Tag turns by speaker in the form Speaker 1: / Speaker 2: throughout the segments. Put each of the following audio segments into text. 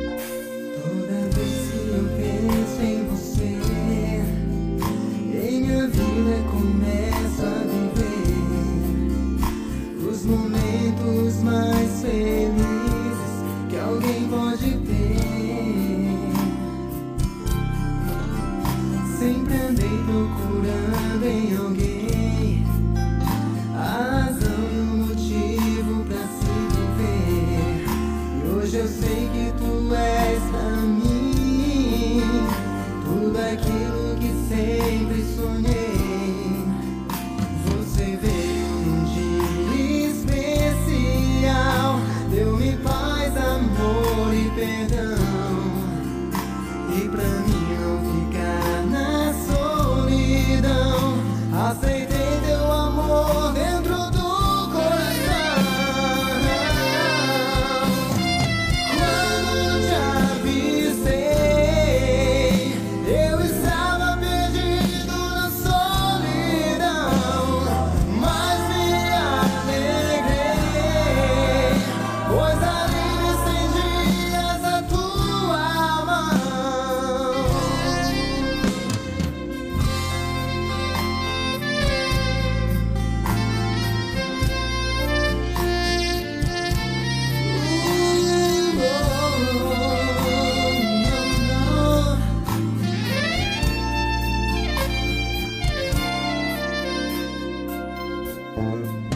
Speaker 1: Toda vez que eu penso em você, em minha vida começo a viver os momentos mais felizes que alguém pode ter. Sempre andei procurando em alguém a razão e o motivo pra se viver. E hoje eu sei que tu és pra mim tudo aquilo que sempre sonhei. Você veio num dia especial, deu-me paz, amor e perdão. E pra mim não ficar na solidão, aceitei teu amor dentro do coração. Quando te avistei, eu estava perdido na solidão, mas me alegrei, pois ali me estendias a tua mão.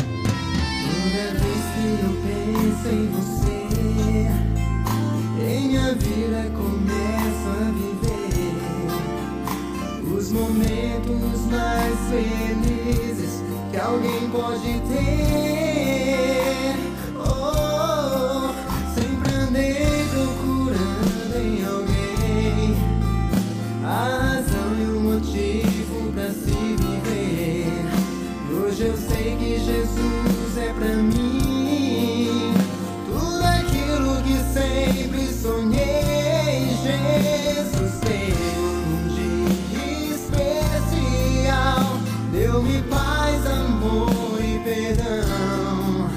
Speaker 1: Toda vez que eu penso em você, em minha vida começo a viver os momentos mais felizes que alguém pode ter. Oh, sempre andei procurando em alguém a razão e o motivo pra se viver. E hoje eu sei que Jesus é pra mim tudo aquilo que sempre sonhei. Jesus tem um dia especial, deu-me paz, amor e perdão. Oh, oh.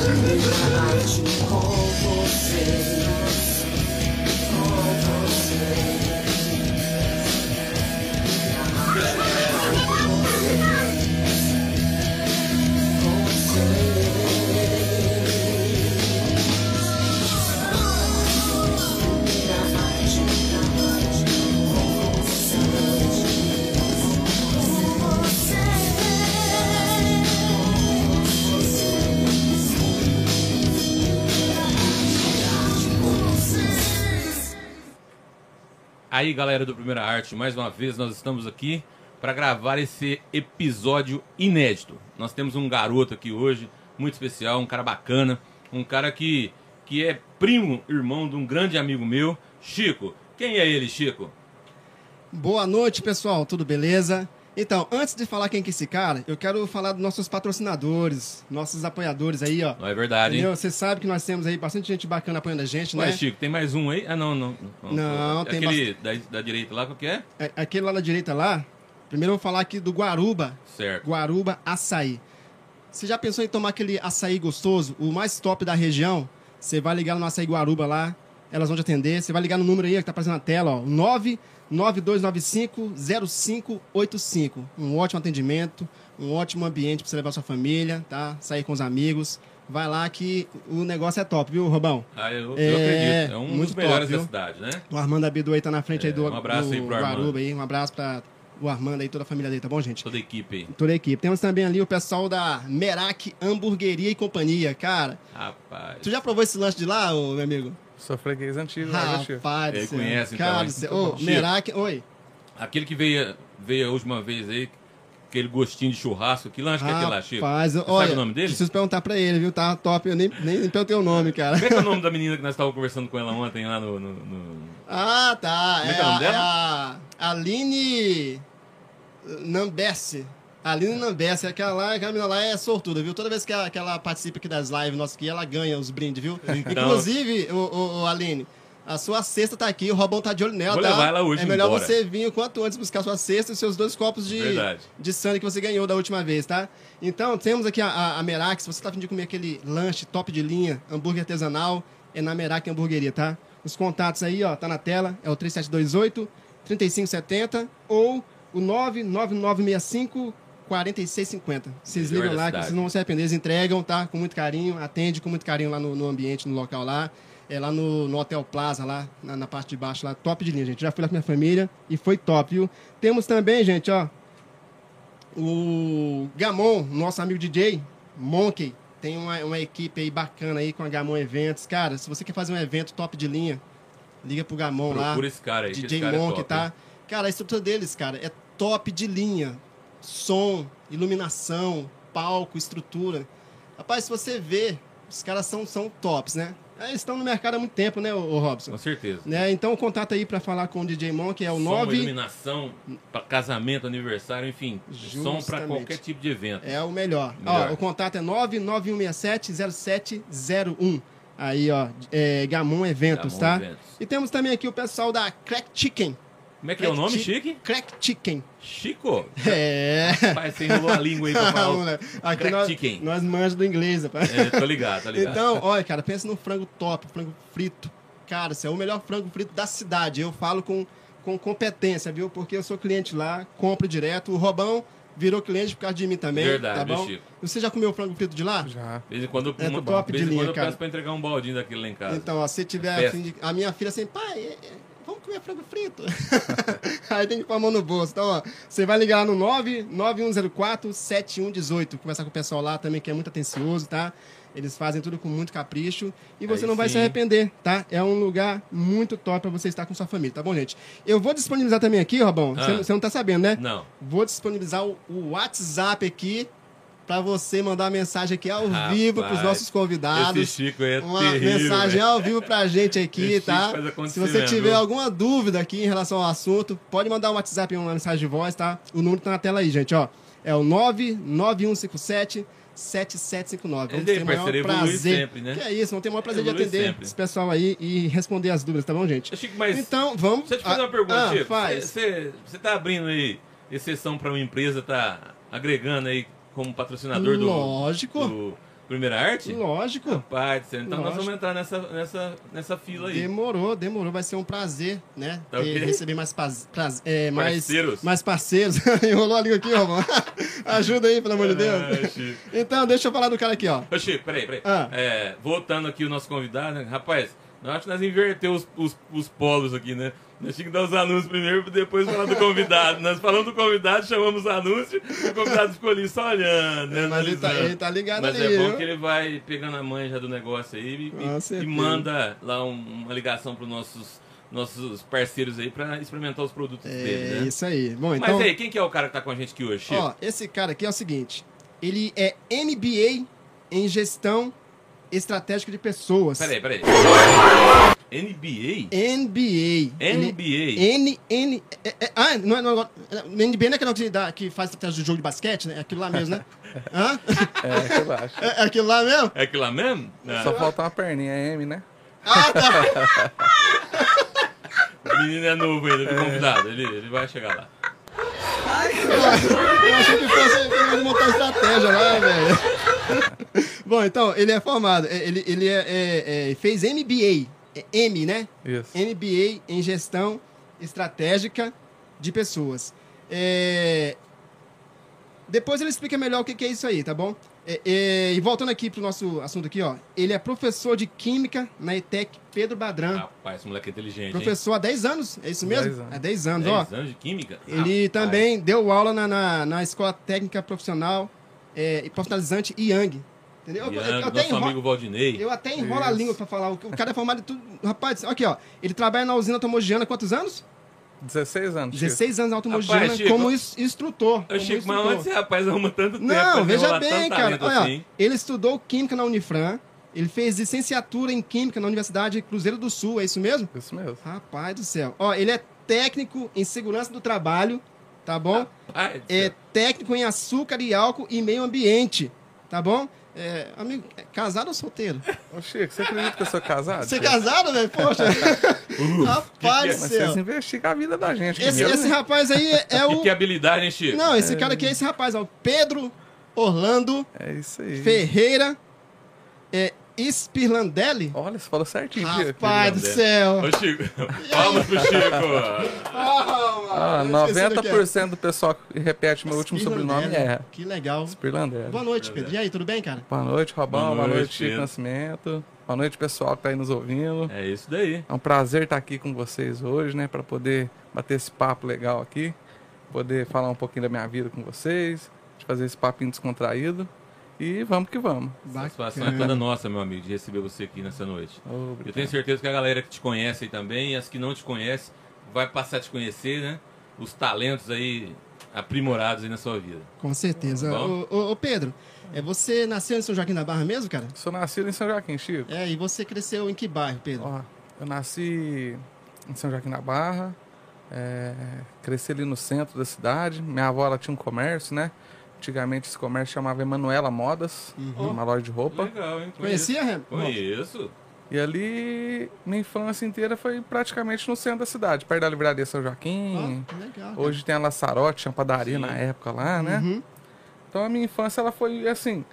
Speaker 2: Debate com vocês, com vocês.
Speaker 3: Aí, galera do Primeira Arte, mais uma vez nós estamos aqui para gravar esse episódio inédito. Nós temos um garoto aqui hoje, muito especial, um cara bacana, um cara que, que é primo, irmão de um grande amigo meu, Chico. Quem é ele, Chico?
Speaker 4: Boa noite, pessoal. Tudo beleza? Então, antes de falar quem que é esse cara, eu quero falar dos nossos patrocinadores, nossos apoiadores aí, ó.
Speaker 3: Não é verdade, hein?
Speaker 4: Entendeu? Você sabe que nós temos aí bastante gente bacana apoiando a gente,
Speaker 3: Ué,
Speaker 4: né?
Speaker 3: Chico, tem mais um aí? Ah, não, não.
Speaker 4: Não,
Speaker 3: é
Speaker 4: tem
Speaker 3: Aquele da, da direita lá, qual que é?
Speaker 4: É, Aquele lá na direita lá, primeiro eu vou falar aqui do Guaruba.
Speaker 3: Certo.
Speaker 4: Guaruba Açaí. Você já pensou em tomar aquele açaí gostoso, o mais top da região? Você vai ligar no Açaí Guaruba lá, elas vão te atender. Você vai ligar no número aí que tá aparecendo na tela, ó, 992950585. Um ótimo atendimento, um ótimo ambiente para você levar sua família, tá? Sair com os amigos. Vai lá que o negócio é top, viu, Robão?
Speaker 3: Ah, eu, eu
Speaker 4: É,
Speaker 3: acredito. É um
Speaker 4: muito
Speaker 3: dos melhores
Speaker 4: top,
Speaker 3: da
Speaker 4: viu?
Speaker 3: cidade, né?
Speaker 4: O Armando Abidu aí tá na frente
Speaker 3: É,
Speaker 4: aí do,
Speaker 3: um abraço
Speaker 4: do
Speaker 3: aí pro Armando.
Speaker 4: Guaruba aí. Um abraço para o Armando aí, toda a família dele, tá bom, gente?
Speaker 3: Toda a equipe aí.
Speaker 4: Toda a equipe. Temos também ali o pessoal da Merak Hamburgueria e Companhia, cara.
Speaker 3: Rapaz.
Speaker 4: Tu já provou esse lanche de lá, ô, meu amigo?
Speaker 5: Sou freguês antigo, né, meu tio?
Speaker 4: Rapaz, do
Speaker 3: Ele
Speaker 4: céu.
Speaker 3: conhece, então,
Speaker 4: cara,
Speaker 3: hein?
Speaker 4: do céu. Ô,
Speaker 3: Chico.
Speaker 4: Merak, oi.
Speaker 3: Aquele que veio, veio a última vez aí, aquele gostinho de churrasco, que lanche que é aquele lá, Chico?
Speaker 4: Rapaz,
Speaker 3: Você
Speaker 4: olha,
Speaker 3: sabe o nome dele?
Speaker 4: preciso perguntar pra ele, viu? Tá top, eu nem, nem, nem perguntei o nome, cara.
Speaker 3: Como é que é o nome da menina que nós estávamos conversando com ela ontem lá no. no- no-
Speaker 4: Ah, tá.
Speaker 3: Como é que é o nome
Speaker 4: a-
Speaker 3: dela?
Speaker 4: a Aline Nambesse. Aline Nambesse, aquela lá, aquela menina lá é sortuda, viu? Toda vez que ela, que ela participa aqui das lives nossas aqui, ela ganha os brindes, viu? Então,
Speaker 3: Então-
Speaker 4: Inclusive, o, o- o Aline, a sua cesta tá aqui, o Robão tá de olho nela,
Speaker 3: Vou
Speaker 4: tá?
Speaker 3: levar ela hoje
Speaker 4: é melhor
Speaker 3: embora.
Speaker 4: você vir o quanto antes buscar sua cesta e seus dois copos de,
Speaker 3: Verdade.
Speaker 4: de sangue que você ganhou da última vez, tá? Então, temos aqui a, a, a Merak, se você tá afim de comer aquele lanche top de linha, hambúrguer artesanal, é na Merak Hamburgueria, tá? Os contatos aí, ó, tá na tela, é o 3728 3570 ou o 99965 4650. Vocês
Speaker 3: Melhor
Speaker 4: ligam
Speaker 3: da
Speaker 4: lá que
Speaker 3: cidade.
Speaker 4: vocês não vão se arrepender, eles entregam, tá? Com muito carinho, atende com muito carinho lá no, no ambiente, no local lá. É lá no, no Hotel Plaza, lá na, na parte de baixo, lá. Top de linha, gente. Já fui lá com minha família e foi top, viu? Temos também, gente, ó, o Gamon, nosso amigo DJ, Monkey, tem uma, uma equipe aí bacana aí com a Gamon Eventos. Cara, se você quer fazer um evento top de linha, liga pro Gamon lá.
Speaker 3: Procura esse cara aí. que
Speaker 4: DJ
Speaker 3: esse cara é
Speaker 4: Monk,
Speaker 3: top, hein?
Speaker 4: tá? Cara, a estrutura deles, cara, é top de linha. Som, iluminação, palco, estrutura. Rapaz, se você vê, os caras são, são tops, né? Eles estão no mercado há muito tempo, né, ô, ô Robson?
Speaker 3: Com certeza.
Speaker 4: Né? Então, contato aí pra falar com o DJ Monk é o
Speaker 3: Som,
Speaker 4: 9...
Speaker 3: iluminação, pra casamento, aniversário, enfim. Som pra
Speaker 4: Justamente.
Speaker 3: qualquer tipo de evento.
Speaker 4: É o melhor.
Speaker 3: Melhor.
Speaker 4: Ó, o contato é 991670701. Aí, ó, é Gamon Eventos,
Speaker 3: Gamon
Speaker 4: tá?
Speaker 3: Eventos.
Speaker 4: E temos também aqui o pessoal da Crack Chicken.
Speaker 3: Como é que é o nome,
Speaker 4: Chi-
Speaker 3: Chique?
Speaker 4: Crack Chicken.
Speaker 3: Chico?
Speaker 4: É.
Speaker 3: Rapaz, você enrolou a língua aí pra falar. o-
Speaker 4: Moleque, né? Aqui
Speaker 3: Crack
Speaker 4: nós,
Speaker 3: Chicken.
Speaker 4: nós manjamos do inglês, rapaz.
Speaker 3: É, tô ligado, tá ligado.
Speaker 4: Então, olha, cara, pensa num frango top, frango frito. Cara, isso é o melhor frango frito da cidade. Eu falo com, com competência, viu? Porque eu sou cliente lá, compro direto. O Robão virou cliente por causa de mim também.
Speaker 3: Verdade,
Speaker 4: tá
Speaker 3: viu,
Speaker 4: bom?
Speaker 3: Chico?
Speaker 4: Você já comeu frango frito de lá?
Speaker 5: Já.
Speaker 3: De vez em quando, eu-
Speaker 4: É
Speaker 3: uma-
Speaker 4: top
Speaker 3: de vez
Speaker 4: de
Speaker 3: em quando
Speaker 4: linha,
Speaker 3: eu
Speaker 4: cara.
Speaker 3: peço pra entregar um baldinho daquele lá em casa.
Speaker 4: Então, ó, se tiver.
Speaker 3: Festa.
Speaker 4: a fim de- A minha filha assim, pai, é- é, vamos comer frango frito. Aí tem que pôr a mão no bolso. Então, ó, você vai ligar lá no 99104-7118. Conversar com o pessoal lá também, que é muito atencioso, tá? Eles fazem tudo com muito capricho e você
Speaker 3: Aí
Speaker 4: não vai
Speaker 3: sim.
Speaker 4: se arrepender, tá? É um lugar muito top pra você estar com sua família, tá bom, gente? Eu vou disponibilizar também aqui, Robão.
Speaker 3: Ah.
Speaker 4: Você não- você não tá sabendo, né?
Speaker 3: Não.
Speaker 4: Vou disponibilizar o, o WhatsApp aqui pra você mandar mensagem aqui ao
Speaker 3: Rapaz,
Speaker 4: vivo pros nossos convidados
Speaker 3: Esse Chico aí é
Speaker 4: uma
Speaker 3: terrível,
Speaker 4: mensagem
Speaker 3: velho.
Speaker 4: ao vivo pra gente aqui,
Speaker 3: Esse
Speaker 4: tá?
Speaker 3: faz acontecer
Speaker 4: Se você
Speaker 3: mesmo,
Speaker 4: tiver
Speaker 3: viu?
Speaker 4: alguma dúvida aqui em relação ao assunto, pode mandar um WhatsApp, uma mensagem de voz, tá? O número tá na tela aí, gente, ó. É o 99157 7759.
Speaker 3: É, parceiro, evolui sempre, né?
Speaker 4: Que é isso, vamos ter o maior prazer
Speaker 3: Evolui
Speaker 4: de atender
Speaker 3: sempre.
Speaker 4: esse pessoal aí e responder as dúvidas, tá bom, gente?
Speaker 3: Chico, mas-
Speaker 4: Então, vamos.
Speaker 3: Deixa eu te fazer
Speaker 4: Ah,
Speaker 3: uma pergunta,
Speaker 4: ah,
Speaker 3: Chico.
Speaker 4: faz.
Speaker 3: Você está abrindo aí tá exceção para uma empresa, tá agregando aí como patrocinador do.
Speaker 4: Lógico.
Speaker 3: do- do Primeira arte?
Speaker 4: Lógico.
Speaker 3: Rapaz, do céu, então nós
Speaker 4: Lógico.
Speaker 3: vamos entrar nessa, nessa, nessa fila aí.
Speaker 4: Demorou, demorou. Vai ser um prazer, né?
Speaker 3: Tá
Speaker 4: ter-
Speaker 3: ok.
Speaker 4: Receber mais, paz- praz- é, mais
Speaker 3: Parceiros.
Speaker 4: Mais parceiros. Enrolou a língua aqui, Romão. Ajuda aí, pelo amor de
Speaker 3: Ah,
Speaker 4: Deus.
Speaker 3: Chico.
Speaker 4: Então, deixa eu falar do cara aqui, ó.
Speaker 3: Ô, Chico, peraí, peraí.
Speaker 4: Ah.
Speaker 3: É, voltando aqui o nosso convidado, né? rapaz, nós acho que nós invertemos os, os, os polos aqui, né? Nós tínhamos que dar os anúncios primeiro pra depois falar do convidado. nós falamos do convidado, chamamos o anúncio, o convidado ficou ali só olhando, né?
Speaker 4: É, mas ele tá-
Speaker 3: analisando.
Speaker 4: ele tá ligado
Speaker 3: Mas
Speaker 4: ali,
Speaker 3: é bom
Speaker 4: viu?
Speaker 3: que ele vai pegando a mãe já do negócio aí e-
Speaker 4: Com
Speaker 3: e, e
Speaker 4: certeza.
Speaker 3: manda lá um- uma ligação pros nossos, nossos parceiros aí pra experimentar os produtos dele,
Speaker 4: É
Speaker 3: né?
Speaker 4: isso aí. Bom,
Speaker 3: Mas
Speaker 4: então.
Speaker 3: aí, quem que é o cara que tá com a gente aqui hoje, Chico?
Speaker 4: Ó, esse cara aqui é o seguinte: ele é MBA em gestão estratégica de pessoas.
Speaker 3: Peraí, peraí. NBA?
Speaker 4: NBA.
Speaker 3: NBA?
Speaker 4: N, N, é, é, ah, não é, não é, NBA não é aquela que, dá, que faz estratégia de jogo de basquete, né? É aquilo lá mesmo, né? Hã?
Speaker 5: É, relaxa.
Speaker 4: É, é aquilo lá mesmo?
Speaker 3: É aquilo lá mesmo? Ah,
Speaker 5: Só falta uma perninha, é M, né?
Speaker 4: Ah, tá.
Speaker 3: o menino é novo ainda, é. convidado. Ele, ele vai chegar lá.
Speaker 4: Eu achei que fosse que ele montar estratégia lá, velho. Bom, então, ele é formado, é, ele, ele é, é, é, fez MBA, é M, né?
Speaker 5: Isso.
Speaker 4: MBA em Gestão Estratégica de Pessoas. É, Depois ele explica melhor o que que é isso aí, tá bom? É, é, E voltando aqui pro nosso assunto aqui, ó. Ele é professor de Química na ETEC Pedro Badran.
Speaker 3: Rapaz, esse moleque é inteligente, hein?
Speaker 4: professor há 10 anos, é isso
Speaker 5: 10
Speaker 4: mesmo?
Speaker 5: anos.
Speaker 4: Há 10 anos, ó.
Speaker 3: 10 anos É de química?
Speaker 4: Ele
Speaker 3: Rapaz,
Speaker 4: também deu aula na, na, na Escola Técnica Profissional é, e Profissionalizante Yang. Entendeu? Eu-
Speaker 3: E
Speaker 4: eu- eu
Speaker 3: Ian,
Speaker 4: até
Speaker 3: nosso
Speaker 4: enro-
Speaker 3: amigo Valdinei.
Speaker 4: eu até enrolo a
Speaker 5: Isso.
Speaker 4: língua pra falar. O o cara é formado em tudo. Rapaz, aqui, ó. Ele trabalha na usina automogiana há quantos anos?
Speaker 5: 16 anos. Chico.
Speaker 4: 16 anos na automogiana
Speaker 3: Rapaz, Chico.
Speaker 4: como is- instrutor.
Speaker 3: Eu
Speaker 4: como
Speaker 3: Chico, mas
Speaker 4: instrutor.
Speaker 3: onde esse rapaz arruma tanto tempo? pra
Speaker 4: Não, veja
Speaker 3: desenrolar
Speaker 4: bem,
Speaker 3: tanto
Speaker 4: cara.
Speaker 3: talento
Speaker 4: Olha,
Speaker 3: assim?
Speaker 4: ele estudou Química na Unifran. Ele fez licenciatura em Química na Universidade Cruzeiro do Sul, é isso mesmo?
Speaker 5: Isso mesmo.
Speaker 4: Rapaz do céu. Ó, ele é técnico em segurança do trabalho, tá bom?
Speaker 3: Rapaz,
Speaker 4: é técnico em açúcar e álcool e meio ambiente, tá bom? É, amigo, é casado ou solteiro?
Speaker 5: Ô, Chico, você acredita que eu sou casado?
Speaker 4: Você é
Speaker 5: Chico?
Speaker 4: casado, velho? Poxa! Rapaz do
Speaker 5: é? Mas vocês
Speaker 4: céu!
Speaker 5: investigam a vida da gente.
Speaker 4: Esse,
Speaker 5: primeiro,
Speaker 4: esse
Speaker 5: né?
Speaker 4: rapaz aí é-
Speaker 3: que,
Speaker 4: é o.
Speaker 3: que habilidade, hein, Chico?
Speaker 4: Não, esse cara aqui é esse rapaz, ó. o Pedro Orlando
Speaker 5: É isso aí.
Speaker 4: Ferreira é, Spirlandelli.
Speaker 5: Olha, você falou certinho, Chico.
Speaker 4: Rapaz do céu!
Speaker 3: Ô, Chico, palmas pro Chico.
Speaker 5: Ah,
Speaker 4: Ah, mano, eu esqueci do que é.
Speaker 5: 90% do pessoal que repete meu último sobrenome
Speaker 4: Spirlandelli.
Speaker 5: é
Speaker 4: Que legal.
Speaker 5: Spirlander.
Speaker 4: Boa noite, Pedro. E aí, tudo bem, cara?
Speaker 5: Boa noite, Robão.
Speaker 3: Boa
Speaker 5: Boa noite,
Speaker 3: noite,
Speaker 5: Chico
Speaker 3: Pedro.
Speaker 5: Nascimento. Boa noite, pessoal que tá aí nos ouvindo.
Speaker 3: É isso daí.
Speaker 5: É um prazer estar aqui com vocês hoje, né? Para poder bater esse papo legal aqui, poder falar um pouquinho da minha vida com vocês, de fazer esse papinho descontraído. E vamos que vamos.
Speaker 3: Satisfação é toda nossa, meu amigo, de receber você aqui nessa noite.
Speaker 5: Ô,
Speaker 3: Eu tenho certeza que a galera que te conhece aí também, e as que não te conhecem, vai passar a te conhecer, né? Os talentos aí aprimorados aí na sua vida.
Speaker 4: Com certeza.
Speaker 3: Tá bom.
Speaker 4: Ô, ô, ô, Pedro, é, você nasceu em São Joaquim da Barra mesmo, cara?
Speaker 5: Sou nascido em São Joaquim, Chico.
Speaker 4: É, e você cresceu em que bairro, Pedro?
Speaker 5: Ó, eu nasci em São Joaquim da Barra, é, cresci ali no centro da cidade. Minha avó ela tinha um comércio, né? Antigamente esse comércio chamava Emanuela Modas, uma loja de roupa.
Speaker 3: Uhum. Legal, hein?
Speaker 4: Conhecia, Rem?
Speaker 3: Conheço.
Speaker 5: E ali minha infância inteira foi praticamente no centro da cidade, perto da livraria São Joaquim.
Speaker 4: Ó, legal. cara.
Speaker 5: Hoje tem a Laçarote, tinha uma padaria na época lá, né?
Speaker 4: Uhum.
Speaker 5: Então a minha infância ela foi assim,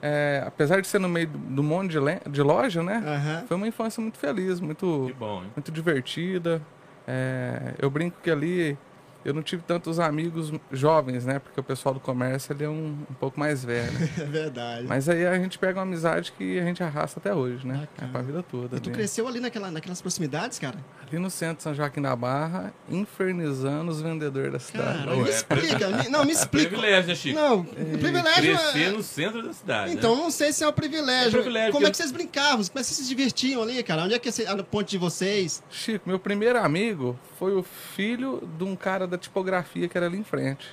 Speaker 5: é, apesar de ser no meio do, do monte de, le- de loja, né?
Speaker 4: Aham.
Speaker 5: Foi uma infância muito feliz,
Speaker 3: Que
Speaker 5: muito,
Speaker 3: bom, hein?
Speaker 5: muito divertida. É, eu brinco que ali eu não tive tantos amigos jovens, né? Porque o pessoal do comércio ele é um, um pouco mais velho. né?
Speaker 4: É verdade.
Speaker 5: Mas aí a gente pega uma amizade que a gente arrasta até hoje, né?
Speaker 4: Ah,
Speaker 5: é pra vida toda.
Speaker 4: E tu
Speaker 5: né?
Speaker 4: cresceu ali naquela, naquelas proximidades, cara?
Speaker 5: Ali no centro de São Joaquim da Barra, infernizando os vendedores da cidade.
Speaker 4: Cara,
Speaker 3: Ué,
Speaker 4: me
Speaker 3: é pri-
Speaker 4: explica. me- não, me explica.
Speaker 3: Privilégio, né,
Speaker 5: é,
Speaker 3: Chico?
Speaker 4: Não, privilégio
Speaker 3: Crescer
Speaker 4: é...
Speaker 3: no centro da cidade.
Speaker 4: Então,
Speaker 3: né?
Speaker 4: não sei se é um privilégio.
Speaker 3: É privilégio,
Speaker 4: Como é
Speaker 3: porque-
Speaker 4: que vocês brincavam? Como é que vocês se divertiam ali, cara? Onde é que esse- era o ponto de vocês?
Speaker 5: Chico, meu primeiro amigo foi o filho de um cara da tipografia que era ali em frente.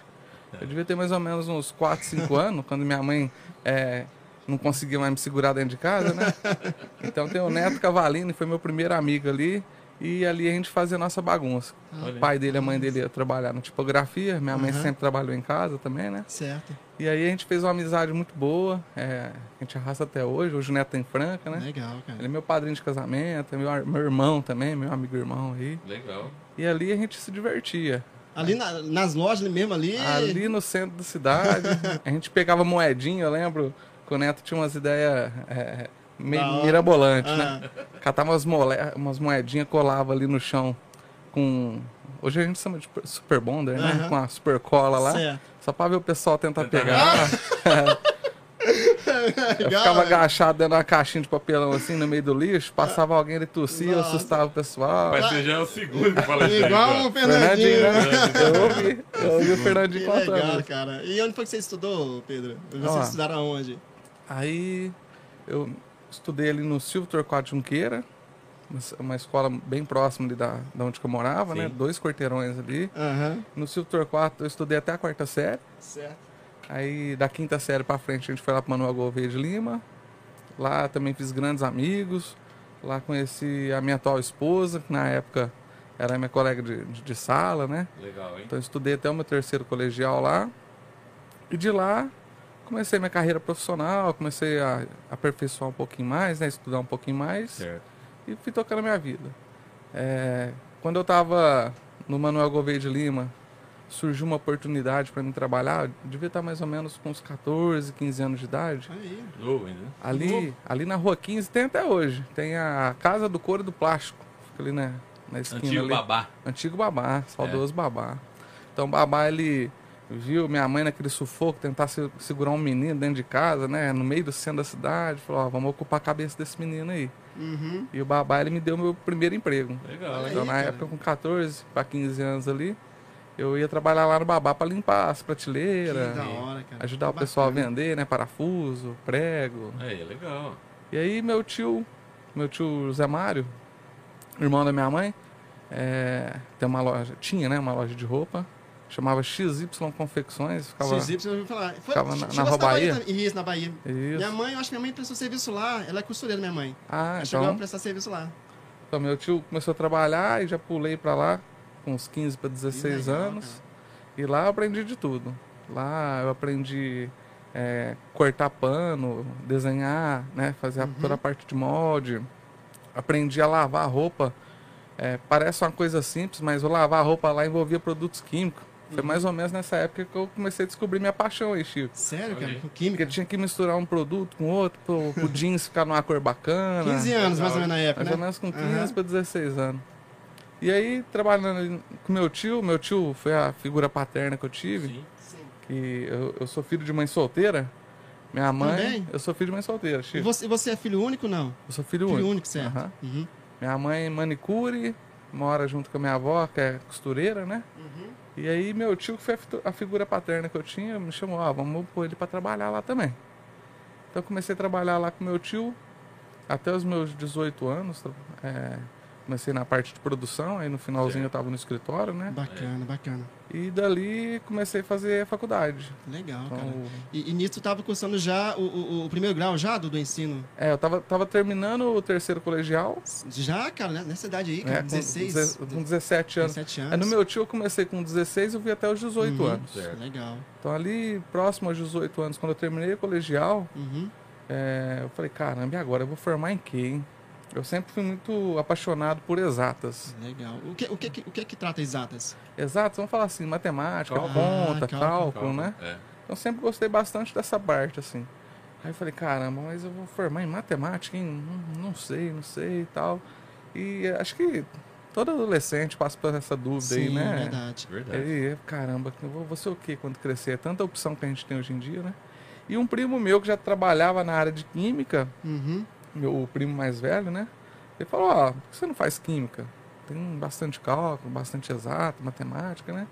Speaker 5: Eu devia ter mais ou menos uns 4, 5 anos, quando minha mãe é, não conseguia mais me segurar dentro de casa, né? Então tem o Neto Cavalini, foi meu primeiro amigo ali. E ali a gente fazia a nossa bagunça.
Speaker 3: Olha.
Speaker 5: O pai dele e a mãe dele ia trabalhar na tipografia, minha mãe
Speaker 4: Aham.
Speaker 5: sempre trabalhou em casa também, né?
Speaker 4: Certo.
Speaker 5: E aí a gente fez uma amizade muito boa, é, a gente arrasta até hoje, hoje o Neto tá em Franca, né?
Speaker 4: Legal,
Speaker 5: Ele é
Speaker 4: cara.
Speaker 5: meu padrinho de casamento, é meu, ar- meu irmão também, meu amigo irmão aí.
Speaker 3: Legal.
Speaker 5: E ali a gente se divertia.
Speaker 4: Ali na- nas lojas ali mesmo, ali...
Speaker 5: Ali no centro da cidade, a gente pegava moedinha, eu lembro. que o Neto tinha umas ideias é, meio
Speaker 4: Da hora.
Speaker 5: mirabolantes,
Speaker 4: Ah.
Speaker 5: né? Catava umas, mole... umas moedinhas, colava ali no chão com... Hoje a gente chama de super- super bonder, né?
Speaker 4: Aham.
Speaker 5: Com a super cola lá.
Speaker 4: Certo.
Speaker 5: Só pra ver o pessoal tentar pegar. Eu
Speaker 4: é.
Speaker 5: ficava agachado dentro de uma caixinha de papelão assim no meio do lixo, passava alguém, ele tossia, eu
Speaker 4: Nossa.
Speaker 5: assustava o pessoal.
Speaker 3: Mas você já é o segundo que fala isso. aí,
Speaker 4: Igual
Speaker 3: ó.
Speaker 4: o Fernandinho. né?
Speaker 5: né? Eu ouvi, eu ouvi o
Speaker 4: Que
Speaker 5: Fernandinho
Speaker 4: legal,
Speaker 5: contando.
Speaker 4: cara. E onde foi que você estudou, Pedro? Vocês
Speaker 5: Ah.
Speaker 4: estudaram aonde?
Speaker 5: Aí eu estudei ali no Silvio Torquato Junqueira, uma s- uma escola bem próxima ali da, da onde que eu morava, né?
Speaker 3: Sim.
Speaker 5: Dois quarteirões ali.
Speaker 4: Aham.
Speaker 5: No Silvio Torquato eu estudei até a quarta série.
Speaker 4: Certo.
Speaker 5: Aí da quinta série pra frente a gente foi lá pro Manuel Gouveia de Lima. Lá também fiz grandes amigos. Lá conheci a minha atual esposa, que na época era minha colega de, de- de sala, né?
Speaker 3: Legal, hein?
Speaker 5: Então eu estudei até o meu terceiro colegial lá. E de lá comecei minha carreira profissional, comecei a aperfeiçoar um pouquinho mais, né? Estudar um pouquinho mais
Speaker 3: Certo.
Speaker 5: e fui tocando a minha vida. É, quando eu tava no Manuel Gouveia de Lima, surgiu uma oportunidade para mim trabalhar. Eu devia estar mais ou menos com uns 14, 15 anos de idade.
Speaker 4: Aí.
Speaker 3: Novo ainda. né?
Speaker 5: Ali, ali na Rua 15 tem até hoje. Tem a Casa do Couro e do Plástico. Fica ali na, na esquina
Speaker 3: Antigo
Speaker 5: ali.
Speaker 3: babá. É.
Speaker 5: Antigo babá, saudoso babá. Então o babá, ele viu minha mãe naquele sufoco, tentar se- segurar um menino dentro de casa, né? No meio do centro da cidade. Falou, ó, vamos ocupar a cabeça desse menino aí.
Speaker 4: Uhum.
Speaker 5: E o babá, ele me deu meu primeiro emprego.
Speaker 3: Legal, hein?
Speaker 5: Então, na
Speaker 4: cara.
Speaker 5: época, com 14 para 15 anos ali, eu ia trabalhar lá no babá para limpar as prateleiras,
Speaker 4: Que da hora, cara.
Speaker 5: ajudar o
Speaker 4: Que
Speaker 5: pessoal a
Speaker 4: bacana.
Speaker 5: vender, né? Parafuso, prego.
Speaker 3: Aí, legal.
Speaker 5: E aí, meu tio, meu tio José Mário, irmão da minha mãe, é, tem uma loja, tinha, né? Uma loja de roupa, chamava XY Confecções, ficava.
Speaker 4: Esses hipsos eu ouvi falar. Foi,
Speaker 5: ficava na-
Speaker 4: chegou
Speaker 5: na
Speaker 4: a ser
Speaker 5: Bahia?
Speaker 4: também? Isso, na Bahia. Minha
Speaker 5: Isso.
Speaker 4: mãe, eu acho que minha mãe prestou serviço lá. Ela é costureira, minha mãe.
Speaker 5: Ah,
Speaker 4: Ela chegou a
Speaker 5: então,
Speaker 4: prestar serviço lá.
Speaker 5: então, meu tio começou a trabalhar e já pulei para lá, com uns 15 para 16
Speaker 4: legal,
Speaker 5: anos. E lá eu aprendi de tudo. Lá eu aprendi é, cortar pano, desenhar, né? Fazer a-
Speaker 4: Uhum.
Speaker 5: toda a parte de molde. Aprendi a lavar roupa. É, parece uma coisa simples, mas eu lavar roupa lá envolvia produtos químicos.
Speaker 4: Uhum.
Speaker 5: Foi mais ou menos nessa época que eu comecei a descobrir minha paixão aí, Chico.
Speaker 3: Olha
Speaker 4: Sério,
Speaker 3: aí.
Speaker 4: cara? Com
Speaker 5: Porque
Speaker 4: química?
Speaker 5: tinha que misturar um produto com outro, pro, pro jeans ficar numa cor bacana.
Speaker 4: 15 anos, mais ou menos, na época,
Speaker 5: né?
Speaker 4: né?
Speaker 5: Mais ou menos com 15
Speaker 4: Aham.
Speaker 5: para 16 anos. E aí, trabalhando ali com meu tio, meu tio foi a figura paterna que eu tive
Speaker 3: Sim.
Speaker 5: que eu, eu sou filho de mãe solteira. Minha mãe,
Speaker 4: Também?
Speaker 5: eu sou filho de mãe solteira,
Speaker 4: E
Speaker 5: Chico.
Speaker 4: você, você é filho único, não?
Speaker 5: Eu sou filho,
Speaker 4: Filho
Speaker 5: único.
Speaker 4: único, certo.
Speaker 5: Aham.
Speaker 4: Uhum.
Speaker 5: Minha mãe é manicure, mora junto com a minha avó, que é costureira, né? E aí meu tio, que foi a, fitu- a figura paterna que eu tinha, me chamou, ó, vamos pôr ele pra trabalhar lá também. Então eu comecei a trabalhar lá com meu tio até os meus 18 anos. tra- é, comecei na parte de produção, aí no finalzinho eu tava no escritório,
Speaker 3: É.
Speaker 5: né?
Speaker 4: Bacana, bacana.
Speaker 5: E dali comecei a fazer faculdade.
Speaker 4: Legal,
Speaker 5: Então,
Speaker 4: cara. E, e nisso tu tava cursando já o, o- o primeiro grau já do, do ensino?
Speaker 5: É, eu tava, tava terminando o terceiro colegial.
Speaker 4: Já, cara, né? nessa idade aí, cara,
Speaker 5: né, com
Speaker 4: 16,
Speaker 5: deze- Com 17 anos.
Speaker 4: 17
Speaker 5: Aí
Speaker 4: anos.
Speaker 5: É, no meu tio eu comecei com 16 eu vi até os 18 anos.
Speaker 3: Certo.
Speaker 4: Legal.
Speaker 5: Então ali, próximo aos 18 anos, quando eu terminei o colegial,
Speaker 4: Uhum.
Speaker 5: é, eu falei, caramba, e agora? Eu vou formar em quê, hein? Eu sempre fui muito apaixonado por exatas.
Speaker 4: Legal. O que, o que, que- o que que trata exatas?
Speaker 5: Exatas, vamos falar assim, matemática,
Speaker 3: Cálculo.
Speaker 5: conta,
Speaker 4: Ah, cálculo,
Speaker 5: cálculo, né?
Speaker 3: É.
Speaker 5: Então sempre gostei bastante dessa parte, assim. Aí eu falei, caramba, mas eu vou formar em matemática, hein? Não, não sei, não sei e tal. E acho que todo adolescente passa por essa dúvida aí, né?
Speaker 4: verdade.
Speaker 3: Verdade.
Speaker 5: Aí, caramba, eu vou, vou ser o quê quando crescer? É tanta opção que a gente tem hoje em dia, né? E um primo meu que já trabalhava na área de química,
Speaker 4: Uhum.
Speaker 5: meu primo mais velho, né? Ele falou, ó, por que você não faz química? Tem bastante cálculo, bastante exato, matemática, né?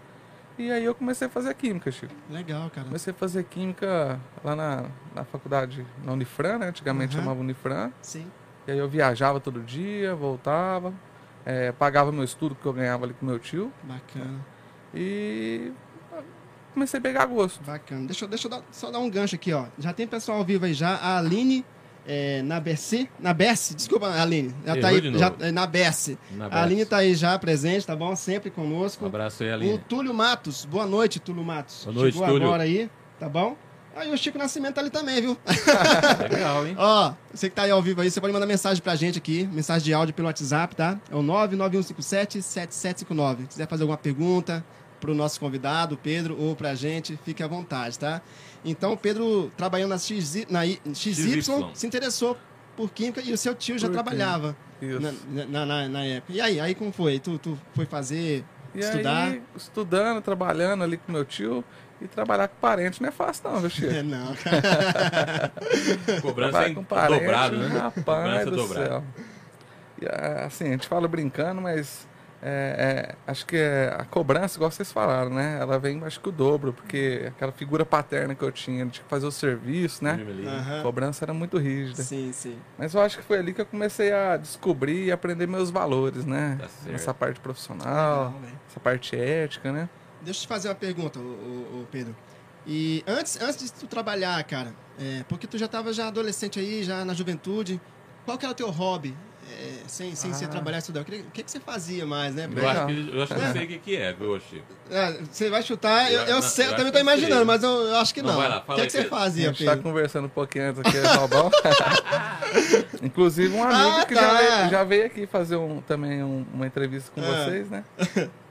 Speaker 5: E aí eu comecei a fazer química, Chico.
Speaker 4: Legal, cara.
Speaker 5: Comecei a fazer química lá na, na faculdade, na Unifran, né? Antigamente
Speaker 4: Uhum.
Speaker 5: chamava Unifran.
Speaker 4: Sim.
Speaker 5: E aí eu viajava todo dia, voltava, eh, pagava meu estudo que eu ganhava ali com meu tio.
Speaker 4: Bacana.
Speaker 5: E comecei a pegar gosto.
Speaker 4: Bacana. Deixa, eu- deixa eu dar- só dar um gancho aqui, ó. Já tem pessoal ao vivo aí já. A Aline é, na BC. Na BS, desculpa, Aline. Já tá
Speaker 3: Errou de
Speaker 4: aí.
Speaker 3: novo.
Speaker 4: Já, é, na BS.
Speaker 3: Na
Speaker 4: A Aline
Speaker 3: Best.
Speaker 4: tá aí já presente, tá bom? Sempre
Speaker 3: Um
Speaker 4: conosco.
Speaker 3: abraço aí,
Speaker 4: O
Speaker 3: Aline.
Speaker 4: Túlio Matos. Boa noite, Túlio Matos.
Speaker 3: Boa noite,
Speaker 4: Chegou
Speaker 3: Túlio.
Speaker 4: agora aí, tá bom? Aí o Chico Nascimento tá ali também, viu?
Speaker 3: Legal, hein?
Speaker 4: Ó, você que tá aí ao vivo aí, você pode mandar mensagem pra gente aqui, mensagem um de áudio pelo WhatsApp, tá? É o 99157-7759. Se quiser fazer alguma pergunta, para o nosso convidado, o Pedro, ou para a gente, fique à vontade, tá? Então, o Pedro, trabalhando na, XY, na I- XY,
Speaker 3: XY.
Speaker 4: se interessou por química e o seu tio já
Speaker 5: Por química.
Speaker 4: trabalhava
Speaker 5: Isso.
Speaker 4: na, na, na- na época. E aí, aí como foi? Tu, tu foi fazer,
Speaker 5: E
Speaker 4: estudar?
Speaker 5: aí, estudando, trabalhando ali com meu tio e trabalhar com parente não é fácil não, meu
Speaker 4: É,
Speaker 5: Chico.
Speaker 4: não, cara.
Speaker 3: Cobrança é
Speaker 5: Trabalhar
Speaker 3: em-
Speaker 5: com parente,
Speaker 3: dobrado, né?
Speaker 5: rapaz
Speaker 3: Cobrança
Speaker 5: do
Speaker 3: dobrada.
Speaker 5: céu. E, ah, assim, a gente fala brincando, mas é, é, acho que é a cobrança, igual vocês falaram, né? Ela vem, acho que o dobro, porque aquela figura paterna que eu tinha, de fazer o serviço, né? A
Speaker 4: Aham.
Speaker 5: cobrança era muito rígida.
Speaker 4: Sim, sim.
Speaker 5: Mas eu acho que foi ali que eu comecei a descobrir e aprender meus valores, né?
Speaker 3: Tá certo.
Speaker 5: Essa parte profissional,
Speaker 4: Legal, velho.
Speaker 5: essa parte ética, né?
Speaker 4: Deixa eu te fazer uma pergunta, ô, ô- ô, Pedro. E antes, antes de tu trabalhar, cara, é, porque tu já estava já adolescente aí, já na juventude, qual que era o teu hobby? É, sem sem ser
Speaker 5: Ah.
Speaker 4: trabalhar e estudar. O que, o que, que você fazia mais, né?
Speaker 3: Eu acho,
Speaker 5: Legal.
Speaker 3: que, eu acho que eu sei o que, que é, viu, Chico?
Speaker 4: Ah, você vai chutar, eu,
Speaker 3: Eu-
Speaker 4: eu
Speaker 3: não,
Speaker 4: sei,
Speaker 3: eu acho
Speaker 4: eu também
Speaker 3: que
Speaker 4: tô
Speaker 3: eu sei.
Speaker 4: imaginando, mas eu, eu acho que
Speaker 3: Não,
Speaker 4: não.
Speaker 3: vai lá,
Speaker 4: o
Speaker 3: fala
Speaker 4: que,
Speaker 3: aí,
Speaker 4: que você
Speaker 3: Pedro.
Speaker 5: A
Speaker 4: fazia,
Speaker 5: gente tá
Speaker 4: Pedro?
Speaker 5: conversando um pouquinho antes aqui, Robão. Inclusive um amigo
Speaker 4: Ah,
Speaker 5: que
Speaker 4: tá.
Speaker 5: já veio, já veio aqui fazer um- também um- uma entrevista com
Speaker 4: Ah.
Speaker 5: vocês, né?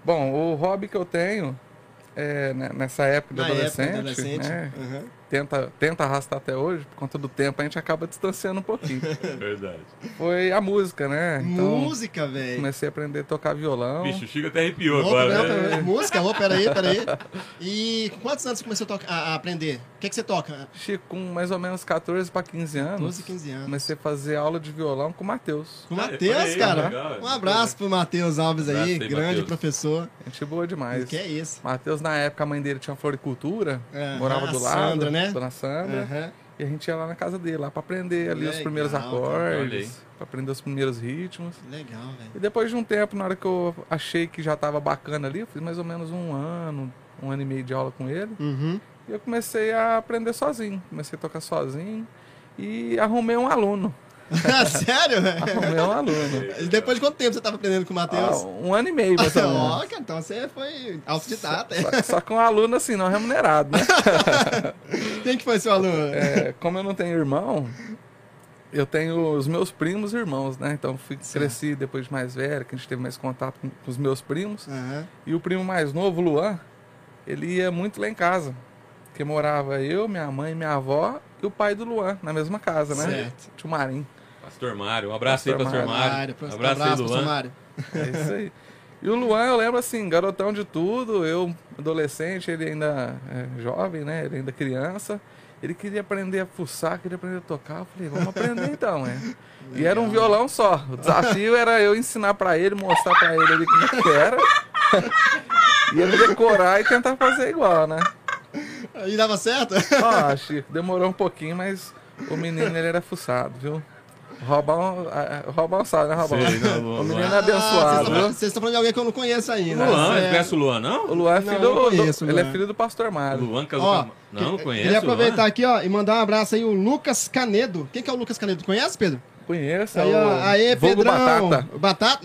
Speaker 5: Bom, o hobby que eu tenho é, né, nessa época de
Speaker 4: Na época,
Speaker 5: adolescente,
Speaker 4: adolescente.
Speaker 5: né?
Speaker 4: Aham.
Speaker 5: Tenta, tenta arrastar até hoje, por conta do tempo a gente acaba distanciando um pouquinho.
Speaker 3: Verdade.
Speaker 5: Foi a música, né? Então,
Speaker 4: Música, velho.
Speaker 5: comecei a aprender a tocar violão.
Speaker 3: Bicho, o Chico até arrepiou
Speaker 4: Opa,
Speaker 3: agora,
Speaker 4: não,
Speaker 3: né?
Speaker 4: pera- Música, oh, peraí, peraí. E com quantos anos você começou a, toca- a- a aprender? O que, que você toca?
Speaker 5: Chico, com mais ou menos 14 para 15 anos,
Speaker 4: 12, 15 anos.
Speaker 5: comecei a fazer aula de violão com o Matheus.
Speaker 4: Com o
Speaker 3: Ah, olha
Speaker 4: Matheus,
Speaker 3: aí,
Speaker 4: cara.
Speaker 3: legal.
Speaker 4: um abraço pro Matheus Alves
Speaker 3: Abraço aí,
Speaker 4: aí, grande
Speaker 3: Matheus.
Speaker 4: professor.
Speaker 5: Gente boa demais.
Speaker 4: Que é isso.
Speaker 5: Matheus, na época, a mãe dele tinha floricultura,
Speaker 4: Aham,
Speaker 5: morava
Speaker 4: a
Speaker 5: do lado,
Speaker 4: Sandra, né?
Speaker 5: dona Sandra,
Speaker 4: Aham.
Speaker 5: e a gente ia lá na casa dele, lá pra aprender ali os
Speaker 4: Legal, tá,
Speaker 5: primeiros
Speaker 4: cara,
Speaker 3: olha aí.
Speaker 5: acordes, pra aprender os primeiros ritmos.
Speaker 4: Legal, velho.
Speaker 5: E depois de um tempo, na hora que eu achei que já tava bacana ali, eu fiz mais ou menos um ano, um ano e meio de aula com ele,
Speaker 4: Uhum.
Speaker 5: e eu comecei a aprender sozinho, comecei a tocar sozinho, e arrumei um aluno,
Speaker 4: Sério, velho?
Speaker 5: arrumei um aluno.
Speaker 4: E Depois de quanto tempo você tava aprendendo com o Matheus?
Speaker 5: Ah, um ano e meio, mais ou menos.
Speaker 4: Ó, cara, então você foi autodidata.
Speaker 5: Só, que- só que um aluno assim, não remunerado, né?
Speaker 4: Quem que foi seu aluno?
Speaker 5: É, como eu não tenho irmão, eu tenho os meus primos e irmãos, né? Então fui, cresci depois de mais velho, que a gente teve mais contato com com os meus primos.
Speaker 4: Aham.
Speaker 5: E o primo mais novo, o Luan, ele ia muito lá em casa. Porque morava eu, minha mãe, minha avó e o pai do Luan na mesma casa, né?
Speaker 4: Certo.
Speaker 5: Tio Marim.
Speaker 3: Pastor Mário, um abraço aí,
Speaker 5: Pastor
Speaker 3: Pastor
Speaker 5: Mário.
Speaker 3: Mário.
Speaker 4: Pro-
Speaker 3: Um abraço aí,
Speaker 4: abraço pro seu
Speaker 3: Luan.
Speaker 4: Mário.
Speaker 5: É isso aí. E o Luan, eu lembro assim, garotão de tudo, eu adolescente, ele ainda é, jovem, né? Ele ainda criança. Ele queria aprender a fuçar, queria aprender a tocar. Eu falei, vamos aprender então, né? E era um violão só. O desafio era eu ensinar pra ele, mostrar pra ele ali como é que era. E ele decorar e tentar fazer igual, né?
Speaker 4: E dava certo?
Speaker 5: Ó, Chico, demorou um pouquinho, mas o menino ele era fuçado, viu? Robão, ah, ah, Robão sabe, né, Robão?
Speaker 3: Sei, não, Luan,
Speaker 5: o menino
Speaker 3: Luan.
Speaker 5: é abençoado,
Speaker 4: Ah,
Speaker 5: viu?
Speaker 4: Vocês estão falando de alguém que eu não conheço ainda.
Speaker 3: né? Luan,
Speaker 4: Tá Certo.
Speaker 3: você conhece o Luan,
Speaker 5: O
Speaker 3: não?
Speaker 5: Luan é
Speaker 4: Não,
Speaker 5: filho
Speaker 4: não
Speaker 5: do,
Speaker 4: conheço,
Speaker 5: do- Ele é
Speaker 4: Luan.
Speaker 5: filho do pastor Mário.
Speaker 3: Luan casou
Speaker 4: Ó,
Speaker 3: com... Não, não
Speaker 4: que-
Speaker 3: conhece
Speaker 4: Queria
Speaker 3: o Luan?
Speaker 4: aproveitar aqui, ó, e mandar um abraço aí, o Lucas Canedo. Quem que é o Lucas Canedo? Conhece, Pedro?
Speaker 5: Conheça
Speaker 4: Aí, ó,
Speaker 5: o
Speaker 4: aê,
Speaker 5: Vulgo
Speaker 4: Pedrão.
Speaker 5: Então, Batata.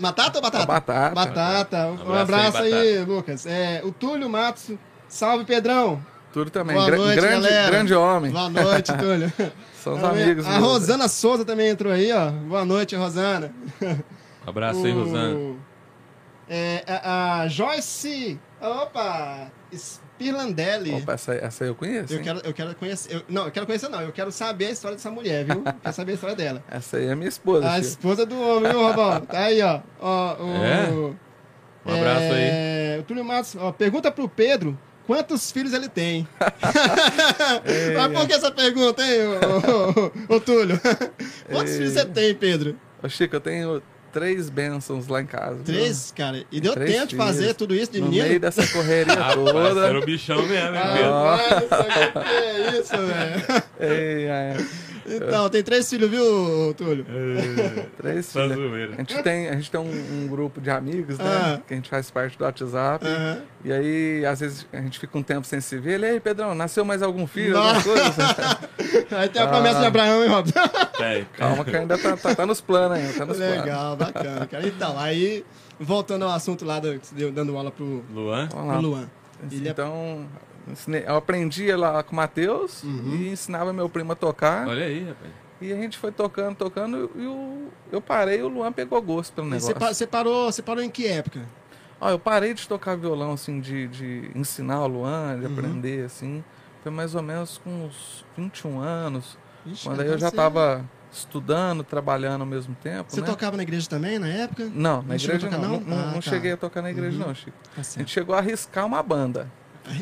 Speaker 4: Batata. Batata ou batata?
Speaker 5: A batata.
Speaker 4: Batata. Um
Speaker 3: Um abraço
Speaker 4: abraço
Speaker 3: aí,
Speaker 4: aí, Lucas. É, o Túlio Matos. Salve, Pedrão.
Speaker 5: Túlio também.
Speaker 4: Boa
Speaker 5: gra-
Speaker 4: noite,
Speaker 5: grande,
Speaker 4: galera.
Speaker 5: grande homem.
Speaker 4: Boa noite, Túlio.
Speaker 5: São os
Speaker 4: A minha-
Speaker 5: amigos.
Speaker 4: A
Speaker 5: meus.
Speaker 4: Rosana Souza também entrou aí, ó. Boa noite, Rosana.
Speaker 3: Abraço aí,
Speaker 4: O-
Speaker 3: Rosana.
Speaker 4: É, a, a Joyce. Opa! Spirlandelli.
Speaker 5: Opa, essa, essa aí eu conheço.
Speaker 4: Eu
Speaker 5: hein?
Speaker 4: quero, eu quero conhecer. eu- não, eu quero conhecer, não. Eu quero saber a história dessa mulher, viu? quero saber a história dela.
Speaker 5: Essa aí é minha esposa.
Speaker 4: A
Speaker 5: Chico.
Speaker 4: esposa do homem, viu, Robão? Tá aí, ó. Ó, o,
Speaker 3: É? Um abraço aí.
Speaker 4: é, O Túlio Matos, ó, pergunta pro Pedro quantos filhos ele tem. Mas por que essa pergunta, hein, ô, ô, ô, ô, Túlio? Quantos
Speaker 5: Ei.
Speaker 4: filhos você tem, Pedro?
Speaker 5: Ô, Chico, eu tenho três bênçãos lá em casa.
Speaker 4: Três, cara. E deu
Speaker 5: Três
Speaker 4: tempo de
Speaker 5: filhos.
Speaker 4: fazer tudo isso de
Speaker 5: viu? No
Speaker 4: menino?
Speaker 5: meio dessa correria
Speaker 3: Ah, Rapaz,
Speaker 5: toda.
Speaker 3: era o bichão mesmo, hein, Pedro?
Speaker 4: Rapaz, o que é isso, velho?
Speaker 5: Ei, é. ai,
Speaker 4: Então, tem três filhos, viu, Túlio? Ah.
Speaker 5: três
Speaker 3: Só
Speaker 5: filhos.
Speaker 3: Tá zoeira.
Speaker 5: A gente tem, a gente tem um, um grupo de amigos, né?
Speaker 4: Ah.
Speaker 5: Que a gente faz parte do WhatsApp.
Speaker 4: Aham.
Speaker 5: E aí, às vezes, a gente fica um tempo sem se ver. Ele, aí, Pedrão, nasceu mais algum filho?
Speaker 4: Nossa.
Speaker 5: Alguma coisa?
Speaker 4: Aí tem a promessa de Abraão, hein, Robson?
Speaker 3: Tem.
Speaker 5: Calma, que ainda tá, tá, tá nos planos ainda, tá nos planos.
Speaker 4: Legal, bacana, cara. Então, aí, voltando ao assunto lá, do, que você deu- dando aula pro,
Speaker 3: Luan?
Speaker 5: Vamos lá.
Speaker 4: pro Luan. Ele é-
Speaker 5: Então, ensinei- eu aprendi lá com o Matheus
Speaker 4: Uhum.
Speaker 5: e ensinava meu primo a tocar.
Speaker 3: Olha aí, rapaz.
Speaker 5: E a gente foi tocando, tocando, e o, eu parei e o Luan pegou gosto pelo
Speaker 4: Você,
Speaker 5: um negócio.
Speaker 4: pa- você parou, você parou em que época?
Speaker 5: Ó, eu parei de tocar violão, assim, de, de ensinar o Luan,
Speaker 4: Uhum.
Speaker 5: de aprender, assim. Foi mais ou menos com uns 21 anos.
Speaker 4: Ixi,
Speaker 5: quando aí
Speaker 4: então
Speaker 5: eu já
Speaker 4: você-
Speaker 5: estava estudando, trabalhando ao mesmo tempo,
Speaker 4: Você
Speaker 5: né?
Speaker 4: tocava na igreja também, na época?
Speaker 5: Não, na
Speaker 4: Não chegou a
Speaker 5: igreja
Speaker 4: tocar,
Speaker 5: não. Não,
Speaker 4: não?
Speaker 5: não-
Speaker 4: Ah,
Speaker 5: não
Speaker 4: tá.
Speaker 5: cheguei a tocar na igreja, não, Chico.
Speaker 4: Tá
Speaker 5: A gente
Speaker 4: certo.
Speaker 5: chegou a arriscar uma banda.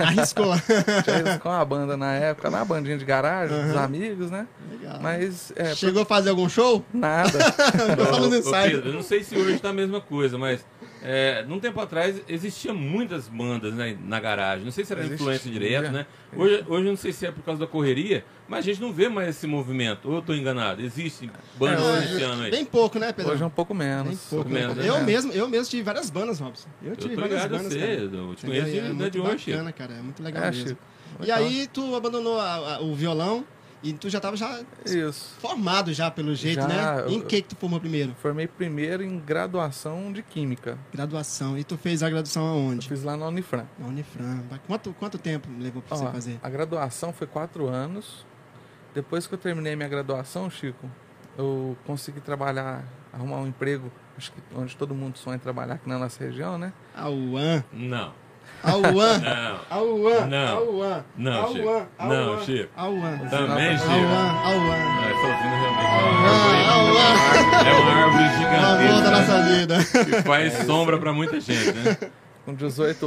Speaker 4: Arriscou.
Speaker 5: A gente arriscou uma banda na época, na bandinha de garagem, dos
Speaker 4: Uhum.
Speaker 5: amigos, né?
Speaker 4: Legal.
Speaker 5: Mas, é,
Speaker 4: Chegou a fazer algum show?
Speaker 5: nada.
Speaker 4: Ficou só
Speaker 3: Ô,
Speaker 4: nos
Speaker 3: ô,
Speaker 4: ensaios.
Speaker 3: Pedro, eu não sei se hoje tá a mesma coisa, mas é, num tempo atrás existia muitas bandas né, na garagem. Não sei se era
Speaker 5: Existia.
Speaker 3: influência
Speaker 4: é.
Speaker 3: direta, né? Hoje, hoje eu não sei se é por causa da correria, mas a gente não vê mais esse movimento. Ou eu tô enganado? Existe bandas
Speaker 4: Ah,
Speaker 3: esse ano aí.
Speaker 4: Bem pouco, né, Pedro?
Speaker 5: Hoje é um pouco menos.
Speaker 4: Pouco, né?
Speaker 3: menos, né?
Speaker 4: eu mesmo, eu mesmo tive várias bandas, Robson. Eu tive
Speaker 3: Eu tô
Speaker 4: várias
Speaker 3: ligado a
Speaker 4: tipo bandas.
Speaker 3: você,
Speaker 4: cara.
Speaker 3: eu te conheço
Speaker 4: Entendeu? E
Speaker 3: de, né,
Speaker 4: muito
Speaker 3: de hoje.
Speaker 4: bacana, cara. É muito legal
Speaker 5: É,
Speaker 4: mesmo.
Speaker 5: Chico.
Speaker 4: E aí tu abandonou a- a- o violão e tu já tava já
Speaker 5: Isso.
Speaker 4: formado já pelo jeito,
Speaker 5: Já,
Speaker 4: né? Em
Speaker 5: eu-
Speaker 4: que que tu formou primeiro?
Speaker 5: Formei primeiro em graduação de Química.
Speaker 4: Graduação. E tu fez a graduação
Speaker 5: Eu
Speaker 4: aonde?
Speaker 5: fiz lá na Unifran.
Speaker 4: Na Unifran. Quanto, quanto tempo levou pra
Speaker 5: Ó,
Speaker 4: você fazer?
Speaker 5: A graduação foi quatro anos. Depois que eu terminei minha graduação, Chico, eu consegui trabalhar, arrumar um emprego, acho que onde todo mundo sonha trabalhar aqui na nossa região, né?
Speaker 4: A UAN.
Speaker 3: Não,
Speaker 4: A UAN.
Speaker 3: não.
Speaker 4: A UAN.
Speaker 3: Não.
Speaker 4: A UAN.
Speaker 3: Não,
Speaker 4: a
Speaker 3: Chico.
Speaker 4: UAN. A
Speaker 3: Não,
Speaker 4: UAN.
Speaker 3: Chico.
Speaker 4: A UAN.
Speaker 3: Também,
Speaker 4: A
Speaker 3: Chico.
Speaker 4: UAN. A UAN.
Speaker 3: Ah, Essa usina realmente é
Speaker 4: A
Speaker 3: uma árvore-
Speaker 4: UAN.
Speaker 3: é uma árvore
Speaker 4: A UAN da
Speaker 3: gigantesca
Speaker 4: nossa vida.
Speaker 3: que faz sombra pra muita gente, né?
Speaker 5: Com 18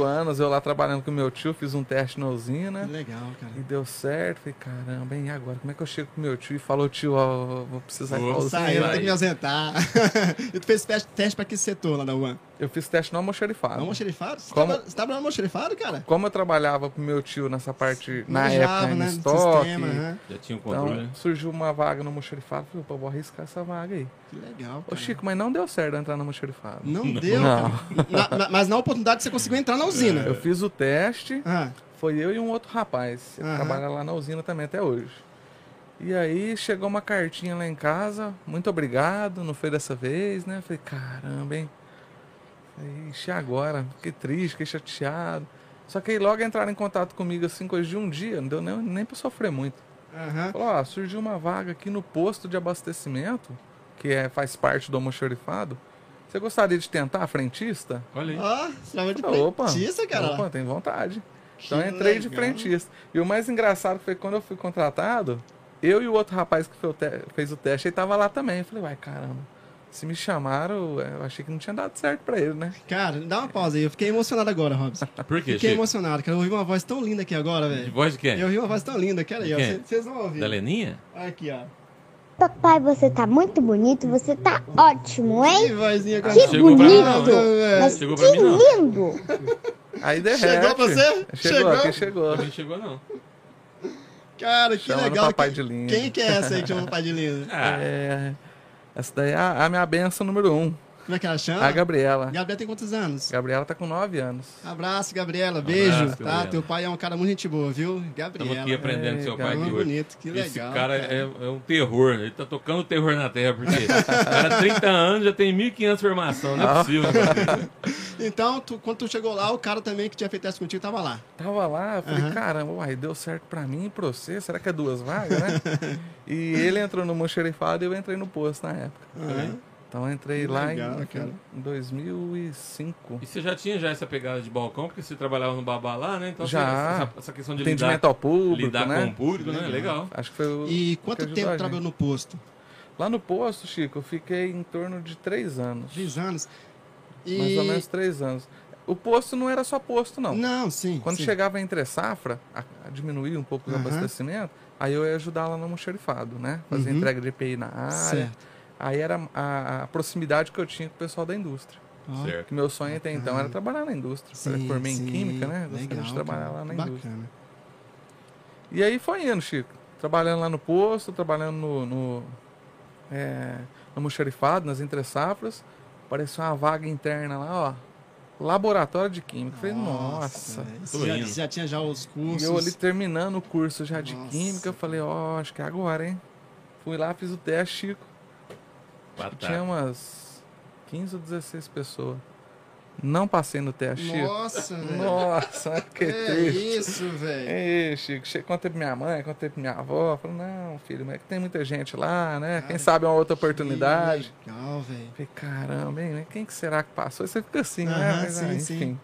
Speaker 5: anos, eu lá trabalhando com meu tio, fiz um teste na usina.
Speaker 4: Legal,
Speaker 5: E
Speaker 4: cara.
Speaker 5: deu certo, falei, caramba, e agora? Como é que eu chego pro meu tio e falo, tio, ó, eu vou precisar
Speaker 3: Vou
Speaker 5: ir pra
Speaker 4: Saiu,
Speaker 5: usina?
Speaker 4: tem que me ausentar. e tu fez teste, teste pra que setor lá da UAN?
Speaker 5: Eu fiz teste no almoxerifado.
Speaker 4: No almoxerifado? Você
Speaker 5: Ah, Como?
Speaker 4: tava- Você tava no almoxerifado, cara?
Speaker 5: Como eu trabalhava com meu tio nessa parte, na
Speaker 4: Manjava,
Speaker 5: época,
Speaker 4: né,
Speaker 5: em
Speaker 4: no
Speaker 5: estoque,
Speaker 4: sistema, aham.
Speaker 3: Já tinha o
Speaker 5: Então,
Speaker 3: controle. né?
Speaker 5: surgiu uma vaga no moxerifado, falei, opa, vou arriscar essa vaga aí.
Speaker 4: Que legal,
Speaker 5: Ô,
Speaker 4: cara.
Speaker 5: Chico, mas não deu certo entrar no moxerifado.
Speaker 4: Não deu,
Speaker 5: Não. É,
Speaker 4: cara. Na- na- mas na oportunidade você conseguiu entrar na usina.
Speaker 5: Eu fiz o teste,
Speaker 4: Ah,
Speaker 5: foi eu e um outro rapaz. Ele
Speaker 4: Aham.
Speaker 5: trabalha lá na usina também até hoje. E aí chegou uma cartinha lá em casa, muito obrigado, não foi dessa vez, né? Falei, caramba, hein? Falei, Ixi, e agora, fiquei triste, fiquei chateado. Só que aí logo entraram em contato comigo, assim, coisa de um dia, não deu nem, nem pra sofrer muito.
Speaker 4: aham.
Speaker 5: Falou, ó, surgiu uma vaga aqui no posto de abastecimento, que é, faz parte do almoxorifado. Você gostaria de tentar, frentista?
Speaker 3: Olha aí.
Speaker 4: Ó, você tava de
Speaker 5: Falei, Opa,
Speaker 4: Tipo, frentista, cara.
Speaker 5: opa, tem vontade. Então eu entrei de
Speaker 4: legal.
Speaker 5: frentista. E o mais engraçado foi quando eu fui contratado, eu e o outro rapaz que foi o te- fez o teste, ele tava lá também. Eu falei, uai, caramba, se me chamaram, é, eu achei que não tinha dado certo pra ele, né?
Speaker 4: Cara, dá uma pausa aí. Eu fiquei emocionado agora, Robson.
Speaker 3: Por quê,
Speaker 4: Fiquei
Speaker 3: Tá, Chico?
Speaker 4: emocionado, cara. Eu ouvi uma voz tão linda aqui agora,
Speaker 3: De
Speaker 4: velho.
Speaker 3: voz de quem?
Speaker 4: Eu ouvi uma voz tão linda. Cara, aí, ó.
Speaker 3: Quem?
Speaker 4: cê- Vocês vão ouvir.
Speaker 3: Da Leninha?
Speaker 4: Aqui, ó.
Speaker 6: Papai, você tá muito bonito, você tá ótimo, hein?
Speaker 4: Que vozinha com
Speaker 6: Que
Speaker 3: Chegou pra mim, não,
Speaker 6: bonito!
Speaker 3: hein?
Speaker 4: É.
Speaker 6: Mas
Speaker 3: Chegou pra
Speaker 6: que
Speaker 3: mim, não.
Speaker 6: lindo!
Speaker 5: Aí derrete.
Speaker 4: Chegou pra você?
Speaker 5: É, Chegou,
Speaker 4: Chegou?
Speaker 5: aqui chegou.
Speaker 3: Pra mim chegou, não.
Speaker 4: Cara, que
Speaker 5: Chama no
Speaker 4: legal.
Speaker 5: papai
Speaker 4: Quem-
Speaker 5: de linda.
Speaker 4: Quem que é essa aí que chama o papai de linda?
Speaker 3: Ah,
Speaker 5: É, essa daí é a, a minha benção número um,
Speaker 4: Como é que ela chama?
Speaker 5: a Gabriela.
Speaker 4: Gabriela tem quantos anos?
Speaker 5: Gabriela tá com 9 anos.
Speaker 4: Abraço, Gabriela. Beijo,
Speaker 3: Abraço,
Speaker 4: tá?
Speaker 3: Gabriela.
Speaker 4: Teu pai é um cara muito gente boa, viu? Gabriela.
Speaker 3: Estamos aqui
Speaker 4: é,
Speaker 3: aprendendo com seu pai
Speaker 4: Caramba,
Speaker 3: de hoje.
Speaker 4: bonito, que
Speaker 3: Esse
Speaker 4: legal,
Speaker 3: cara,
Speaker 4: cara.
Speaker 3: É, é um terror, ele tá tocando terror na terra, porque o cara 30 anos já tem 1.500 formação,
Speaker 5: Ah.
Speaker 3: não é possível. cara.
Speaker 4: Então, tu- quando tu chegou lá, o cara também que tinha feito teste contigo tava lá.
Speaker 5: Tava lá, eu falei, caramba, uai, deu certo pra mim e pra você, será que é duas vagas, né? e ele entrou no Moncherifado e eu entrei no posto na época.
Speaker 4: Aham.
Speaker 5: Então eu entrei
Speaker 4: Que
Speaker 5: lá
Speaker 4: legal,
Speaker 5: em,
Speaker 4: cara.
Speaker 5: em 2005.
Speaker 3: E você já tinha já essa pegada de balcão, porque você trabalhava no babá lá, né? Então você-
Speaker 5: Já.
Speaker 3: Essa, essa questão de lidar,
Speaker 5: Atendimento ao público,
Speaker 3: lidar
Speaker 5: né?
Speaker 3: com o público, né? Legal.
Speaker 5: Acho que foi o
Speaker 4: E
Speaker 5: o que
Speaker 4: quanto
Speaker 5: ajudou
Speaker 4: tempo tu
Speaker 5: a gente.
Speaker 4: trabalhou no posto?
Speaker 5: Lá no posto, Chico, eu fiquei em torno de três anos.
Speaker 4: Três anos. E...
Speaker 5: Mais ou menos três anos. O posto não era só posto, não.
Speaker 4: Não, sim.
Speaker 5: Quando
Speaker 4: sim.
Speaker 5: chegava entre safra, a, a diminuir um pouco o
Speaker 4: Aham.
Speaker 5: abastecimento, aí eu ia ajudar lá no mocherifado, né? Fazer
Speaker 4: Uhum.
Speaker 5: entrega de EPI na área.
Speaker 4: Certo.
Speaker 5: Aí era a, a proximidade que eu tinha com o pessoal da indústria.
Speaker 4: Ó,
Speaker 3: Certo.
Speaker 5: Que meu sonho até então era trabalhar na indústria. eu
Speaker 4: sim,
Speaker 5: é formei
Speaker 4: sim.
Speaker 5: em química, né? Gostaria
Speaker 4: Legal,
Speaker 5: de trabalhar
Speaker 4: cara.
Speaker 5: lá na
Speaker 4: Bacana.
Speaker 5: indústria. E aí foi indo, Chico. Trabalhando lá no posto, trabalhando no, no, é, no mocherifado, nas entre safras. Apareceu uma vaga interna lá, ó. Laboratório de Química. Eu Falei, nossa
Speaker 4: velho,
Speaker 3: tô
Speaker 4: você já,
Speaker 3: indo.
Speaker 4: você já tinha já os
Speaker 5: E
Speaker 4: cursos.
Speaker 5: eu ali terminando o curso já de
Speaker 4: Nossa.
Speaker 5: química, eu falei, ó, acho que é agora, hein? Fui lá, fiz o teste, Chico.
Speaker 4: Tá.
Speaker 5: um
Speaker 3: Batata.
Speaker 5: Tinha umas 15 ou 16 pessoas. Não passei no teste, Chico.
Speaker 4: Nossa, velho.
Speaker 5: tá Nossa, que
Speaker 4: É
Speaker 5: triste. É
Speaker 4: isso, velho.
Speaker 5: Ei, Chico, che- contei pra minha mãe, contei pra minha avó. Falei, não, filho, mas é que tem muita gente lá, né? Quem sabe é uma outra oportunidade.
Speaker 4: Legal, velho.
Speaker 5: Falei, caramba, hein? né? Quem que será que passou? E Você fica assim, né?
Speaker 4: Aham,
Speaker 5: Mas,
Speaker 4: sim,
Speaker 5: ah,
Speaker 4: sim.
Speaker 5: enfim.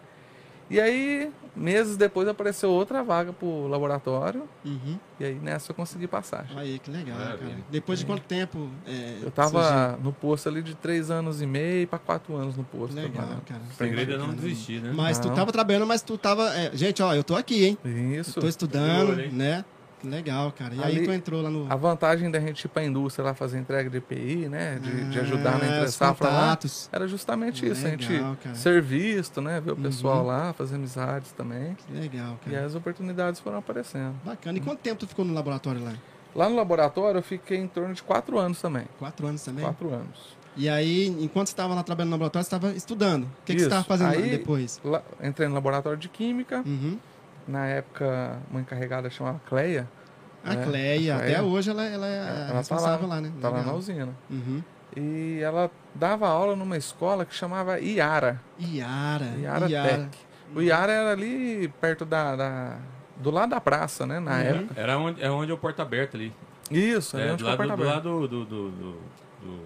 Speaker 5: E aí, meses depois, apareceu outra vaga pro laboratório.
Speaker 4: Uhum.
Speaker 5: E aí, nessa, eu consegui passagem.
Speaker 4: Aí, que legal,
Speaker 3: Maravilha.
Speaker 4: cara. Depois de quanto tempo? é,
Speaker 5: Eu tava
Speaker 4: surgiu?
Speaker 5: no posto ali de três anos e meio pra quatro anos no posto.
Speaker 4: Legal,
Speaker 5: trabalhando.
Speaker 4: cara.
Speaker 3: O segredo é não desistir, né?
Speaker 4: Mas tu
Speaker 5: Não.
Speaker 4: tava trabalhando, mas tu tava. é, gente, ó, eu tô aqui, hein?
Speaker 5: Isso.
Speaker 4: Tô estudando,
Speaker 3: olho, hein?
Speaker 4: né? Que Legal, cara. E aí
Speaker 5: Ali-
Speaker 4: tu entrou lá no.
Speaker 5: A vantagem da gente ir pra indústria lá fazer entrega de EPI, né? De, de ajudar na
Speaker 4: Ah,
Speaker 5: entre
Speaker 4: os
Speaker 5: safra lá.
Speaker 4: contatos.
Speaker 5: Era justamente isso, a
Speaker 4: Legal,
Speaker 5: gente
Speaker 4: cara. Uhum.
Speaker 5: ser visto, né? Ver o pessoal lá, fazer amizades também.
Speaker 4: Legal, cara.
Speaker 5: E as oportunidades foram aparecendo.
Speaker 4: Bacana. E quanto tempo tu ficou no laboratório lá?
Speaker 5: Lá no laboratório eu fiquei em torno de quatro anos também.
Speaker 4: Quatro anos também?
Speaker 5: Quatro anos.
Speaker 4: E aí, enquanto você estava lá trabalhando no laboratório, você estava estudando. O que, que você
Speaker 5: Isso.
Speaker 4: estava fazendo lá
Speaker 5: Aí-
Speaker 4: depois?
Speaker 5: Lá- entrei no laboratório de química.
Speaker 4: Uhum.
Speaker 5: Na época, uma encarregada chamava Cleia.
Speaker 4: A
Speaker 5: É,
Speaker 4: Cleia,
Speaker 5: a
Speaker 4: até
Speaker 5: Cleia.
Speaker 4: hoje ela, ela é a
Speaker 5: Ela tá lá,
Speaker 4: responsável lá, né?
Speaker 5: tá lá na
Speaker 4: Legal.
Speaker 5: usina.
Speaker 4: Uhum.
Speaker 5: E ela dava aula numa escola que chamava Iara.
Speaker 4: Iara.
Speaker 5: Iara, Tech. O Iara era ali perto da, da- do lado da praça, né?
Speaker 4: Uhum.
Speaker 5: Na época.
Speaker 3: Era onde é, onde é o porta aberta ali.
Speaker 5: Isso, Tá ali
Speaker 3: É,
Speaker 5: onde
Speaker 3: do
Speaker 5: foi o
Speaker 3: lado,
Speaker 5: porta
Speaker 3: do,
Speaker 5: aberta.
Speaker 3: lado do, do, do, do,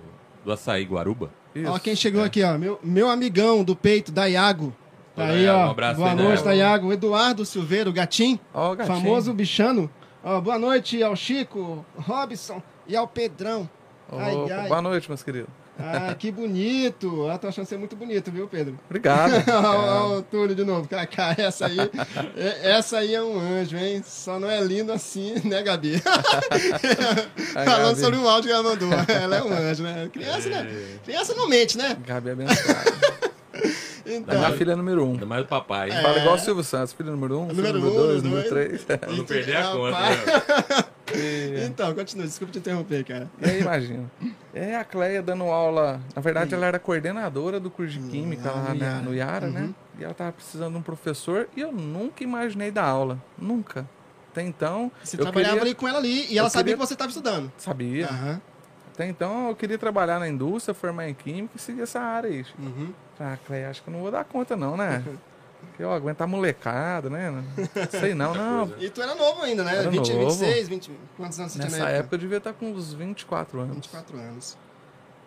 Speaker 3: do açaí Guaruba.
Speaker 5: Isso.
Speaker 4: Ó, quem
Speaker 3: É.
Speaker 4: chegou aqui, ó. Meu, meu amigão do peito, da Iago. Tá
Speaker 3: Olá,
Speaker 4: aí,
Speaker 3: Iago,
Speaker 4: ó.
Speaker 3: um abraço
Speaker 4: Boa
Speaker 3: aí,
Speaker 4: noite,
Speaker 3: Iago.
Speaker 4: da Iago. Eduardo Silveira, o gatinho,
Speaker 5: Ó, o gatinho.
Speaker 4: famoso bichano. Ó, boa noite ao Chico, Robson e ao Pedrão.
Speaker 5: Ô,
Speaker 4: Ai, ai.
Speaker 5: Boa noite, meus queridos.
Speaker 4: Ah, que bonito. Ah, tô achando você muito bonito, viu, Pedro?
Speaker 5: Obrigado.
Speaker 3: É.
Speaker 4: Olha o Túlio de novo. Cacá, essa aí, é- essa aí é um anjo, hein? Só não é lindo assim, né, Gabi? Falando
Speaker 5: Gabi.
Speaker 4: sobre o áudio que ela mandou. Ela é um anjo, né? Criança,
Speaker 3: É.
Speaker 4: né? Criança não mente, né?
Speaker 5: Gabi é abençoada.
Speaker 4: Então,
Speaker 5: Minha filha é número um.
Speaker 3: Ainda mais o papai.
Speaker 4: É,
Speaker 3: hein?
Speaker 5: Fala igual o Silvio Santos, filho número um, filho
Speaker 4: Número
Speaker 5: número
Speaker 4: um,
Speaker 5: dois,
Speaker 4: número
Speaker 5: número três.
Speaker 3: Pra não perder a conta.
Speaker 4: Então, é rapaz.
Speaker 3: né?
Speaker 5: É.
Speaker 4: então, continua. Desculpa te interromper, cara.
Speaker 5: E aí, imagina. É a Cleia dando aula. Na verdade, ela era coordenadora do curso de química
Speaker 4: Lá
Speaker 5: lá
Speaker 4: no
Speaker 5: na-
Speaker 4: Iara.
Speaker 5: no Iara, né?
Speaker 4: Uhum.
Speaker 5: E ela tava precisando de um professor e eu nunca imaginei dar aula. Nunca. Até então.
Speaker 4: Você
Speaker 5: eu
Speaker 4: trabalhava
Speaker 5: queria-
Speaker 4: ali com ela ali e ela
Speaker 5: eu
Speaker 4: sabia
Speaker 5: queria-
Speaker 4: que você estava estudando.
Speaker 5: Sabia.
Speaker 4: Aham.
Speaker 5: Até então eu queria trabalhar na indústria, formar em química e seguir essa área aí.
Speaker 4: Uhum.
Speaker 5: Ah, Cleia, acho que eu não vou dar conta, não, né? Porque eu aguentar molecada, né? Não Sei não, não.
Speaker 4: E tu era novo ainda, né?
Speaker 5: Era
Speaker 4: 20,
Speaker 5: novo.
Speaker 4: 26, 20. Quantos anos você tinha
Speaker 5: Nessa
Speaker 4: na
Speaker 5: época eu devia estar com uns 24 anos.
Speaker 4: 24 anos.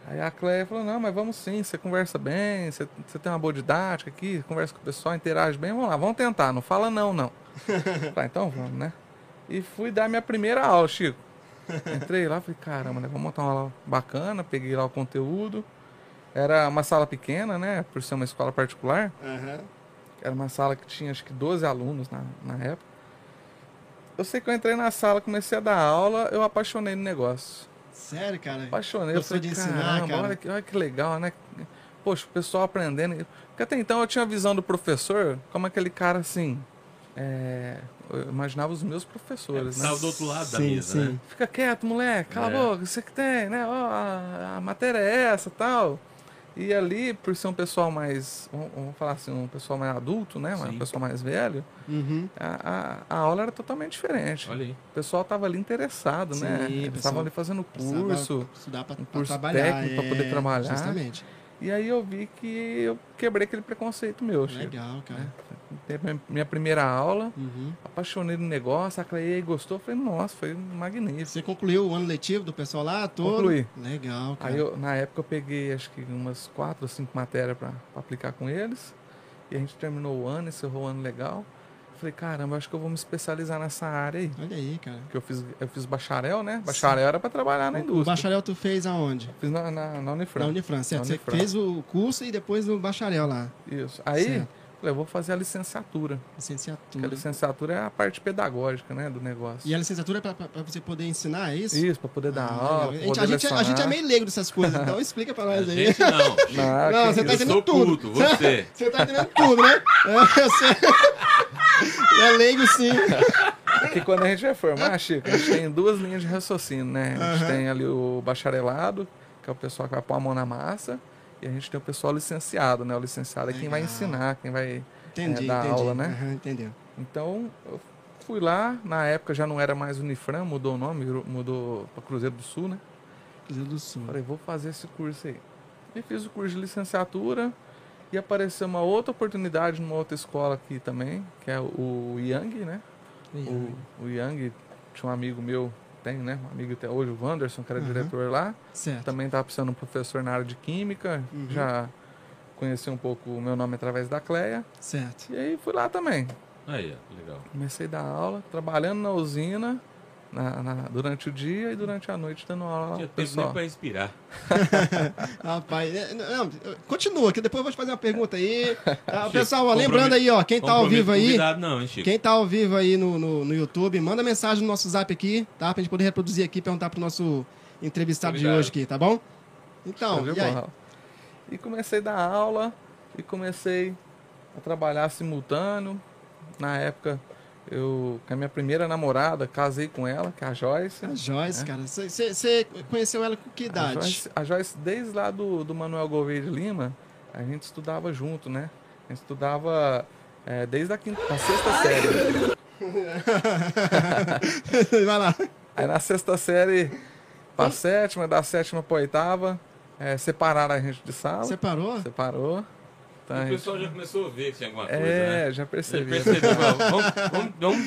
Speaker 5: Aí a Cleia falou, não, mas vamos sim, você conversa bem, você, você tem uma boa didática aqui, conversa com o pessoal, interage bem, vamos lá, vamos tentar, não fala não, não. tá, então vamos, né? E fui dar minha primeira aula, Chico. Entrei lá, falei, caramba, né, vamos montar uma aula bacana, peguei lá o conteúdo. Era uma sala pequena, né, por ser uma escola particular,
Speaker 4: Aham.
Speaker 5: era uma sala que tinha acho que 12 alunos na, na época. Eu sei que eu entrei na sala, comecei a dar aula, eu apaixonei no negócio
Speaker 4: Sério, cara?
Speaker 5: apaixonei. Eu
Speaker 4: Gostou
Speaker 5: falei,
Speaker 4: de ensinar,
Speaker 5: caramba,
Speaker 4: cara?"
Speaker 5: Olha, que, olha que legal, né? Poxa, o pessoal aprendendo. Porque até então eu tinha a visão do professor como aquele cara assim. é, eu imaginava os meus professores, né?
Speaker 3: Tava do outro lado da
Speaker 4: Sim,
Speaker 3: mesa,
Speaker 4: sim.
Speaker 3: né?
Speaker 5: Fica quieto, moleque, cala
Speaker 3: É.
Speaker 5: a boca, você que tem, né? Ó, a, a matéria é essa tal. E ali, por ser um pessoal mais, vamos vamos falar assim, um pessoal mais adulto, né?
Speaker 3: Sim.
Speaker 5: Um pessoal mais velho,
Speaker 4: Uhum.
Speaker 5: a, a, a aula era totalmente diferente.
Speaker 3: Olha aí.
Speaker 5: O pessoal tava ali interessado, né?
Speaker 4: Sim,
Speaker 5: Eles
Speaker 4: pessoal
Speaker 5: estavam ali fazendo
Speaker 4: Precisava
Speaker 5: curso.
Speaker 4: Estudar pra,
Speaker 5: um
Speaker 4: pra
Speaker 5: curso
Speaker 4: trabalhar.
Speaker 5: técnico pra poder
Speaker 4: é,
Speaker 5: trabalhar.
Speaker 4: Justamente.
Speaker 5: E aí eu vi que eu quebrei aquele preconceito meu,
Speaker 4: é
Speaker 5: Chico.
Speaker 4: Legal, cara.
Speaker 5: Teve minha- minha primeira aula,
Speaker 4: Uhum.
Speaker 5: apaixonei no negócio, a Cleia gostou, falei, nossa, foi magnífico.
Speaker 4: Você concluiu o ano letivo do pessoal lá todo?
Speaker 5: Concluí.
Speaker 4: Legal, cara.
Speaker 5: Aí eu, na época eu peguei acho que umas quatro ou cinco matérias pra, pra aplicar com eles. E a gente terminou o ano, encerrou o ano legal. Falei, caramba, acho que eu vou me especializar nessa área aí.
Speaker 4: Olha aí, cara.
Speaker 5: Porque eu fiz, eu fiz bacharel, né? Bacharel era pra trabalhar na
Speaker 4: O
Speaker 5: indústria.
Speaker 4: bacharel tu fez aonde?
Speaker 5: Fiz na, na, na Unifran.
Speaker 4: Na Unifran, certo?
Speaker 5: Na
Speaker 4: Você
Speaker 5: Unifran.
Speaker 4: fez o curso e depois o bacharel lá.
Speaker 5: Isso. Aí,
Speaker 4: Certo.
Speaker 5: falei, eu vou fazer a licenciatura. Porque a
Speaker 4: Licenciatura.
Speaker 5: licenciatura é a parte pedagógica, né, do negócio.
Speaker 4: E a licenciatura é pra, pra- pra você poder ensinar, é isso?
Speaker 5: Isso, pra poder dar
Speaker 4: Ah, legal.
Speaker 5: aula.
Speaker 4: a,
Speaker 5: pra
Speaker 4: gente,
Speaker 5: poder
Speaker 4: a, gente, a
Speaker 5: lecionar. É
Speaker 4: gente é meio leigo dessas coisas, então explica pra nós aí.
Speaker 3: Gente, não.
Speaker 5: Ah,
Speaker 4: Não,
Speaker 5: que
Speaker 4: você tá
Speaker 3: Eu
Speaker 5: isso.
Speaker 4: entendendo
Speaker 3: sou
Speaker 4: tudo.
Speaker 3: culto, você.
Speaker 4: Você tá entendendo tudo, né? É, você... é leigo sim. tá-
Speaker 5: Porque quando a gente vai formar, Chico, a gente tem duas linhas de raciocínio, né? A gente tem ali o bacharelado, que é o pessoal que vai pôr a mão na massa, e a gente tem o pessoal licenciado, né? O licenciado é quem vai
Speaker 4: Legal.
Speaker 5: ensinar, quem vai.
Speaker 4: Entendi,
Speaker 5: É, da
Speaker 4: entendi.
Speaker 5: aula, né?
Speaker 4: Aham, entendeu.
Speaker 5: Então, eu fui lá, na época já não era mais Unifran, mudou o nome, mudou pra Cruzeiro do Sul, né?
Speaker 4: Cruzeiro do Sul.
Speaker 5: Falei, vou fazer esse curso aí. E fiz o curso de licenciatura. E apareceu uma outra oportunidade numa outra escola aqui também, que é o Yang, né? O, o Yang, tinha um amigo meu, tem, né? Um amigo até hoje, o Wanderson,
Speaker 3: Uhum.
Speaker 5: que era
Speaker 4: Aham.
Speaker 5: diretor lá.
Speaker 4: Certo.
Speaker 5: Também estava precisando de um professor na área de química.
Speaker 3: Uhum.
Speaker 5: Já conheci um pouco o meu nome através da Cleia.
Speaker 4: Certo.
Speaker 5: E aí fui lá também.
Speaker 3: Aí, ó, legal.
Speaker 5: Comecei a dar aula, trabalhando na usina na- na- durante o dia e durante a noite dando aula lá
Speaker 3: Tinha
Speaker 5: pro
Speaker 3: tempo nem
Speaker 5: pessoal.
Speaker 3: pra respirar.
Speaker 4: Rapaz, é, não, continua, que depois eu vou te fazer uma pergunta aí. Ah,
Speaker 3: Chico,
Speaker 4: pessoal, ó, lembrando aí, ó, quem tá ao
Speaker 3: Compromisso
Speaker 4: vivo aí,
Speaker 3: convidado não, hein, Chico?
Speaker 4: quem tá ao vivo aí no, no, no YouTube, manda mensagem no nosso zap aqui, tá? Pra gente poder reproduzir aqui, perguntar pro nosso entrevistado de
Speaker 3: Convidado.
Speaker 4: hoje aqui, tá bom? Então,
Speaker 5: Fazer
Speaker 4: e aí?
Speaker 5: borral. E comecei a dar aula e comecei a trabalhar simultâneo. Na época, eu com a minha primeira namorada, casei com ela, que é a Joyce.
Speaker 4: A Joyce, cara, você conheceu ela com que
Speaker 5: A
Speaker 4: idade?
Speaker 5: É? Joyce, a Joyce, desde lá do, do Manuel Gouveia de Lima, a gente estudava junto, né? A gente estudava eh, desde a, quinta, a sexta série.
Speaker 4: Vai lá.
Speaker 5: Aí na sexta série pra sétima, da sétima pra oitava, eh, separaram a gente de sala.
Speaker 4: Separou?
Speaker 5: Separou. Então, a
Speaker 3: O
Speaker 5: gente-
Speaker 3: pessoal já começou a ver que tinha alguma coisa,
Speaker 5: É,
Speaker 3: né?
Speaker 5: já
Speaker 3: Você
Speaker 5: percebi.
Speaker 3: percebeu? vamos, vamos, vamos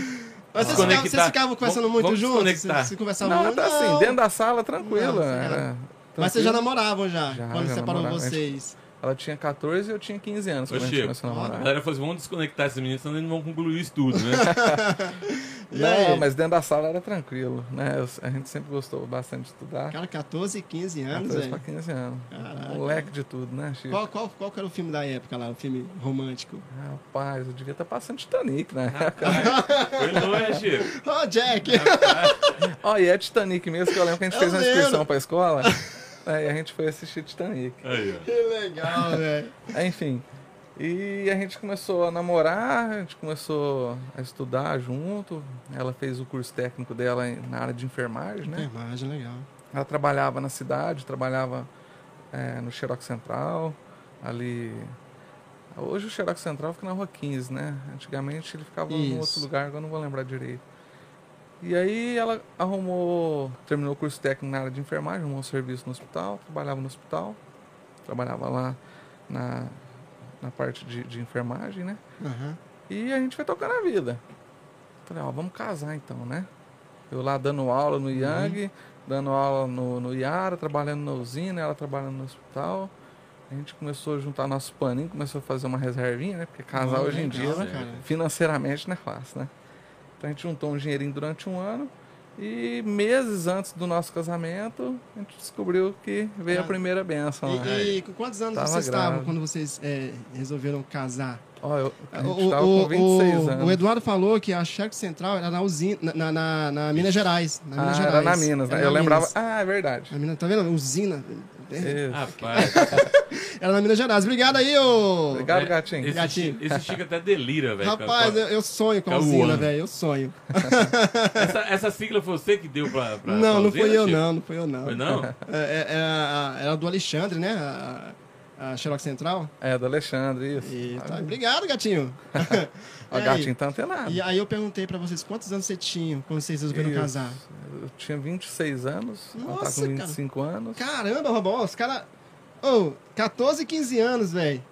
Speaker 3: desconectar.
Speaker 4: Mas vocês ficavam, vocês ficavam conversando
Speaker 3: Vamos-
Speaker 4: muito
Speaker 3: vamos
Speaker 4: juntos?
Speaker 3: desconectar.
Speaker 4: Vocês- Vocês conversavam
Speaker 5: Não,
Speaker 4: muito?
Speaker 5: tá assim, dentro da sala, tranquila.
Speaker 4: Não,
Speaker 5: era
Speaker 4: cara. Mas
Speaker 5: tranquilo.
Speaker 4: vocês já namoravam já,
Speaker 5: Já,
Speaker 4: quando
Speaker 5: já
Speaker 4: separou
Speaker 5: namorava.
Speaker 4: vocês.
Speaker 5: Ela tinha 14 e eu tinha 15 anos
Speaker 3: Ô,
Speaker 5: quando a gente
Speaker 3: Chico.
Speaker 5: começou a
Speaker 3: A
Speaker 5: namorar.
Speaker 3: galera falou assim, vamos desconectar esses meninos, senão eles não vão concluir o estudo, né?
Speaker 4: E
Speaker 5: Não,
Speaker 4: aí?
Speaker 5: mas dentro da sala era tranquilo, né? Eu- a gente sempre gostou bastante de estudar.
Speaker 4: Cara, 14, 15 anos,
Speaker 5: 14 pra
Speaker 4: velho.
Speaker 5: 15 anos.
Speaker 4: Caraca.
Speaker 5: Moleque de tudo, né, Chico?
Speaker 4: Qual, qual, qual que era o filme da época lá, o filme romântico?
Speaker 5: Rapaz, eu devia estar passando Titanic, né?
Speaker 4: Ah, tá.
Speaker 3: Foi longe, é, Chico.
Speaker 4: Ô, Jack!
Speaker 5: Ó, e é Titanic mesmo, que eu lembro que a gente
Speaker 4: Eu
Speaker 5: fez uma
Speaker 4: lembro.
Speaker 5: inscrição pra escola. aí a gente foi assistir Titanic.
Speaker 3: Aí, ó.
Speaker 4: que
Speaker 5: né?
Speaker 4: legal, velho.
Speaker 5: É, Enfim. E a gente começou a namorar, a gente começou a estudar junto. Ela fez o curso técnico dela em- na área de enfermagem, né?
Speaker 4: Imagem legal.
Speaker 5: Ela trabalhava na cidade, trabalhava eh, no Xerox Central, ali. Hoje o Xerox Central fica na rua 15, né? Antigamente ele ficava em
Speaker 4: Isso.
Speaker 5: outro lugar, agora eu não vou lembrar direito. E aí ela arrumou, terminou o curso técnico na área de enfermagem, arrumou um serviço no hospital, trabalhava no hospital, trabalhava lá na, na parte de, de enfermagem, né?
Speaker 4: Aham.
Speaker 5: E a gente foi tocando a vida. Falei, ó, vamos casar então, né? Eu lá dando aula
Speaker 4: Uhum.
Speaker 5: no Yang, dando aula no, no Yara, trabalhando na usina, ela trabalhando no hospital. A gente começou a juntar nosso paninho, começou a fazer uma reservinha, né? Porque casar
Speaker 4: Não,
Speaker 5: hoje em
Speaker 4: legal,
Speaker 5: dia, né?
Speaker 4: cara.
Speaker 5: financeiramente não é fácil, né? Então a gente juntou um dinheirinho durante um ano e meses antes do nosso casamento, a gente descobriu que veio
Speaker 4: Ah.
Speaker 5: a primeira né? benção.
Speaker 4: E-
Speaker 5: lá.
Speaker 4: E, com quantos anos
Speaker 5: Então, Tava
Speaker 4: vocês estavam
Speaker 5: grávida.
Speaker 4: quando vocês é, resolveram casar?
Speaker 5: Ó, eu, a gente
Speaker 4: Ah, O-
Speaker 5: tava
Speaker 4: o-
Speaker 5: com 26
Speaker 4: o-
Speaker 5: anos.
Speaker 4: o Eduardo falou que a Cheque Central era na usina, na, na, na- na Minas Gerais. Na Minas
Speaker 5: Ah,
Speaker 4: Gerais.
Speaker 5: era na Minas, né?
Speaker 4: Era
Speaker 5: eu
Speaker 4: na
Speaker 5: lembrava. É.
Speaker 4: Minas.
Speaker 5: Ah, é verdade.
Speaker 4: Na Minas, tá vendo? Usina.
Speaker 5: Isso.
Speaker 4: Ah,
Speaker 3: Rapaz, é,
Speaker 4: Era na Minas Gerais. Obrigado aí, ô!
Speaker 5: Obrigado, gatinho.
Speaker 3: esse,
Speaker 4: Gatinho.
Speaker 3: Chico- esse Chico até delira, velho.
Speaker 4: Rapaz, é- eu, eu sonho com a
Speaker 3: Cauã.
Speaker 4: usina, velho. Eu sonho.
Speaker 3: Essa, essa sigla foi você que deu pra. pra pra
Speaker 4: não, não
Speaker 3: usina,
Speaker 4: fui eu,
Speaker 3: Chico?
Speaker 4: não. Não fui eu, não.
Speaker 3: Foi não?
Speaker 4: É, é, é a- era do Alexandre, né? A, a Xerox Central.
Speaker 5: É, do Alexandre, isso.
Speaker 4: E
Speaker 5: Ah,
Speaker 4: tá- obrigado, gatinho.
Speaker 5: Ó,
Speaker 4: E aí?
Speaker 5: gatinho tá antenado.
Speaker 4: E aí eu perguntei pra vocês quantos anos você tinha quando vocês resolveram
Speaker 5: Isso.
Speaker 4: casar.
Speaker 5: Eu tinha 26 anos, ela tá
Speaker 4: Nossa,
Speaker 5: com 25 anos.
Speaker 4: Caramba, Robão, os caras. Ô, 14, 15 anos, velho.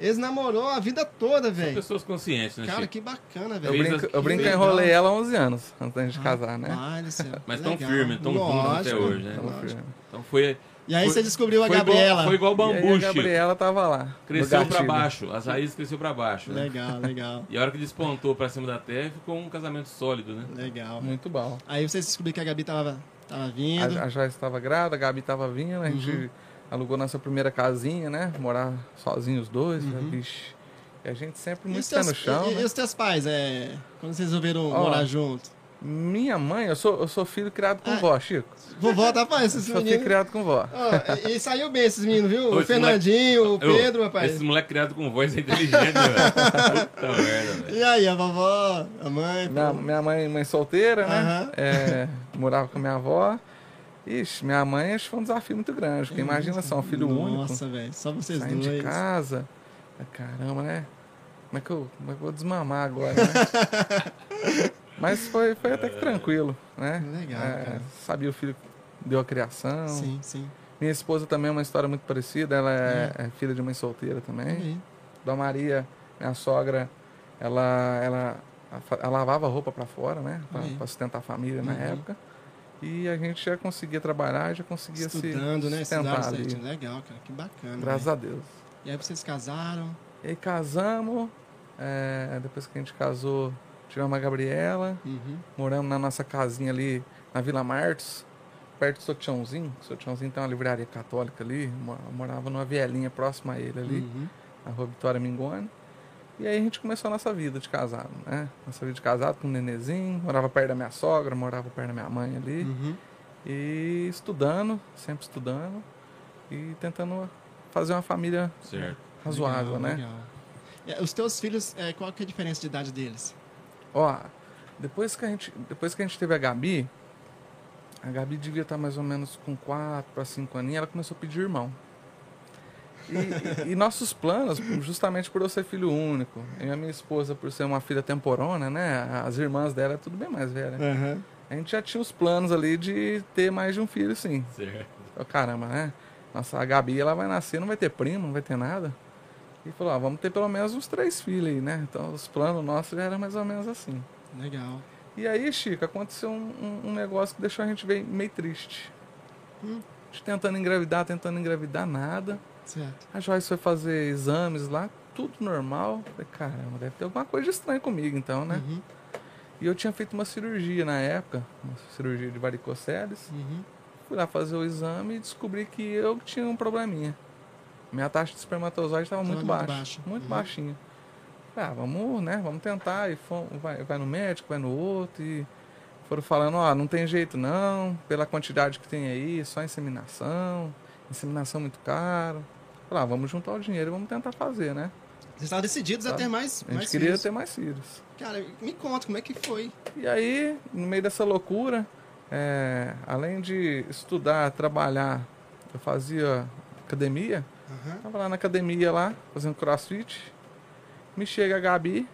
Speaker 4: Eles namorou a vida toda, velho.
Speaker 3: Pessoas conscientes, né,
Speaker 4: Cara,
Speaker 3: Chico?
Speaker 4: que bacana,
Speaker 5: Eu
Speaker 4: velho.
Speaker 3: Fez
Speaker 5: brinco,
Speaker 3: as-
Speaker 5: eu brinco que eu
Speaker 4: legal.
Speaker 5: enrolei ela há 11 anos, antes da
Speaker 4: Ah,
Speaker 5: gente casar, né?
Speaker 4: Ai, do céu,
Speaker 3: Mas
Speaker 4: que
Speaker 3: tão
Speaker 4: é legal.
Speaker 3: firme, tão junto até
Speaker 4: Lógico.
Speaker 3: hoje, né?
Speaker 5: Ela foi-
Speaker 3: Então foi.
Speaker 4: E aí
Speaker 3: foi-
Speaker 4: você descobriu a
Speaker 3: foi
Speaker 4: Gabriela.
Speaker 3: Igual, foi igual o
Speaker 5: e aí
Speaker 3: bambu,
Speaker 5: a
Speaker 3: Chico.
Speaker 5: Gabriela tava lá. no
Speaker 3: Cresceu pra
Speaker 5: gatilho.
Speaker 3: baixo, as raízes cresceu pra baixo. Né?
Speaker 4: Legal, legal,
Speaker 3: E a hora que despontou pra cima da terra, ficou um casamento sólido, né?
Speaker 4: legal.
Speaker 5: Muito bom.
Speaker 4: Aí vocês descobriram que a Gabi tava, tava
Speaker 5: A,
Speaker 4: vindo.
Speaker 5: a Joyce tava grávida, a Gabi tava vindo, a gente
Speaker 4: Uhum.
Speaker 5: alugou nossa primeira casinha, né? Morar sozinhos os dois, né?
Speaker 4: Uhum.
Speaker 5: vixe. E a gente sempre
Speaker 4: E
Speaker 5: muito
Speaker 4: os,
Speaker 5: pé
Speaker 4: teus,
Speaker 5: no chão,
Speaker 4: é e-
Speaker 5: né?
Speaker 4: e os teus pais, é, quando vocês resolveram
Speaker 5: Ó.
Speaker 4: morar junto?
Speaker 5: Minha mãe, eu sou, eu sou filho criado com
Speaker 4: Ah,
Speaker 5: vó, Chico.
Speaker 4: Vovó tá pra esses
Speaker 5: Sou filho
Speaker 4: meninos.
Speaker 5: criado com vó.
Speaker 4: Ó, e, e saiu bem esses meninos, viu?
Speaker 3: Ô,
Speaker 4: O
Speaker 3: esse
Speaker 4: Fernandinho, o
Speaker 3: Ô,
Speaker 4: Pedro, rapaz.
Speaker 3: Ah, Esse moleque criado com voz é inteligente, né, velho. Puta merda, velho.
Speaker 4: E aí, a vovó, a mãe?
Speaker 5: Minha, minha mãe, mãe solteira, né?
Speaker 4: Então, Aham.
Speaker 5: É, morava com a minha avó. Ixi, minha mãe acho que foi um desafio muito grande, porque imagina só, um filho único,
Speaker 4: Nossa, velho, só vocês
Speaker 5: saindo de
Speaker 4: dois.
Speaker 5: casa. Ah, Caramba, né? Como é que eu, como é que eu vou desmamar agora, né? Mas foi, foi até que tranquilo, né?
Speaker 4: Legal,
Speaker 5: É,
Speaker 4: cara.
Speaker 5: sabia o filho que deu a criação.
Speaker 4: Sim, Hum. sim.
Speaker 5: Minha esposa também é uma história muito parecida. Ela é, é filha de mãe solteira também.
Speaker 4: Tá Aí.
Speaker 5: Dona Maria, minha sogra, ela, ela, a fa- ela lavava roupa para fora, né?
Speaker 4: Aí.
Speaker 5: Para sustentar a família na
Speaker 4: Uhum.
Speaker 5: época. E a gente já conseguia trabalhar, já conseguia
Speaker 4: Estudando,
Speaker 5: se
Speaker 4: né?
Speaker 5: sustentar
Speaker 4: Estudando
Speaker 5: ali.
Speaker 4: certinho. Legal, cara. Que bacana.
Speaker 5: Graças
Speaker 4: velho.
Speaker 5: a Deus.
Speaker 4: E aí vocês casaram.
Speaker 5: E aí casamos. é, depois que a gente casou, tivemos a Gabriela.
Speaker 4: Uhum.
Speaker 5: Moramos na nossa casinha ali na Vila Martos, perto do Sotiãozinho. O Sotiãozinho tem uma livraria católica ali. mo- Morava numa vielinha próxima a ele ali,
Speaker 4: Uhum.
Speaker 5: na rua Vitória Mingoni. E aí a gente começou a nossa vida de casado, né? Nossa vida de casado com o nenenzinho. Morava perto da minha sogra, morava perto da minha mãe ali.
Speaker 4: Uhum.
Speaker 5: E estudando, sempre estudando. E tentando fazer uma família
Speaker 3: Certo.
Speaker 5: razoável,
Speaker 4: Legal,
Speaker 5: né?
Speaker 4: legal. É, os teus filhos, é, qual que é a diferença de idade deles?
Speaker 5: Ó, depois que a gente, depois que a gente teve a Gabi, a Gabi devia estar mais ou menos com 4 para 5 aninhos, ela começou a pedir irmão. E, e- e nossos planos, justamente por eu ser filho único, e a minha esposa por ser uma filha temporona, né? As irmãs dela é tudo bem mais velha.
Speaker 4: Aham.
Speaker 5: A gente já tinha os planos ali de ter mais de um filho, sim.
Speaker 3: Certo.
Speaker 5: Falei, caramba, né? Nossa, a Gabi, ela vai nascer, não vai ter primo, não vai ter nada. E falou, ó, vamos ter pelo menos uns três filhos aí, né? Então os planos nossos já eram mais ou menos assim.
Speaker 4: Legal.
Speaker 5: E aí, Chico, aconteceu um, um- um negócio que deixou a gente bem- meio triste. A gente tentando engravidar, tentando engravidar, nada.
Speaker 4: Certo.
Speaker 5: A Joyce foi fazer exames lá, tudo normal. Falei, caramba, deve ter alguma coisa estranha comigo então, né?
Speaker 4: Uhum.
Speaker 5: E eu tinha feito uma cirurgia na época, uma cirurgia de varicoceles.
Speaker 4: Uhum.
Speaker 5: Fui lá fazer o exame e descobri que eu tinha um probleminha. Minha taxa de espermatozoide estava
Speaker 4: Tava
Speaker 5: muito
Speaker 4: muito
Speaker 5: baixa.
Speaker 4: baixa.
Speaker 5: Muito
Speaker 4: Uhum.
Speaker 5: baixinha. Ah, vamos, né? Vamos tentar. E fomos, vai, vai no médico, vai no outro. E foram falando, ó, não tem jeito não, pela quantidade que tem aí, só inseminação. Inseminação é muito caro. Falei, ah, vamos juntar o dinheiro e vamos tentar fazer, né?
Speaker 4: Vocês estavam decididos a
Speaker 5: Tá.
Speaker 4: ter mais,
Speaker 5: A gente
Speaker 4: mais
Speaker 5: queria
Speaker 4: filhos.
Speaker 5: ter mais filhos.
Speaker 4: Cara, me conta, como é que foi?
Speaker 5: E aí, no meio dessa loucura, é, além de estudar, trabalhar, eu fazia academia.
Speaker 4: Aham.
Speaker 5: Tava lá na academia lá, fazendo crossfit. Me chega a Gabi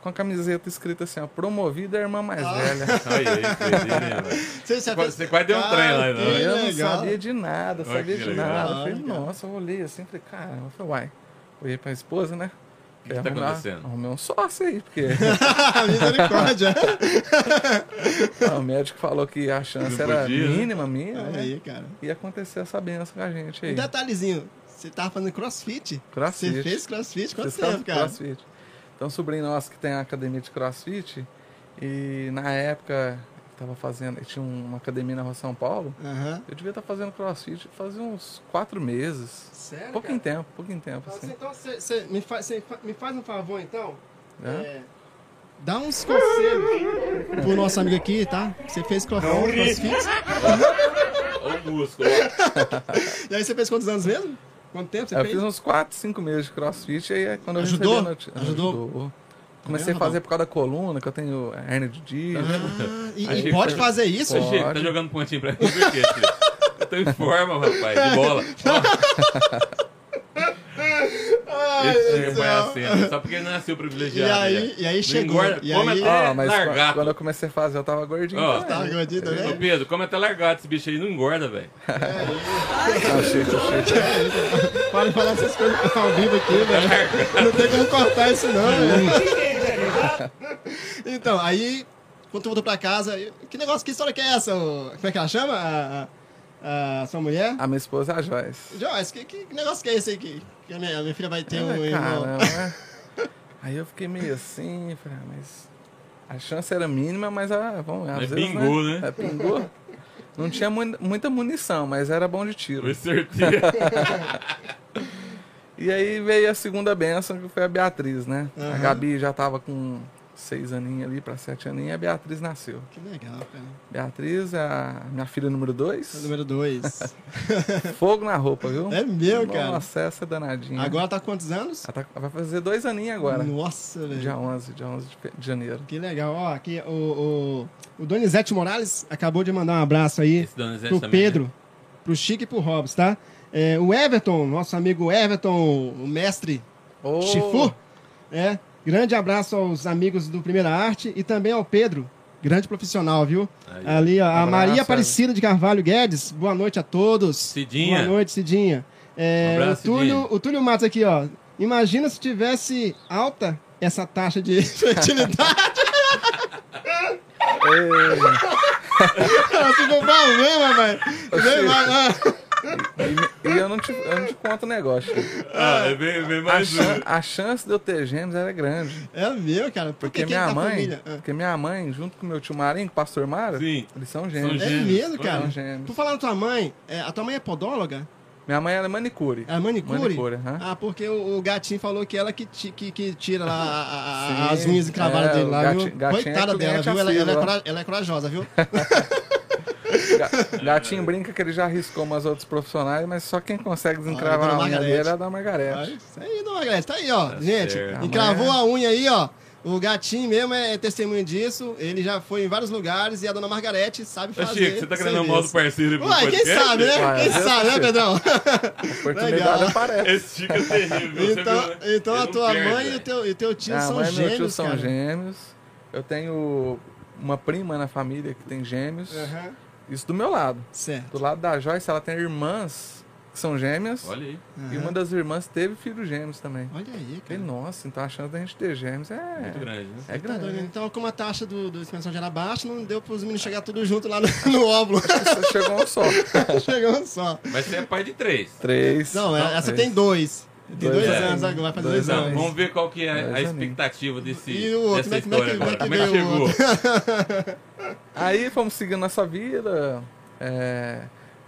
Speaker 5: com a camiseta escrita assim, ó, promovida a irmã mais
Speaker 4: Ah.
Speaker 5: velha.
Speaker 3: Aí, né, aí,
Speaker 4: Você, você,
Speaker 3: Quase- você quase deu um
Speaker 4: Cara,
Speaker 3: trem lá,
Speaker 4: que
Speaker 3: né?
Speaker 5: Eu não
Speaker 4: legal.
Speaker 5: sabia de nada,
Speaker 3: Olha
Speaker 5: sabia
Speaker 3: que
Speaker 5: de
Speaker 3: legal.
Speaker 5: nada. Eu
Speaker 4: Ah,
Speaker 5: falei,
Speaker 4: legal.
Speaker 5: nossa, eu olhei assim, falei, cara, eu falei, uai. Olhei pra esposa, né? O
Speaker 3: que tá acontecendo?
Speaker 5: Arrumei um sócio aí, porque
Speaker 4: Misericórdia.
Speaker 5: ah, o médico falou que a chance
Speaker 3: Não
Speaker 5: era
Speaker 3: podia, né?
Speaker 5: mínima, minha,
Speaker 4: Olha
Speaker 5: né?
Speaker 4: aí, cara.
Speaker 5: E aconteceu essa benção com a gente
Speaker 4: Um
Speaker 5: aí.
Speaker 4: detalhezinho. Você tava fazendo crossfit.
Speaker 5: Crossfit.
Speaker 4: Você fez crossfit? Quanto
Speaker 5: Vocês fazem
Speaker 4: tempo, cara?
Speaker 5: Crossfit. Então, um sobrinho nosso que tem a academia de crossfit, e na época eu tava fazendo, eu tinha uma academia na rua São Paulo,
Speaker 4: Aham.
Speaker 5: eu devia estar fazendo crossfit fazia uns quatro meses.
Speaker 4: Sério,
Speaker 5: Pouquinho tempo, pouquinho tempo,
Speaker 4: Fala assim,
Speaker 5: assim.
Speaker 4: Então, você- você me, faz, você fa- me faz um favor, então?
Speaker 5: né?
Speaker 4: É, dá uns conselhos pro nosso amigo aqui, tá? Você fez cross- crossfit.
Speaker 3: Olha o músculo. ó.
Speaker 4: E aí você fez quantos anos mesmo? Quanto tempo
Speaker 3: É,
Speaker 4: você
Speaker 5: É, Eu
Speaker 4: fez?
Speaker 5: fiz uns 4, 5 meses de crossfit e aí é quando eu
Speaker 4: Ajudou?
Speaker 5: recebi a notícia-
Speaker 4: Ajudou? Tá
Speaker 5: Comecei a fazer por causa da coluna, que eu tenho é, hernia de disco.
Speaker 4: Ah, e, e
Speaker 3: Achei que
Speaker 4: pode
Speaker 3: foi-
Speaker 4: fazer isso?
Speaker 3: Ô, Chico, tá jogando pontinho pra mim por quê, Chico? Eu tô em forma, rapaz, de bola. Ó,
Speaker 4: Ai,
Speaker 3: esse
Speaker 4: meu
Speaker 3: Chico
Speaker 4: Deus
Speaker 3: é
Speaker 4: do céu.
Speaker 3: assim, só porque ele nasceu privilegiado.
Speaker 4: E aí-
Speaker 3: né?
Speaker 4: e aí
Speaker 3: Não
Speaker 4: chegou,
Speaker 3: Engorda,
Speaker 4: e
Speaker 3: come
Speaker 4: aí-
Speaker 3: até
Speaker 5: Ó, Ah, mas
Speaker 3: largar.
Speaker 5: quando eu comecei a fazer, eu tava gordinho.
Speaker 3: Ó.
Speaker 5: também.
Speaker 4: Tá gordinho
Speaker 3: Ô
Speaker 4: também?
Speaker 3: Pedro, come até tá largado esse bicho aí, não engorda, velho.
Speaker 4: Tá.
Speaker 5: Não, Chico, Chico.
Speaker 4: Para de falar essas coisas tá ao vivo aqui, velho. Não tem como cortar isso, não, velho. Então, aí, quando tu voltou pra casa, eu- que negócio, que história que é essa? ô? Como é que ela chama? A, a- a sua mulher?
Speaker 5: A minha esposa é a Joyce.
Speaker 4: Joyce, que, que negócio que é esse aí? Que, que a, minha, a minha filha vai ter
Speaker 5: Ah,
Speaker 4: um irmão.
Speaker 5: caramba, né? Aí eu fiquei meio assim, falei, ah, mas a chance era mínima, mas ah, vamos, às
Speaker 3: Mas
Speaker 5: vezes,
Speaker 3: pingou, né?
Speaker 5: É, pingou. Não tinha mu- muita munição, mas era bom de tiro.
Speaker 3: Foi certeza.
Speaker 5: E aí veio a segunda benção, que foi a Beatriz, né? A Gabi já tava com seis aninhos ali, pra sete aninhos, e a Beatriz nasceu.
Speaker 4: Que legal, cara. Tá
Speaker 5: Beatriz é a minha filha número dois.
Speaker 4: Número 2.
Speaker 5: Fogo na roupa, viu?
Speaker 4: É meu, cara.
Speaker 5: Nossa, essa é danadinha.
Speaker 4: Agora tá quantos anos?
Speaker 5: Ela tá- vai fazer dois aninhos agora.
Speaker 4: Nossa, velho.
Speaker 5: Dia 11, dia 11 de fe- de janeiro.
Speaker 4: Que legal, ó, aqui o, o, o Donizete Morales acabou de mandar um abraço aí
Speaker 3: Esse Donizete
Speaker 4: pro
Speaker 3: também, né?
Speaker 4: Pedro, pro Chico e pro Robson, tá? É, o Everton, nosso amigo Everton, o mestre
Speaker 5: Ô,
Speaker 4: Chifu, é, grande abraço aos amigos do Primeira Arte e também ao Pedro, Grande profissional, viu?
Speaker 3: Aí,
Speaker 4: Ali, ó, a
Speaker 5: abraço,
Speaker 4: Maria
Speaker 5: Ellen.
Speaker 4: Aparecida de Carvalho Guedes. Boa noite a todos.
Speaker 3: Cidinha.
Speaker 4: Boa noite, Cidinha. É,
Speaker 3: Um abraço,
Speaker 4: o, Túlio,
Speaker 3: Cidinha.
Speaker 4: o Túlio Matos aqui, ó. Imagina se tivesse alta essa taxa de fertilidade. se for problema, rapaz. Vem,
Speaker 5: Cid.
Speaker 4: vai, vai.
Speaker 5: E, e eu, não te, eu não te conto o negócio.
Speaker 3: Ah, é bem, bem
Speaker 5: A,
Speaker 3: mais um.
Speaker 5: chan- a chance de eu ter gêmeos era grande.
Speaker 4: É meu, cara. Por
Speaker 5: Porque
Speaker 4: que que
Speaker 5: minha
Speaker 4: da
Speaker 5: mãe,
Speaker 4: família? Ah.
Speaker 5: porque minha mãe, junto com meu tio Marinho, com o pastor Mário,
Speaker 3: Sim.
Speaker 5: eles são gêmeos.
Speaker 4: É
Speaker 3: Gêmeos,
Speaker 4: mesmo,
Speaker 3: são
Speaker 4: cara.
Speaker 5: gêmeos.
Speaker 4: Por falar na tua mãe, é, a tua mãe é podóloga?
Speaker 5: Minha mãe era manicure.
Speaker 4: É manicure?
Speaker 5: Manicure, aham.
Speaker 4: Ah, porque o, o gatinho falou que ela que, ti- que, que tira lá a- a- a-
Speaker 5: Sim.
Speaker 4: as unhas encravadas
Speaker 5: É,
Speaker 4: dele lá,
Speaker 5: o gati-
Speaker 4: viu?
Speaker 5: gatinho é
Speaker 4: Coitada dela,
Speaker 5: cliente
Speaker 4: viu? Ela, ela é
Speaker 5: assíduo,
Speaker 4: cora- ela é corajosa, viu?
Speaker 5: Ga- Gatinho brinca que ele já arriscou umas outras profissionais, mas só quem consegue
Speaker 4: Olha,
Speaker 5: desencravar
Speaker 4: Ah, dona
Speaker 5: a unha
Speaker 4: Margarete.
Speaker 5: dele é a da Margarete.
Speaker 4: Isso aí, dona Margarete, tá aí, ó. gente,
Speaker 3: certo.
Speaker 4: encravou a unha aí, ó. O gatinho mesmo é testemunho disso. Ele já foi em vários lugares e a dona Margarete sabe
Speaker 3: Ô,
Speaker 4: fazer.
Speaker 3: Chico, você tá querendo
Speaker 4: serviço.
Speaker 3: arrumar outro parceiro aí pro
Speaker 4: Ué, quem
Speaker 3: podcast?
Speaker 4: sabe, né?
Speaker 5: Ué,
Speaker 4: quem
Speaker 5: eu
Speaker 4: sabe, né,
Speaker 5: sei.
Speaker 4: Pedrão?
Speaker 5: Oportunidade
Speaker 4: Legal.
Speaker 5: aparece.
Speaker 3: Esse Chico é terrível. você
Speaker 4: então,
Speaker 3: viu, né?
Speaker 4: então a
Speaker 3: Ele não
Speaker 4: tua
Speaker 3: perde,
Speaker 4: mãe e
Speaker 3: velho.
Speaker 4: o teu, e o teu tio
Speaker 5: Minha
Speaker 4: são
Speaker 5: mãe e
Speaker 4: gêmeos,
Speaker 5: Ah, meu tio são
Speaker 4: cara.
Speaker 5: gêmeos. Eu tenho uma prima na família que tem gêmeos.
Speaker 4: Aham,
Speaker 5: Isso do meu lado.
Speaker 4: Certo.
Speaker 5: Do lado da Joyce, ela tem irmãs que são gêmeas.
Speaker 3: Olha aí.
Speaker 5: E uma das irmãs teve filhos gêmeos também.
Speaker 4: Olha aí, cara.
Speaker 5: Falei, nossa, então a chance da gente ter gêmeos é.
Speaker 3: Muito grande, né?
Speaker 5: É
Speaker 4: Tá doido, né?
Speaker 5: grande.
Speaker 4: Então, como a taxa do, do expansão já era baixa, não deu para os meninos chegar tudo junto lá no, no óvulo.
Speaker 5: Você chegou um só.
Speaker 4: Chegando só.
Speaker 3: Mas você é pai de três.
Speaker 5: Três.
Speaker 4: Não, é- essa
Speaker 5: Três.
Speaker 4: tem dois. Tem dois,
Speaker 5: Dois anos.
Speaker 4: anos agora, vai fazer dois,
Speaker 5: Dois
Speaker 3: Não,
Speaker 4: anos.
Speaker 3: vamos ver qual que é a
Speaker 5: Mas é mesmo.
Speaker 3: expectativa desse,
Speaker 4: E o outro,
Speaker 3: dessa
Speaker 4: como é que-
Speaker 3: história
Speaker 4: como é
Speaker 3: agora.
Speaker 4: que
Speaker 3: Como é que
Speaker 4: veio o
Speaker 3: chegou?
Speaker 5: Aí fomos seguindo nossa vida. É,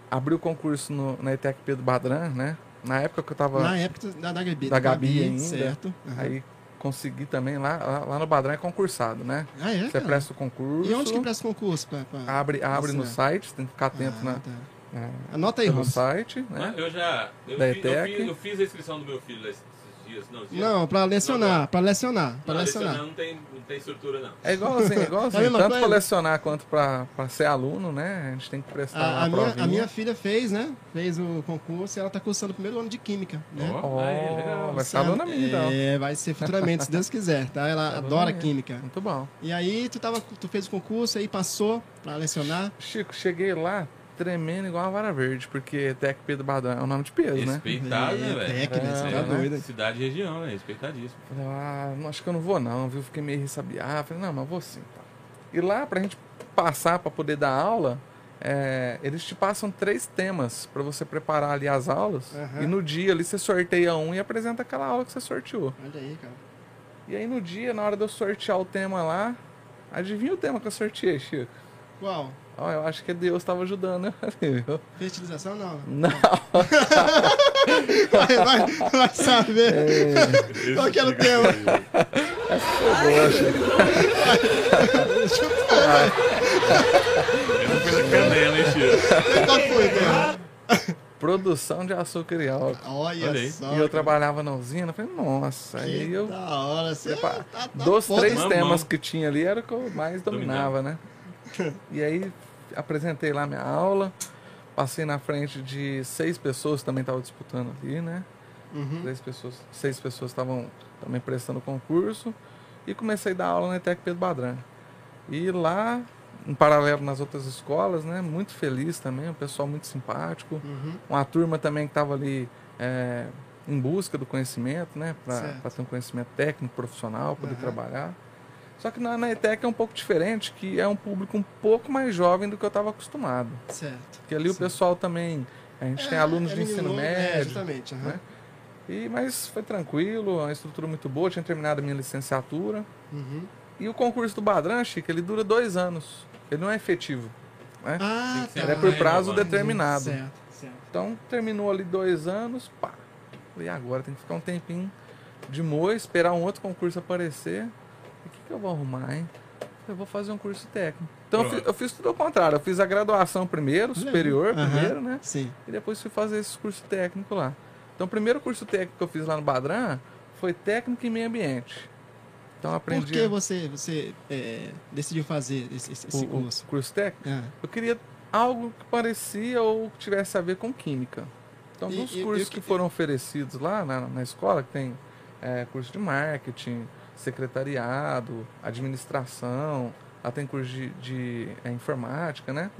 Speaker 5: abriu o concurso no, na ETEC Pedro Badran, né? Na época que eu tava.
Speaker 4: Na época da, da Gabi.
Speaker 5: Da Gabi ainda.
Speaker 4: Certo. Aham.
Speaker 5: Aí consegui também lá, lá, lá no Badran é concursado, né?
Speaker 4: Ah, é,
Speaker 5: Você
Speaker 4: cara?
Speaker 5: presta o concurso.
Speaker 4: E onde que presta concurso? Pra, pra...
Speaker 5: Abre, abre no
Speaker 4: Isso, né?
Speaker 5: site, você tem que ficar atento
Speaker 4: Ah,
Speaker 5: na,
Speaker 4: tá.
Speaker 5: é,
Speaker 4: Anota aí,
Speaker 5: no
Speaker 4: Robson.
Speaker 5: site, né?
Speaker 3: Ah, Eu já. Eu,
Speaker 5: Da
Speaker 3: fi- eu,
Speaker 5: ETEC.
Speaker 3: fi- eu fiz a inscrição do meu filho esses dias. Não, dias.
Speaker 4: Não, pra lecionar, pra lecionar, pra
Speaker 3: Não,
Speaker 4: lecionar.
Speaker 3: não tem, não tem estrutura, não.
Speaker 5: É igualzinho, é
Speaker 4: É a
Speaker 5: igualzinho.
Speaker 4: mesma
Speaker 5: Tanto
Speaker 4: coisa?
Speaker 5: pra lecionar quanto pra, pra ser aluno, né? A gente tem que prestar lá
Speaker 4: A, a minha,
Speaker 5: provinha.
Speaker 4: a minha filha fez, né? Fez o concurso e ela tá cursando o primeiro ano de Química, né?
Speaker 3: Ó,
Speaker 5: Ó,
Speaker 3: aí, legal.
Speaker 5: vai ser aluna minha, então.
Speaker 4: É, vai ser futuramente, se Deus quiser, tá? Ela adora
Speaker 5: minha.
Speaker 4: química.
Speaker 5: Muito bom.
Speaker 4: E aí, tu, tava, tu fez o concurso, aí passou pra lecionar.
Speaker 5: Chico, cheguei lá tremendo igual uma vara verde, porque ETEC Pedro Badran é o nome de peso, né?
Speaker 3: Respeitado, né,
Speaker 4: É,
Speaker 3: velho?
Speaker 4: tec, né? Você tá
Speaker 3: É, né?
Speaker 4: doido.
Speaker 3: Cidade e região, né? Respeitadíssimo.
Speaker 5: Falei, ah, não, acho que eu não vou não, viu? Fiquei meio ressabiado. Falei, não, mas vou sim. Tá. E lá, pra gente passar, pra poder dar aula, é, eles te passam três temas pra você preparar ali as aulas.
Speaker 4: Aham.
Speaker 5: E no dia ali você sorteia um e apresenta aquela aula que você sorteou.
Speaker 4: Olha aí, cara.
Speaker 5: E aí no dia, na hora de eu sortear o tema lá, adivinha o tema que eu sorteei, Chico?
Speaker 4: Qual?
Speaker 5: Ó, eu acho que Deus tava ajudando, eu
Speaker 4: Fertilização não.
Speaker 5: Não,
Speaker 4: Vai, vai, vai
Speaker 5: É
Speaker 4: saber. Qual que era o tema?
Speaker 3: Essa foi na canela, hein, Chico?
Speaker 4: Qual foi o tema?
Speaker 5: produção de açúcar e álcool.
Speaker 4: Olha,
Speaker 3: Olha aí.
Speaker 4: só.
Speaker 5: E eu trabalhava na usina, falei, nossa, aí
Speaker 4: Que
Speaker 5: eu
Speaker 4: da hora. Você
Speaker 5: Prepa-
Speaker 4: tá, tá
Speaker 5: Dos
Speaker 4: foda,
Speaker 5: três
Speaker 4: né?
Speaker 3: Mamão.
Speaker 5: temas que tinha ali, era o que eu mais dominava, né? E aí apresentei lá minha aula, passei na frente de seis pessoas que também estavam disputando ali, né?
Speaker 4: Uhum.
Speaker 5: Três pessoas, seis pessoas estavam também prestando concurso e comecei a dar aula na ETEC Pedro Badran. E lá, em paralelo nas outras escolas, né? Muito feliz também, um pessoal muito simpático,
Speaker 4: Uhum.
Speaker 5: uma turma também que estava ali é, em busca do conhecimento, né?
Speaker 4: Certo. Uhum.
Speaker 5: Para ter um conhecimento técnico, profissional, poder trabalhar. Só que na, na ETEC é um pouco diferente, que é um público um pouco mais jovem do que eu estava acostumado.
Speaker 4: Certo.
Speaker 5: Porque ali o pessoal também, a gente tem alunos
Speaker 4: É,
Speaker 5: de
Speaker 4: menino
Speaker 5: ensino
Speaker 4: novo, é,
Speaker 5: médio,
Speaker 4: Justamente. aham.
Speaker 5: né? e, mas foi tranquilo, uma estrutura muito boa, tinha terminado a minha licenciatura.
Speaker 4: Uhum.
Speaker 5: E o concurso do Badran, Chico, ele dura dois anos, ele não é efetivo.
Speaker 4: Ah,
Speaker 3: Tem que ser
Speaker 4: tá.
Speaker 5: Ele é por
Speaker 3: Ah,
Speaker 5: prazo
Speaker 3: mano.
Speaker 5: determinado.
Speaker 4: Certo, certo.
Speaker 5: Então terminou ali dois anos, pá. E agora tem que ficar um tempinho de moa, esperar um outro concurso aparecer. E o que, que eu vou arrumar, hein? Eu vou fazer um curso técnico. Então eu fi- eu
Speaker 3: Pronto.
Speaker 5: fiz, tudo ao contrário. Eu fiz a graduação primeiro, superior
Speaker 4: Aham,
Speaker 5: primeiro, né?
Speaker 4: Sim.
Speaker 5: E depois fui fazer esse curso técnico lá. Então o primeiro curso técnico que eu fiz lá no Badran foi técnico em meio ambiente. Então eu
Speaker 4: Por
Speaker 5: aprendi
Speaker 4: que você, você é, decidiu fazer esse, esse,
Speaker 5: o,
Speaker 4: esse
Speaker 5: o
Speaker 4: curso?
Speaker 5: curso técnico.
Speaker 4: Ah.
Speaker 5: Eu queria algo que parecia ou que tivesse a ver com química. Então,
Speaker 4: E-
Speaker 5: dos
Speaker 4: e-
Speaker 5: cursos
Speaker 4: e-
Speaker 5: que foram oferecidos lá na, na escola, que tem é, curso de marketing, secretariado, administração, Ela tem curso de, de, é, informática, né?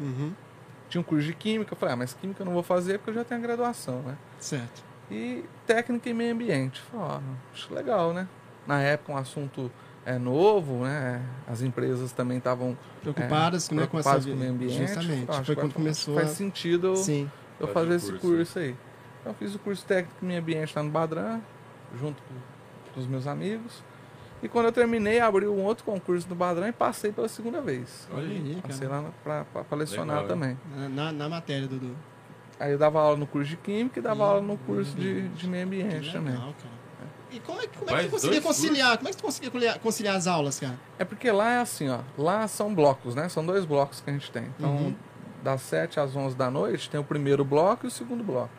Speaker 5: Tinha um curso de química. Eu falei, ah, mas química eu não vou fazer porque eu já tenho a graduação, né?
Speaker 4: Certo.
Speaker 5: e técnica e meio ambiente. Falei, ó, acho legal, né? Na época um assunto é novo, né? As empresas também estavam
Speaker 4: Preocupadas, né, com essa
Speaker 5: preocupadas com o meio ambiente.
Speaker 4: Justamente.
Speaker 5: Falei, ah, acho
Speaker 4: Foi
Speaker 5: que
Speaker 4: quando
Speaker 5: vai- acho que
Speaker 4: começou.
Speaker 5: Faz
Speaker 4: a-
Speaker 5: sentido eu,
Speaker 4: Sim.
Speaker 5: eu
Speaker 3: Fazer
Speaker 5: fazer
Speaker 3: o
Speaker 5: esse
Speaker 3: curso,
Speaker 5: curso aí. Então, eu fiz o curso técnico e meio ambiente lá no Badran, junto com, com os meus amigos. E quando eu terminei, abri um outro concurso no Badran e passei pela segunda vez.
Speaker 3: Olha aí.
Speaker 4: Ih,
Speaker 5: Passei
Speaker 4: cara.
Speaker 5: lá pra, pra, pra lecionar
Speaker 3: Legal, hein?
Speaker 5: também.
Speaker 4: Na- Na, na matéria, Dudu.
Speaker 5: Aí eu dava aula no curso de Química e dava aula no curso de, de meio
Speaker 4: Que
Speaker 5: ambiente também.
Speaker 4: legal, cara. E como é, como é que
Speaker 3: Faz
Speaker 4: tu conseguia
Speaker 3: dois
Speaker 4: conciliar? Como é que tu conseguia colia- conciliar as aulas, cara?
Speaker 5: É porque lá é assim, ó. Lá são blocos, né? São dois blocos que a gente tem. Então,
Speaker 4: Uhum.
Speaker 5: das 7 às 11 da noite tem o primeiro bloco e o segundo bloco.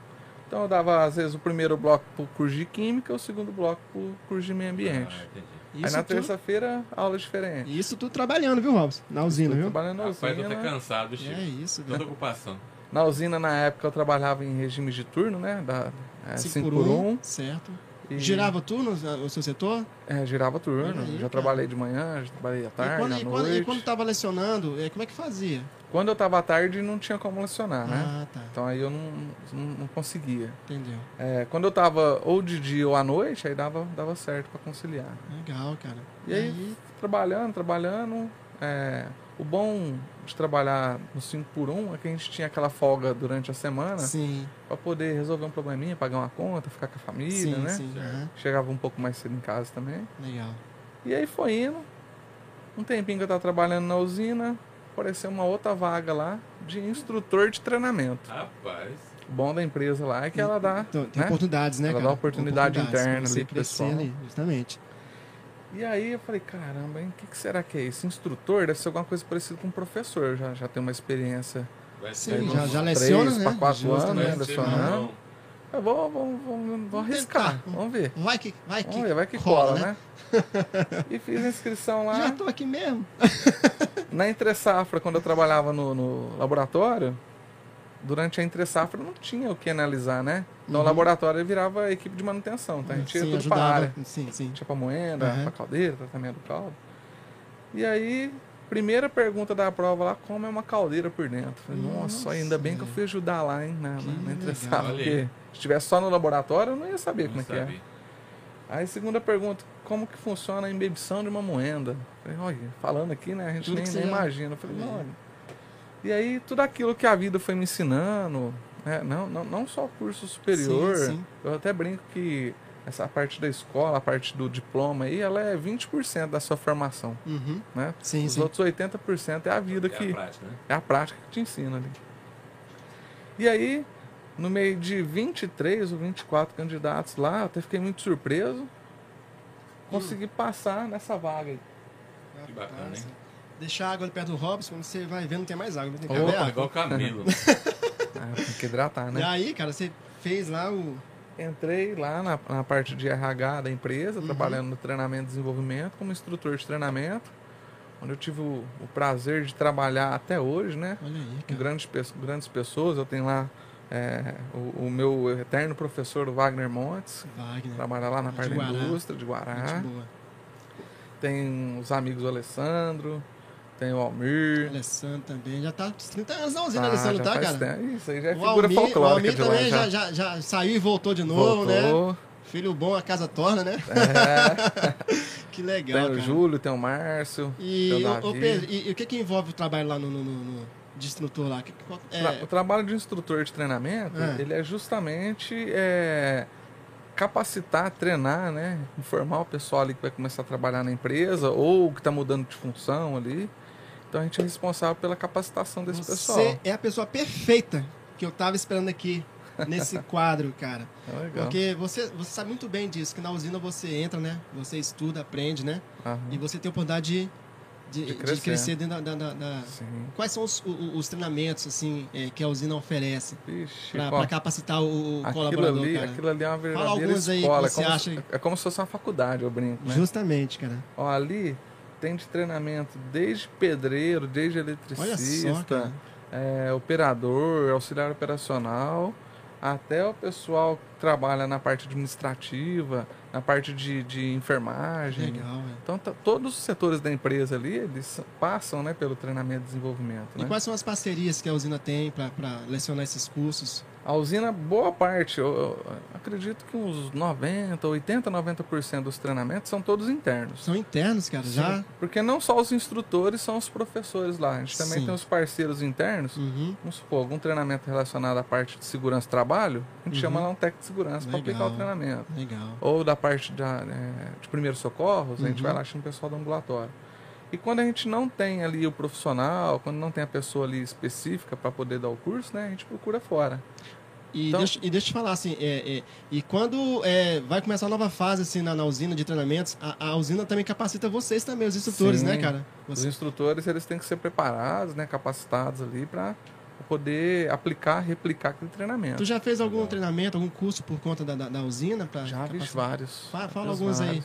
Speaker 5: Então, eu dava, às vezes, o primeiro bloco pro curso de Química e o segundo bloco pro curso de Meio
Speaker 3: Ah,
Speaker 5: Ambiente.
Speaker 3: entendi.
Speaker 5: Aí, na
Speaker 4: tu-
Speaker 5: terça-feira, aula diferente.
Speaker 4: Isso tu trabalhando, viu, Robson? Na usina, viu?
Speaker 5: Trabalhando na
Speaker 3: Rapaz, eu tô até
Speaker 5: usina.
Speaker 3: cansado, viu, Chico.
Speaker 4: É isso,
Speaker 3: Tanta
Speaker 4: velho.
Speaker 3: ocupação.
Speaker 5: Na usina, na época, eu trabalhava em regime de turno, né? Da, é,
Speaker 4: 5
Speaker 5: cinco por 1. Um,
Speaker 4: Certo.
Speaker 5: e-
Speaker 4: Girava turno, o seu setor?
Speaker 5: É, girava turno.
Speaker 4: Olha aí,
Speaker 5: já
Speaker 4: cara.
Speaker 5: trabalhei de manhã, já trabalhei à tarde,
Speaker 4: e, quando,
Speaker 5: à
Speaker 4: e,
Speaker 5: noite.
Speaker 4: quando,
Speaker 5: Quando,
Speaker 4: e quando tá- tava lecionando, eh, como é que fazia?
Speaker 5: eu tava à tarde, não tinha como lecionar, né?
Speaker 4: Ah, tá.
Speaker 5: Então aí eu não, não, não conseguia.
Speaker 4: Entendeu.
Speaker 5: É, quando eu tava ou de dia ou à noite, aí dava, dava certo pra conciliar.
Speaker 4: Legal, cara.
Speaker 5: E aí, trabalhando, trabalhando. é, o bom de trabalhar no 5 por 1 é que a gente tinha aquela folga durante a semana
Speaker 4: Sim,
Speaker 5: pra poder resolver um probleminha, pagar uma conta, ficar com a família,
Speaker 4: sim,
Speaker 5: né?
Speaker 4: sim. aham,
Speaker 5: Chegava um pouco mais cedo em casa também.
Speaker 4: Legal.
Speaker 5: E aí foi indo. Um tempinho que eu tava trabalhando na usina, apareceu uma outra vaga lá de instrutor de treinamento.
Speaker 3: Rapaz.
Speaker 5: O bom da empresa lá é que ela dá.
Speaker 4: Então, tem
Speaker 5: né?
Speaker 4: oportunidades, né,
Speaker 5: Ela dá
Speaker 4: cara?
Speaker 5: oportunidade
Speaker 4: Oportunidades
Speaker 5: interna
Speaker 4: pra
Speaker 5: ali
Speaker 4: você
Speaker 5: pro
Speaker 4: crescer
Speaker 5: pessoal.
Speaker 4: ali, justamente.
Speaker 5: E aí eu falei, caramba, hein, o que, que será que é isso? Instrutor deve ser alguma coisa parecida com um professor, eu já, já tem uma experiência.
Speaker 3: Vai
Speaker 4: Sim,
Speaker 3: ser
Speaker 4: já-
Speaker 3: bom.
Speaker 4: já
Speaker 5: três
Speaker 4: leciona, né?
Speaker 5: pra quatro
Speaker 4: Justo,
Speaker 5: anos,
Speaker 4: né?
Speaker 5: né?
Speaker 3: Vai ser
Speaker 5: lecionando.
Speaker 3: bom.
Speaker 5: Eu vou, vou, vou, vou arriscar,
Speaker 4: tentar.
Speaker 5: vamos ver.
Speaker 4: Vai que, vai que,
Speaker 5: Vamos ver, vai que cola, né? e fiz a inscrição lá.
Speaker 4: Já tá. tô aqui mesmo.
Speaker 5: Na Entre Safra, quando eu trabalhava no, no laboratório, durante a Entre Safra não tinha o que analisar, né? Então o laboratório virava a equipe de manutenção, então a gente ia
Speaker 4: Uhum. sim,
Speaker 5: tudo pra área.
Speaker 4: ajudava. Sim, sim.
Speaker 5: tinha pra moenda,
Speaker 4: Aham.
Speaker 5: assim, pra caldeira, tratamento do caldo. E aí, primeira pergunta da prova lá, como é uma caldeira por dentro? Falei, nossa, ainda bem que eu fui ajudar lá, hein, na, na, na entressala,
Speaker 3: legal.
Speaker 5: porque se estivesse só no laboratório, eu não ia saber como
Speaker 3: Não
Speaker 5: é que é.
Speaker 3: sabe.
Speaker 5: Aí, segunda pergunta, como que funciona a embebição de uma moenda? Falei, olha, falando aqui, né, a gente
Speaker 4: Tudo
Speaker 5: nem,
Speaker 4: que você
Speaker 5: nem
Speaker 4: já- Uhum.
Speaker 5: imagina. Eu Falei, não, olha. E aí, tudo aquilo que a vida foi me ensinando, né, não, não, não só o curso superior,
Speaker 4: Sim, sim.
Speaker 5: eu até brinco que essa parte da escola, a parte do diploma aí, ela é 20% da sua formação,
Speaker 4: Uhum.
Speaker 5: né?
Speaker 4: Sim,
Speaker 5: Os
Speaker 4: sim.
Speaker 5: outros 80% é a vida
Speaker 3: É a
Speaker 5: que
Speaker 3: prática, né?
Speaker 5: é a prática que te ensina ali. E aí, no meio de 23 ou 24 candidatos lá, eu até fiquei muito surpreso. Consegui passar nessa vaga aí.
Speaker 3: Que bacana, hein?
Speaker 4: Deixar a água ali perto do Robson, quando você vai ver, não tem mais água. Não tem que
Speaker 5: Opa,
Speaker 4: beber
Speaker 3: Tá
Speaker 4: água.
Speaker 3: igual o Camilo.
Speaker 5: Ah, tem que hidratar,
Speaker 4: E
Speaker 5: né?
Speaker 4: aí, cara, você fez lá o.
Speaker 5: Entrei lá na, na parte de RH da empresa, trabalhando no treinamento e desenvolvimento, como instrutor de treinamento, onde eu tive o, o prazer de trabalhar até hoje, né?
Speaker 4: Olha aí,
Speaker 5: Com
Speaker 4: cara.
Speaker 5: grandes, pe- grandes pessoas. Eu tenho lá é, o, o meu eterno professor, o Wagner Montes,
Speaker 4: Wagner.
Speaker 5: trabalha lá na
Speaker 4: De
Speaker 5: parte da
Speaker 4: Guará.
Speaker 5: indústria, de Guará.
Speaker 4: Gente boa.
Speaker 5: Tem os amigos do Alessandro, tem o Almir.
Speaker 4: Alessandro é também. Já tá uns 30 anos na
Speaker 5: Tá,
Speaker 4: usina, Alessandro,
Speaker 5: já
Speaker 4: tá,
Speaker 5: faz
Speaker 4: cara?
Speaker 5: tempo. Isso aí já é
Speaker 4: O
Speaker 5: figura
Speaker 4: Almir, o
Speaker 5: folclórica
Speaker 4: Almir
Speaker 5: de lá,
Speaker 4: também já,
Speaker 5: já.
Speaker 4: já, já saiu e voltou de novo, né?
Speaker 5: Voltou.
Speaker 4: Filho bom, a casa torna, né?
Speaker 5: É.
Speaker 4: que legal,
Speaker 5: tem o
Speaker 4: cara.
Speaker 5: Júlio, tem o Márcio,
Speaker 4: E,
Speaker 5: tem o
Speaker 4: o,
Speaker 5: Davi.
Speaker 4: Pedro, e, e o que que envolve o trabalho lá no, no, no, no de instrutor lá? Que- qual-
Speaker 5: Tra-
Speaker 4: é,
Speaker 5: O trabalho de instrutor de treinamento,
Speaker 4: É.
Speaker 5: ele é justamente é, capacitar, treinar, né? Informar o pessoal ali que vai começar a trabalhar na empresa ou que está mudando de função ali. Então a gente é responsável pela capacitação desse
Speaker 4: você
Speaker 5: pessoal.
Speaker 4: é a pessoa perfeita que eu tava esperando aqui nesse quadro, cara.
Speaker 5: É legal.
Speaker 4: Porque você, você sabe muito bem disso, que na usina você entra, né? Você estuda, aprende, né?
Speaker 5: Aham.
Speaker 4: E você tem a oportunidade de, de, de
Speaker 5: Uhum. De
Speaker 4: crescer.
Speaker 5: crescer.
Speaker 4: dentro da, da- da- da-
Speaker 5: Sim.
Speaker 4: Quais são os, o- o- os treinamentos assim eh, que a usina oferece
Speaker 5: Vixe,
Speaker 4: para
Speaker 5: Tipo, ó,
Speaker 4: capacitar o, o
Speaker 5: aquilo,
Speaker 4: colaborador,
Speaker 5: ali,
Speaker 4: cara?
Speaker 5: aquilo ali é uma verdadeira
Speaker 4: alguns aí que
Speaker 5: escola.
Speaker 4: você
Speaker 5: é, como
Speaker 4: acha
Speaker 5: se, é como se fosse uma faculdade, eu brinco, né?
Speaker 4: Justamente, cara.
Speaker 5: Ó, ali tem de treinamento desde pedreiro, desde
Speaker 4: Olha só,
Speaker 5: eletricista,
Speaker 4: cara.
Speaker 5: é, operador, auxiliar operacional, até o pessoal que trabalha na parte administrativa, na parte de, de enfermagem.
Speaker 4: Legal, velho.
Speaker 5: Então, tá- todos os setores da empresa ali, eles passam né, pelo treinamento e desenvolvimento.
Speaker 4: E
Speaker 5: né?
Speaker 4: quais são as parcerias que a usina tem para lecionar esses cursos?
Speaker 5: A usina, boa parte, eu, eu acredito que uns 90, 80, 90% dos treinamentos são todos internos.
Speaker 4: São internos, cara, já?
Speaker 5: Porque não só os instrutores são os professores lá, a gente também
Speaker 4: Sim.
Speaker 5: tem os parceiros internos.
Speaker 4: Uhum.
Speaker 5: Vamos supor, algum treinamento relacionado à parte de segurança do trabalho, a gente
Speaker 4: Uhum.
Speaker 5: chama lá um técnico de segurança para
Speaker 4: Legal.
Speaker 5: aplicar o treinamento.
Speaker 4: Legal.
Speaker 5: Ou da parte da, eh, de primeiros socorros, a gente
Speaker 4: Uhum.
Speaker 5: vai lá chama o pessoal do ambulatório. E quando a gente não tem ali o profissional, quando não tem a pessoa ali específica para poder dar o curso, né, a gente procura fora.
Speaker 4: E,
Speaker 5: Então-
Speaker 4: deixa, e deixa eu te falar, assim, é, é, e quando é, vai começar a nova fase, assim, na, na usina de treinamentos, a, a usina também capacita vocês também, os instrutores,
Speaker 5: Sim.
Speaker 4: né, cara?
Speaker 5: Os
Speaker 4: Você-
Speaker 5: instrutores eles têm que ser preparados, né, capacitados ali para poder aplicar, replicar aquele treinamento.
Speaker 4: Tu já fez algum treinamento, algum curso por conta da, da, da usina? Pra
Speaker 5: Já vi
Speaker 4: capacitar?
Speaker 5: vários.
Speaker 4: Fa-
Speaker 5: já
Speaker 4: fala
Speaker 5: fiz
Speaker 4: alguns aí.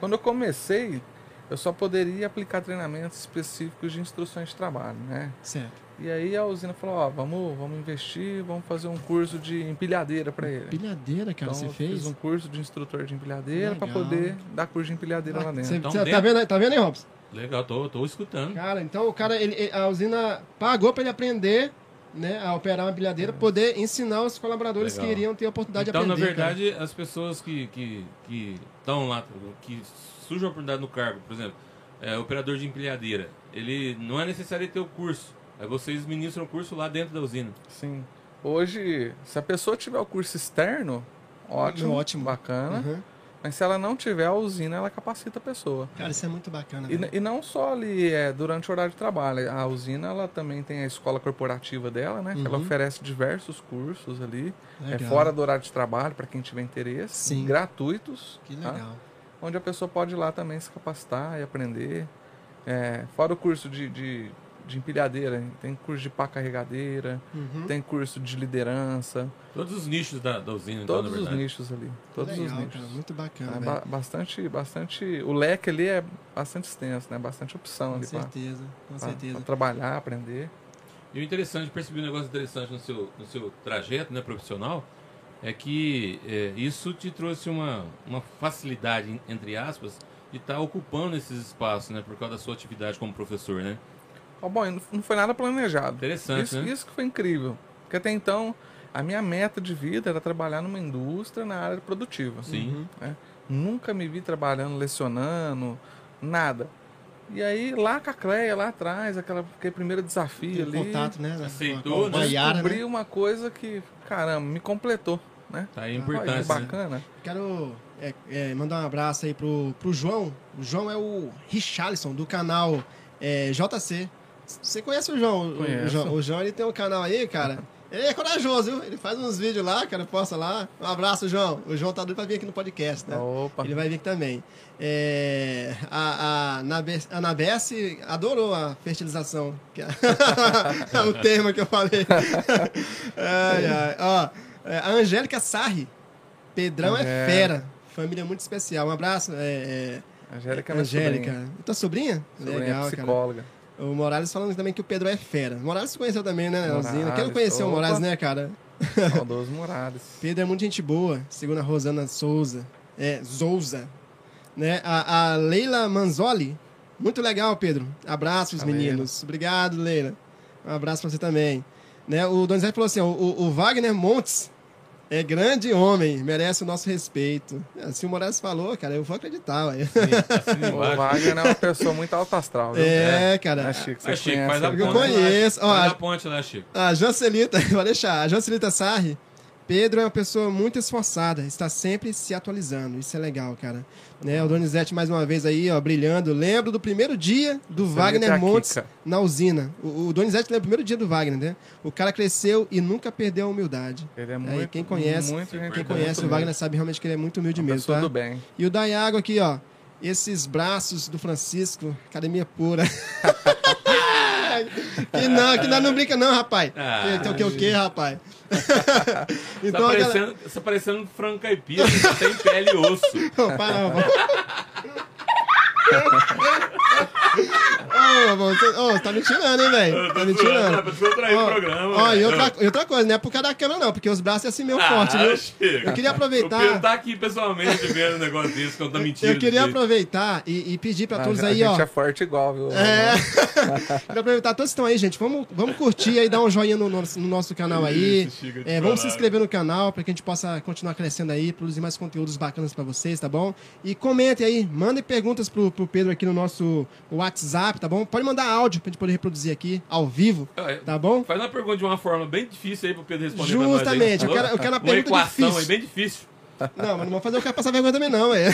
Speaker 5: Quando eu comecei, eu só poderia aplicar treinamentos específicos de instruções de trabalho, né?
Speaker 4: Certo.
Speaker 5: E aí a usina falou, ó, vamos, vamos investir, vamos fazer um curso de empilhadeira para ele.
Speaker 4: Pilhadeira, cara,
Speaker 5: Então,
Speaker 4: você
Speaker 5: eu
Speaker 4: fez?
Speaker 5: fiz um curso de instrutor de empilhadeira para
Speaker 4: Legal.
Speaker 5: poder dar curso de empilhadeira lá dentro.
Speaker 4: Você-
Speaker 3: Então,
Speaker 4: você- tá,
Speaker 3: dentro-
Speaker 4: vendo, aí- tá vendo aí, Robson?
Speaker 3: Legal, tô, tô escutando.
Speaker 4: Cara, então o cara, ele, ele- a usina pagou pra ele aprender, né, a operar uma pilhadeira, poder ensinar os colaboradores
Speaker 3: É. Legal.
Speaker 4: que iriam ter a oportunidade
Speaker 3: Então,
Speaker 4: de
Speaker 3: na
Speaker 4: aprender. cara.
Speaker 3: verdade, as pessoas que que que estão lá, que surge uma oportunidade no cargo, por exemplo, é, operador de empilhadeira, ele não é necessário ter o curso. Aí vocês ministram o curso lá dentro da usina.
Speaker 5: Sim. Hoje, se a pessoa tiver o curso externo, ótimo,
Speaker 4: Ótimo.
Speaker 5: bacana.
Speaker 4: Uhum.
Speaker 5: Mas se ela não tiver a usina, ela capacita a pessoa.
Speaker 4: Cara, isso é muito bacana.
Speaker 5: E,
Speaker 4: velho.
Speaker 5: n- e não só ali é, durante o horário de trabalho. A usina ela também tem a escola corporativa dela, né? Que ela
Speaker 4: Uhum.
Speaker 5: oferece diversos cursos ali. É,
Speaker 4: Legal.
Speaker 5: fora do horário de trabalho, para quem tiver interesse.
Speaker 4: Sim.
Speaker 5: Gratuitos.
Speaker 4: Que
Speaker 5: tá?
Speaker 4: legal.
Speaker 5: Onde a pessoa pode ir lá também se capacitar e aprender. É, fora o curso de, de, de empilhadeira, tem curso de pá carregadeira,
Speaker 4: Uhum.
Speaker 5: tem curso de liderança.
Speaker 3: Todos os nichos da, da usina, então, na
Speaker 5: Todos os
Speaker 3: verdade.
Speaker 5: nichos ali. Todos
Speaker 4: legal,
Speaker 5: os nichos.
Speaker 4: cara, muito bacana,
Speaker 5: É
Speaker 4: velho.
Speaker 5: ba- bastante, bastante. O leque ali é bastante extenso, né? Bastante opção
Speaker 4: Com
Speaker 5: ali pra,
Speaker 4: certeza, com
Speaker 5: pra- pra
Speaker 4: certeza.
Speaker 5: trabalhar, aprender.
Speaker 3: E o interessante, percebi um negócio interessante no seu, no seu trajeto né, profissional, é que é, isso te trouxe uma, uma facilidade, en- entre aspas, de estar ocupando esses espaços, né? Por causa da sua atividade como professor, né?
Speaker 5: Ó, bom, e não- não foi nada planejado.
Speaker 3: Interessante,
Speaker 5: isso,
Speaker 3: né?
Speaker 5: isso que foi incrível. Porque até então, a minha meta de vida era trabalhar numa indústria na área produtiva.
Speaker 3: Sim.
Speaker 5: né? Nunca me vi trabalhando, lecionando, nada. E aí, lá com a Cleia, lá atrás, aquela, aquele primeiro desafio
Speaker 4: Teve
Speaker 5: ali.
Speaker 4: contato, né? da-
Speaker 3: aceitou,
Speaker 4: com a- com a
Speaker 3: né?
Speaker 4: Yara, né?
Speaker 5: descobri uma coisa que, caramba, me completou, né?
Speaker 3: Tá aí a
Speaker 5: Olha que
Speaker 3: importância. né?
Speaker 5: bacana.
Speaker 4: Quero é, é, mandar um abraço aí pro, pro João. O João é o Richarlison, do canal é, JC. C- Você conhece o João? O- O
Speaker 5: Conheço.
Speaker 4: João, o João, ele tem um canal aí, cara. Ele é corajoso, viu? Ele faz uns vídeos lá, cara, posta lá. Um abraço, João. O João tá doido pra vir aqui no podcast, né?
Speaker 5: Opa.
Speaker 4: Ele vai vir aqui também. É, a a, Nabe- a Nabes adorou a fertilização, que é o tema que eu falei. Ai, ai. Ó, é, a Angélica Sarri. Pedrão é
Speaker 5: Angélica.
Speaker 4: fera. Família muito especial. Um abraço. É, é,
Speaker 5: Angélica é minha
Speaker 4: Angélica.
Speaker 5: sobrinha.
Speaker 4: Tua sobrinha?
Speaker 5: Sobrinha
Speaker 4: Legal, cara.
Speaker 5: psicóloga.
Speaker 4: O Morales falando também que o Pedro é fera. O Morales se conheceu também, né,
Speaker 5: Morales,
Speaker 4: Alzina? Quem não conheceu o Morales,
Speaker 5: opa.
Speaker 4: né, cara?
Speaker 5: Saudoso Morales.
Speaker 4: Pedro é muito gente boa, segundo a Rosana Souza. É, Souza. Né? A, a Leila Manzoli. Muito legal, Pedro. Abraços,
Speaker 5: A
Speaker 4: meninos. Obrigado, Leila. Um abraço pra você também. Né? O Donizete falou assim: ó, o, o Wagner Montes é grande homem, merece o nosso respeito. É, Se o Moraes falou, cara, eu vou acreditar. ué.
Speaker 3: Assina
Speaker 5: O
Speaker 3: embaixo.
Speaker 5: Wagner é uma pessoa muito alto astral, viu?
Speaker 4: É, cara.
Speaker 5: É Chico,
Speaker 3: Vai,
Speaker 5: você
Speaker 3: Chico,
Speaker 5: conhece
Speaker 3: faz a
Speaker 5: ele
Speaker 3: ponte.
Speaker 4: Eu
Speaker 5: também.
Speaker 3: lá, Chico.
Speaker 4: conheço, ó,
Speaker 3: Faz
Speaker 4: a-
Speaker 3: a ponte lá, Chico.
Speaker 4: A Jancelita, vou deixar. A Jancelita Sarri. Pedro é uma pessoa muito esforçada, está sempre se atualizando. Isso é legal, cara. Né, o Donizete, mais uma vez aí, ó, brilhando. Lembro do primeiro dia do
Speaker 5: Jancelita é
Speaker 4: Wagner
Speaker 5: a
Speaker 4: Montes
Speaker 5: Kika.
Speaker 4: na usina. O, o Donizete lembra o primeiro dia do Wagner, né? O cara cresceu e nunca perdeu a humildade.
Speaker 5: Ele é
Speaker 4: Aí,
Speaker 5: muito,
Speaker 4: quem conhece-
Speaker 5: muito gente
Speaker 4: Quem
Speaker 5: boa
Speaker 4: conhece o
Speaker 5: também.
Speaker 4: Wagner sabe realmente que ele é muito humilde
Speaker 5: Uma
Speaker 4: mesmo,
Speaker 5: pessoa
Speaker 4: tá?
Speaker 5: do bem.
Speaker 4: E o Dayago aqui, ó. Esses braços do Francisco, academia pura. que não, que nós não brinca não, rapaz.
Speaker 3: Ah,
Speaker 4: que, que, o que, rapaz?
Speaker 3: Tá
Speaker 4: então, a galera-
Speaker 3: parecendo, tá parecendo Franco Caipira, só tem pele e osso.
Speaker 4: Não, para, não. Ô, você ô, você tá me tirando, hein, velho? Tá me tirando.
Speaker 3: descontrair
Speaker 4: Ó, ó, e outra, e outra coisa, não é por causa da câmera, não, porque os braços é assim
Speaker 3: Ah,
Speaker 4: meio forte, viu? Eu queria aproveitar-
Speaker 3: O Pedro tá aqui pessoalmente vendo um negócio desse, quando tá mentindo.
Speaker 4: Eu queria
Speaker 3: desse jeito.
Speaker 4: aproveitar e, e pedir pra todos
Speaker 5: a,
Speaker 4: Então, aí,
Speaker 5: a
Speaker 4: ó.
Speaker 5: gente é forte igual, viu?
Speaker 4: É. Queria aproveitar todos que estão aí, gente. Vamos, vamos curtir aí, dar um joinha no nosso, no nosso canal aí.
Speaker 3: Isso, chega de
Speaker 4: É, vamos
Speaker 3: falar.
Speaker 4: se inscrever no canal para que a gente possa continuar crescendo aí, produzir mais conteúdos bacanas para vocês, tá bom? E comentem aí, mandem perguntas pro, pro Pedro aqui no nosso WhatsApp, tá bom? Pode mandar áudio pra gente poder reproduzir aqui ao vivo,
Speaker 3: É,
Speaker 4: tá bom?
Speaker 3: Faz uma pergunta de uma forma bem difícil aí pro Pedro responder pra nós. aí,
Speaker 4: Justamente, eu
Speaker 3: falou?
Speaker 4: quero- eu quero uma
Speaker 3: uma
Speaker 4: pergunta
Speaker 3: equação
Speaker 4: difícil.
Speaker 3: aí bem difícil.
Speaker 4: Não, mas não vou fazer o cara passar vergonha também, não, é.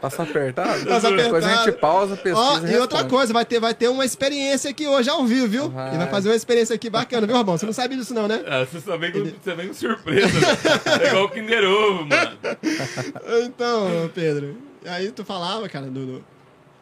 Speaker 5: Passa apertado?
Speaker 4: Passa
Speaker 5: Depois a
Speaker 4: apertado.
Speaker 5: gente pausa, pesquisa
Speaker 4: Ó,
Speaker 5: e
Speaker 4: e outra
Speaker 5: responde.
Speaker 4: coisa, vai ter, vai ter uma experiência aqui hoje ao vivo, viu?
Speaker 5: Vai.
Speaker 4: E vai fazer uma experiência aqui bacana, viu, Robão? Você não sabe disso, não, né?
Speaker 3: Ah, você só vem com, você vem com surpresa. né? é igual o Kinder Ovo, mano.
Speaker 4: Então, Pedro. Aí tu falava, cara, do. do-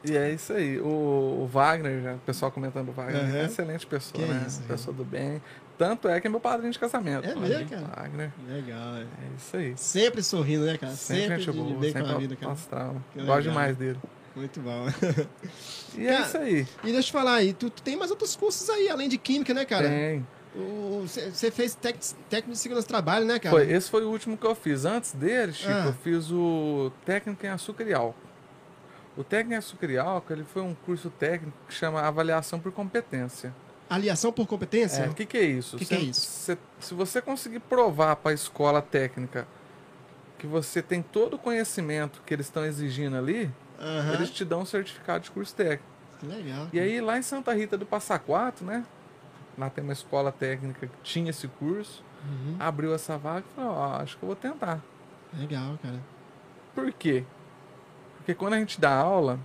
Speaker 5: E é isso aí. O, o Wagner, já, o pessoal comentando o Wagner,
Speaker 4: Aham.
Speaker 5: é excelente pessoa,
Speaker 4: Que
Speaker 5: né?
Speaker 4: isso, cara.
Speaker 5: pessoa do bem. Tanto é que é meu padrinho de casamento.
Speaker 4: É
Speaker 5: Olha
Speaker 4: mesmo,
Speaker 5: aí,
Speaker 4: cara?
Speaker 5: Wagner.
Speaker 4: Legal, é.
Speaker 5: É isso aí.
Speaker 4: Sempre sorrindo, né, cara?
Speaker 5: Sempre,
Speaker 4: Sempre,
Speaker 5: gente
Speaker 4: de
Speaker 5: boa,
Speaker 4: bem
Speaker 5: sempre
Speaker 4: com a vida, cara.
Speaker 5: astral.
Speaker 4: legal.
Speaker 5: Gosto demais dele.
Speaker 4: Muito bom.
Speaker 5: E é
Speaker 4: Cara,
Speaker 5: isso aí.
Speaker 4: e deixa eu te falar aí, tu, tu tem mais outros cursos aí, além de química, né, cara?
Speaker 5: Tem.
Speaker 4: Você fez tec- técnico de segurança do trabalho, né, cara?
Speaker 5: Foi, esse foi o último que eu fiz. Antes dele, Chico,
Speaker 4: Ah.
Speaker 5: eu fiz o técnico em açúcar e álcool. O técnico em açúcar e álcool, ele foi um curso técnico que chama avaliação por competência.
Speaker 4: Aliação por
Speaker 5: É,
Speaker 4: competência?
Speaker 5: o que, que é isso?
Speaker 4: O que
Speaker 5: Cê-
Speaker 4: que é isso?
Speaker 5: cê- se você conseguir provar para a escola técnica que você tem todo o conhecimento que eles estão exigindo ali,
Speaker 4: Aham.
Speaker 5: eles te dão um certificado de curso técnico.
Speaker 4: Que Legal.
Speaker 5: E aí, lá em Santa Rita do Passa Quatro, né? Lá tem uma escola técnica que tinha esse curso,
Speaker 4: Uhum,
Speaker 5: abriu essa vaga e falou: Ó, acho que eu vou tentar. é.
Speaker 4: Legal, cara.
Speaker 5: Por quê? Porque quando a gente dá aula,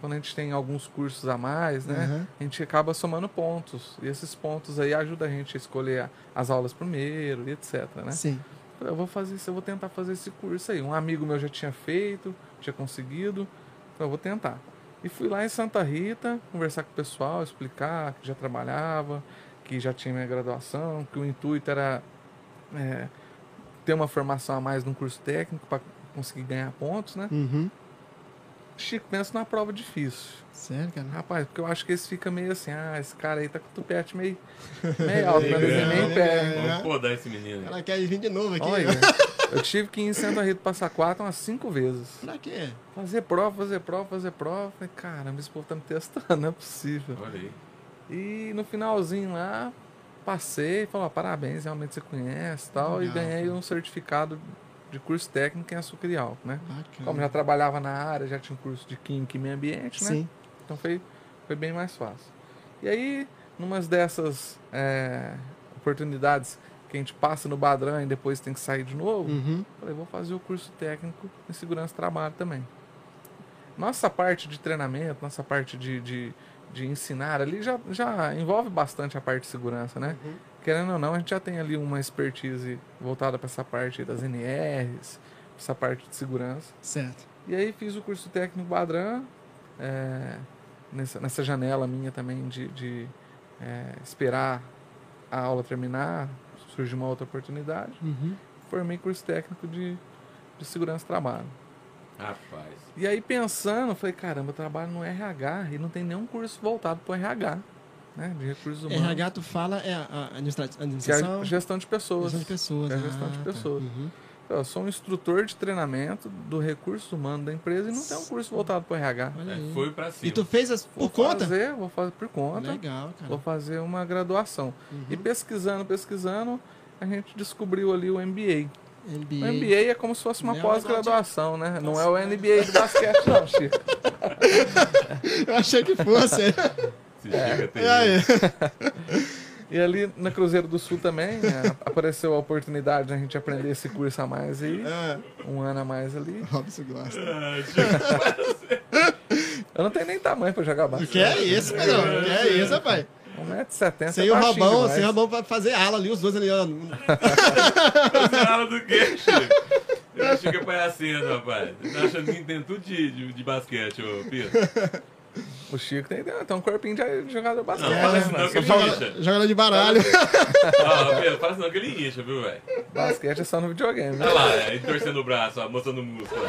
Speaker 5: quando a gente tem alguns cursos a mais, né?
Speaker 4: Aham.
Speaker 5: A gente acaba somando pontos. E esses pontos aí ajudam a gente a escolher a- as aulas primeiro e etc, né?
Speaker 4: Sim.
Speaker 5: Eu vou fazer isso, eu vou tentar fazer esse curso aí. Um amigo meu já tinha feito, tinha conseguido, então eu vou tentar. E fui lá em Santa Rita conversar com o pessoal, explicar que já trabalhava, que já tinha minha graduação, que o intuito era é, ter uma formação a mais num curso técnico para conseguir ganhar pontos, né?
Speaker 4: Uhum.
Speaker 5: Chico, pensa numa prova difícil.
Speaker 4: Sério, cara?
Speaker 5: Rapaz, porque eu acho que esse fica meio assim, ah, esse cara aí tá com o tupete meio, meio alto, né?
Speaker 3: É,
Speaker 5: Desenhei em pé.
Speaker 4: É.
Speaker 3: Vamos podar esse menino. aí.
Speaker 4: Ela quer vir de novo aqui.
Speaker 5: Olha, eu tive que ir em Santa Rita passar quatro umas cinco vezes.
Speaker 4: Pra quê?
Speaker 5: Fazer prova, fazer prova, fazer prova. Falei, caramba, esse povo tá me testando, não é possível.
Speaker 3: Olha aí.
Speaker 5: E no finalzinho lá, passei, falou, ó, parabéns, realmente você conhece e tal.
Speaker 4: Legal,
Speaker 5: e ganhei um certificado de curso técnico em açúcar e álcool, né?
Speaker 4: Bacana.
Speaker 5: Como já trabalhava na área, já tinha um curso de química e meio ambiente, né?
Speaker 4: Sim.
Speaker 5: Então foi, foi bem mais fácil. E aí, numas dessas é, oportunidades que a gente passa no Badran e depois tem que sair de novo,
Speaker 4: Uhum.
Speaker 5: falei, vou fazer o curso técnico em segurança do trabalho também. Nossa parte de treinamento, nossa parte de, de, de ensinar ali já, já envolve bastante a parte de segurança, né? Querendo ou não, a gente já tem ali uma expertise voltada para essa parte das NRs, essa parte de segurança.
Speaker 4: Certo.
Speaker 5: E aí fiz o curso técnico Badran, é, nessa, nessa janela minha também de, de, é, esperar a aula terminar, surgiu uma outra oportunidade.
Speaker 4: Uhum.
Speaker 5: Formei curso técnico de, de segurança do trabalho.
Speaker 3: Rapaz.
Speaker 5: E aí pensando, falei, caramba, eu trabalho no RH e não tem nenhum curso voltado para o RH, né? De recursos humanos.
Speaker 4: RH, tu fala, é a- a administra-
Speaker 5: que é
Speaker 4: administração,
Speaker 5: a gestão de pessoas.
Speaker 4: gestão de pessoas.
Speaker 5: É a gestão de
Speaker 4: Ah, tá.
Speaker 5: pessoas.
Speaker 4: Uhum.
Speaker 5: Eu sou um instrutor de treinamento do recurso humano da empresa e não tem um curso voltado para o RH.
Speaker 4: Olha
Speaker 3: É,
Speaker 4: aí.
Speaker 3: foi pra cima.
Speaker 4: Uhum. E tu fez as,
Speaker 5: Vou
Speaker 4: por conta? Né?
Speaker 5: Fazer, vou fazer por conta.
Speaker 4: Legal,
Speaker 5: Vou
Speaker 4: cara.
Speaker 5: fazer uma graduação. E
Speaker 4: Uhum.
Speaker 5: pesquisando, pesquisando, a gente descobriu ali o MBA.
Speaker 4: MBA.
Speaker 5: O MBA é como se fosse uma
Speaker 4: Não é uma
Speaker 5: pós-graduação, né? Não é o NBA do basquete, não, Chico.
Speaker 4: Eu achei que fosse.
Speaker 3: Se chega até
Speaker 4: É. E aí?
Speaker 5: E ali na Cruzeiro do Sul também né, apareceu a oportunidade de a gente aprender esse curso a mais aí,
Speaker 4: Ah,
Speaker 5: um ano a mais ali.
Speaker 4: Robson gosta.
Speaker 5: Eu não tenho nem tamanho pra jogar
Speaker 4: O
Speaker 5: basquete.
Speaker 4: que é isso, Pedrão? O que é isso, rapaz?
Speaker 5: 1,70m.
Speaker 4: Sem o Robão, sem o Robão pra fazer ala ali, os dois ali, ó.
Speaker 3: Fala do quê, Chico? Eu acho que é palhaçento, rapaz. Você tá achando que entende tudo de, de, de basquete, ô Pedro?
Speaker 5: O Chico tem, tem um corpinho de de jogador de basquete.
Speaker 4: É,
Speaker 3: Não, fala
Speaker 5: né,
Speaker 3: isso não,
Speaker 5: mano?
Speaker 3: que ele incha.
Speaker 4: Joga lá de baralho.
Speaker 3: Ah, Pedro, fala isso não que ele incha, viu, velho?
Speaker 5: Basquete é só no videogame, né?
Speaker 3: Olha lá, é, ele torcendo o braço, ó, mostrando o músculo.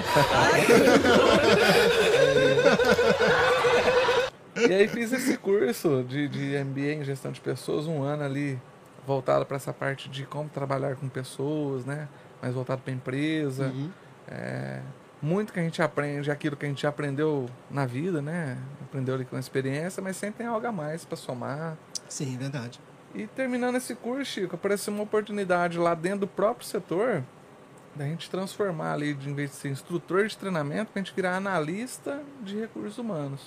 Speaker 3: ó.
Speaker 5: E aí fiz esse curso de, de MBA em gestão de pessoas, um ano ali voltado para essa parte de como trabalhar com pessoas, né? Mais voltado para empresa.
Speaker 4: Uhum.
Speaker 5: É, muito que a gente aprende, aquilo que a gente aprendeu na vida, né? Aprendeu ali com a experiência, mas sempre tem algo a mais para somar.
Speaker 4: Sim, verdade.
Speaker 5: E terminando esse curso, Chico, apareceu uma oportunidade lá dentro do próprio setor da gente transformar ali, de, em vez de ser instrutor de treinamento, para a gente virar analista de recursos humanos.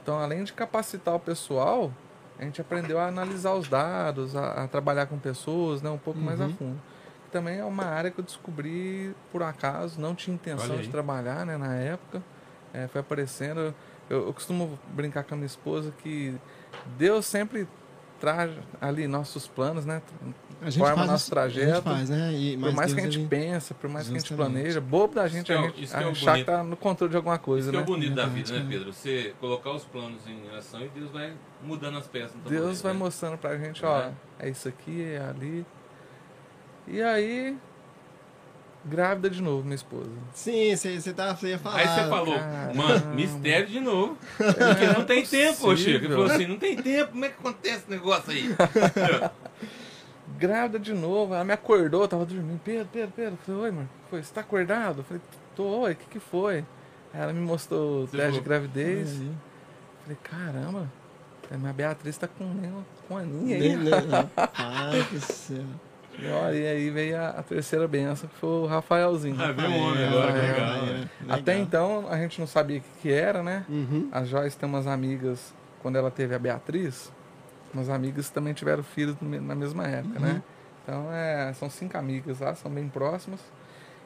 Speaker 5: Então, além de capacitar o pessoal, a gente aprendeu a analisar os dados, a, a trabalhar com pessoas, né, um pouco mais
Speaker 3: Uhum.
Speaker 5: a fundo. Também é uma área que eu descobri por acaso, não tinha intenção
Speaker 3: Olha aí.
Speaker 5: de trabalhar né, na época. É, foi aparecendo. Eu, eu costumo brincar com a minha esposa que Deus sempre traz ali nossos planos, né?
Speaker 4: A
Speaker 5: Forma nosso
Speaker 4: as- A
Speaker 5: trajeto.
Speaker 4: gente faz, né? E,
Speaker 5: por mais
Speaker 4: Deus,
Speaker 5: que a gente
Speaker 4: ele-
Speaker 5: pensa, por mais que a gente
Speaker 4: Justamente.
Speaker 5: planeja, bobo da
Speaker 3: Isso que
Speaker 5: gente, a
Speaker 3: é o-
Speaker 5: gente
Speaker 3: isso que é o
Speaker 5: achar que
Speaker 3: bonito.
Speaker 5: tá no controle de alguma
Speaker 3: Isso
Speaker 5: coisa,
Speaker 3: que é o
Speaker 5: né?
Speaker 3: bonito da vida, né,
Speaker 4: Exatamente,
Speaker 3: Pedro? Você colocar os planos em ação e Deus vai mudando as peças. no
Speaker 5: Deus
Speaker 3: tabuleiro,
Speaker 5: vai
Speaker 3: né?
Speaker 5: mostrando pra gente, ó,
Speaker 3: É.
Speaker 5: é. isso aqui, é ali. E aí, grávida de novo, minha esposa.
Speaker 4: Sim, você você tá, você ia falar.
Speaker 3: Aí você falou,
Speaker 5: caramba.
Speaker 3: mano, mistério de novo. Porque não tem tempo, ô Chico. Ele falou assim, não tem tempo, como é que acontece esse negócio aí?
Speaker 5: Grávida de novo, ela me acordou, eu tava dormindo. Pedro, Pedro, Pedro. Eu falei, oi, amor, o que foi? Você tá acordado? Eu falei, tô, oi, o que que foi? Aí ela me mostrou o
Speaker 3: Você
Speaker 5: teste de
Speaker 3: falou,
Speaker 5: gravidez. Eu falei, caramba, minha Beatriz tá com, um- com um aninho aí.
Speaker 4: Nem- nem- Rapaz do céu.
Speaker 5: Ó, E aí veio a, a terceira benção, que foi o Rafaelzinho.
Speaker 3: Ah, veio um homem
Speaker 4: É,
Speaker 3: agora, que
Speaker 4: é,
Speaker 3: legal. né?
Speaker 4: é,
Speaker 3: velho.
Speaker 4: é,
Speaker 5: Até
Speaker 4: legal.
Speaker 5: então a gente não sabia o que, que era, né?
Speaker 4: Uhum.
Speaker 5: A Joyce tem umas amigas, quando ela teve a Beatriz, umas amigas também tiveram filhos no me- na mesma época,
Speaker 4: Uhum.
Speaker 5: né? Então é, são cinco amigas lá, são bem próximas.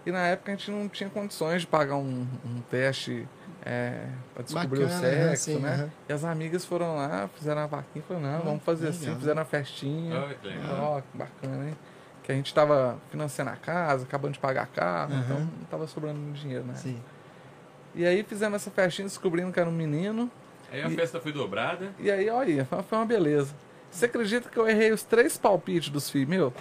Speaker 5: E na época a gente não tinha condições de pagar um, um teste é, pra descobrir
Speaker 4: Bacana,
Speaker 5: o sexo,
Speaker 4: assim,
Speaker 5: né?
Speaker 4: aham.
Speaker 5: E as amigas foram lá, fizeram a vaquinha e falaram, não, vamos fazer assim,
Speaker 4: legal.
Speaker 5: fizeram a festinha.
Speaker 3: Olha que legal.
Speaker 5: Ó, que bacana, hein? Que a gente tava financiando a casa, acabando de pagar carro, então não tava sobrando muito dinheiro, né?
Speaker 4: Sim.
Speaker 5: E aí fizemos essa festinha, descobrindo que era um menino.
Speaker 3: Aí a festa foi dobrada.
Speaker 5: E aí, olha, foi foi uma beleza. Você acredita que eu errei os três palpites dos filhos, meu?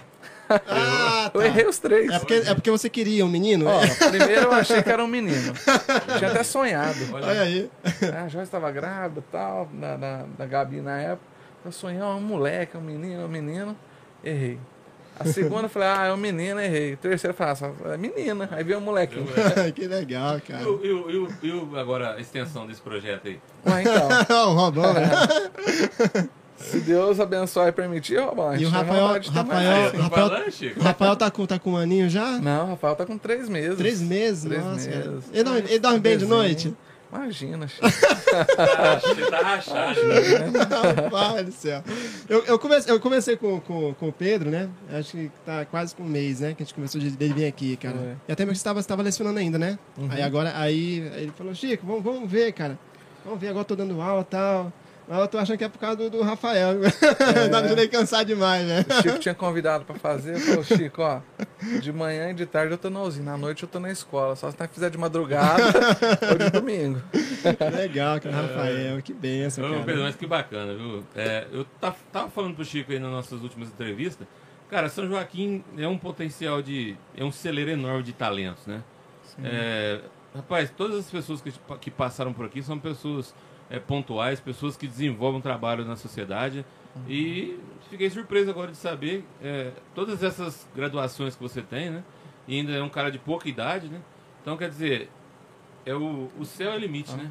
Speaker 4: Ah, tá.
Speaker 5: Eu errei os três.
Speaker 4: É porque, é porque você queria um menino?
Speaker 5: Ó, primeiro eu achei que era um menino. Tinha até sonhado.
Speaker 4: Olha aí.
Speaker 5: Ah, A Joyce estava grávida e tal, da, da, da Gabi na época. Eu sonhei, ó, um moleque, um menino, um menino. Errei. A segunda eu falei, ah, é um menino, errei. A terceira eu falei, ah, só- é menina. Aí veio um molequinho.
Speaker 4: que legal,
Speaker 3: E
Speaker 4: cara.
Speaker 3: o- e o- e o- e o- agora a extensão desse projeto aí?
Speaker 5: Ué, então,
Speaker 4: o Robão, né?
Speaker 5: se Deus abençoar e permitir, ó, bom, a gente
Speaker 4: E o
Speaker 5: tem
Speaker 4: Rafael-
Speaker 5: vontade de ter mais.
Speaker 4: Rafael-
Speaker 3: Aí, você não
Speaker 4: Rafael-
Speaker 3: vai lá, Chico?
Speaker 4: O Rafael tá com, tá com um aninho já?
Speaker 5: Não, o Rafael tá com três meses.
Speaker 4: Três meses?
Speaker 5: Três
Speaker 4: Nossa, cara.
Speaker 5: meses.
Speaker 4: Ele dorme, ele dorme bem de
Speaker 5: Desenho.
Speaker 4: noite?
Speaker 5: Imagina, Chico.
Speaker 3: Você tá rachado. né?
Speaker 4: Pai do céu. Eu, eu comecei, eu comecei com, com, com o Pedro, né? Acho que tá quase com um mês, né? Que a gente começou de dele vir aqui, cara.
Speaker 5: É.
Speaker 4: E até mesmo você tava, você tava lecionando ainda, né? Aí agora, aí aí ele falou, Chico, vamos, vamos ver, cara. Vamos ver, agora eu tô dando aula e tal. Mas eu tô achando que é por causa do, do Rafael. Não deixei cansar demais, né?
Speaker 5: O Chico tinha convidado pra fazer. Eu falei, Chico, ó, de manhã e de tarde eu tô na usina, à noite eu tô na escola. Só se nós fizer de madrugada ou de domingo.
Speaker 4: Legal, cara, É. Rafael. Que benção,
Speaker 3: Ô,
Speaker 4: cara.
Speaker 3: Pedro, mas que bacana, viu? É, eu ta- tava falando pro Chico aí nas nossas últimas entrevistas. Cara, São Joaquim é um potencial de. é um celeiro enorme de talentos, né? É, rapaz, todas as pessoas que, que passaram por aqui são pessoas é, pontuais, pessoas que desenvolvem um trabalho na sociedade. E fiquei surpreso agora de saber é, todas essas graduações que você tem, né? E ainda é um cara de pouca idade, né? Então, quer dizer, é o, o céu é o limite, né?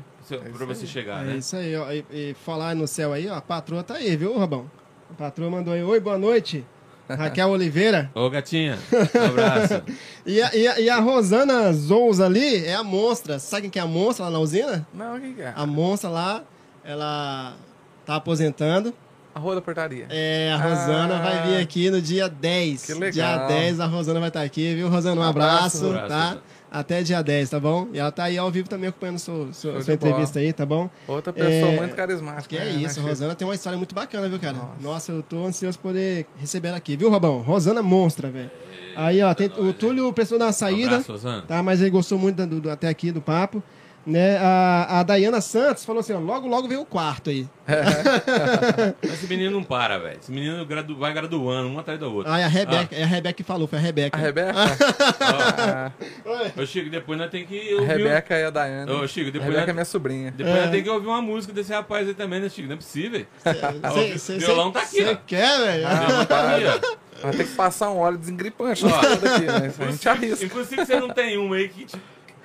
Speaker 3: Para você chegar,
Speaker 4: É
Speaker 3: né?
Speaker 4: isso aí, ó. E, e falar no céu aí, ó. A patroa tá aí, viu, Robão? A patroa mandou aí, oi, boa noite. Raquel Oliveira.
Speaker 3: Ô, gatinha, um abraço.
Speaker 4: E a, e a- e a Rosana Zouza ali é a monstra. Sabe quem que é a monstra lá na usina?
Speaker 5: Não, o que, que é?
Speaker 4: A monstra lá, ela tá aposentando.
Speaker 5: A rua da portaria.
Speaker 4: É, a
Speaker 5: Ah.
Speaker 4: Rosana vai vir aqui no dia 10.
Speaker 5: Que legal.
Speaker 4: Dia 10 a Rosana vai estar aqui, viu, Rosana? Um abraço,
Speaker 5: Abraço,
Speaker 3: abraço,
Speaker 4: tá?
Speaker 3: Rosana.
Speaker 4: Até dia 10, tá bom? E ela tá aí ao vivo também acompanhando sua, sua-
Speaker 5: Show
Speaker 4: sua
Speaker 5: de bola.
Speaker 4: entrevista aí, tá bom?
Speaker 5: Outra pessoa
Speaker 4: É,
Speaker 5: muito carismática.
Speaker 4: Que é,
Speaker 5: né,
Speaker 4: isso,
Speaker 5: né, Chico?
Speaker 4: Rosana tem uma história muito bacana, viu, cara? Nossa,
Speaker 5: Nossa.
Speaker 4: eu tô ansioso por poder receber ela aqui, viu, Robão? Rosana monstra, velho. Aí, ó, tem, o Túlio precisou dar uma
Speaker 3: Um
Speaker 4: saída,
Speaker 3: abraço, Rosana.
Speaker 4: tá? Mas ele gostou muito do, do- até aqui do papo. Né? A, a Dayana Santos falou assim: ó, logo, logo veio o quarto aí.
Speaker 3: Mas esse menino não para, velho. Esse menino gradu... vai
Speaker 4: Ah, é
Speaker 3: graduando, um atrás da outra.
Speaker 4: Aí a Rebeca, é a Rebeca que falou, foi a
Speaker 5: A
Speaker 4: Rebeca.
Speaker 5: Rebeca? Ah,
Speaker 4: Ô, ué.
Speaker 3: Ô, Chico, depois nós temos que
Speaker 5: A
Speaker 3: ouvir.
Speaker 5: Rebeca e a Dayane.
Speaker 3: Ô, Chico,
Speaker 5: a
Speaker 3: depois,
Speaker 5: Rebeca é
Speaker 3: nós,
Speaker 5: minha sobrinha.
Speaker 3: depois nós temos que ouvir uma música desse rapaz aí também, né, Chico? Não é possível.
Speaker 4: Cê- cê-
Speaker 3: Ah, violão tá aqui,
Speaker 4: cê
Speaker 3: ó.
Speaker 4: quer, velho?
Speaker 3: O violão tá aí, ó.
Speaker 5: Vai ter que passar um óleo desengripante
Speaker 3: Ó.
Speaker 5: no todo aqui, né? Isso A gente arrisca.
Speaker 3: Inclusive, você não tem uma aí que te...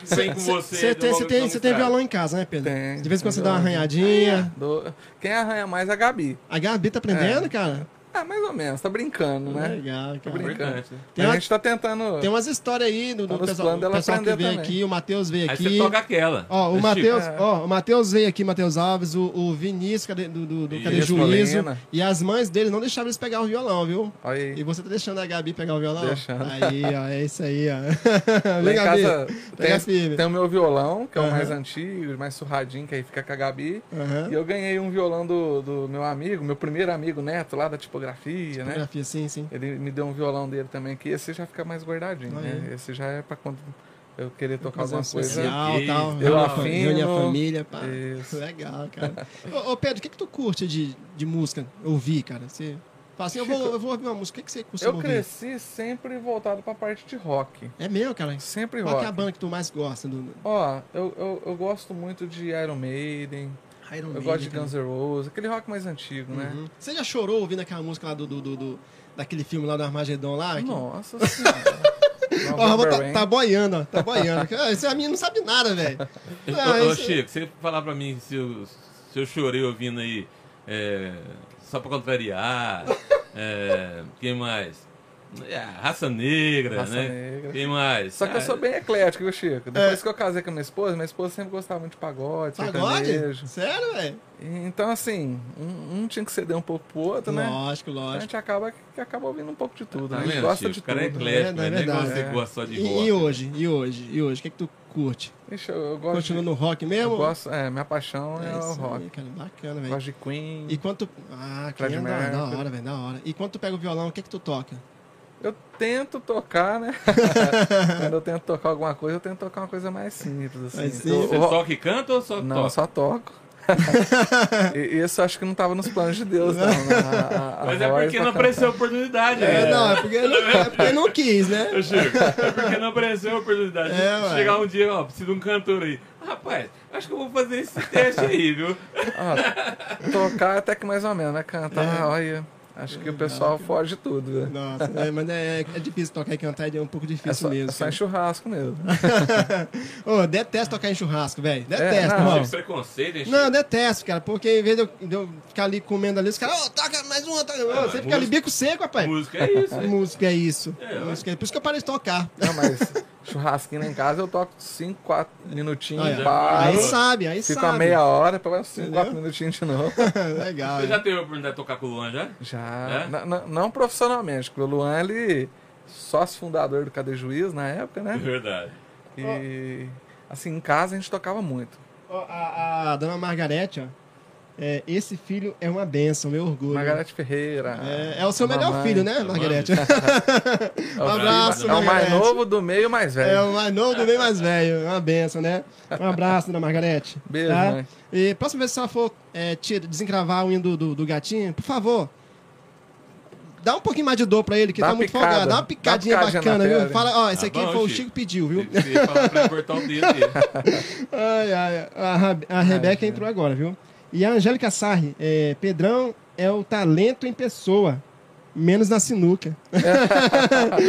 Speaker 3: vem com você.
Speaker 4: Você
Speaker 3: do
Speaker 4: tem,
Speaker 3: logo
Speaker 4: cê
Speaker 3: que
Speaker 4: tem,
Speaker 3: vamos
Speaker 4: cê tem
Speaker 3: entrar.
Speaker 4: violão em casa, né, Pedro?
Speaker 5: Tem,
Speaker 4: De vez em quando
Speaker 5: tem
Speaker 4: você
Speaker 5: É.
Speaker 4: dá uma arranhadinha.
Speaker 5: Do- Quem arranha mais é a Gabi.
Speaker 4: A Gabi tá aprendendo, cara?
Speaker 5: Ah, mais ou menos, tá brincando, né?
Speaker 4: Legal,
Speaker 5: Tá
Speaker 4: cara.
Speaker 5: brincando.
Speaker 3: Importante, né?
Speaker 4: Tem
Speaker 5: a
Speaker 4: uma-
Speaker 5: gente tá tentando.
Speaker 4: Tem umas histórias aí do, do
Speaker 5: Tá nos
Speaker 4: pessoal,
Speaker 5: planos dela
Speaker 4: pessoal que
Speaker 5: aprender
Speaker 4: veio
Speaker 5: também.
Speaker 4: aqui, o Matheus veio
Speaker 3: Aí
Speaker 4: aqui.
Speaker 3: você toca aquela.
Speaker 4: Ó,
Speaker 3: Né,
Speaker 4: o Matheus,
Speaker 5: É.
Speaker 4: ó, o Matheus veio aqui, Matheus Alves, o, o Vinícius, cadê, do, do, do Cadê
Speaker 5: Isso,
Speaker 4: Juízo.
Speaker 5: Lorena.
Speaker 4: E as mães dele não deixavam eles pegar o violão, viu?
Speaker 5: Olha aí.
Speaker 4: E você tá deixando a Gabi pegar o violão?
Speaker 5: Deixando.
Speaker 4: Aí, ó, é isso aí, ó.
Speaker 5: Lá
Speaker 4: Vem,
Speaker 5: em
Speaker 4: Gabi.
Speaker 5: casa
Speaker 4: Pega
Speaker 5: tem,
Speaker 4: firme.
Speaker 5: tem o meu violão, que é o mais antigo, mais surradinho, que aí fica com a Gabi.
Speaker 4: Aham.
Speaker 5: E eu ganhei um violão do, do meu amigo, meu primeiro amigo neto lá da tipografia, né?
Speaker 4: Fotografia, sim, sim.
Speaker 5: Ele me deu um violão dele também, que esse já fica mais guardadinho, né? Esse já é pra quando eu querer tocar
Speaker 4: Fazer um
Speaker 5: alguma coisa.
Speaker 4: social
Speaker 3: ok.
Speaker 4: e tal.
Speaker 5: Eu
Speaker 4: reúne a
Speaker 5: afino.
Speaker 4: fa- Reúne a família, pá.
Speaker 5: Isso.
Speaker 4: Legal, cara. ô, ô, Pedro, o que, que tu curte de, de música? Ouvir, cara? Você fala assim, eu vou, eu vou ouvir uma música. O que, que você costuma
Speaker 5: Eu
Speaker 4: ouvir?
Speaker 5: cresci sempre voltado pra parte de rock.
Speaker 4: É meu, cara.
Speaker 5: Sempre
Speaker 4: Qual que é a
Speaker 5: rock.
Speaker 4: banda que tu mais gosta? Do...
Speaker 5: Ó, eu, eu, eu gosto muito de Iron Maiden,
Speaker 4: Iron
Speaker 5: eu gosto de
Speaker 4: cara.
Speaker 5: Guns N' Roses, aquele rock mais antigo, né?
Speaker 4: Uhum. Você já chorou ouvindo aquela música lá do, do, do- do- daquele filme lá do Armagedon lá? Que-
Speaker 5: Nossa senhora.
Speaker 4: Ó, o Ramon
Speaker 5: November
Speaker 4: tá,
Speaker 5: Rain.
Speaker 4: tá boiando, ó. Tá boiando. Ah, Esse amigo não sabe nada, velho. Ah,
Speaker 3: Ô, ô,
Speaker 4: esse-
Speaker 5: é-
Speaker 3: Chico, você falar pra mim se eu, se eu chorei ouvindo aí. é, só pra contrariar. é, quem mais? É, raça Negra,
Speaker 5: Raça
Speaker 3: né?
Speaker 5: Negra.
Speaker 3: Quem mais? Ah,
Speaker 5: Só que eu sou bem eclético, viu,
Speaker 4: É.
Speaker 5: Chico? Depois que eu casei com a minha esposa, minha esposa sempre gostava muito de pagode, sertanejo.
Speaker 4: Pagode? Sério, velho?
Speaker 5: Então, assim, um, um tinha que ceder um pouco pro outro, né?
Speaker 4: Lógico,
Speaker 5: Então a
Speaker 4: lógico.
Speaker 5: gente acaba que acaba ouvindo um pouco de tudo,
Speaker 3: Tá
Speaker 5: né? A gente
Speaker 3: vendo,
Speaker 5: gosta
Speaker 3: Chico?
Speaker 5: de
Speaker 3: o cara é
Speaker 5: tudo.
Speaker 3: eclético,
Speaker 4: É,
Speaker 3: né?
Speaker 4: é
Speaker 3: Nem
Speaker 4: verdade.
Speaker 3: você
Speaker 5: É.
Speaker 3: gosta só de rock. né?
Speaker 4: E, e hoje, e hoje, e hoje? O que, que tu curte?
Speaker 5: Ixi, eu, eu gosto.
Speaker 4: Continua
Speaker 5: de-
Speaker 4: no rock
Speaker 5: eu
Speaker 4: mesmo?
Speaker 5: gosto, é, minha paixão é,
Speaker 4: É
Speaker 5: o
Speaker 4: isso
Speaker 5: rock.
Speaker 4: aí, cara. Bacana,
Speaker 5: Eu
Speaker 4: velho.
Speaker 5: gosto de Queen.
Speaker 4: E quando tu... Ah, que
Speaker 5: Fred
Speaker 4: é da, da
Speaker 5: Mercury.
Speaker 4: hora, velho, da hora. E quando tu pega o violão, o que que tu toca?
Speaker 5: Eu tento tocar, né? Quando eu tento tocar alguma coisa, eu tento tocar uma coisa mais simples, assim.
Speaker 4: Mais
Speaker 5: Eu-
Speaker 4: simples.
Speaker 3: Você
Speaker 5: eu-
Speaker 3: só que canta ou só
Speaker 5: Não,
Speaker 3: toca?
Speaker 5: eu só toco. E- Isso acho que não tava nos planos de Deus, não. né? A- a- a
Speaker 3: Mas é
Speaker 5: voz
Speaker 3: porque
Speaker 5: pra
Speaker 3: não
Speaker 5: cantar.
Speaker 3: apareceu oportunidade,
Speaker 4: É,
Speaker 3: né?
Speaker 4: não, é porque não, é porque não quis, né?
Speaker 3: Ô, Chico, é porque não apareceu a oportunidade.
Speaker 4: É, ué.
Speaker 3: Chegar um dia, ó, preciso de um cantor aí. Rapaz, acho que eu vou fazer esse teste aí, viu?
Speaker 5: Ó, tocar até que mais ou menos, né? Cantar, olha. Acho que o pessoal foge de tudo, né?
Speaker 4: Nossa, é, mas é, é difícil tocar e cantar, é um pouco difícil
Speaker 5: É só,
Speaker 4: mesmo.
Speaker 5: é só em
Speaker 4: cara.
Speaker 5: churrasco mesmo.
Speaker 4: Ô, detesto tocar em churrasco, velho. Detesto,
Speaker 5: É, não,
Speaker 4: irmão.
Speaker 3: Esse preconceito, é hein, Chico?
Speaker 4: Não, eu detesto, cara, porque em vez de eu, de eu ficar ali comendo ali, os caras, ô, toca mais uma, toca. Ô, você
Speaker 3: mas
Speaker 4: fica ali
Speaker 3: música-
Speaker 4: bico seco, rapaz.
Speaker 3: Música é isso. né?
Speaker 4: Música é isso.
Speaker 3: É,
Speaker 4: música é Por isso que eu parei de tocar.
Speaker 5: Não, mas churrasquinho lá em casa eu toco 5, 4 minutinhos,
Speaker 4: Olha, aí
Speaker 5: paro.
Speaker 4: sabe, aí
Speaker 5: Ah, Fico a
Speaker 4: sabe.
Speaker 5: meia hora, pelo menos 5,
Speaker 4: Entendeu?
Speaker 5: 4 minutinhos de novo.
Speaker 4: Legal.
Speaker 3: Você
Speaker 4: é.
Speaker 3: já teve a oportunidade de tocar com o Luan já?
Speaker 5: Já.
Speaker 3: É?
Speaker 5: na- na- não profissionalmente, porque o Luan, ele. Sócio fundador do Cadê Juiz na época, né?
Speaker 3: É Verdade.
Speaker 5: E assim, em casa a gente tocava muito.
Speaker 4: Ó, a, a dona Margarete, ó. é, esse filho é uma benção, meu orgulho.
Speaker 5: Margarete Ferreira.
Speaker 4: É, é o seu melhor
Speaker 5: mamãe.
Speaker 4: filho, né, Margarete?
Speaker 5: É o
Speaker 4: Um abraço,
Speaker 5: filho- É o mais
Speaker 4: Margarete.
Speaker 5: novo do meio e o mais
Speaker 4: É
Speaker 5: velho.
Speaker 4: o mais novo do bem mais velho. É uma benção, né? Um abraço, dona Margarete. Tá?
Speaker 5: Beijo, mãe.
Speaker 4: E próxima vez que ela for é, tira- desencravar o hino do, do, do gatinho, por favor. Dá um pouquinho mais de dor pra ele, que
Speaker 5: Dá
Speaker 4: tá
Speaker 5: uma
Speaker 4: muito
Speaker 5: picada.
Speaker 4: folgado. Dá uma
Speaker 5: Dá uma
Speaker 4: picadinha
Speaker 5: picadinha na
Speaker 4: bacana, viu?
Speaker 5: tela.
Speaker 4: Fala, ó, esse
Speaker 3: Tá
Speaker 4: aqui
Speaker 3: bom,
Speaker 4: foi o
Speaker 3: Chico.
Speaker 4: Chico que pediu,
Speaker 3: Tem
Speaker 4: viu?
Speaker 3: que ser falar pra ele cortar o dedo dele.
Speaker 4: Ai, ai, a, Ra- a Rebeca entrou agora, viu? E a Angélica Sarri, é, Pedrão é o talento em pessoa, menos na sinuca.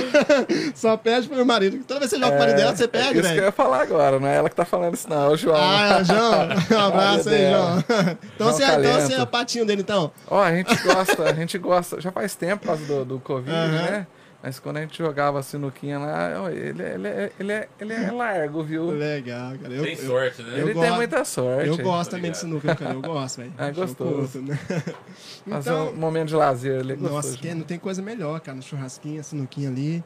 Speaker 4: Só perde pro meu marido. Toda vez que você joga pro marido dela, você perde,
Speaker 5: É. isso que eu
Speaker 4: velho.
Speaker 5: ia falar agora, não é ela que tá falando isso, não, é o João.
Speaker 4: Ah, João, um abraço aí,
Speaker 5: dela.
Speaker 4: João. Então
Speaker 5: João
Speaker 4: você, então
Speaker 5: Talento.
Speaker 4: você é o patinho dele, então.
Speaker 5: Ó, a gente gosta, a gente gosta. Já faz tempo por causa do, do Covid, né? Mas quando a gente jogava sinuquinha lá, ó, ele, ele, é- ele, é, ele é largo, viu?
Speaker 4: Legal, cara. Eu,
Speaker 3: Tem
Speaker 4: eu-
Speaker 3: sorte, Tá né?
Speaker 5: Ele
Speaker 4: eu
Speaker 5: tem
Speaker 4: gosto.
Speaker 5: muita sorte.
Speaker 4: eu gosto
Speaker 3: Obrigado.
Speaker 4: também de sinuca, cara. Eu gosto, velho.
Speaker 5: É
Speaker 4: Eu
Speaker 5: gostoso.
Speaker 4: curto, né?
Speaker 5: Fazer
Speaker 4: Então-
Speaker 5: um momento de lazer ali. é
Speaker 4: Nossa,
Speaker 5: gostoso.
Speaker 4: tem- não tem coisa melhor, cara. No churrasquinho, a sinuquinha ali.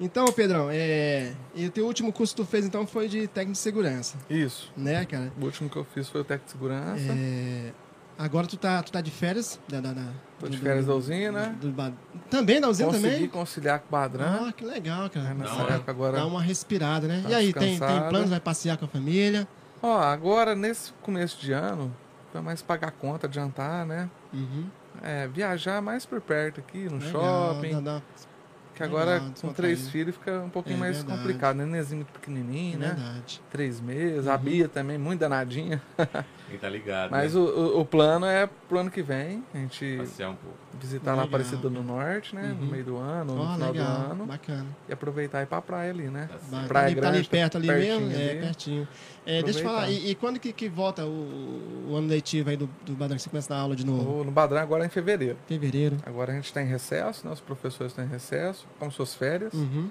Speaker 4: Então, Pedrão, é... e o teu último curso que tu fez, então, foi de técnico de segurança,
Speaker 5: Isso.
Speaker 4: né, cara?
Speaker 5: O último que eu fiz foi o técnico de segurança.
Speaker 4: É, Agora tu tá, tu tá de férias? Da, da, da-
Speaker 5: Tô de
Speaker 4: do-
Speaker 5: férias
Speaker 4: do-
Speaker 5: da usina. né?
Speaker 4: do ba- Também da usina
Speaker 5: Consegui
Speaker 4: também?
Speaker 5: conciliar com o Badran.
Speaker 4: Ah, que legal, cara.
Speaker 5: né, nessa
Speaker 4: Dá uma-
Speaker 5: época agora.
Speaker 4: Dá uma respirada, né?
Speaker 5: Tá
Speaker 4: e aí, tem, tem
Speaker 5: descansado.
Speaker 4: planos? Vai passear com a família?
Speaker 5: Ó, agora nesse começo de ano, foi mais pagar conta, adiantar, né?
Speaker 4: Uhum.
Speaker 5: É, viajar mais por perto aqui, no
Speaker 4: Legal,
Speaker 5: shopping. né?
Speaker 4: dá- dá-
Speaker 5: Que agora
Speaker 4: Verdade,
Speaker 5: com
Speaker 4: descontraído.
Speaker 5: três filhos fica um pouquinho
Speaker 4: É
Speaker 5: mais
Speaker 4: verdade.
Speaker 5: complicado. Nenenzinho muito pequenininho, né?
Speaker 4: É Verdade. Uhum.
Speaker 5: Três meses. A Bia também, muito danadinha.
Speaker 3: Quem tá
Speaker 4: É.
Speaker 3: ligado,
Speaker 5: Mas
Speaker 3: né?
Speaker 5: o, o- o plano é pro ano que vem. A gente
Speaker 3: Passear um pouco.
Speaker 5: visitar
Speaker 4: Legal.
Speaker 5: lá
Speaker 4: Uhum.
Speaker 5: Aparecida do Norte, né? No meio do ano,
Speaker 4: Ó,
Speaker 5: no final do
Speaker 4: legal.
Speaker 5: ano.
Speaker 4: Bacana.
Speaker 5: E aproveitar e ir pra praia ali, né?
Speaker 3: Tá certo.
Speaker 4: Vai.
Speaker 5: Praia
Speaker 4: tá, ali, tá ali
Speaker 5: Grande, tá
Speaker 4: perto ali
Speaker 5: pertinho
Speaker 4: mesmo? É,
Speaker 5: ali.
Speaker 4: pertinho. É, deixa eu falar,
Speaker 5: Aproveitar.
Speaker 4: e, e quando que, que volta o, o ano letivo aí do, do Badrão? Você começa a dar aula de novo?
Speaker 5: O- No Badrão agora é em fevereiro.
Speaker 4: Fevereiro.
Speaker 5: Agora a gente está em recesso, né? Os professores estão em recesso, com suas férias.
Speaker 4: Uhum.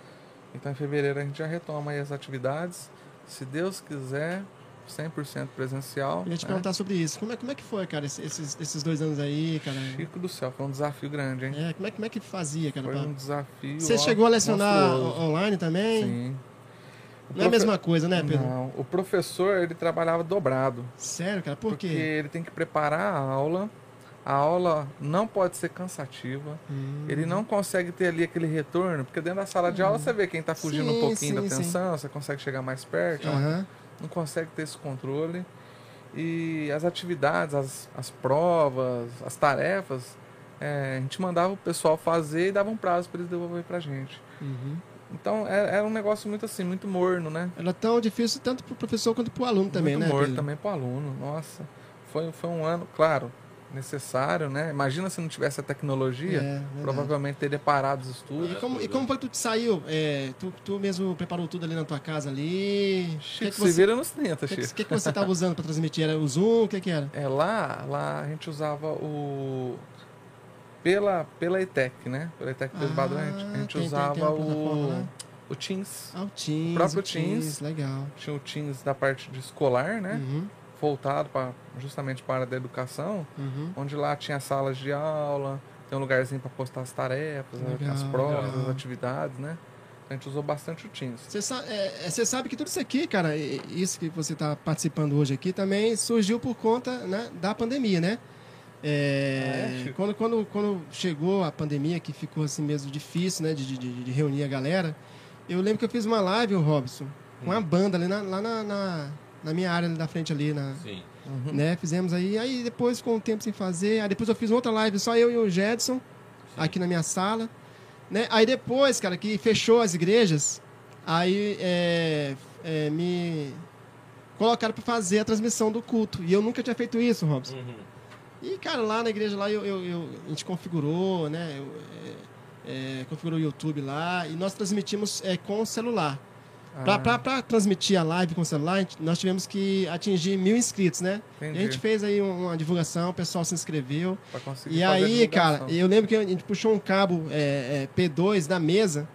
Speaker 5: Então em fevereiro a gente já retoma aí as atividades. Se Deus quiser, 100% presencial.
Speaker 4: Eu ia te
Speaker 5: né?
Speaker 4: perguntar sobre isso. Como é, como é que foi, cara, esse- esses, esses dois anos aí, cara?
Speaker 5: Chico do céu, foi um desafio grande, hein?
Speaker 4: É, como, é, como é que fazia, cara?
Speaker 5: Foi
Speaker 4: pra-
Speaker 5: um desafio.
Speaker 4: Você
Speaker 5: ó,
Speaker 4: chegou a lecionar
Speaker 5: monstruoso.
Speaker 4: o- online também?
Speaker 5: Sim. O
Speaker 4: Não é a
Speaker 5: profe-
Speaker 4: mesma coisa, né, Pedro?
Speaker 5: Não, o professor ele trabalhava dobrado.
Speaker 4: Sério, cara? Por
Speaker 5: Porque
Speaker 4: quê?
Speaker 5: ele tem que preparar a aula. A aula não pode ser cansativa.
Speaker 4: Hum.
Speaker 5: Ele não consegue ter ali aquele retorno, porque dentro da sala de aula você vê quem tá fugindo
Speaker 4: Sim,
Speaker 5: um pouquinho
Speaker 4: sim,
Speaker 5: da
Speaker 4: sim.
Speaker 5: atenção, você consegue chegar mais perto, ela
Speaker 4: Aham.
Speaker 5: não consegue ter esse controle. E as atividades, as, as provas, as tarefas, é, a gente mandava o pessoal fazer e dava um prazo para eles devolver pra gente.
Speaker 4: Uhum.
Speaker 5: Então era, era um negócio muito assim, muito morno, né?
Speaker 4: Era tão difícil tanto pro professor quanto pro aluno também,
Speaker 5: muito
Speaker 4: né?
Speaker 5: morno
Speaker 4: Pedro?
Speaker 5: também pro aluno. Nossa, foi, foi um ano, claro, necessário, né? Imagina se não tivesse a tecnologia,
Speaker 4: É, verdade.
Speaker 5: provavelmente teria parado os estudos.
Speaker 4: E como, e como foi que tu saiu? É, tu, tu mesmo preparou tudo ali na tua casa ali? O
Speaker 5: Chico,
Speaker 4: que, é que
Speaker 5: se
Speaker 4: você,
Speaker 5: vira nos 30,
Speaker 4: o que,
Speaker 5: Chico.
Speaker 4: que, que você tava usando pra transmitir? Era o Zoom? O que que era?
Speaker 5: É, lá, lá a gente usava o. Pela, pela ETEC, né? Pela ETEC do
Speaker 4: Ah,
Speaker 5: Badrão, a gente, a gente
Speaker 4: tem- tem-
Speaker 5: usava
Speaker 4: tem uma
Speaker 5: o.
Speaker 4: plataforma lá?
Speaker 5: O Teams.
Speaker 4: Ah, o Teams.
Speaker 5: O próprio Teams.
Speaker 4: Legal.
Speaker 5: Tinha o Teams da parte de escolar, né?
Speaker 4: Uhum,
Speaker 5: Voltado pra, justamente para a área da educação,
Speaker 4: uhum.
Speaker 5: onde lá tinha salas de aula, tem um lugarzinho para postar as tarefas, né?
Speaker 4: Legal,
Speaker 5: as provas,
Speaker 4: legal.
Speaker 5: as atividades, né? A gente usou bastante o Teams.
Speaker 4: Você sa- é, é, você sabe que tudo isso aqui, cara, e- e isso que você está participando hoje aqui também surgiu por conta né, da pandemia, né? É,
Speaker 5: Ah, é, Chico?
Speaker 4: quando, quando, quando chegou a pandemia, que ficou assim mesmo difícil, né, de, de- de- de reunir a galera, eu lembro que eu fiz uma live, o Robson, com
Speaker 5: Hum.
Speaker 4: uma banda ali na, lá na, na, na minha área ali da frente ali, na,
Speaker 3: Sim.
Speaker 5: Uhum.
Speaker 4: né? Fizemos aí, aí depois com o tempo sem fazer, aí depois eu fiz outra live só eu e o Jedson aqui na minha sala, né? Aí depois, cara, que fechou as igrejas, aí é, é, me colocaram pra fazer a transmissão do culto e eu nunca tinha feito isso, Robson.
Speaker 3: Uhum.
Speaker 4: E cara, lá na igreja lá eu, eu- eu- a gente configurou, né? Eu, é, é, configurou o YouTube lá e nós transmitimos é, com o celular. Pra,
Speaker 5: Ah,
Speaker 4: pra- pra transmitir a live com o celular, a gente- nós tivemos que atingir mil inscritos, né?
Speaker 5: Entendi.
Speaker 4: E a gente fez aí um- uma divulgação, o pessoal se inscreveu.
Speaker 5: pra conseguir
Speaker 4: E
Speaker 5: fazer a
Speaker 4: aí,
Speaker 5: divulgação.
Speaker 4: cara, eu lembro que a gente puxou um cabo é, é, P2 da mesa.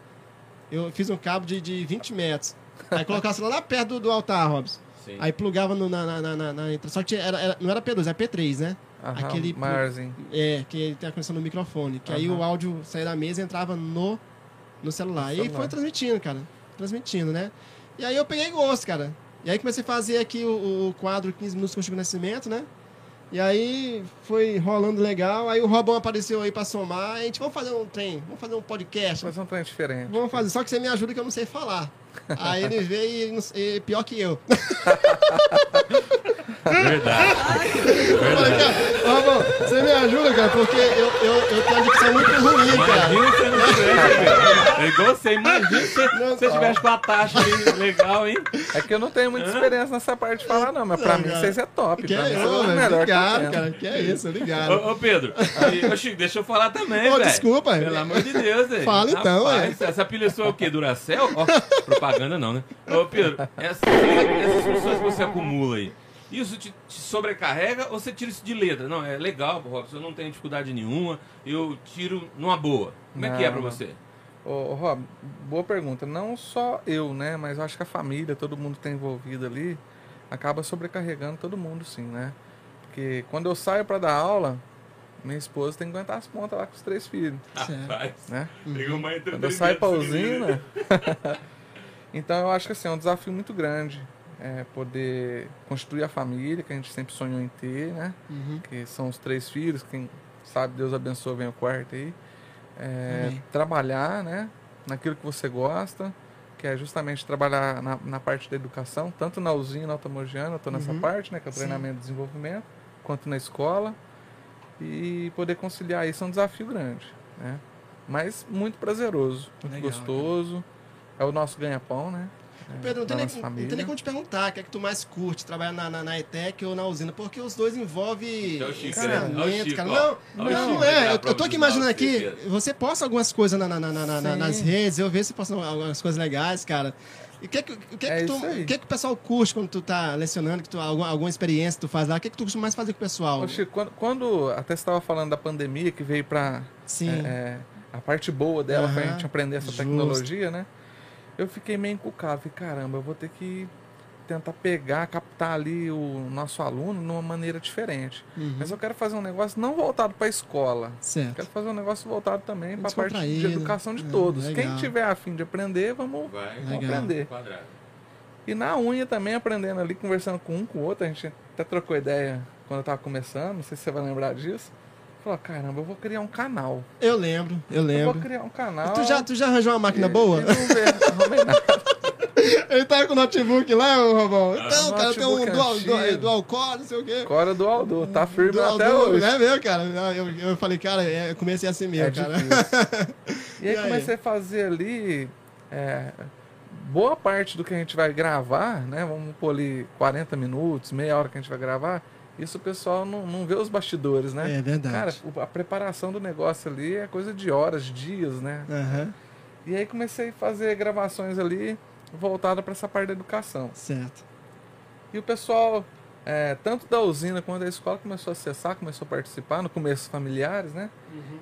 Speaker 4: Eu fiz um cabo de, de 20 metros. Aí colocava o celular lá perto do, do altar, Robson.
Speaker 3: Sim.
Speaker 4: Aí plugava no, na, na, na, na- na entrada. Só que tinha- era- era- não era P2, era P3, né?
Speaker 5: Aham,
Speaker 4: aquele-
Speaker 5: Marzinho.
Speaker 4: É, que tem a conexão no microfone. Que aí
Speaker 5: Aham.
Speaker 4: o áudio saía da mesa e entrava no, no celular. E
Speaker 5: No
Speaker 4: aí
Speaker 5: celular.
Speaker 4: foi transmitindo, cara. Transmitindo, né? E aí eu peguei gosto, cara. E aí comecei a fazer aqui o, o quadro 15 minutos com o Chico Nascimento, né? E aí foi rolando legal. Aí o Robão apareceu aí pra somar. A gente, vamos fazer um trem, vamos fazer um podcast.
Speaker 5: Mas é um trem diferente.
Speaker 4: Vamos fazer, só que você me ajuda que eu não sei falar. Aí ele veio e ele não- e pior que eu.
Speaker 3: Verdade.
Speaker 4: Eu falei, cara, ô, Robão, você me ajuda, cara, porque eu, eu, eu tenho uma dicção muito ruim, cara.
Speaker 3: Imagina se não tivesse, velho. É igual você, imagina se
Speaker 4: Não,
Speaker 3: se você tivesse com a taxa aí, legal, hein?
Speaker 5: É que eu não tenho muita experiência nessa parte de falar, não, mas pra
Speaker 4: Não,
Speaker 5: mim
Speaker 4: cara.
Speaker 5: vocês é top.
Speaker 4: Que
Speaker 5: pra mim
Speaker 4: é,
Speaker 5: vocês
Speaker 4: ô,
Speaker 5: é o
Speaker 4: velho,
Speaker 5: melhor que eu
Speaker 4: obrigado,
Speaker 5: tenho.
Speaker 4: cara. Que é isso, obrigado.
Speaker 3: Ô, ô Pedro, aí, ô, Chico, deixa eu falar também,
Speaker 4: Ô,
Speaker 3: velho.
Speaker 4: desculpa.
Speaker 3: Pelo amor de Deus, velho.
Speaker 4: Fala então,
Speaker 3: Rapaz, Essa pilha sua é o quê? Duracell? Ó, propaganda não, né? Ô, Pedro, essas, essas funções que você acumula aí, isso te, te sobrecarrega ou você tira isso de letra? Não, é legal, Robson, eu não tenho dificuldade nenhuma, eu tiro numa boa. Como é que é pra
Speaker 5: Não.
Speaker 3: você?
Speaker 5: Ô, ô, Rob, boa pergunta. Não só eu, né? Mas eu acho que a família, todo mundo que tá envolvido ali, acaba sobrecarregando todo mundo, sim, né? Porque quando eu saio pra dar aula, minha esposa tem que aguentar as pontas lá com os três filhos,
Speaker 4: Certo.
Speaker 3: Rapaz,
Speaker 5: né?
Speaker 3: pegou uma
Speaker 5: Quando eu saio pra
Speaker 3: entretenimento, né?
Speaker 5: usina. então eu acho que assim, é um desafio muito grande. é, poder constituir a família que a gente sempre sonhou em ter, né?
Speaker 4: Uhum.
Speaker 5: Que são os três filhos, quem sabe Deus abençoe, vem o quarto aí. É,
Speaker 4: Amém.
Speaker 5: trabalhar, né? Naquilo que você gosta, que é justamente trabalhar na, na parte da educação, tanto na usina automogiana, eu tô nessa
Speaker 4: Uhum.
Speaker 5: parte, né? Que é o
Speaker 4: Sim.
Speaker 5: treinamento e desenvolvimento, quanto na escola. E poder conciliar isso é um desafio grande, né? Mas muito prazeroso, muito
Speaker 4: Legal,
Speaker 5: gostoso. É o nosso ganha-pão, né?
Speaker 4: Pedro, não
Speaker 5: Da
Speaker 4: tem, nem,
Speaker 5: nossa
Speaker 4: não tem nem
Speaker 5: família.
Speaker 4: como te perguntar, o que é que tu mais curte, trabalhar na, na, na ETEC ou na usina? Porque os dois envolvem
Speaker 3: É o Chico, né?
Speaker 4: ensinamento,
Speaker 3: É o Chico,
Speaker 4: cara.
Speaker 3: ó.
Speaker 4: Não,
Speaker 3: É o
Speaker 4: não,
Speaker 3: Chico que dá
Speaker 4: é.
Speaker 3: a
Speaker 4: Eu, eu
Speaker 3: prova
Speaker 4: tô aqui
Speaker 3: de
Speaker 4: imaginando
Speaker 3: nota,
Speaker 4: aqui,
Speaker 3: certeza.
Speaker 4: você posta algumas coisas na, na, na, na- na-
Speaker 5: Sim.
Speaker 4: nas redes, eu vejo se posta algumas coisas legais, cara. E o que, é que, o que, é
Speaker 5: É
Speaker 4: que, tu-
Speaker 5: isso aí.
Speaker 4: o que, é que o pessoal curte quando tu tá lecionando, que tu, alguma, alguma experiência que tu faz lá? O que, é que tu costuma mais fazer com o pessoal?
Speaker 5: Ô, Chico, quando, quando até você estava falando da pandemia que veio para
Speaker 4: Sim.
Speaker 5: É,
Speaker 3: é,
Speaker 5: a parte boa dela para
Speaker 4: Aham,
Speaker 5: pra gente aprender essa
Speaker 4: justo.
Speaker 5: tecnologia, né? Eu fiquei meio encucado. Falei, caramba, eu vou ter que tentar pegar, captar ali o nosso aluno de uma maneira diferente.
Speaker 4: Uhum.
Speaker 5: Mas eu quero fazer um negócio não voltado para a escola. Eu
Speaker 4: Certo.
Speaker 5: Quero fazer um negócio voltado também para a parte de
Speaker 4: Descontraído.
Speaker 5: educação de
Speaker 4: É,
Speaker 5: todos. Quem
Speaker 4: legal.
Speaker 5: tiver afim de aprender, vamos
Speaker 3: Vai,
Speaker 5: Vamos
Speaker 4: Legal.
Speaker 5: aprender.
Speaker 3: quadrado.
Speaker 5: E na unha também, aprendendo ali, conversando com um, com o outro, a gente até trocou ideia quando eu tava começando, não sei se você vai lembrar disso. Falou, caramba, eu vou criar um canal.
Speaker 4: Eu lembro, eu
Speaker 5: Eu vou
Speaker 4: lembro.
Speaker 5: criar um canal.
Speaker 4: Tu já, tu já arranjou uma
Speaker 3: É,
Speaker 4: máquina
Speaker 5: E-
Speaker 4: boa?
Speaker 5: e não ver- arrumei nada.
Speaker 4: Ele tava com o notebook lá, ô Robão. Então,
Speaker 5: o
Speaker 4: cara, tem um
Speaker 5: Ah, notebook é
Speaker 4: dual, dual,
Speaker 5: antigo.
Speaker 4: dual core, não sei o quê.
Speaker 5: Agora do Aldo, tá firme
Speaker 4: Dual,
Speaker 5: até
Speaker 4: dual,
Speaker 5: hoje.
Speaker 4: Não é meu, cara. Eu, eu falei, cara, é, eu comecei assim mesmo,
Speaker 5: É
Speaker 4: cara.
Speaker 5: difícil. E aí,
Speaker 4: E aí?
Speaker 5: comecei a fazer ali. é, boa parte do que a gente vai gravar, né? Vamos pôr ali 40 minutos, meia hora que a gente vai gravar. Isso o pessoal não, não vê os bastidores, né?
Speaker 4: É verdade.
Speaker 5: Cara, o- a preparação do negócio ali é coisa de horas, dias, né?
Speaker 4: Aham,
Speaker 5: E aí comecei a fazer gravações ali voltada para essa parte da educação.
Speaker 4: certo.
Speaker 5: E o pessoal, é, tanto da usina quanto da escola, começou a acessar, começou a participar, no começo familiares, né?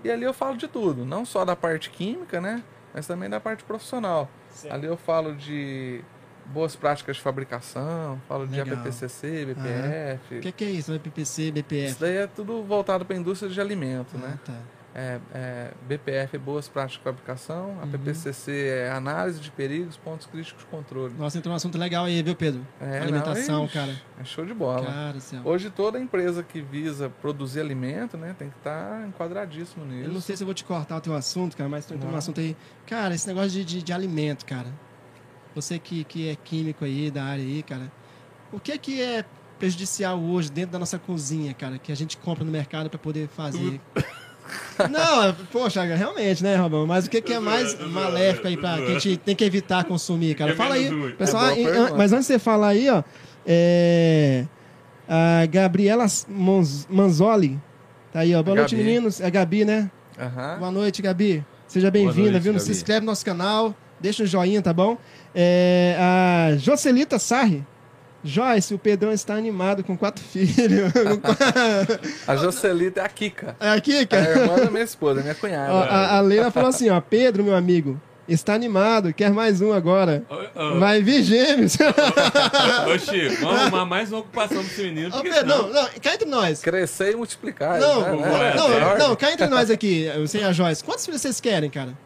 Speaker 5: E ali eu falo de tudo, não só da parte química, né? Mas também da parte profissional. Ali eu falo de boas práticas de fabricação, falo de
Speaker 4: Legal.
Speaker 5: APPCC, BPF.
Speaker 4: O que, que é isso? É PPC, BPF?
Speaker 5: Isso daí é tudo voltado para a indústria de alimento, né?
Speaker 4: Ah, tá.
Speaker 5: É, é, BPF é boas práticas de fabricação,
Speaker 4: Uhum.
Speaker 5: APPCC é análise de perigos, pontos críticos de controle.
Speaker 4: Nossa, entrou um assunto legal aí, viu, Pedro?
Speaker 5: É,
Speaker 4: Alimentação,
Speaker 5: não, ixi,
Speaker 4: cara.
Speaker 5: É show de bola.
Speaker 4: Cara do céu.
Speaker 5: Hoje toda empresa que visa produzir alimento, né, tem que estar enquadradíssimo nisso.
Speaker 4: Eu não sei se eu vou te cortar o teu assunto, cara, mas tu entrou um
Speaker 5: Não.
Speaker 4: assunto aí. Cara, esse negócio de, de, de alimento, cara. Você que, que é químico aí, da área aí, cara. O que é que é prejudicial hoje dentro da nossa cozinha, cara, que a gente compra no mercado pra poder fazer? Não, é- poxa, realmente, né, Robão? Mas o que, que é mais maléfico aí pra, que a gente tem que evitar consumir, cara? Fala aí. Pessoal,
Speaker 5: É boa
Speaker 4: e- an-
Speaker 5: pergunta.
Speaker 4: mas antes de você falar aí, ó. É, a Gabriela Monz- Manzoli. Tá aí, ó. Boa noite,
Speaker 5: Gabi.
Speaker 4: meninos. É a Gabi, né?
Speaker 5: Aham.
Speaker 4: Boa noite, Gabi. Seja bem-vinda,
Speaker 3: noite,
Speaker 4: viu? Se
Speaker 3: Gabi.
Speaker 4: inscreve no nosso canal, deixa um joinha, tá bom? É, a Jocelita Sarri. Joyce, o Pedrão está animado com quatro filhos. Com qua-
Speaker 5: A Jocelita é a Kika.
Speaker 4: é aqui,
Speaker 5: É a
Speaker 4: cara.
Speaker 5: irmã da minha esposa, minha
Speaker 4: Ó,
Speaker 5: cunhada.
Speaker 4: a, a Leila falou assim, ó. Pedro, meu amigo, está animado, quer mais um agora.
Speaker 3: Ô, ô,
Speaker 4: Vai vir gêmeos.
Speaker 3: ô, Chico, vamos arrumar mais uma ocupação pro esse menino.
Speaker 4: Ô,
Speaker 3: porque
Speaker 4: Pedro,
Speaker 3: senão-
Speaker 4: não, não, cá entre nós.
Speaker 5: Crescer e multiplicar.
Speaker 4: Não,
Speaker 5: né?
Speaker 4: não, não, cá entre nós aqui, você e a Joyce. Quantos filhos vocês querem, cara?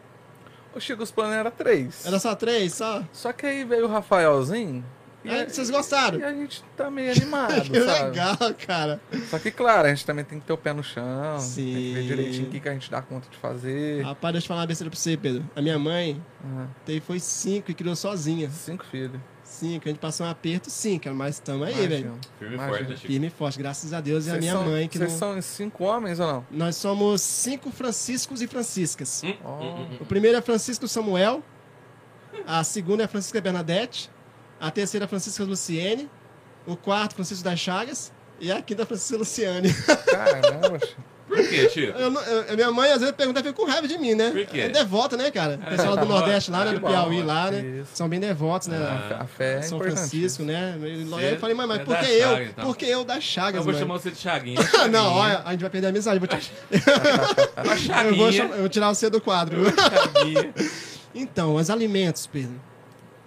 Speaker 5: O Chico, os planos eram três.
Speaker 4: Era só três, só?
Speaker 5: Só que aí veio o Rafaelzinho.
Speaker 4: Aí É, vocês gostaram?
Speaker 5: E a gente tá meio animado,
Speaker 4: Que
Speaker 5: É. sabe?
Speaker 4: legal, cara.
Speaker 5: Só que, claro, a gente também tem que ter o pé no chão. Tem que ver
Speaker 4: Sim. Ah.
Speaker 5: direitinho o que, que a gente dá conta de fazer.
Speaker 4: Rapaz, deixa eu falar uma besteira pra você, Pedro. A minha mãe
Speaker 5: Ah,
Speaker 4: teve, foi cinco e criou sozinha.
Speaker 5: cinco filhos.
Speaker 4: Cinco, a gente passou um aperto, sim, cara, mas tamo aí,
Speaker 5: Imagina.
Speaker 4: velho.
Speaker 3: Firme e
Speaker 5: Imagina.
Speaker 3: forte, né, Chico?
Speaker 4: Firme e forte, graças a Deus, e a
Speaker 5: Vocês
Speaker 4: minha
Speaker 5: são-
Speaker 4: mãe que não...
Speaker 5: Vocês são em cinco homens ou não?
Speaker 4: Nós somos cinco Franciscos e Franciscas.
Speaker 5: Ó,
Speaker 4: O primeiro é Francisco Samuel, a segunda é Francisca Bernadette, a terceira é Francisca Luciene, o quarto Francisco das Chagas e a quinta é Francisca Luciane.
Speaker 5: caramba, Chico.
Speaker 3: Por quê, Chico?
Speaker 4: Eu não- eu- minha mãe às vezes pergunta, fica com raiva de mim, né?
Speaker 3: Por quê?
Speaker 4: É devota, né, cara? O pessoal
Speaker 3: tá
Speaker 4: do
Speaker 3: bom.
Speaker 4: Nordeste lá, né?
Speaker 5: Que
Speaker 4: Do
Speaker 5: bom,
Speaker 4: Piauí lá, né?
Speaker 5: isso.
Speaker 4: São bem devotos, né?
Speaker 5: A fé é
Speaker 4: São Francisco,
Speaker 5: importantíssima.
Speaker 4: né? E logo
Speaker 3: Você
Speaker 4: eu falei, mãe, mas
Speaker 3: é
Speaker 4: por
Speaker 3: da
Speaker 4: que eu?
Speaker 3: Chaga, então.
Speaker 4: Por que eu das Chagas,
Speaker 3: Eu vou
Speaker 4: mãe?
Speaker 3: chamar você de Chaguinha.
Speaker 4: Ah, Não, olha, a gente vai perder a amizade. Vou te-
Speaker 3: A Chaguinha.
Speaker 4: eu, vou chamar- eu vou tirar você do quadro.
Speaker 3: Chaguinha.
Speaker 4: Então, os alimentos, Pedro.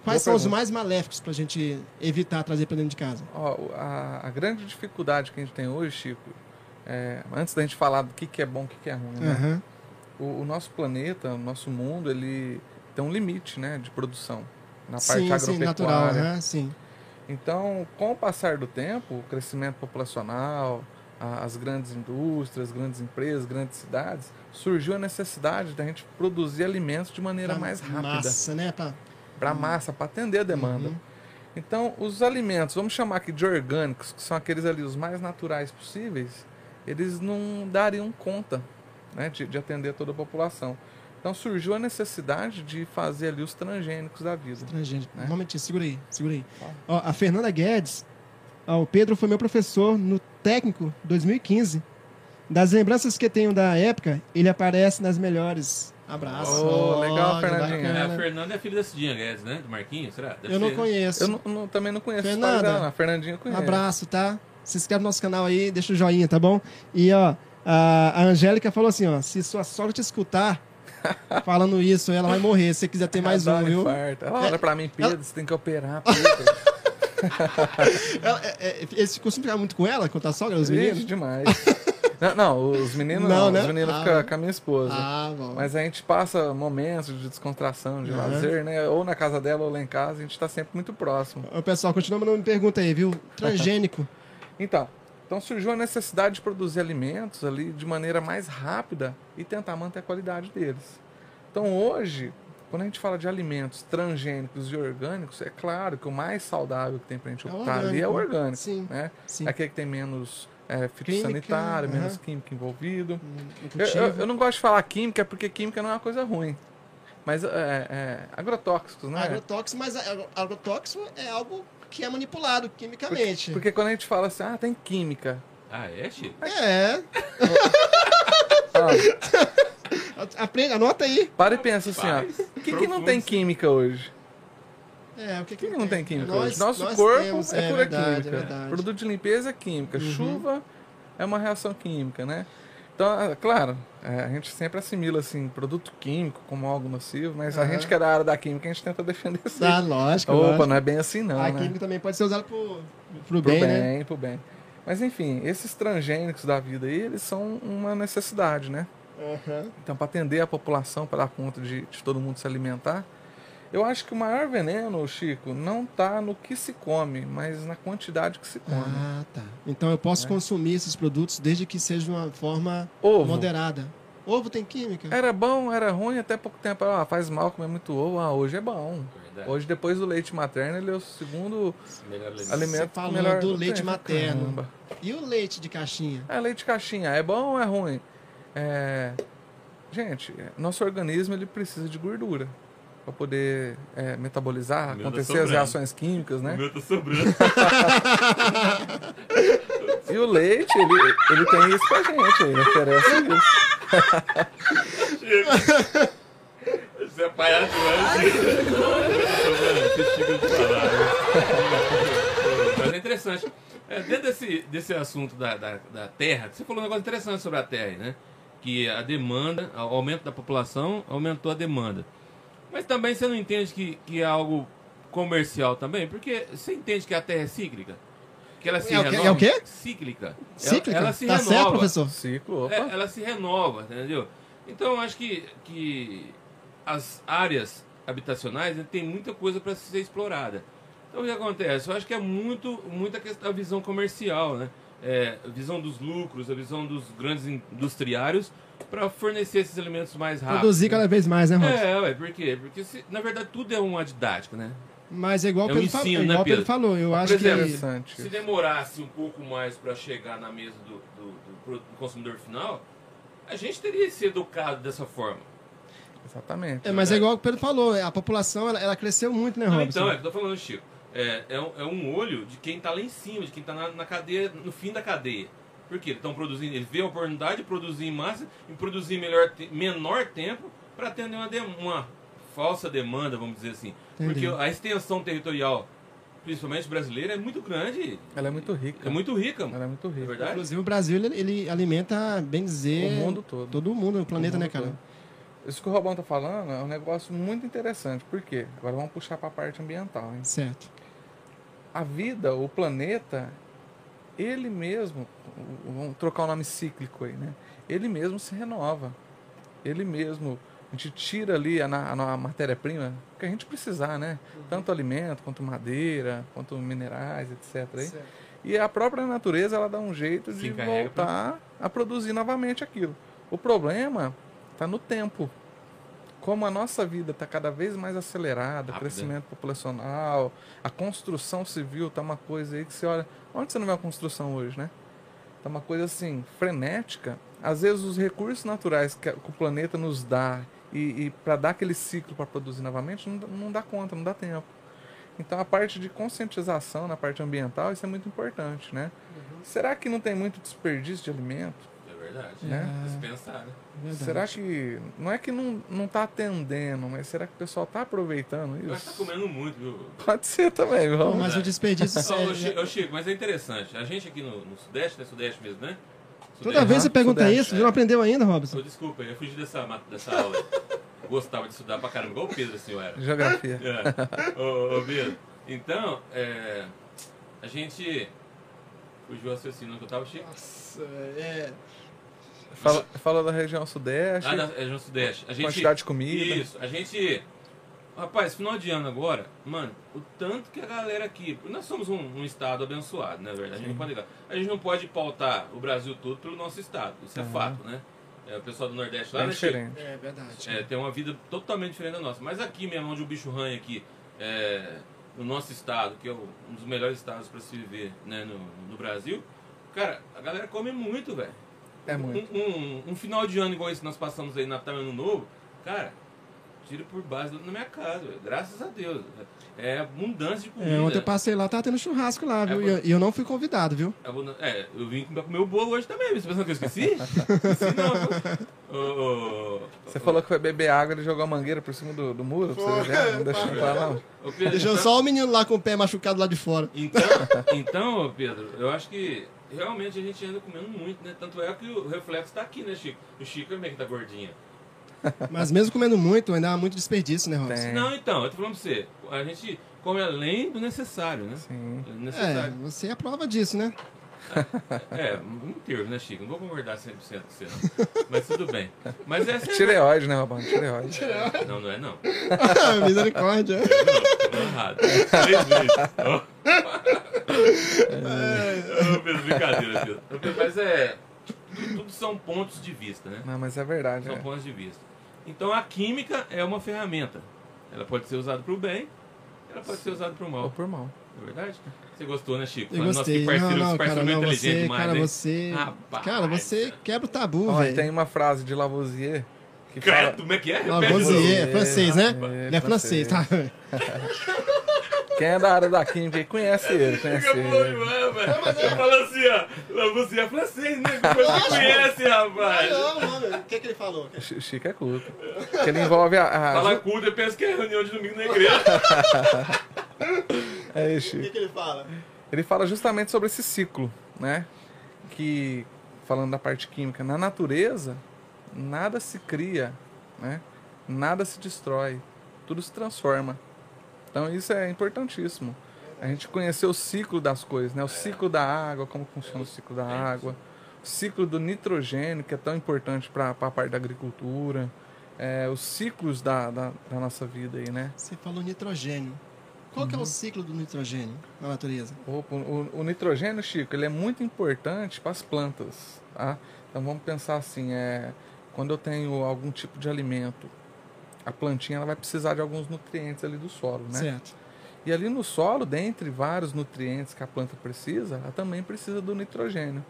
Speaker 4: Quais são os
Speaker 5: pergunta.
Speaker 4: mais maléficos pra gente evitar trazer pra dentro de casa?
Speaker 5: Ó, o- a, a grande dificuldade que a gente tem hoje, Chico, é, antes da gente falar do que, que é bom e o que, que é ruim, né?
Speaker 4: Aham. Uhum.
Speaker 5: o, o nosso planeta, o nosso mundo, ele tem um limite né, de produção na parte
Speaker 4: Sim, sim,
Speaker 5: agropecuária.
Speaker 4: natural, né? aham, sim.
Speaker 5: Então, com o passar do tempo, o crescimento populacional, a- as grandes indústrias, grandes empresas, grandes cidades, surgiu a necessidade da gente produzir alimentos de maneira
Speaker 4: Pra
Speaker 5: mais rápida
Speaker 4: Ah, Massa, né? Pra...
Speaker 5: para massa, para atender a demanda.
Speaker 4: Uhum.
Speaker 5: Então, os alimentos, vamos chamar aqui de orgânicos, que são aqueles ali os mais naturais possíveis, eles não dariam conta né, de, de atender toda a população. Então surgiu a necessidade de fazer ali os transgênicos da vida.
Speaker 4: Transgênero. Um momentinho, segura aí, segura aí. Ó, a Fernanda Guedes, ó, o Pedro foi meu professor no técnico 2015. Das lembranças que tenho da época, ele aparece nas melhores. Abraço.
Speaker 5: Ô, legal,
Speaker 4: Ó,
Speaker 5: Fernandinha.
Speaker 4: que
Speaker 3: É,
Speaker 4: bacana.
Speaker 3: a Fernanda é filha da Cidinha Guedes, né? Do Marquinhos, será? Deve
Speaker 4: Eu não
Speaker 3: ser, né?
Speaker 4: conheço.
Speaker 5: Eu não- não- também não conheço a
Speaker 4: Fernanda,
Speaker 5: história dela, não. a Fernandinha eu conheço.
Speaker 4: Abraço, tá? Se inscreve no nosso canal aí, deixa o joinha, tá bom? E ó, a a Angélica falou assim, ó, se sua sogra te escutar falando isso, ela vai morrer. Se você quiser ter mais um,
Speaker 5: Adoro
Speaker 4: viu?
Speaker 5: infarto. Ela olha pra mim, Pedro, você tem que operar, Pedro.
Speaker 4: Ela, é, é, eles costumam ficar muito com ela, com a sogra, os
Speaker 5: Vixe,
Speaker 4: meninos?
Speaker 5: demais. não, não, os meninos
Speaker 4: Não,
Speaker 5: não,
Speaker 4: né?
Speaker 5: os meninos
Speaker 4: Ah.
Speaker 5: ficam com a minha esposa.
Speaker 4: Ah, bom.
Speaker 5: Mas a gente passa momentos de descontração, de
Speaker 4: Aham.
Speaker 5: lazer, né? Ou na casa dela ou lá em casa, a gente tá sempre muito próximo.
Speaker 4: Ô, pessoal, continua mandando pergunta aí, viu? Transgênico.
Speaker 5: Então, então surgiu a necessidade de produzir alimentos ali de maneira mais rápida e tentar manter a qualidade deles. Então hoje, quando a gente fala de alimentos transgênicos e orgânicos, é claro que o mais saudável que tem pra gente
Speaker 4: É o
Speaker 5: optar ali é o
Speaker 4: orgânico,
Speaker 5: orgânico,
Speaker 4: sim,
Speaker 5: né?
Speaker 4: sim.
Speaker 5: É aquele que tem menos é,
Speaker 4: Química,
Speaker 5: fitossanitário, menos
Speaker 4: aham.
Speaker 5: química envolvido.
Speaker 4: no
Speaker 5: Eu,
Speaker 4: cultivo.
Speaker 5: É, eu- eu não gosto de falar química porque química não é uma coisa ruim. Mas é, é, agrotóxicos, né?
Speaker 4: Agrotóxico, mas a- agro- agrotóxico é algo que é manipulado quimicamente.
Speaker 5: Porque quando a gente fala assim, ah, tem química.
Speaker 3: Ah, é, Chico?
Speaker 4: É.
Speaker 5: Ah,
Speaker 4: Aprenda, anota aí.
Speaker 5: para e pensa assim, ó.
Speaker 3: Rapaz,
Speaker 5: O que, que não tem química hoje?
Speaker 4: É, o que,
Speaker 5: O que, que não tem química
Speaker 4: Nós-
Speaker 5: hoje? Nosso
Speaker 4: nós
Speaker 5: corpo
Speaker 4: temos,
Speaker 5: é, pura
Speaker 4: verdade,
Speaker 5: química.
Speaker 4: É verdade. Uhum.
Speaker 5: Produto de limpeza é química. Chuva é uma reação química, né? Então, ah, claro, é, a gente sempre assimila assim, produto químico como algo nocivo, mas a
Speaker 4: Aham.
Speaker 5: gente que é da área da química, a gente tenta defender isso.
Speaker 4: Tá, lógico.
Speaker 5: Opa,
Speaker 4: lógico.
Speaker 5: não é bem assim não,
Speaker 4: a
Speaker 5: né?
Speaker 4: química também pode ser usada pro, pro,
Speaker 5: Pro
Speaker 4: bem,
Speaker 5: bem,
Speaker 4: né?
Speaker 5: pro bem. Mas enfim, esses transgênicos da vida aí, eles são uma necessidade, né?
Speaker 4: Aham.
Speaker 5: Então, para atender a população, para dar conta de, de todo mundo se alimentar, eu acho que o maior veneno, Chico, não tá no que se come, mas na quantidade que se come.
Speaker 4: Ah, tá. Então eu posso consumir esses produtos desde que seja de uma forma
Speaker 5: É. Ovo.
Speaker 4: moderada. Ovo tem química?
Speaker 5: Era bom, era ruim até pouco tempo. Ah, faz mal comer muito ovo. Ah, hoje é bom.
Speaker 3: Verdade.
Speaker 5: Hoje, depois do leite materno, ele é o segundo
Speaker 3: Melhor lembrar.
Speaker 5: alimento
Speaker 4: falou
Speaker 5: melhor
Speaker 4: do
Speaker 5: que
Speaker 4: leite
Speaker 5: tem.
Speaker 4: materno.
Speaker 5: Caramba.
Speaker 4: E o leite de caixinha?
Speaker 5: É leite de caixinha, é bom ou é ruim? É... Gente, nosso organismo ele precisa de gordura para poder é,
Speaker 3: O
Speaker 5: metabolizar,
Speaker 3: meu tá
Speaker 5: acontecer as
Speaker 3: sobrando.
Speaker 5: reações químicas,
Speaker 3: O
Speaker 5: né?
Speaker 3: meu tá sobrando.
Speaker 5: E o leite, ele, ele tem isso pra gente, ele
Speaker 3: É.
Speaker 5: oferece isso.
Speaker 3: Você é palhaço, mas... mas é interessante. É, dentro desse, desse assunto da, da, da terra, você falou um negócio interessante sobre a terra, aí, né? Que a demanda, o aumento da população aumentou a demanda. Mas também você não entende que, que é algo comercial também? Porque você entende que a terra é cíclica? Que ela se
Speaker 4: É o quê?
Speaker 3: renova?
Speaker 4: É o quê?
Speaker 3: Cíclica. Ela-
Speaker 4: Cíclica?
Speaker 3: Ela, se
Speaker 4: tá
Speaker 3: renova.
Speaker 4: certo, professor?
Speaker 5: Um Ciclo, opa.
Speaker 3: É, ela se renova, entendeu? Então eu acho que, que as áreas habitacionais né, tem muita coisa para ser explorada. Então o que acontece? Eu acho que é muito muita questão, a visão comercial, né? É, a visão dos lucros, a visão dos grandes industriários para fornecer esses alimentos mais rápido.
Speaker 4: Produzir cada vez mais, né, Robson?
Speaker 3: Ah, É, ué, por quê? Porque se- na verdade tudo é uma didática, né?
Speaker 4: Mas é igual o
Speaker 3: É um
Speaker 4: Pedro, falou,
Speaker 3: ensino, né,
Speaker 4: igual o Pedro
Speaker 3: Pedro?
Speaker 4: falou. Eu acho que. é.
Speaker 3: exemplo,
Speaker 5: Interessante.
Speaker 3: Se demorasse um pouco mais para chegar na mesa do, do- do pro- do consumidor final, a gente teria se educado dessa forma.
Speaker 5: Exatamente.
Speaker 4: É, mas é igual o Pedro falou, a população ela, ela cresceu muito, né,
Speaker 3: Não,
Speaker 4: Robson?
Speaker 3: então, é o que eu tô falando, Chico. É, é, um, é um olho de quem tá lá em cima, de quem tá na, na cadeia, no fim da cadeia. Por quê? Eles estão produzindo, ele vê a oportunidade de produzir em massa e produzir em melhor, te- menor tempo para atender uma, dem- uma falsa demanda, vamos dizer assim.
Speaker 4: Entendi.
Speaker 3: Porque a extensão territorial, principalmente brasileira, é muito grande.
Speaker 5: Ela é muito rica.
Speaker 3: É muito rica,
Speaker 5: Ela é
Speaker 3: mano.
Speaker 5: muito
Speaker 3: É
Speaker 5: rica.
Speaker 3: verdade?
Speaker 4: Inclusive o Brasil, ele, ele alimenta, bem dizer...
Speaker 5: O mundo todo.
Speaker 4: Todo mundo, o planeta,
Speaker 5: mundo
Speaker 4: né, cara?
Speaker 5: todo. Isso que o Robão tá falando é um negócio muito interessante. Por quê? Agora vamos puxar pra parte ambiental, hein?
Speaker 4: Certo.
Speaker 5: a vida, o planeta, ele mesmo, vamos trocar o nome cíclico aí, né? Ele mesmo se renova. Ele mesmo, a gente tira ali a, na- a na- a matéria-prima que a gente precisar, né?
Speaker 3: Uhum.
Speaker 5: Tanto alimento, quanto madeira, quanto minerais, etc. aí. E a própria natureza, ela dá um jeito
Speaker 3: Se
Speaker 5: de
Speaker 3: encarrega pra-
Speaker 5: voltar a produzir novamente aquilo. O problema está Tá no tempo. Como a nossa vida está cada vez mais acelerada,
Speaker 3: Rápida.
Speaker 5: o crescimento populacional, a construção civil tá uma coisa aí que você olha. Onde você não vê a construção hoje, né? Tá uma coisa assim, frenética. Às vezes os recursos naturais que, a- que o planeta nos dá e, para dar aquele ciclo para produzir novamente, não, dá- não dá conta, não dá tempo. Então a parte de conscientização na parte ambiental, isso é muito importante, né? Será que não tem muito desperdício de alimento?
Speaker 3: É verdade.
Speaker 5: É.
Speaker 3: É. Se pensar, né?
Speaker 4: Verdade.
Speaker 5: Será que. Não é que não, não tá atendendo, mas será que o pessoal tá aproveitando
Speaker 3: Eu acho que tá
Speaker 5: isso?
Speaker 3: comendo muito, viu?
Speaker 5: Pode ser também,
Speaker 4: Pô,
Speaker 5: vamos.
Speaker 4: Então, mas o desperdício.
Speaker 3: Ô, ô, Chi-
Speaker 4: é,
Speaker 3: ô, Chico, mas é interessante. A gente aqui no, no Sudeste, né? Sudeste mesmo, né?
Speaker 4: toda vez você
Speaker 5: Sudeste,
Speaker 4: pergunta isso,
Speaker 3: é.
Speaker 4: você não aprendeu ainda, Robson?
Speaker 3: Ô, desculpa, eu fugi dessa, ma- dessa aula. Gostava de estudar pra caramba, igual o Pedro, assim, eu era.
Speaker 5: Geografia.
Speaker 3: É. Ô, ô, Pedro, então, é, a gente... Fugiu o raciocínio que eu tava, Chico?
Speaker 4: Nossa, é.
Speaker 5: Fala, fala da região sudeste. é
Speaker 3: Ah, da região Sudeste. A gente,
Speaker 5: Quantidade de comida.
Speaker 3: Isso, a gente... Rapaz, final de ano agora, mano, o tanto que a galera aqui. Nós somos um, um estado abençoado, né, verdade? A gente, não pode negar. a gente não pode pautar o Brasil todo pelo nosso estado. Isso é fato, né? É, o pessoal do Nordeste lá,
Speaker 5: Bem
Speaker 3: né, Chico?
Speaker 5: diferente.
Speaker 4: É verdade.
Speaker 3: É, tem uma vida totalmente diferente da nossa. Mas aqui mesmo, onde o bicho ranha aqui, é, no nosso estado, que é o- um dos melhores estados para se viver né, no, no Brasil, cara, a galera come muito, velho.
Speaker 5: É muito.
Speaker 3: Um, um- um final de ano igual esse que nós passamos aí, Natal e Ano Novo, cara, tiro por base na minha casa, velho. Graças a Deus. É abundância de comida.
Speaker 4: É, ontem eu passei lá, tava tendo churrasco lá, viu? E eu, e eu não fui convidado, viu?
Speaker 3: Abunda- É, eu vim comer comer o bolo hoje também, você pensando que eu esqueci? esqueci não. pô. Ô, ô,
Speaker 5: Você falou que vai beber água e jogou a mangueira por cima do, do muro, pra você ver, né? não deixou pra lá, não.
Speaker 3: ô, Pedro,
Speaker 4: Deixou
Speaker 3: então-
Speaker 4: só o menino lá com o pé machucado lá de fora.
Speaker 3: Então, então, ô, Pedro, eu acho que realmente a gente anda comendo muito, né? Tanto é que o reflexo tá aqui, né, Chico? O Chico é meio que tá gordinho.
Speaker 4: Mas mesmo comendo muito, ainda há muito desperdício, né, Robson?
Speaker 5: Tem. É.
Speaker 3: Não, então, eu tô falando pra você, a gente come além do necessário, né?
Speaker 5: Sim.
Speaker 3: É
Speaker 4: É,
Speaker 3: Necessário.
Speaker 4: você é a prova disso, né?
Speaker 3: É, um termo, né, Chico? Não vou concordar 100% com você, não. Mas tudo bem. Mas essa é.
Speaker 5: Tireoide, né, Robão? Tireoide.
Speaker 3: Não, não é não.
Speaker 4: Misericórdia.
Speaker 3: Não, tô errado. Três vezes. Ó.
Speaker 5: É.
Speaker 3: Ô, Pedro, brincadeira, Pedro. Mas é. Tudo, tudo são pontos de vista, né?
Speaker 5: Não, mas é verdade,
Speaker 3: São
Speaker 5: é.
Speaker 3: pontos de vista. Então a química é uma ferramenta. Ela pode ser usada para o bem, ela pode ser usada para o
Speaker 5: Ou
Speaker 3: mal.
Speaker 5: por mão.
Speaker 3: Não é verdade? Você gostou, né, Chico?
Speaker 4: Eu
Speaker 3: Mas,
Speaker 4: gostei.
Speaker 3: Nossa, que parceiro,
Speaker 4: não, não,
Speaker 3: esse
Speaker 4: cara,
Speaker 3: parceiro é
Speaker 4: não,
Speaker 3: muito inteligente
Speaker 4: você,
Speaker 3: demais,
Speaker 4: cara,
Speaker 3: hein?
Speaker 4: você.
Speaker 3: Rapaz.
Speaker 4: Cara, você quebra o tabu,
Speaker 5: Ó, e
Speaker 4: velho.
Speaker 5: tem uma frase de Lavoisier que
Speaker 3: Cara,
Speaker 5: fala...
Speaker 3: como é que é?
Speaker 4: Não,
Speaker 3: Repete de novo.
Speaker 4: Bonzier, é francês, né?
Speaker 5: É,
Speaker 4: Ele é francês, tá?
Speaker 5: Quem é da área da química aí conhece ele,
Speaker 4: é
Speaker 5: conhece
Speaker 3: Fica bom
Speaker 5: ele.
Speaker 3: demais, velho. Você fala assim, ó. Você é francês, né? Como você conhece, rapaz.
Speaker 4: Então, mano, o que, que ele falou?
Speaker 5: Chi- Chico é culto. Porque ele envolve a... a-
Speaker 3: Fala culto, eu penso que é reunião de domingo na igreja.
Speaker 5: É, Chico.
Speaker 4: que ele fala?
Speaker 5: Ele fala justamente sobre esse ciclo, né? Que, falando da parte química, na natureza, nada se cria, né? Nada se destrói, tudo se transforma. Então isso é importantíssimo. A gente conhecer o ciclo das coisas, né? O ciclo da água, como funciona o ciclo da água. O ciclo do nitrogênio, que é tão importante para a parte da agricultura. É, os ciclos da, da, da nossa vida aí, né?
Speaker 4: Você falou nitrogênio. Qual que é o ciclo do nitrogênio na natureza?
Speaker 5: Opa, o, o nitrogênio, Chico, ele é muito importante para as plantas, tá? Então vamos pensar assim, é, quando eu tenho algum tipo de alimento, a plantinha ela vai precisar de alguns nutrientes ali do solo, né?
Speaker 4: Certo.
Speaker 5: E ali no solo, dentre vários nutrientes que a planta precisa, ela também precisa do nitrogênio.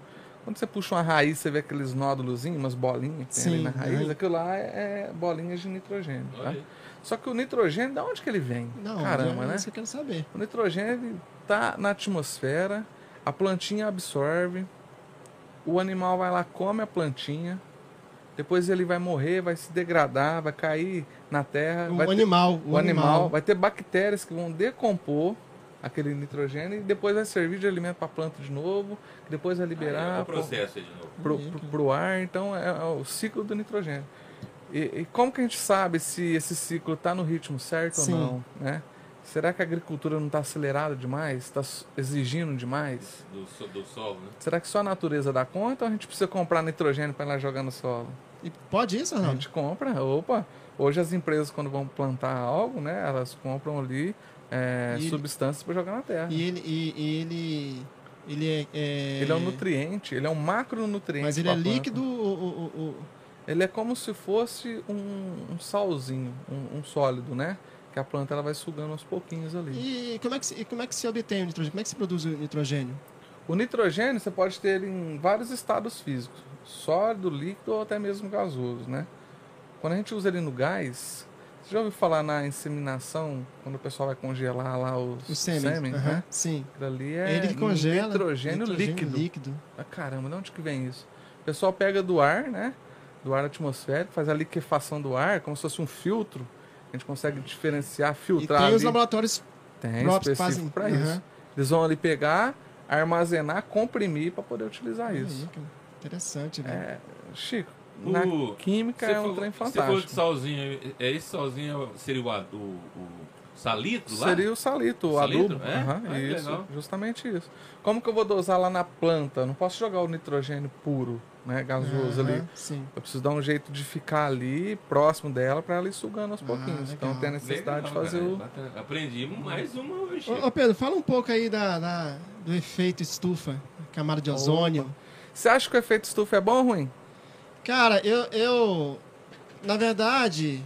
Speaker 5: Quando você puxa uma raiz, você vê aqueles nódulos, umas bolinhas que tem ali
Speaker 4: Sim,
Speaker 5: na raiz,
Speaker 4: uhum.
Speaker 5: aquilo lá é é bolinhas de nitrogênio, tá?
Speaker 3: Olha aí.
Speaker 5: Só que o nitrogênio, da onde que ele vem?
Speaker 4: Não,
Speaker 5: Caramba,
Speaker 4: já,
Speaker 5: né?
Speaker 4: Isso eu quero saber.
Speaker 5: O nitrogênio ele tá na atmosfera, a plantinha absorve, o animal vai lá, come a plantinha, depois ele vai morrer, vai se degradar, vai cair na terra.
Speaker 4: O
Speaker 5: vai ter-
Speaker 4: animal,
Speaker 5: o animal vai ter bactérias que vão decompor aquele nitrogênio e depois vai servir de alimento para a planta de novo, que depois vai liberar
Speaker 3: É o
Speaker 5: pro,
Speaker 3: processo aí de novo.
Speaker 5: pro,
Speaker 4: Uhum.
Speaker 5: pro- pro ar, então é, é o ciclo do nitrogênio. E, e como que a gente sabe se esse ciclo está no ritmo certo
Speaker 4: Sim.
Speaker 5: ou não, né? Será que a agricultura não está acelerada demais? Está exigindo demais?
Speaker 3: Do, so- do sol, né?
Speaker 5: Será que só a natureza dá conta ou a gente precisa comprar nitrogênio para ela jogar no solo?
Speaker 4: E pode isso,
Speaker 5: A
Speaker 4: Arnaldo?
Speaker 5: gente compra, opa. Hoje as empresas, quando vão plantar algo, né? Elas compram ali é,
Speaker 4: E-
Speaker 5: substâncias para jogar na terra.
Speaker 4: E ele. E, e ele. Ele é, é.
Speaker 5: É. Ele é um nutriente, ele é um macronutriente.
Speaker 4: Mas ele
Speaker 5: pra
Speaker 4: é
Speaker 5: planta.
Speaker 4: líquido ou. ou- ou- ou-
Speaker 5: Ele é como se fosse um, um salzinho, um, um sólido, né? Que a planta ela vai sugando aos pouquinhos ali.
Speaker 4: E como, é que, se- e como é que se obtém o nitrogênio? Como é que se produz o nitrogênio?
Speaker 5: O nitrogênio você pode ter ele em vários estados físicos, sólido, líquido ou até mesmo gasoso, né? Quando a gente usa ele no gás, você já ouviu falar na inseminação, quando o pessoal vai congelar lá os,
Speaker 4: O sêmen. aham,
Speaker 5: né?
Speaker 4: Sim.
Speaker 5: Aquilo ali
Speaker 4: É,
Speaker 5: é
Speaker 4: ele que congela.
Speaker 5: nitrogênio, líquido.
Speaker 4: líquido.
Speaker 5: Ah, caramba, de onde que vem isso? O pessoal pega do ar, né? Do ar atmosférico, faz a liquefação do ar, como se fosse um filtro. A gente consegue diferenciar,
Speaker 4: E
Speaker 5: filtrar.
Speaker 4: tem os
Speaker 5: ali.
Speaker 4: laboratórios
Speaker 5: Tem
Speaker 4: próprios fazem-
Speaker 5: específico para
Speaker 4: Aham.
Speaker 5: isso. Eles vão ali pegar, armazenar, comprimir para poder utilizar É isso.
Speaker 4: Aí, cara. Interessante, né? velho.
Speaker 5: É, Chico,
Speaker 3: O-
Speaker 5: na química
Speaker 3: Você
Speaker 5: é um
Speaker 3: falou-
Speaker 5: trem
Speaker 3: Você falou de
Speaker 5: fantástico.
Speaker 3: salzinho. É esse salzinho seria o, ad- o, o salito lá?
Speaker 5: Seria o salito, o
Speaker 3: Salito,
Speaker 5: adubo.
Speaker 3: é?
Speaker 5: Aham,
Speaker 3: Ah, que
Speaker 5: isso,
Speaker 3: legal.
Speaker 5: justamente isso. Como que eu vou dosar lá na planta? Eu Não posso jogar o nitrogênio puro, né, gasoso ali.
Speaker 4: Aham, Sim.
Speaker 5: Eu preciso dar um jeito de ficar ali próximo dela para ela ir sugando aos pouquinhos.
Speaker 4: legal.
Speaker 5: então tem a necessidade
Speaker 3: Ah, Legal,
Speaker 5: de fazer
Speaker 3: cara,
Speaker 5: o. é?
Speaker 3: bacana. Aprendi mais uma hoje.
Speaker 4: Ô, ô, Pedro, fala um pouco aí da, da- do efeito estufa, camada de ozônio.
Speaker 5: Você acha que o efeito estufa é bom ou ruim?
Speaker 4: Cara, eu, eu. Na verdade.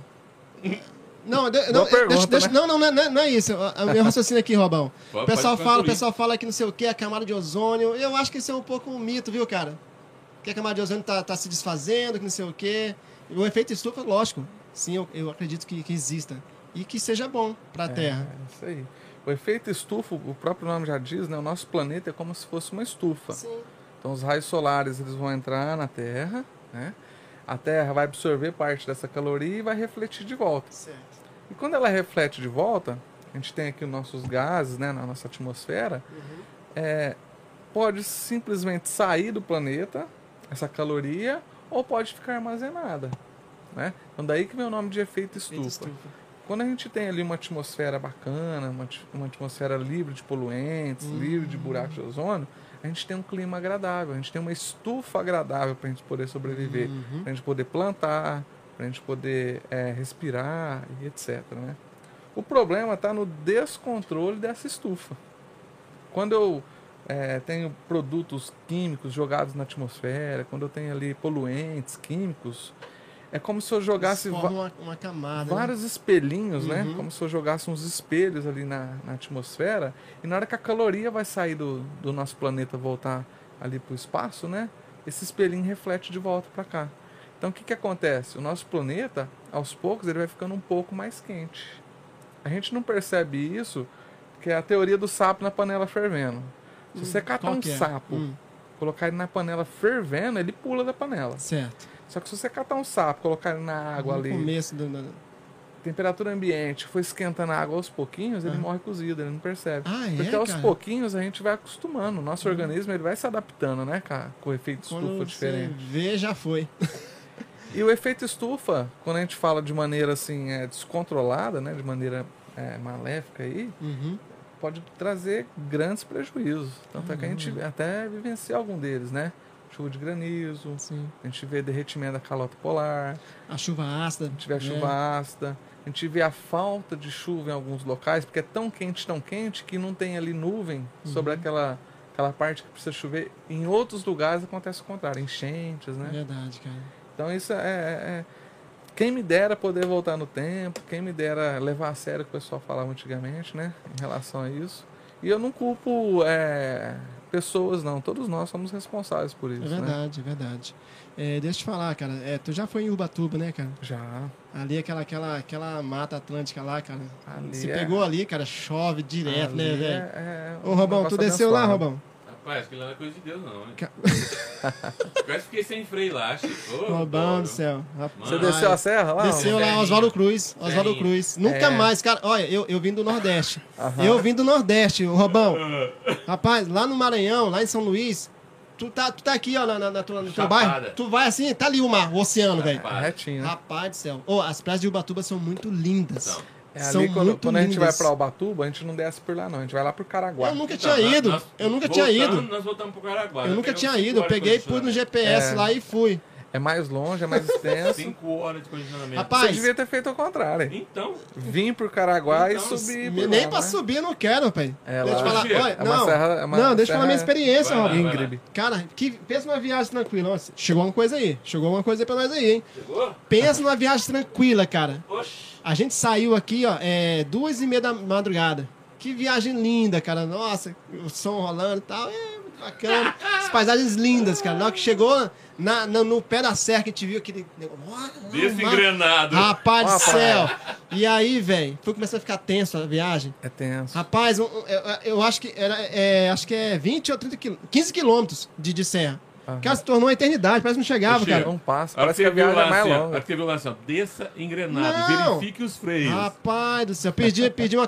Speaker 4: Não, de- não,
Speaker 5: Boa pergunta,
Speaker 4: deixa- deixa-
Speaker 5: né?
Speaker 4: não, não, não, é- não é- não é isso. O meu raciocínio aqui, Robão.
Speaker 3: Pode-
Speaker 4: O pessoal
Speaker 3: pode
Speaker 4: fala, o
Speaker 3: concluir.
Speaker 4: pessoal fala que não sei o que, a camada de ozônio. Eu acho que isso é um pouco um mito, viu, cara? Que a camada de ozônio tá, tá se desfazendo, que não sei o que. O efeito estufa, lógico. Sim, eu, eu acredito que, que exista. E que seja bom pra Terra.
Speaker 5: É isso aí. O efeito estufa, o próprio nome já diz, né? O nosso planeta é como se fosse uma estufa.
Speaker 4: Sim.
Speaker 5: Então os raios solares eles vão entrar na Terra, né? A Terra vai absorver parte dessa caloria e vai refletir de volta.
Speaker 4: Certo.
Speaker 5: E quando ela reflete de volta, a gente tem aqui os nossos gases, né, na nossa atmosfera,
Speaker 4: Uhum.
Speaker 5: é, pode simplesmente sair do planeta essa caloria ou pode ficar armazenada, né? Então daí que vem o nome de efeito
Speaker 4: Efeito
Speaker 5: estufa. Quando a gente tem ali uma atmosfera bacana, uma, ati- uma atmosfera livre de poluentes, livre de buracos de ozônio, a gente tem um clima agradável, a gente tem uma estufa agradável para a gente poder sobreviver,
Speaker 4: Uhum.
Speaker 5: para a gente poder plantar, para a gente poder é, respirar e etc. né? O problema está no descontrole dessa estufa. Quando eu é, tenho produtos químicos jogados na atmosfera, quando eu tenho ali poluentes químicos, é como se eu jogasse. va-
Speaker 4: Forma uma, uma camada. né?
Speaker 5: vários espelhinhos, né?
Speaker 4: Uhum.
Speaker 5: Como se eu jogasse uns espelhos ali na, na atmosfera. E na hora que a caloria vai sair do, do nosso planeta voltar ali pro espaço, né? Esse espelhinho reflete de volta para cá. Então o que, que acontece? O nosso planeta, aos poucos, ele vai ficando um pouco mais quente. A gente não percebe isso, que é a teoria do sapo na panela fervendo. Se você catar
Speaker 4: Qual
Speaker 5: um
Speaker 4: que é?
Speaker 5: sapo,
Speaker 4: Hum,
Speaker 5: colocar ele na panela fervendo, ele pula da panela.
Speaker 4: certo.
Speaker 5: Só que se você catar um sapo, colocar ele na água
Speaker 4: no
Speaker 5: ali,
Speaker 4: começo do, do-
Speaker 5: temperatura ambiente foi esquentando a água aos pouquinhos, ele morre cozido, ele não percebe.
Speaker 4: Ah, é,
Speaker 5: Porque aos
Speaker 4: cara? Hum.
Speaker 5: pouquinhos a gente vai acostumando, o nosso organismo ele vai se adaptando, né, cara, com o efeito
Speaker 4: Quando
Speaker 5: estufa diferente.
Speaker 4: Você vê, já foi.
Speaker 5: E o efeito estufa, quando a gente fala de maneira assim, é, descontrolada, né, de maneira é, maléfica aí,
Speaker 4: Uhum.
Speaker 5: pode trazer grandes prejuízos. Tanto é que a
Speaker 4: Hum.
Speaker 5: gente até vivencia algum deles, né? Chuva de granizo,
Speaker 4: Sim.
Speaker 5: a gente vê derretimento da calota polar,
Speaker 4: A chuva ácida. É,
Speaker 5: tiver chuva ácida, a gente vê a falta de chuva em alguns locais, porque é tão quente, tão quente, que não tem ali nuvem sobre
Speaker 4: Uhum.
Speaker 5: aquela, aquela parte que precisa chover. Em outros lugares acontece o contrário, enchentes,
Speaker 4: É,
Speaker 5: né?
Speaker 4: verdade, cara.
Speaker 5: Então isso é, é- é- Quem me dera poder voltar no tempo, quem me dera levar a sério o que o pessoal falava antigamente, né? Em relação a isso. E eu não culpo é, pessoas, não. Todos nós somos responsáveis por isso,
Speaker 4: É
Speaker 5: né?
Speaker 4: verdade, é verdade. É, deixa eu te falar, cara. É, tu já foi em Ubatuba, né, cara?
Speaker 5: Já.
Speaker 4: Ali aquela, aquela, aquela mata atlântica lá, cara.
Speaker 5: Ali
Speaker 4: Se
Speaker 5: é-
Speaker 4: pegou ali, cara, chove direto, né,
Speaker 5: Ali
Speaker 4: velho?
Speaker 5: é- é
Speaker 4: Ô,
Speaker 5: um
Speaker 4: Robão, tu
Speaker 5: negócio
Speaker 4: desceu lá,
Speaker 5: abençoado.
Speaker 4: Robão?
Speaker 3: Rapaz, aquilo lá não é coisa de Deus, não, hein?
Speaker 4: Ca-
Speaker 3: Quase fiquei sem freio lá, Chico. Ô,
Speaker 4: Robão
Speaker 3: Deus.
Speaker 4: do céu. Rapaz.
Speaker 5: Você desceu a serra lá?
Speaker 4: Desceu lá,
Speaker 3: Serrinha.
Speaker 4: Oswaldo Cruz. Oswaldo
Speaker 3: Serrinha.
Speaker 4: Cruz. Nunca
Speaker 5: É.
Speaker 4: mais, cara. Olha, eu, eu vim do Nordeste. Eu vim do Nordeste, ô Robão. Rapaz, lá no Maranhão, lá em São Luís, tu tá, tu tá aqui, ó, na, na, na tua, no teu
Speaker 3: Chapada.
Speaker 4: bairro. Tu vai assim, tá ali o mar, o oceano, velho.
Speaker 5: É retinho, né?
Speaker 4: Rapaz do céu. Ô, as praias de Ubatuba são muito lindas.
Speaker 3: São.
Speaker 5: É
Speaker 4: são
Speaker 5: ali quando,
Speaker 4: muito
Speaker 5: quando a gente vai
Speaker 4: lindas.
Speaker 5: pra Ubatuba, a gente não desce por lá, não. A gente vai lá pro Caraguá.
Speaker 4: Eu nunca
Speaker 3: Então,
Speaker 4: tinha
Speaker 3: nós-
Speaker 4: ido.
Speaker 3: nós
Speaker 4: eu nunca
Speaker 3: voltamos-
Speaker 4: tinha ido.
Speaker 3: Nós voltamos pro Caraguá.
Speaker 4: Eu
Speaker 3: Nós
Speaker 4: nunca
Speaker 3: pegamos
Speaker 4: tinha
Speaker 3: cinco
Speaker 4: ido. Eu
Speaker 3: horas de
Speaker 4: peguei, pus no
Speaker 3: condicionamento.
Speaker 4: GPS
Speaker 5: É.
Speaker 4: lá e fui.
Speaker 5: É mais longe, é mais extenso.
Speaker 3: Cinco horas de condicionamento.
Speaker 4: Rapaz,
Speaker 5: Você devia ter feito ao contrário.
Speaker 3: Então,
Speaker 5: Vim pro Caraguá
Speaker 3: Então,
Speaker 5: e subir.
Speaker 4: Me-
Speaker 5: por
Speaker 4: Nem
Speaker 5: lá,
Speaker 4: pra
Speaker 5: né?
Speaker 4: subir eu não quero, pai.
Speaker 5: É
Speaker 4: deixa eu
Speaker 5: lá.
Speaker 4: falar.
Speaker 3: Mentira.
Speaker 4: Olha,
Speaker 5: É uma
Speaker 4: não,
Speaker 5: serra- é uma
Speaker 4: não, deixa eu falar minha
Speaker 5: serra-
Speaker 4: experiência,
Speaker 3: Vai lá,
Speaker 4: Robinho.
Speaker 3: vai lá.
Speaker 5: Íngreme.
Speaker 4: Cara, que, pensa numa viagem tranquila. Nossa, chegou uma coisa aí. Chegou uma coisa aí pra nós aí, hein?
Speaker 3: chegou?
Speaker 4: Pensa numa viagem tranquila, cara.
Speaker 3: Oxi.
Speaker 4: A gente saiu aqui, ó, é, duas e meia da madrugada. Que viagem linda, cara. Nossa, o som rolando e tal. É, Bacana. As paisagens lindas, cara. Na hora que chegou na, na- no pé da serra que a gente viu aquele negócio. Uau, mar-
Speaker 3: Desengrenado.
Speaker 4: Rapaz do
Speaker 5: Uma
Speaker 4: céu. E aí, velho, foi começando a ficar tenso a viagem.
Speaker 5: É tenso.
Speaker 4: Rapaz, um- um- eu, eu acho que era, é, acho que é 20 ou 30 quilômetros, 15 quilômetros de, de serra. Cara, se tornou uma eternidade, parece que não chegava,
Speaker 3: Chega.
Speaker 4: cara.
Speaker 5: Não um passa.
Speaker 3: A hora
Speaker 5: Parece que a
Speaker 3: viu
Speaker 5: viagem
Speaker 3: lá
Speaker 5: é mais
Speaker 3: assim, ó, a hora
Speaker 5: longa.
Speaker 3: que você viu lá assim, ó, desça engrenado,
Speaker 4: Não.
Speaker 3: verifique os freios.
Speaker 4: Rapaz do céu, perdi, perdi uma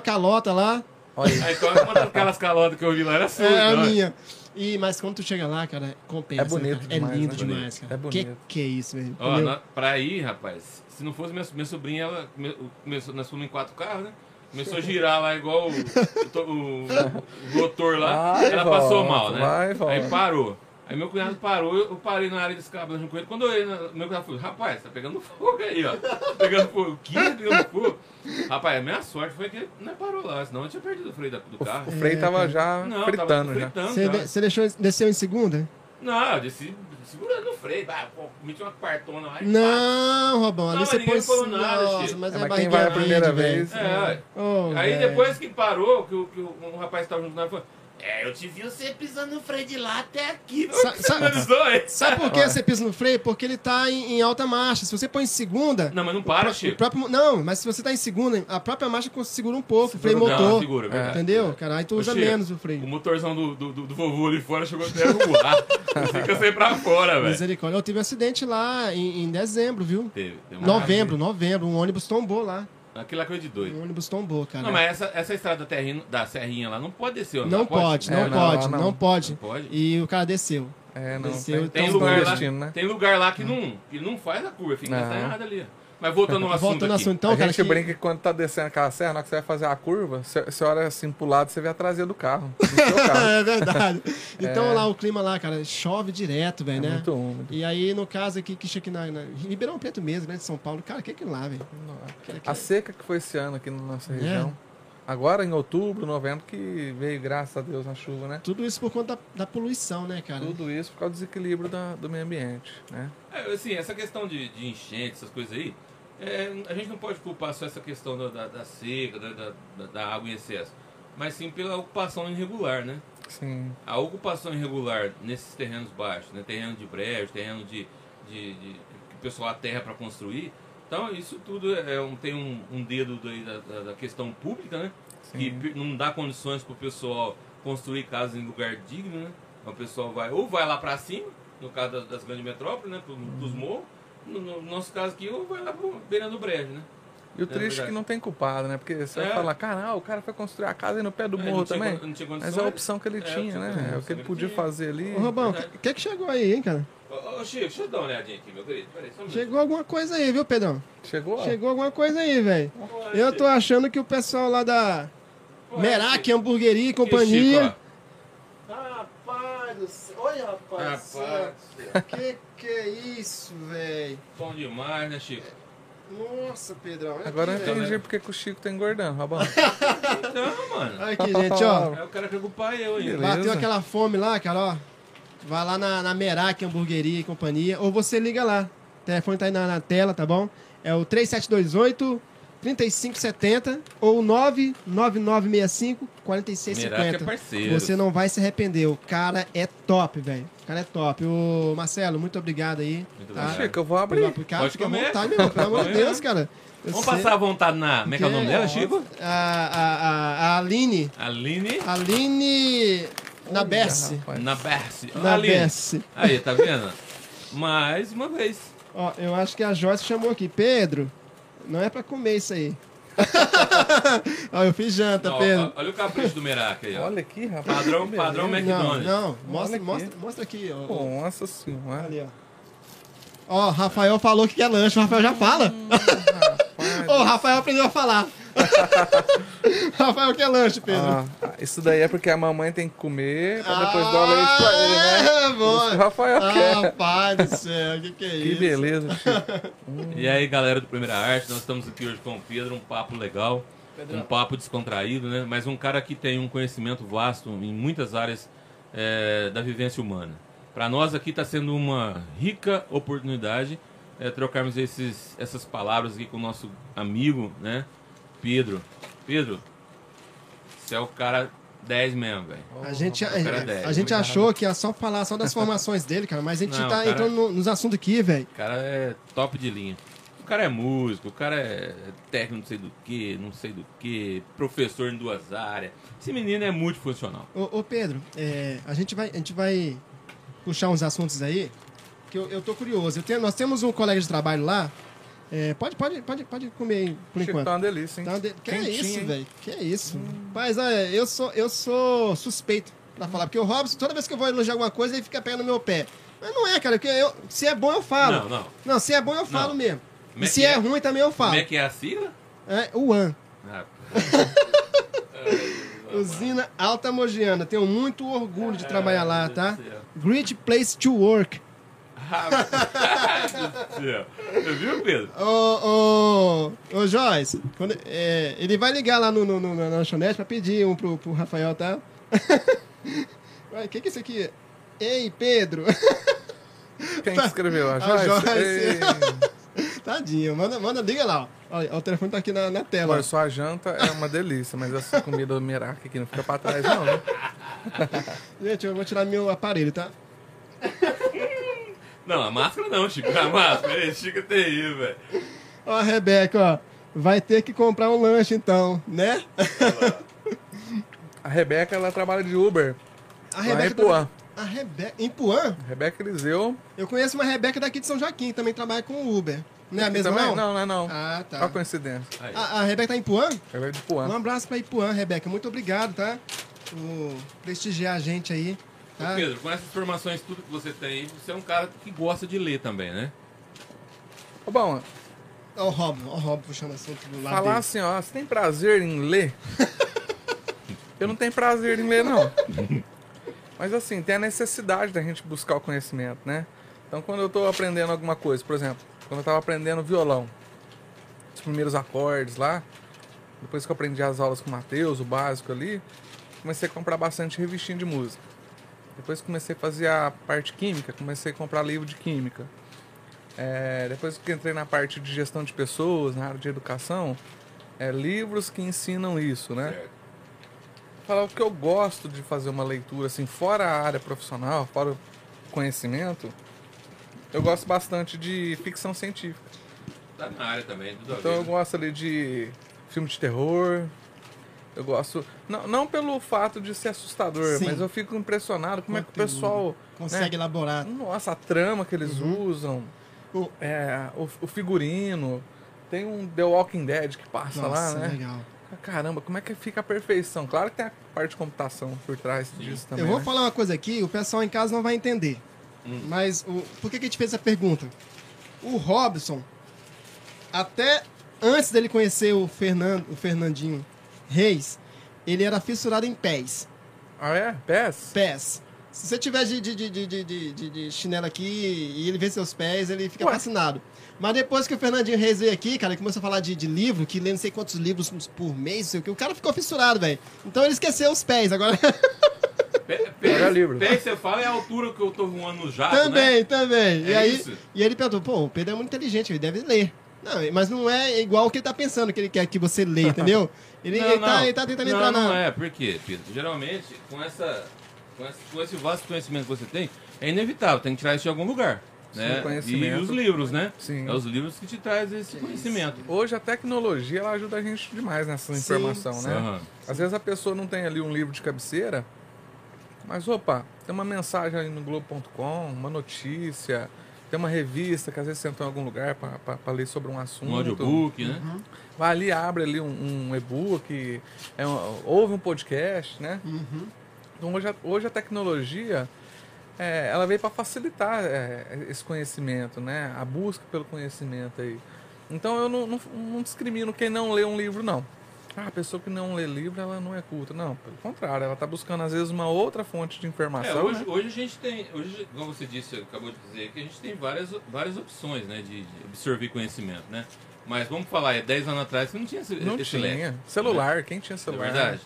Speaker 4: calota lá,
Speaker 5: Olha,
Speaker 3: Aí então uma daquelas calotas que eu vi lá era sua.
Speaker 4: é a
Speaker 3: então, ó.
Speaker 4: minha. E, mas quando tu chega lá, cara, compensa.
Speaker 5: É bonito
Speaker 4: né, cara?
Speaker 5: demais,
Speaker 4: É lindo
Speaker 5: né?
Speaker 4: demais, cara.
Speaker 5: É bonito.
Speaker 4: Que, que é isso, velho?
Speaker 3: Ó,
Speaker 4: entendeu?
Speaker 3: na- pra ir, rapaz, se não fosse minha, minha sobrinha, ela come- começou, nós fomos em quatro carros, né? Começou a girar lá igual o, o to- o- o rotor lá.
Speaker 5: Vai e
Speaker 3: ela passou
Speaker 5: volta,
Speaker 3: mal, né?
Speaker 5: vai e
Speaker 3: Aí
Speaker 5: volta.
Speaker 3: parou. Aí meu cunhado parou, eu eu parei na área de escabagem com ele. Quando eu olhei, na- meu cunhado falou, rapaz, tá pegando fogo aí, ó. Tá pegando fogo. O quê? Tá pegando fogo? Rapaz, a minha sorte foi que não parou lá, senão eu tinha perdido o freio da- do
Speaker 5: o,
Speaker 3: carro.
Speaker 5: o
Speaker 4: É,
Speaker 5: Frei tava já
Speaker 3: Tá. Não, eu tava
Speaker 5: fritando já.
Speaker 3: fritando.
Speaker 4: Você
Speaker 3: cara.
Speaker 4: de- você deixou, desceu em segunda?
Speaker 3: Não, eu desci segurando o freio. Bah, pô, meti uma partona lá e
Speaker 4: Não, Robão, ali
Speaker 3: Não,
Speaker 4: você
Speaker 3: ninguém
Speaker 4: põe...
Speaker 3: falou nada,
Speaker 4: Nossa,
Speaker 3: Chico.
Speaker 4: mas
Speaker 5: É,
Speaker 4: é,
Speaker 5: mas quem
Speaker 4: barriguinha
Speaker 5: vai a primeira
Speaker 4: verde, velho.
Speaker 5: vez.
Speaker 3: É,
Speaker 4: Oh,
Speaker 3: aí
Speaker 4: velho.
Speaker 3: depois que parou, que, o- que o- um rapaz estava junto com nós falou: É, eu te vi você pisando no freio de lá até aqui.
Speaker 4: Sa- sa-
Speaker 3: Finalizou, hein?
Speaker 4: Sabe por que você pisa no freio? Porque ele tá em, em alta marcha. Se você põe em segunda.
Speaker 3: Não, mas não para,
Speaker 4: o
Speaker 3: Chico.
Speaker 4: próprio, não, mas se você tá em segunda, a própria marcha cons- segura um pouco, o freio
Speaker 3: Não,
Speaker 4: motor.
Speaker 3: segura, é verdade.
Speaker 4: entendeu? Cara, aí tu
Speaker 3: Ô,
Speaker 4: usa
Speaker 3: Chico,
Speaker 4: menos o
Speaker 3: O
Speaker 4: freio.
Speaker 3: motorzão do, do, do- do vovô ali fora chegou até a voar. Fica sem pra fora, velho.
Speaker 4: Misericórdia. Eu tive um acidente lá em, em dezembro, viu?
Speaker 3: Teve, teve uma-
Speaker 4: Novembro, novembro. Um ônibus tombou lá.
Speaker 3: Aquilo lá é coisa de doido.
Speaker 4: Um ônibus tombou, cara.
Speaker 3: Não, mas essa, essa estrada da, terrinha- da Serrinha lá não pode descer, ó,
Speaker 4: Não pode, não
Speaker 5: É, não,
Speaker 4: pode,
Speaker 5: lá não.
Speaker 4: não, pode.
Speaker 3: Não pode?
Speaker 4: E o cara desceu.
Speaker 5: É, não.
Speaker 4: Desceu,
Speaker 5: Tem,
Speaker 3: Tem
Speaker 5: tem
Speaker 4: Então,
Speaker 3: lugar,
Speaker 5: lugar
Speaker 4: vamos
Speaker 3: lá,
Speaker 5: destino, né?
Speaker 3: tem lugar lá
Speaker 4: Hum.
Speaker 3: que não, que não faz a curva, fica
Speaker 5: Não.
Speaker 3: estagnado ali. ó. Mas voltando ao assunto.
Speaker 4: Voltando ao
Speaker 3: aqui.
Speaker 4: assunto, então,
Speaker 5: a
Speaker 4: cara.
Speaker 5: gente
Speaker 4: que-
Speaker 5: brinca que quando tá descendo aquela serra, na hora que você vai fazer a curva, você, você olha assim pro lado, você vê a traseira do carro. Do seu carro.
Speaker 4: é verdade. Então lá o clima lá, cara, chove direto, velho,
Speaker 5: É
Speaker 4: né?
Speaker 5: muito úmido.
Speaker 4: E aí, no caso aqui, que chega aqui na, na em Ribeirão Preto mesmo, né, de São Paulo, cara, o que é que lá, velho? é
Speaker 5: A seca que foi esse ano aqui na nossa região. Agora, em outubro, novembro, que veio, graças a Deus, na chuva, né?
Speaker 4: Tudo isso por conta da, da poluição, né, cara?
Speaker 5: Tudo isso por causa do desequilíbrio da- do meio ambiente, né?
Speaker 3: É, assim, essa questão de, de enchente, essas coisas aí, é, a gente não pode culpar só essa questão da, da- da seca, da, da- da- da água em excesso, mas sim pela ocupação irregular, né?
Speaker 5: Sim.
Speaker 3: A ocupação irregular nesses terrenos baixos, né? terreno de brejo, terreno de, de- de- que o pessoal aterra para construir, então isso tudo é um- tem um, um dedo daí da, da- da questão pública, né? Que pe- não dá condições para o pessoal construir casas em lugar digno, né? Então, O pessoal vai ou vai lá para cima, no caso das, das grandes metrópoles, né? Pro,
Speaker 5: Uhum.
Speaker 3: Dos morros. No, no nosso caso aqui, ou vai lá pro beira do brejo, né?
Speaker 5: E o triste é
Speaker 3: verdade.
Speaker 5: que não tem culpado, né? Porque você
Speaker 3: É.
Speaker 5: vai falar, caralho, o cara foi construir a casa aí no pé do
Speaker 3: É,
Speaker 5: morro
Speaker 3: não tinha
Speaker 5: também.
Speaker 3: con- não tinha
Speaker 5: Mas é
Speaker 3: condições.
Speaker 5: a opção que ele
Speaker 3: É,
Speaker 5: tinha,
Speaker 3: não tinha
Speaker 5: né? É o
Speaker 3: condições,
Speaker 5: que ele
Speaker 3: ele
Speaker 5: podia
Speaker 3: tinha.
Speaker 5: fazer ali.
Speaker 4: Ô, Robão, o
Speaker 3: Verdade.
Speaker 4: que, que chegou aí, hein, cara?
Speaker 3: Ô, ô, Chico, deixa eu dar uma olhadinha aqui, meu querido. Peraí, só um minuto.
Speaker 4: Chegou alguma coisa aí, viu, Pedrão?
Speaker 5: Chegou? ó.
Speaker 4: Chegou alguma coisa aí, velho.
Speaker 3: Olha,
Speaker 4: Eu
Speaker 3: Chico.
Speaker 4: tô achando que o pessoal lá da
Speaker 3: Olha,
Speaker 4: Merak,
Speaker 3: é, Chico.
Speaker 4: Hamburgueria e
Speaker 3: Aqui,
Speaker 4: companhia.
Speaker 3: Chico,
Speaker 2: Rapaz do céu, olha
Speaker 3: ó.
Speaker 2: rapaz. do céu.
Speaker 3: Rapaz,
Speaker 4: Que que é isso, velho?
Speaker 3: bom demais, né, Chico?
Speaker 4: Nossa, Pedrão. olha
Speaker 5: Agora eu
Speaker 4: aqui, velho.
Speaker 5: entendi porque que o Chico tá engordando, Robão.
Speaker 3: É. Então, mano.
Speaker 4: Olha aqui, gente, ó.
Speaker 3: Aí o cara quer culpar eu aí.
Speaker 5: Beleza.
Speaker 4: Bateu aquela fome lá, cara, ó. Vai lá na, na Merak Hamburgueria e Companhia, ou você liga lá. O telefone tá aí na, na tela, tá bom? É o 3728 3570 ou 99965
Speaker 3: Merak é
Speaker 4: 4650.
Speaker 3: parceiro.
Speaker 4: você não vai se arrepender. O cara é top, velho. O cara é top. Ô, Marcelo, muito obrigado aí.
Speaker 3: Muito
Speaker 4: tá?
Speaker 3: obrigado.
Speaker 5: Chico, eu vou
Speaker 4: Pelo-
Speaker 5: abrir. Ah,
Speaker 4: Cara,
Speaker 3: Pode
Speaker 4: fica à
Speaker 3: comer.
Speaker 4: vontade, meu. Pelo amor de
Speaker 3: Pode
Speaker 4: Deus,
Speaker 3: comer.
Speaker 4: cara. Eu
Speaker 3: Vamos
Speaker 4: sei-
Speaker 3: passar a vontade na. Como é que é o nome dela,
Speaker 4: Nossa.
Speaker 3: Chico?
Speaker 4: A, a, a, a Aline.
Speaker 3: Aline
Speaker 4: Aline Nabesse.
Speaker 5: Rapaz.
Speaker 3: Nabesse. Aline.
Speaker 4: Nabesse.
Speaker 3: Aí, tá vendo? Mais uma vez.
Speaker 4: Ó, eu acho que a Joyce chamou aqui. Pedro, não é pra comer isso aí. Ó, eu fiz janta,
Speaker 3: Ó, ó,
Speaker 4: Pedro.
Speaker 3: olha o capricho do Merac aí, ó.
Speaker 5: Olha aqui, rapaz.
Speaker 3: Padrão,
Speaker 5: Que
Speaker 3: padrão
Speaker 5: beleza.
Speaker 4: Não,
Speaker 3: McDonald's.
Speaker 4: não. Mostra,
Speaker 5: Olha aqui.
Speaker 4: mostra, mostra aqui, ó. ó.
Speaker 5: Nossa senhora.
Speaker 4: Ali, ó. Ó, Rafael falou que quer lanche. O Rafael já fala.
Speaker 5: Rapaz.
Speaker 4: Ô, o Rafael aprendeu a falar. Rafael quer lanche, Pedro.
Speaker 5: Ah, isso daí é porque a mamãe tem que comer pra Ah, depois dar o leite pra ele, né?
Speaker 4: Ah, bom.
Speaker 5: Isso que o Rafael
Speaker 4: Ah,
Speaker 5: quer.
Speaker 4: Rapaz do céu, que que é
Speaker 5: Que
Speaker 4: isso?
Speaker 5: beleza, Chico.
Speaker 3: E aí, galera do Primeira Arte, nós estamos aqui hoje com o Pedro, um papo legal, um papo descontraído, né? Mas um cara que tem um conhecimento vasto em muitas áreas eh, da vivência humana. Para nós aqui está sendo uma rica oportunidade eh, trocarmos esses, essas palavras aqui com o nosso amigo, né? Pedro. Pedro, você é o cara 10 mesmo, velho.
Speaker 4: A gente, a,
Speaker 3: cara dele,
Speaker 4: a gente
Speaker 5: muito
Speaker 4: achou que ia só falar só das formações dele, cara, mas a gente
Speaker 3: Não,
Speaker 4: tá
Speaker 3: cara-
Speaker 4: entrando no- nos assuntos aqui, velho.
Speaker 3: O cara é top de linha. O cara é músico, o cara é técnico não sei do que, não sei do que, professor em duas áreas. Esse menino é multifuncional.
Speaker 4: Ô, ô, Pedro, é, a, gente vai, a gente vai puxar uns assuntos aí, que eu, eu tô curioso. Eu tenho- nós temos um colega de trabalho lá, é, pode, pode, pode, pode comer aí, por
Speaker 5: Chico,
Speaker 4: enquanto.
Speaker 5: tá uma delícia, hein?
Speaker 4: Tá de- Que é
Speaker 5: Quentinho,
Speaker 4: isso,
Speaker 5: hein? Hum.
Speaker 4: velho? Que é isso? Mas olha, eu sou, eu sou suspeito pra falar, porque o Robson, toda vez que eu vou elogiar alguma coisa, ele fica pegando no meu pé. Mas não é, cara, porque eu, se é bom eu
Speaker 3: Não,
Speaker 4: falo.
Speaker 3: não.
Speaker 4: Não, se é bom eu falo
Speaker 3: Não.
Speaker 4: mesmo.
Speaker 3: Como
Speaker 4: E
Speaker 3: é
Speaker 4: se
Speaker 3: que
Speaker 4: é
Speaker 3: é?
Speaker 4: ruim também eu falo.
Speaker 3: Como é que é a sigla?
Speaker 4: É, o An.
Speaker 3: Ah,
Speaker 4: Usina Alta Mogiana. Tenho muito orgulho de trabalhar lá,
Speaker 3: Deus
Speaker 5: Ah.
Speaker 4: tá?
Speaker 3: do céu.
Speaker 4: Great place to work.
Speaker 3: Você viu, Pedro?
Speaker 4: Ô, ô, ô, Joyce, quando- é, ele vai ligar lá no, no, no- na lanchonete pra pedir um pro, pro Rafael, tá? Ué, o que que é isso aqui? Ei, Pedro!
Speaker 5: Quem que escreveu? Ah, A
Speaker 4: A
Speaker 5: Joyce?
Speaker 4: Joyce.
Speaker 5: Ei.
Speaker 4: Tadinho, manda, manda, liga lá, ó. Olha, ó, o telefone tá aqui na, na tela.
Speaker 5: Olha, sua janta é uma delícia, mas essa comida miraca aqui não fica pra trás, não, né?
Speaker 4: Gente, eu vou tirar meu aparelho, tá?
Speaker 3: Não, a máscara não, Chico. A máscara, é Chico tem aí, velho.
Speaker 4: Ó, a Rebeca, ó, vai ter que comprar um lanche então, né?
Speaker 5: A Rebeca, ela trabalha de Uber.
Speaker 4: A
Speaker 5: Lá em
Speaker 4: Rebeca.
Speaker 5: Puan.
Speaker 4: A Rebeca. Em Puan?
Speaker 5: Rebeca Eliseu.
Speaker 4: Eu conheço uma Rebeca daqui de São Joaquim, que também trabalha com Uber. Não é a
Speaker 5: que
Speaker 4: mesma,
Speaker 5: também-
Speaker 4: não?
Speaker 5: Não, não é não.
Speaker 4: Ah, tá.
Speaker 5: Olha a coincidência.
Speaker 3: Aí,
Speaker 4: A, a Rebeca tá em Puan?
Speaker 5: Rebeca de
Speaker 4: Um
Speaker 5: Puan.
Speaker 4: abraço pra Ipuã, Rebeca. Muito obrigado, tá? Por prestigiar a gente aí. Tá?
Speaker 3: Ô, Pedro, com essas informações, tudo que você tem, você é um cara que gosta de ler também, né?
Speaker 5: Ô, Bom,
Speaker 4: Ó o Rob, ó o Rob puxando assunto do lado
Speaker 5: falar
Speaker 4: dele.
Speaker 5: assim, ó, você tem prazer em ler? Eu não tenho prazer em ler, não. Mas assim, tem a necessidade da gente buscar o conhecimento, né? Então quando eu tô aprendendo alguma coisa, por exemplo, quando eu tava aprendendo violão, os primeiros acordes lá, depois que eu aprendi as aulas com o Matheus, o básico ali, comecei a comprar bastante revistinha de música. Depois comecei a fazer a parte química, comecei a comprar livro de química. É, depois que entrei na parte de gestão de pessoas, na área de educação, é, livros que ensinam isso, né?
Speaker 3: Certo.
Speaker 5: Falar o que eu gosto de fazer uma leitura, assim, fora a área profissional, fora o conhecimento, eu gosto bastante de ficção científica.
Speaker 3: Tá na área também, tudo a
Speaker 5: Então
Speaker 3: ver,
Speaker 5: eu
Speaker 3: né?
Speaker 5: gosto ali de filme de terror. Eu gosto. Não, não pelo fato de ser assustador,
Speaker 4: Sim.
Speaker 5: mas eu fico impressionado como é que o
Speaker 4: Conteúdo.
Speaker 5: pessoal.
Speaker 4: Consegue
Speaker 5: né?
Speaker 4: elaborar.
Speaker 5: Nossa, a trama que eles usam,
Speaker 4: Uhum. O-
Speaker 5: é, o, o figurino. Tem um The Walking Dead que passa
Speaker 4: Nossa,
Speaker 5: lá, né?
Speaker 4: legal.
Speaker 5: Caramba, como é que fica a perfeição? Claro que tem a parte de computação por trás disso também.
Speaker 4: Eu vou
Speaker 5: né? Hum.
Speaker 4: falar uma coisa aqui, o pessoal em casa não vai entender. Mas o, por que, que a gente fez essa pergunta? O Robson, até antes dele conhecer o, Fernando, o Fernandinho Reis, ele era fissurado em pés.
Speaker 5: Ah, é? Pés?
Speaker 4: Pés. Se você tiver de, de, de, de- de, de, de- de chinelo aqui e ele vê seus pés, ele fica
Speaker 5: Ué.
Speaker 4: fascinado. Mas depois que o Fernandinho Reis veio aqui, cara, ele começou a falar de, de livro, que lê não sei quantos livros por mês, não sei o que, o cara ficou fissurado, velho. Então ele esqueceu os pés. Agora
Speaker 3: Pé,
Speaker 5: Olha
Speaker 3: pé,
Speaker 5: o livro.
Speaker 3: pé que você fala é a altura que eu tô voando no jato, né?
Speaker 4: também, também. e,
Speaker 3: É
Speaker 4: aí,
Speaker 3: isso.
Speaker 4: e aí ele perguntou, pô, o Pedro é muito inteligente, ele deve ler. Não, mas não é igual o que ele tá pensando que ele quer que você lê, entendeu? Ele, ele Tá, ele tá tentando
Speaker 3: não,
Speaker 4: entrar
Speaker 3: não
Speaker 4: na.
Speaker 3: é, por quê, Pedro? Geralmente, com, essa, com, esse, com esse vasto conhecimento que você tem, é inevitável, tem que tirar isso de algum lugar. Né? E
Speaker 5: conhecimento.
Speaker 3: os livros, né?
Speaker 5: Sim.
Speaker 3: É os livros que te traz esse conhecimento.
Speaker 5: Hoje a tecnologia ela ajuda a gente demais nessa informação, né?
Speaker 3: Aham.
Speaker 5: Às vezes a pessoa não tem ali um livro de cabeceira, mas opa, tem uma mensagem ali no Globo.com, uma notícia, tem uma revista que às vezes você entra em algum lugar para ler sobre um assunto.
Speaker 3: Um audiobook, né?
Speaker 5: Vai ali, abre ali um, um e-book, é um- ouve um podcast, né? Então hoje a, hoje a tecnologia é, ela veio para facilitar é, esse conhecimento, né? A busca pelo conhecimento aí. Então eu não, não- não discrimino quem não lê um livro, não. Ah, a pessoa que não lê livro, ela não é culta. Não, pelo contrário, ela está buscando às vezes uma outra fonte de
Speaker 3: É,
Speaker 5: informação.
Speaker 3: hoje,
Speaker 5: né?
Speaker 3: hoje a gente tem, hoje, como você disse, acabou de dizer, que a gente tem várias, várias opções né, de, de absorver conhecimento, né? Mas vamos falar, é 10 anos atrás você não tinha esse,
Speaker 5: não
Speaker 3: esse
Speaker 5: tinha.
Speaker 3: leque,
Speaker 5: Celular, quem tinha
Speaker 3: né? É
Speaker 5: celular?
Speaker 3: verdade.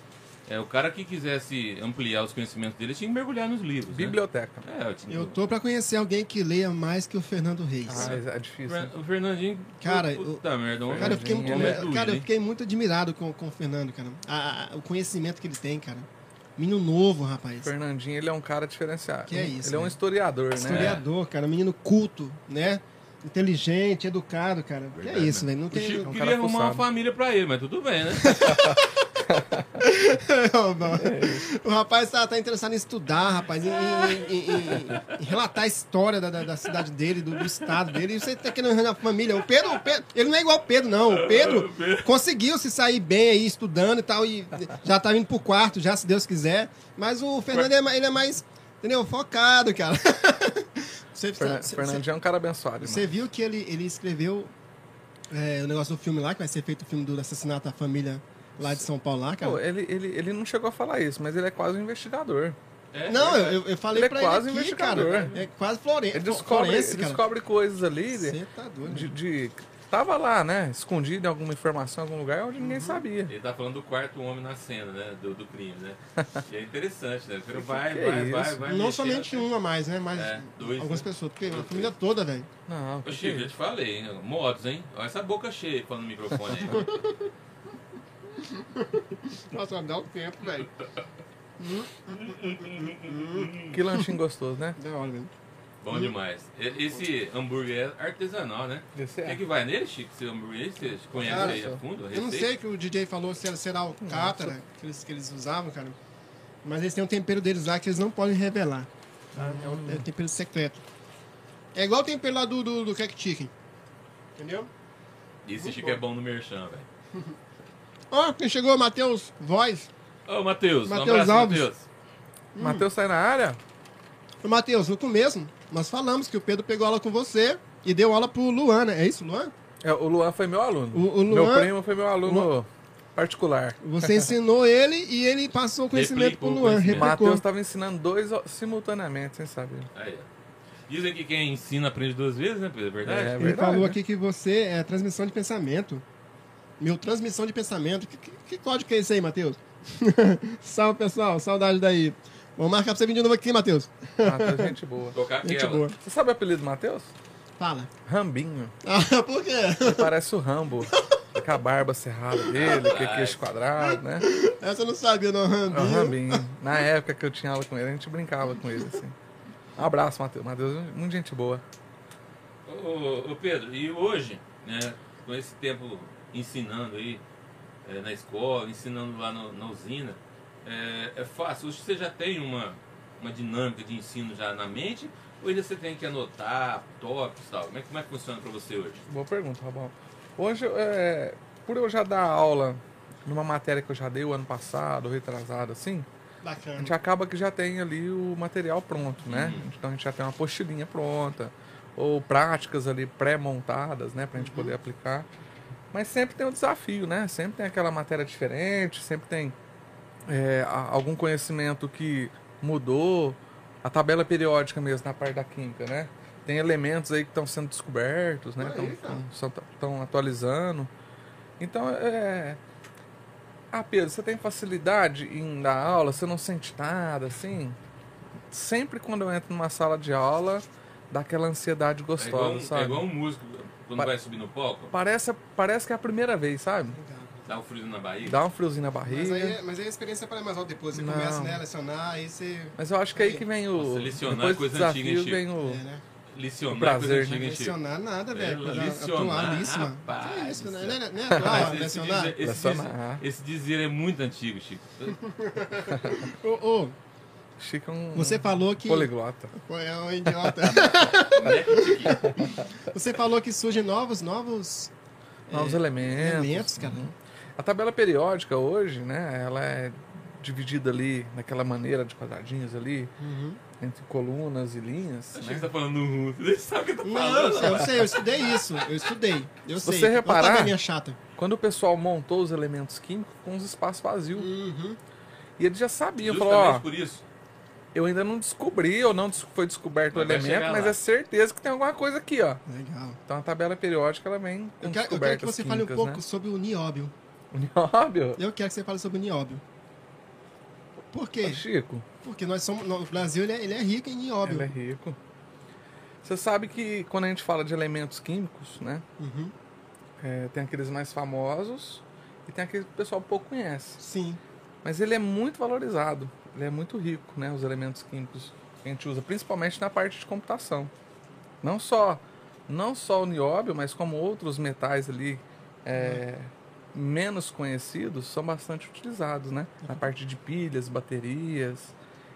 Speaker 3: É, o cara que quisesse ampliar os conhecimentos dele tinha que mergulhar nos livros. né?
Speaker 5: Biblioteca.
Speaker 3: É, eu tinha-
Speaker 4: Eu tô pra conhecer alguém que leia mais que o Fernando Reis.
Speaker 5: Ah, é
Speaker 3: O
Speaker 5: difícil. né?
Speaker 3: Fer- O Fernandinho.
Speaker 4: Cara,
Speaker 3: puta merda, um
Speaker 4: Cara, eu fiquei muito,
Speaker 3: homem é doido,
Speaker 4: cara, eu
Speaker 3: hein?
Speaker 4: fiquei muito admirado com, com o Fernando, cara. A- a- o conhecimento que ele tem, cara. Menino novo, rapaz.
Speaker 5: Fernandinho, ele é um cara diferenciado.
Speaker 4: Que é isso,
Speaker 5: Ele é um
Speaker 4: né?
Speaker 5: historiador, né?
Speaker 4: Historiador, cara. Menino culto, né? Inteligente, educado, cara. Que é
Speaker 3: Verdade,
Speaker 4: isso,
Speaker 3: né?
Speaker 4: velho. Não
Speaker 3: O
Speaker 4: tem.
Speaker 3: Chico
Speaker 5: um
Speaker 3: queria
Speaker 5: cara
Speaker 3: arrumar uma
Speaker 5: fuçado.
Speaker 3: família pra ele, mas tudo bem, né?
Speaker 4: Não, É não. O rapaz tá, tá interessado em estudar, rapaz, em, em- em- em- em relatar a história da, da- da cidade dele, do, do estado dele. E você tá querendo arranjar uma família. O Pedro, o Pedro- ele não é igual o Pedro, não. O Pedro conseguiu se sair bem aí, estudando e tal, e já tá indo pro quarto, já, se Deus quiser. Mas o Fernando, é, ma- ele é mais, entendeu, focado, cara. Você,
Speaker 5: Fernan-
Speaker 4: você-
Speaker 5: Fernandinho é um cara abençoado. irmão.
Speaker 4: você viu que ele, ele escreveu é, o negócio do filme lá, que vai ser feito o filme do assassinato da família lá de São Paulo lá, cara?
Speaker 5: Pô, ele, ele, ele não chegou a falar isso, mas ele é quase um investigador.
Speaker 3: É,
Speaker 4: Não, eu- eu, eu falei
Speaker 5: Ele é
Speaker 4: pra
Speaker 5: quase
Speaker 4: ele aqui,
Speaker 5: investigador.
Speaker 4: cara. É quase floren...
Speaker 5: Ele descobre,
Speaker 4: forense,
Speaker 5: ele
Speaker 4: cara.
Speaker 5: descobre coisas ali de,
Speaker 4: Você tá doido.
Speaker 5: de, de- Tava lá, né? Escondido em alguma informação, em algum lugar onde
Speaker 4: Uhum.
Speaker 5: ninguém sabia.
Speaker 3: Ele tá falando do quarto homem na cena, né? Do, do crime, né? E é interessante, né? Porque Vai,
Speaker 5: Que
Speaker 3: vai,
Speaker 5: isso?
Speaker 3: vai, vai.
Speaker 4: Não
Speaker 3: mexendo.
Speaker 4: somente um a mais, né? Mas
Speaker 3: É, dois,
Speaker 4: algumas
Speaker 3: né?
Speaker 4: pessoas. Porque a família toda, velho.
Speaker 5: Não, que
Speaker 3: Ô, Chico, eu
Speaker 5: isso?
Speaker 3: te falei, hein? Modos, hein? Olha essa boca cheia falando no microfone aí.
Speaker 4: Nossa, dá um tempo, velho.
Speaker 5: que lanchinho gostoso, né?
Speaker 4: Da hora, velho.
Speaker 3: Bom demais. E- Esse hambúrguer é artesanal, né?
Speaker 5: Esse
Speaker 3: O
Speaker 5: é.
Speaker 3: que, que vai nele, Chico? Esse hambúrguer, você conhece
Speaker 4: Cara,
Speaker 3: aí a fundo? a
Speaker 4: Eu não
Speaker 3: receita?
Speaker 4: sei que o DJ falou se era, se era alcatra que eles, que eles usavam, cara. Mas eles têm um tempero deles lá que eles não podem revelar. tá? É, um, é um tempero secreto. É igual o tempero lá do, do, do Crack Chicken. Entendeu?
Speaker 3: Esse Chico é bom no merchan, velho.
Speaker 4: Ó, quem chegou, Matheus Voz.
Speaker 3: Ô, Matheus, um
Speaker 4: Matheus
Speaker 3: abraço,
Speaker 4: Alves.
Speaker 3: Matheus.
Speaker 5: Hum. Matheus sai na área?
Speaker 4: Ô, Matheus, no começo, nós falamos que o Pedro pegou aula com você e deu aula pro Luan, né? É isso, Luan?
Speaker 5: É, o Luan foi meu aluno.
Speaker 4: O- o Luan-
Speaker 5: Meu primo foi meu aluno particular.
Speaker 4: Você ensinou ele e ele passou o conhecimento
Speaker 3: Replicou
Speaker 4: pro
Speaker 3: o
Speaker 4: Luan,
Speaker 3: conhecimento.
Speaker 4: replicou.
Speaker 5: Matheus tá- tava ensinando dois ó, simultaneamente, sem saber.
Speaker 3: Aí, ó. Dizem que quem ensina aprende duas vezes, né, Pedro? É verdade?
Speaker 5: É.
Speaker 4: ele
Speaker 5: verdade,
Speaker 4: falou
Speaker 5: né?
Speaker 4: aqui que você é transmissão de pensamento. Meu, transmissão de pensamento. Que, que, que código que é esse aí, Matheus? Salve, pessoal. Saudade daí. Vou marcar pra você vir de novo aqui, Matheus.
Speaker 5: Matheus, gente boa.
Speaker 3: Tocar
Speaker 4: Gente
Speaker 3: aquela.
Speaker 4: boa.
Speaker 5: Você sabe o apelido do Matheus?
Speaker 4: Fala.
Speaker 5: Rambinho.
Speaker 4: Ah, por quê?
Speaker 5: Ele parece o Rambo. Com a barba cerrada dele, com o queixo quadrado, né?
Speaker 4: Essa eu não sabia, não,
Speaker 5: É o
Speaker 4: Rambinho.
Speaker 5: Rambinho. Na época que eu tinha aula com ele, a gente brincava com ele, assim. Um abraço, Matheus. Matheus é muito gente boa.
Speaker 3: Ô, ô, Pedro, e hoje, né, com esse tempo ensinando aí é, na escola, ensinando lá no- na usina, é, é fácil? Hoje você já tem uma, uma dinâmica de ensino já na mente? Ou ainda você tem que anotar tópicos e tal? Como é, que- como é que funciona pra você hoje?
Speaker 5: Boa pergunta, Rabão. Hoje, é, por eu já dar aula numa matéria que eu já dei o ano passado, retrasado, assim, a gente
Speaker 4: Bacana.
Speaker 5: acaba que já tem ali o material pronto, né? Então a gente já tem uma apostilinha pronta, ou práticas ali pré-montadas, né, pra gente
Speaker 4: Uhum.
Speaker 5: poder aplicar. Mas sempre tem um desafio, né? Sempre tem aquela matéria diferente, sempre tem é, a- algum conhecimento que mudou. A tabela periódica mesmo, na parte da química, né? Tem elementos aí que estão sendo descobertos, né?
Speaker 4: Olha aí, cara.
Speaker 5: Estão atualizando. Então, é, ah, Pedro, você tem facilidade em dar aula? Você não sente nada, assim? Sempre quando eu entro numa sala de aula, dá aquela ansiedade
Speaker 3: É igual,
Speaker 5: gostosa,
Speaker 3: um,
Speaker 5: sabe?
Speaker 3: é igual um músico quando
Speaker 5: Pa-
Speaker 3: vai subir no palco,
Speaker 5: Parece, parece que é a primeira vez, sabe?
Speaker 3: dá um frio na barriga.
Speaker 5: Dá um friozinho na barriga.
Speaker 4: Mas aí, é- mas aí a experiência para mais alto depois. Você
Speaker 5: Não.
Speaker 4: começa, né, a lecionar, aí você...
Speaker 5: Mas eu acho que aí que vem o...
Speaker 3: Nossa, lecionar
Speaker 5: depois
Speaker 3: é
Speaker 5: do
Speaker 3: coisa
Speaker 5: desafio,
Speaker 3: antiga, hein, Chico?
Speaker 5: vem o...
Speaker 4: É, né?
Speaker 3: Licionar
Speaker 5: Prazer,
Speaker 3: é coisa
Speaker 5: né?
Speaker 3: antiga, hein, Chico?
Speaker 4: Lecionar nada, velho.
Speaker 3: É,
Speaker 4: Coisa
Speaker 3: lecionar,
Speaker 4: atualíssima.
Speaker 3: rapaz.
Speaker 4: Que isso, né? Não é- não é
Speaker 3: Mas
Speaker 4: atual,
Speaker 3: esse
Speaker 4: lecionar?
Speaker 3: dizer- esse,
Speaker 5: Lecionar.
Speaker 3: dizer, esse dizer é muito antigo, Chico.
Speaker 4: Ô, ô,
Speaker 5: Chico é um
Speaker 4: você falou que...
Speaker 5: poliglota.
Speaker 4: Pô, É um idiota. Você falou que surgem novos, novos
Speaker 5: Novos
Speaker 4: é,
Speaker 5: elementos.
Speaker 4: elementos, cara.
Speaker 5: A tabela periódica hoje, né, ela é dividida ali naquela maneira de quadradinhos ali, entre colunas e linhas,
Speaker 3: Achei que
Speaker 5: né?
Speaker 3: você tá falando russo. Você sabe o que eu tô
Speaker 4: Não,
Speaker 3: falando?
Speaker 4: Uhum. eu sei, eu estudei isso. Eu estudei. Eu
Speaker 5: Se
Speaker 4: sei.
Speaker 5: você
Speaker 4: Olha a
Speaker 5: reparar-
Speaker 4: tabelinha chata.
Speaker 5: Quando o pessoal montou os elementos químicos com os espaços vazios.
Speaker 4: Uhum.
Speaker 5: E eles já sabiam, falou,
Speaker 3: Justamente
Speaker 5: ó,
Speaker 3: por isso.
Speaker 5: eu ainda não descobri, ou não des- foi descoberto o
Speaker 3: Mas vai chegar
Speaker 5: elemento, mas
Speaker 3: lá.
Speaker 5: é certeza que tem alguma coisa aqui, ó.
Speaker 4: Legal.
Speaker 5: Então a tabela periódica, ela vem com
Speaker 4: Eu quero, eu quero que
Speaker 5: descobertas
Speaker 4: você fale um
Speaker 5: químicas,
Speaker 4: pouco sobre o nióbio.
Speaker 5: né? Óbvio.
Speaker 4: Eu quero que você fale sobre o nióbio. Por quê?
Speaker 5: Chico,
Speaker 4: Porque nós somos. no- O Brasil ele é, ele é rico em nióbio.
Speaker 5: ele é rico. Você sabe que quando a gente fala de elementos químicos, né,
Speaker 4: Uhum.
Speaker 5: é, tem aqueles mais famosos e tem aqueles que o pessoal pouco conhece.
Speaker 4: Sim.
Speaker 5: Mas ele é muito valorizado. ele é muito rico, né? Os elementos químicos que a gente usa, principalmente na parte de computação. Não só, não só o nióbio, mas como outros metais ali é, menos conhecidos são bastante utilizados, né? Na parte de pilhas, baterias,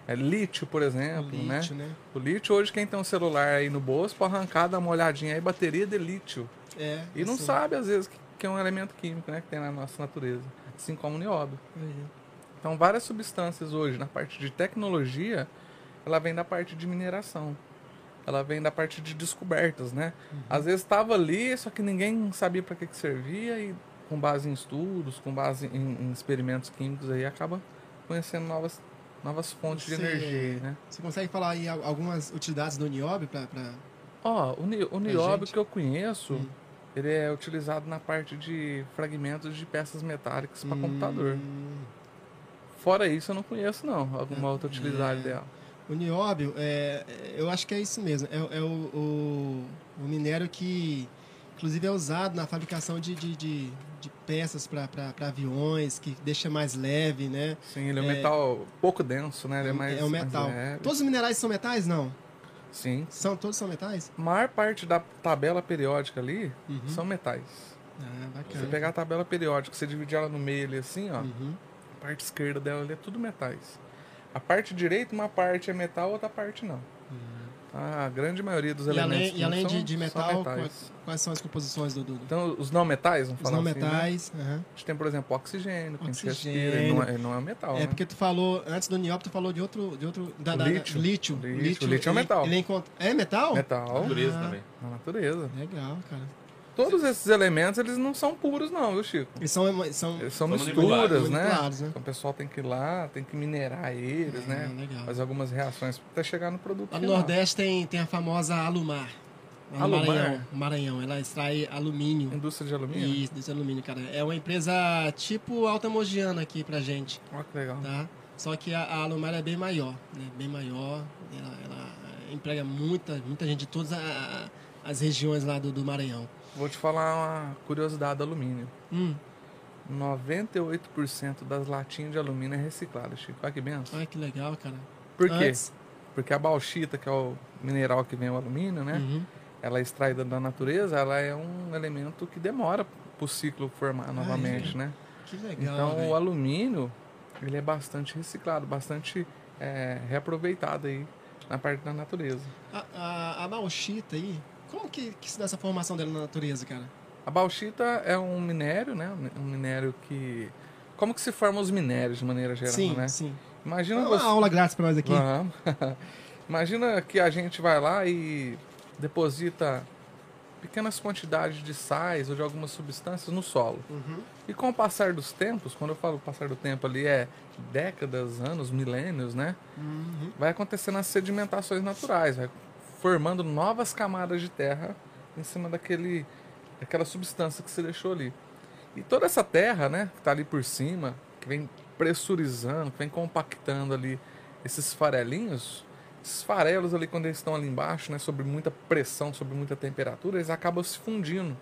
Speaker 5: é, lítio, por exemplo, né?
Speaker 4: Lítio, né?
Speaker 5: O lítio, hoje, quem tem um celular aí no bolso, pode arrancar, dar uma olhadinha aí, bateria de lítio.
Speaker 4: É.
Speaker 5: E não
Speaker 4: assim,
Speaker 5: sabe, às vezes, que, que é um elemento químico, né? Que tem na nossa natureza. Assim como o nióbio.
Speaker 4: é.
Speaker 5: Então, várias substâncias hoje, na parte de tecnologia, ela vem da parte de mineração. Ela vem da parte de descobertas, né?
Speaker 4: Uhum.
Speaker 5: Às vezes estava ali, só que ninguém sabia para que, que servia e com base em estudos, com base em, em experimentos químicos aí, acaba conhecendo novas, novas fontes
Speaker 4: Você-
Speaker 5: de energia, né?
Speaker 4: Você consegue falar aí al- algumas utilidades do nióbio pra. pra-
Speaker 5: Ó, o, ni- o nióbio
Speaker 4: gente.
Speaker 5: que eu conheço,
Speaker 4: Hum.
Speaker 5: ele é utilizado na parte de fragmentos de peças metálicas para computador.
Speaker 4: Hum,
Speaker 5: Fora isso, eu não conheço, não, alguma outra utilidade
Speaker 4: é.
Speaker 5: dela.
Speaker 4: O nióbio, é, é- eu acho que é isso mesmo. É, é o, o- o minério que, inclusive, é usado na fabricação de, de, de- de peças para aviões, que deixa mais leve, né?
Speaker 5: Sim, ele é um
Speaker 4: É.
Speaker 5: metal pouco denso, né? Ele é,
Speaker 4: um-
Speaker 5: mais,
Speaker 4: é um metal.
Speaker 5: mais leve.
Speaker 4: Todos os minerais são metais? Não.
Speaker 5: Sim.
Speaker 4: São, todos são metais?
Speaker 5: A maior parte da tabela periódica ali
Speaker 4: Uhum.
Speaker 5: são metais.
Speaker 4: Ah,
Speaker 5: Se
Speaker 4: bacana.
Speaker 5: você pegar a tabela periódica, você dividir ela no meio ali assim, ó.
Speaker 4: Uhum.
Speaker 5: A parte esquerda dela ali é tudo metais. A parte direita, uma parte é metal, outra parte não. Tá? A grande maioria dos
Speaker 4: Uhum. E
Speaker 5: elementos.
Speaker 4: além, e
Speaker 5: químicos
Speaker 4: além de,
Speaker 5: são-
Speaker 4: de
Speaker 5: são
Speaker 4: metal,
Speaker 5: metais.
Speaker 4: quais, quais são as composições do Dudu?
Speaker 5: Então, os não metais, vamos
Speaker 4: Os
Speaker 5: falar
Speaker 4: não
Speaker 5: assim, né?
Speaker 4: metais. aham.
Speaker 5: A gente tem, por exemplo, o oxigênio, que a gente
Speaker 4: Oxigênio.
Speaker 5: respira, ele não é, ele não é um metal.
Speaker 4: É
Speaker 5: né?
Speaker 4: porque tu falou, antes do nióbio, tu falou de outro. De outro da, da- da-
Speaker 5: Lítio.
Speaker 4: lítio.
Speaker 5: Lítio. Lítio é um
Speaker 4: ele-
Speaker 5: metal.
Speaker 4: ele encont- É metal?
Speaker 5: Metal,
Speaker 3: Natureza
Speaker 4: Ah.
Speaker 3: também.
Speaker 5: na natureza.
Speaker 4: Legal, cara.
Speaker 5: Todos esses elementos, eles não são puros, não, viu, Chico?
Speaker 4: Eles são. emo- são...
Speaker 5: Eles
Speaker 3: São
Speaker 5: são misturas,
Speaker 4: manipulados.
Speaker 5: né?
Speaker 4: Manipulados, né?
Speaker 5: Então o pessoal tem que ir lá, tem que minerar eles,
Speaker 4: Ah,
Speaker 5: né?
Speaker 4: legal.
Speaker 5: Fazer algumas reações até chegar no produto
Speaker 4: Lá no
Speaker 5: final.
Speaker 4: Nordeste tem, tem a famosa Alumar. lá no
Speaker 5: Alumar?
Speaker 4: Maranhão, Maranhão. Ela extrai alumínio.
Speaker 5: Indústria de alumínio?
Speaker 4: E desse alumínio, cara. É uma empresa tipo altamogiana aqui pra gente.
Speaker 5: Olha que legal.
Speaker 4: tá? Só que a, a Alumar é bem maior, né? Bem maior, ela, ela emprega muita, muita gente de todas a- a- as regiões lá do, do Maranhão.
Speaker 5: Vou te falar uma curiosidade do alumínio.
Speaker 4: Hum,
Speaker 5: 98% das latinhas de alumínio é reciclada, Chico. Olha que benção.
Speaker 4: ai que legal, cara.
Speaker 5: Por quê?
Speaker 4: Antes-
Speaker 5: Porque a bauxita, que é o mineral que vem o alumínio, né?
Speaker 4: Uhum.
Speaker 5: Ela é extraída da natureza, ela é um elemento que demora pro ciclo formar
Speaker 4: Ah, é?
Speaker 5: novamente, né?
Speaker 4: Que legal.
Speaker 5: Então
Speaker 4: velho.
Speaker 5: o alumínio ele é bastante reciclado, bastante é, reaproveitado aí na parte da natureza.
Speaker 4: a, a, a bauxita aí, como que, que se dá essa formação dela na natureza, cara?
Speaker 5: A bauxita é um minério, né? Um minério que como que se formam os minérios de maneira geral,
Speaker 4: sim,
Speaker 5: né?
Speaker 4: sim. É
Speaker 5: Imagina
Speaker 4: uma
Speaker 5: você.
Speaker 4: aula grátis pra nós aqui.
Speaker 5: Vamos. Imagina que a gente vai lá e deposita pequenas quantidades de sais ou de algumas substâncias no solo.
Speaker 4: Uhum.
Speaker 5: E com o passar dos tempos, quando eu falo passar do tempo ali é décadas, anos, milênios, né?
Speaker 4: Uhum.
Speaker 5: vai acontecendo as sedimentações naturais, vai formando novas camadas de terra em cima daquele, daquela substância que você deixou ali. E toda essa terra, né, que tá ali por cima, que vem pressurizando, que vem compactando ali esses farelinhos, esses farelos ali quando eles estão ali embaixo, né, sobre muita pressão, sobre muita temperatura, eles acabam se fundindo.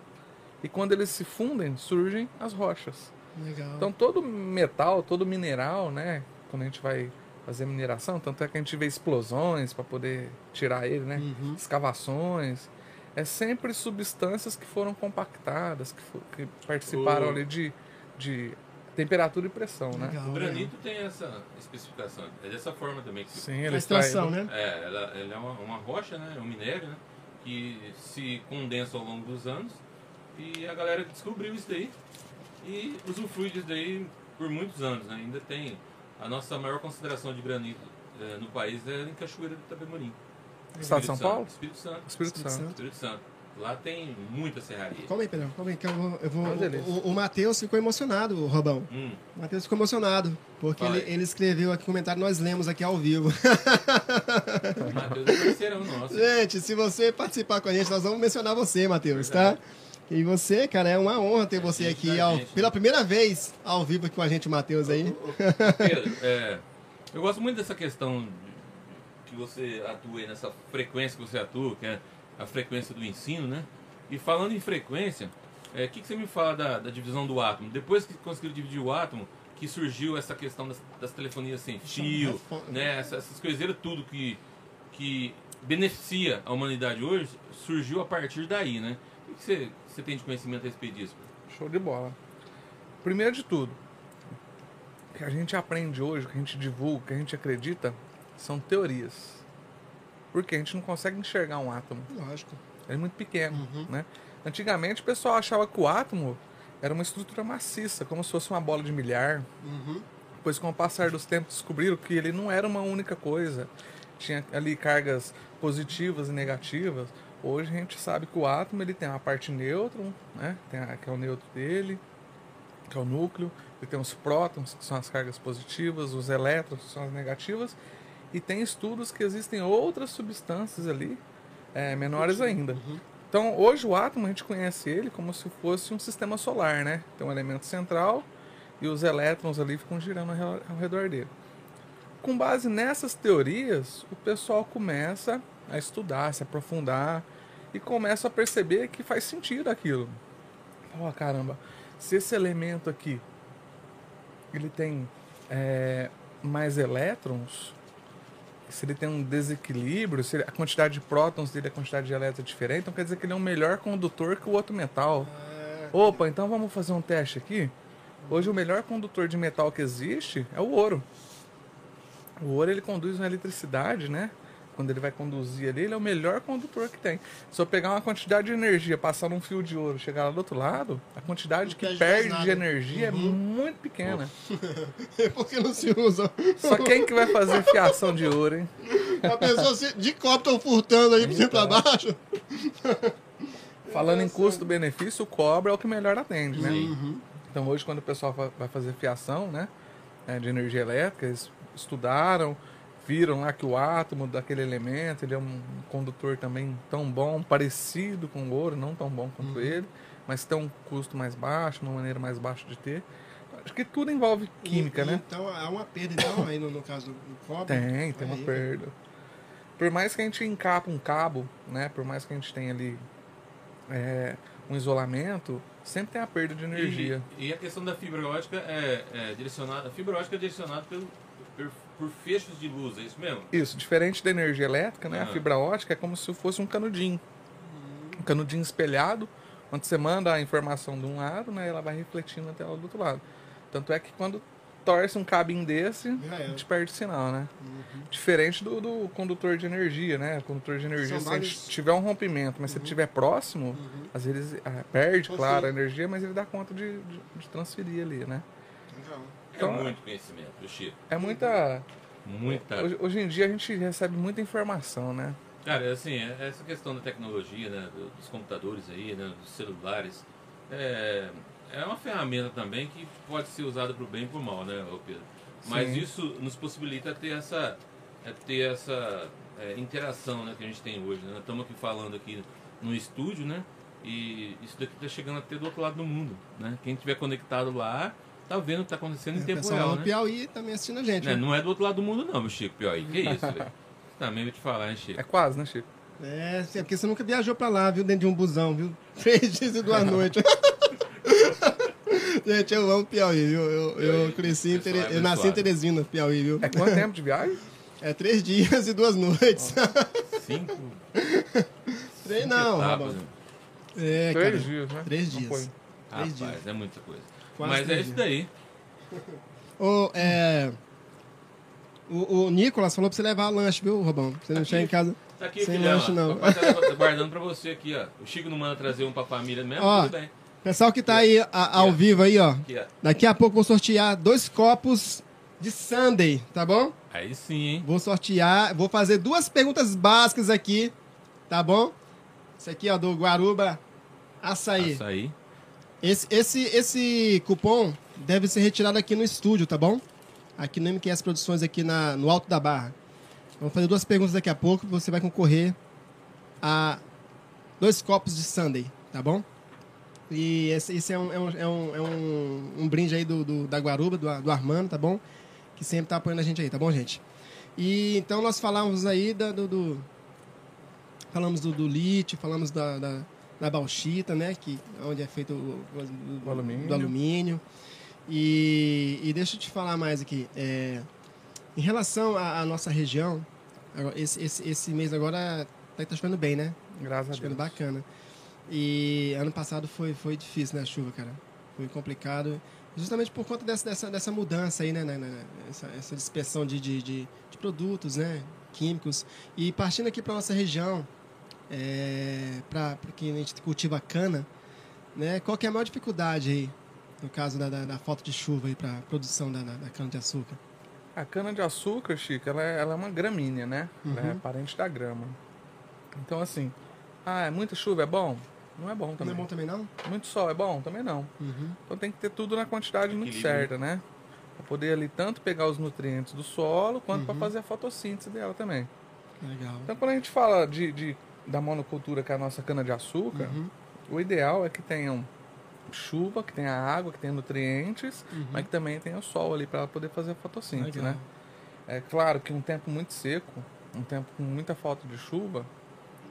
Speaker 5: E quando eles se fundem, surgem as rochas.
Speaker 4: Legal.
Speaker 5: Então todo metal, todo mineral, né? Quando a gente vai fazer mineração, tanto é que a gente vê explosões para poder tirar ele, né?
Speaker 4: Uhum.
Speaker 5: Escavações. É sempre substâncias que foram compactadas, que, fo- que participaram
Speaker 3: O-
Speaker 5: ali de, de temperatura e pressão,
Speaker 4: Oh.
Speaker 5: né?
Speaker 4: legal,
Speaker 3: O
Speaker 4: né?
Speaker 3: granito tem essa especificação. É dessa forma também que se
Speaker 5: Sim,
Speaker 4: A
Speaker 5: ele
Speaker 4: extração, né?
Speaker 3: É, ela, ela é uma, uma rocha, né? É um minério, né? Que se condensa ao longo dos anos. E a galera descobriu isso daí e usufrui disso daí por muitos anos, né? Ainda tem. A nossa maior concentração de granito eh, no país é em Cachoeira do Itapemorim. Espírito
Speaker 5: Estado de São
Speaker 3: Santo.
Speaker 5: Paulo?
Speaker 3: Espírito Santo.
Speaker 5: Espírito
Speaker 4: Espírito
Speaker 5: Santo.
Speaker 4: Santo.
Speaker 3: Espírito Santo. Lá tem muita serraria.
Speaker 4: Calma aí, Pedrão. Calma aí, que eu vou. Eu vou
Speaker 5: Ah, beleza.
Speaker 4: o o, o Matheus ficou emocionado, o Robão.
Speaker 3: Hum,
Speaker 4: O Matheus ficou emocionado, porque
Speaker 3: Fala
Speaker 4: ele,
Speaker 3: aí.
Speaker 4: ele escreveu aqui um comentário, nós lemos aqui ao vivo.
Speaker 3: Matheus é parceirão nosso.
Speaker 4: gente, se você participar com a gente, nós vamos mencionar você, Matheus, tá? E você, cara, é uma honra ter você
Speaker 3: gente
Speaker 4: aqui
Speaker 3: da
Speaker 4: ao-
Speaker 5: né?
Speaker 3: gente.
Speaker 4: pela primeira vez ao vivo aqui com a gente, o Matheus aí.
Speaker 3: Pedro, é, eu gosto muito dessa questão de- que você atua aí, nessa frequência que você atua, que é a frequência do ensino, né? E falando em frequência, é, o que, que você me fala da, da divisão do átomo? Depois que conseguiram dividir o átomo, o que surgiu essa questão das, das telefonias sem
Speaker 4: é
Speaker 3: fio,
Speaker 4: foda.
Speaker 3: né? Essa- Essas, coiseiras tudo que, que beneficia a humanidade hoje, surgiu a partir daí, né? O que você, você tem de conhecimento a respeito disso?
Speaker 5: Show de bola. Primeiro de tudo, o que a gente aprende hoje, o que a gente divulga, o que a gente acredita, são teorias. Porque a gente não consegue enxergar um átomo.
Speaker 4: Lógico.
Speaker 5: Ele é muito pequeno, né? Antigamente o pessoal achava que o átomo era uma estrutura maciça, como se fosse uma bola de milhar. Pois com o passar dos tempos descobriram que ele não era uma única coisa. Tinha ali cargas positivas e negativas. Hoje a gente sabe que o átomo ele tem uma parte neutra, né? Tem a- que é o neutro dele, que é o núcleo. Ele tem os prótons, que são as cargas positivas, os elétrons, que são as negativas. E tem estudos que existem outras substâncias ali, eh, menores ainda. Então, hoje o átomo, a gente conhece ele como se fosse um sistema solar, né? Tem um elemento central e os elétrons ali ficam girando ao re- ao redor dele. Com base nessas teorias, o pessoal começa a estudar, se aprofundar e começa a perceber que faz sentido aquilo. Fala, caramba, se esse elemento aqui ele tem é, mais elétrons, se ele tem um desequilíbrio, se ele- a quantidade de prótons dele e a quantidade de elétrons é diferente, então quer dizer que ele é um melhor condutor que o outro metal.
Speaker 4: É.
Speaker 5: Opa, então vamos fazer um teste aqui? Hoje o melhor condutor de metal que existe é o ouro. O ouro ele conduz uma eletricidade, né? Quando ele vai conduzir ali, ele é o melhor condutor que tem. Se eu pegar uma quantidade de energia, passar num fio de ouro, chegar lá do outro lado, a quantidade
Speaker 4: Não
Speaker 5: que
Speaker 4: perde
Speaker 5: perde
Speaker 4: mais
Speaker 5: de
Speaker 4: nada. Uhum.
Speaker 5: energia é muito pequena.
Speaker 4: Porque não se usa.
Speaker 5: Só quem que vai fazer fiação de ouro, hein?
Speaker 4: A pessoa se, de copo tão furtando aí pra cima e pra baixo.
Speaker 5: Falando em custo-benefício, o cobre é o que melhor atende, né?
Speaker 4: uhum.
Speaker 5: Então hoje quando o pessoal fa- vai fazer fiação, né? é, de energia elétrica, eles estudaram, viram lá que o átomo daquele elemento, ele é um condutor também tão bom, parecido com o ouro, não tão bom
Speaker 4: Uhum.
Speaker 5: quanto ele, mas tem um custo mais baixo, uma maneira mais baixa de ter. Acho que tudo envolve química,
Speaker 4: E-
Speaker 5: né?
Speaker 4: Então há uma perda, então, aí no, no caso do, do cobre.
Speaker 5: Tem, tem uma
Speaker 4: Aí,
Speaker 5: perda. Por mais que a gente encapa um cabo, né? Por mais que a gente tenha ali é, um isolamento, sempre tem a perda de energia.
Speaker 3: E, e a questão da fibra ótica é, é direcionada. A fibra ótica é direcionada pelo, per- por feixes de luz, é isso mesmo?
Speaker 5: Isso, diferente da energia elétrica, né? A
Speaker 3: Ah.
Speaker 5: fibra ótica é como se fosse um canudinho. Um canudinho espelhado, onde você manda a informação de um lado, né? Ela vai refletindo até lá do outro lado. Tanto é que quando torce um cabinho desse,
Speaker 4: Já
Speaker 5: a
Speaker 4: era. Uhum.
Speaker 5: gente perde o sinal, né? Diferente do, do condutor de energia, né? O condutor de energia,
Speaker 4: São
Speaker 5: se a
Speaker 4: vários- Uhum.
Speaker 5: gente tiver um rompimento, mas se ele estiver próximo, às vezes ah, perde,
Speaker 4: Ou
Speaker 5: claro, a
Speaker 4: seja-
Speaker 5: energia, mas ele dá conta de, de, de transferir ali, né?
Speaker 4: Legal.
Speaker 5: Então,
Speaker 3: é muito conhecimento, viu, Chico.
Speaker 5: É muita.
Speaker 3: Muita.
Speaker 4: Uhum.
Speaker 5: Hoje, hoje em dia a gente recebe muita informação, né?
Speaker 3: Cara, assim, é- essa questão da tecnologia, né, do- dos computadores aí, né, dos celulares, é, é uma ferramenta também que pode ser usada para o bem e para o mal, né, ô Pedro? Mas
Speaker 5: Sim.
Speaker 3: isso nos possibilita ter essa, é, ter essa é, interação né, que a gente tem hoje. Né? Nós estamos aqui falando aqui no estúdio, né? E isso daqui está chegando até do outro lado do mundo, né? Quem estiver conectado lá, tá vendo o que está acontecendo em
Speaker 4: É, O
Speaker 3: tempo
Speaker 4: pessoal lá
Speaker 3: real,
Speaker 4: no
Speaker 3: né?
Speaker 4: Piauí também assistindo a gente.
Speaker 3: Né,
Speaker 4: né?
Speaker 3: Não é do outro lado do mundo não, meu Chico Piauí. Que isso, velho? Também vou te falar, hein, Chico?
Speaker 5: É quase, né, Chico?
Speaker 4: É, é porque você nunca viajou pra lá, viu? Dentro de um busão, viu? Três dias e duas noites. gente, eu amo Piauí, viu? Eu, eu cresci, em
Speaker 3: pessoal
Speaker 4: Tere-
Speaker 3: é
Speaker 4: eu nasci em
Speaker 3: abençoado.
Speaker 4: Teresina, Piauí, viu?
Speaker 5: É quanto tempo de viagem?
Speaker 4: É três dias e duas noites. É
Speaker 3: Cinco
Speaker 4: três não,
Speaker 3: etapas,
Speaker 4: Robaldo. É, cara.
Speaker 5: Três dias, né?
Speaker 4: Três
Speaker 5: Não
Speaker 4: dias.
Speaker 5: foi.
Speaker 4: Três
Speaker 3: Rapaz,
Speaker 4: dias.
Speaker 3: é muita coisa.
Speaker 4: Quase
Speaker 3: Mas é
Speaker 4: três
Speaker 3: isso daí.
Speaker 4: Ô, é... O, o Nicolas falou pra você levar lanche, viu, Robão? Pra você não chegar em casa.
Speaker 3: Tá aqui,
Speaker 4: Sem
Speaker 3: filhão.
Speaker 4: lanche,
Speaker 3: ó.
Speaker 4: não.
Speaker 3: Papai tá guardando pra você aqui, ó. O Chico não manda trazer um pra família mesmo?
Speaker 4: Ó.
Speaker 3: Tudo bem.
Speaker 4: Pessoal que tá aí a- ao vivo aí, ó.
Speaker 3: Aqui, ó.
Speaker 4: Daqui a pouco eu vou sortear dois copos de Sunday, tá bom?
Speaker 3: Aí sim, hein?
Speaker 4: Vou sortear, vou fazer duas perguntas básicas aqui, tá bom? Esse aqui, ó, do Guaruba Açaí.
Speaker 3: Isso aí.
Speaker 4: Esse, esse, esse cupom deve ser retirado aqui no estúdio, tá bom? Aqui no MQS Produções, aqui na, no Alto da Barra. Vamos fazer duas perguntas daqui a pouco. Você vai concorrer a dois copos de Sunday, tá bom? E esse, esse é, um, é, um, é, um, é um- um brinde aí do, do- da Guaruba, do, Ar- do Armando, tá bom? Que sempre tá apoiando a gente aí, tá bom, gente? E então nós falamos aí da- do, do- Falamos do, do lítio, falamos da, da, da bauxita, né? Que, onde é feito o, o-
Speaker 5: Do alumínio.
Speaker 4: do alumínio. E, e deixa eu te falar mais aqui. É, em relação à à nossa região, agora, esse, esse, esse mês agora tá, tá chovendo bem, né?
Speaker 5: Graças a
Speaker 4: Acho que
Speaker 5: Deus.
Speaker 4: era bacana. E ano passado foi, foi difícil, né, a chuva, cara? Foi complicado. Justamente por conta dessa, dessa, dessa mudança aí, né? né, né, Essa, essa dispersão de, de, de, de produtos, né? Químicos. E partindo aqui para nossa região, é, para que a gente cultiva cana, né? Qual que é a maior dificuldade aí, no caso da, da, da falta de chuva aí para produção da, da, da cana-de-açúcar?
Speaker 5: A cana-de-açúcar, Chico, ela é, ela é uma gramínea, né? Ela é
Speaker 4: Uhum.
Speaker 5: parente da grama. Então, assim, ah, é muita chuva, é bom? Não é bom
Speaker 4: Não é
Speaker 5: também.
Speaker 4: bom também, não?
Speaker 5: Muito sol, é bom? Também não.
Speaker 4: Uhum.
Speaker 5: Então tem que ter tudo na quantidade muito
Speaker 3: Equilíbrio.
Speaker 5: certa, né? Pra poder ali tanto pegar os nutrientes do solo, quanto pra
Speaker 4: Uhum.
Speaker 5: fazer a fotossíntese dela também.
Speaker 4: Legal.
Speaker 5: Então quando a gente fala de, de- da monocultura que é a nossa cana-de-açúcar,
Speaker 4: Uhum.
Speaker 5: o ideal é que tenham chuva, que tenha água, que tenha nutrientes,
Speaker 4: Uhum.
Speaker 5: mas que também tenha o sol ali para poder fazer a fotossíntese,
Speaker 4: Legal.
Speaker 5: né? É claro que um tempo muito seco, um tempo com muita falta de chuva,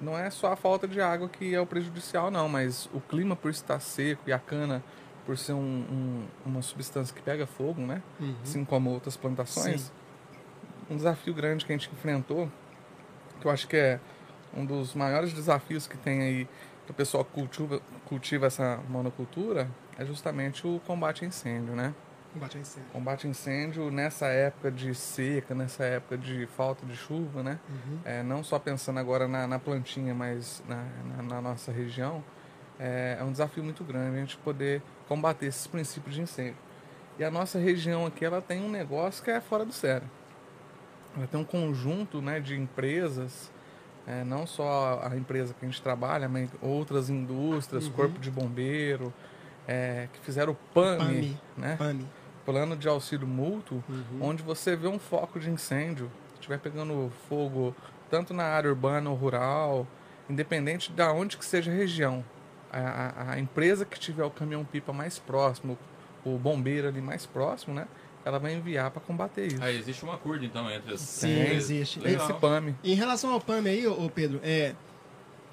Speaker 5: não é só a falta de água que é o prejudicial, não, mas o clima por estar seco e a cana por ser um- um- uma substância que pega fogo, né?
Speaker 4: Uhum.
Speaker 5: Assim como outras plantações.
Speaker 4: Sim.
Speaker 5: Um desafio grande que a gente enfrentou, que eu acho que é um dos maiores desafios que tem aí que o pessoal que cultiva, cultiva essa monocultura, é justamente o combate a incêndio, né?
Speaker 4: Combate a incêndio.
Speaker 5: Combate a incêndio nessa época de seca, nessa época de falta de chuva, né?
Speaker 4: Uhum.
Speaker 5: É, não só pensando agora na, na plantinha, mas na, na- na nossa região, é, é um desafio muito grande a gente poder combater esses princípios de incêndio. E a nossa região aqui, ela tem um negócio que é fora do sério. Ela tem um conjunto né, de empresas, é, não só a empresa que a gente trabalha, mas outras indústrias,
Speaker 4: Uhum.
Speaker 5: corpo de bombeiro, é, que fizeram o PAMI,
Speaker 4: PAMI.
Speaker 5: né?
Speaker 4: Pane.
Speaker 5: plano de auxílio mútuo,
Speaker 4: Uhum.
Speaker 5: onde você vê um foco de incêndio, estiver pegando fogo tanto na área urbana ou rural, independente de onde que seja a região. A, a- a empresa que tiver o caminhão-pipa mais próximo, o bombeiro ali mais próximo, né? Ela vai enviar para combater isso.
Speaker 3: Ah, existe um acordo então entre as.
Speaker 4: Sim,
Speaker 3: Tem.
Speaker 4: existe.
Speaker 3: Legal.
Speaker 5: Esse PAMI.
Speaker 4: Em relação ao PAM aí, ô ô Pedro, é,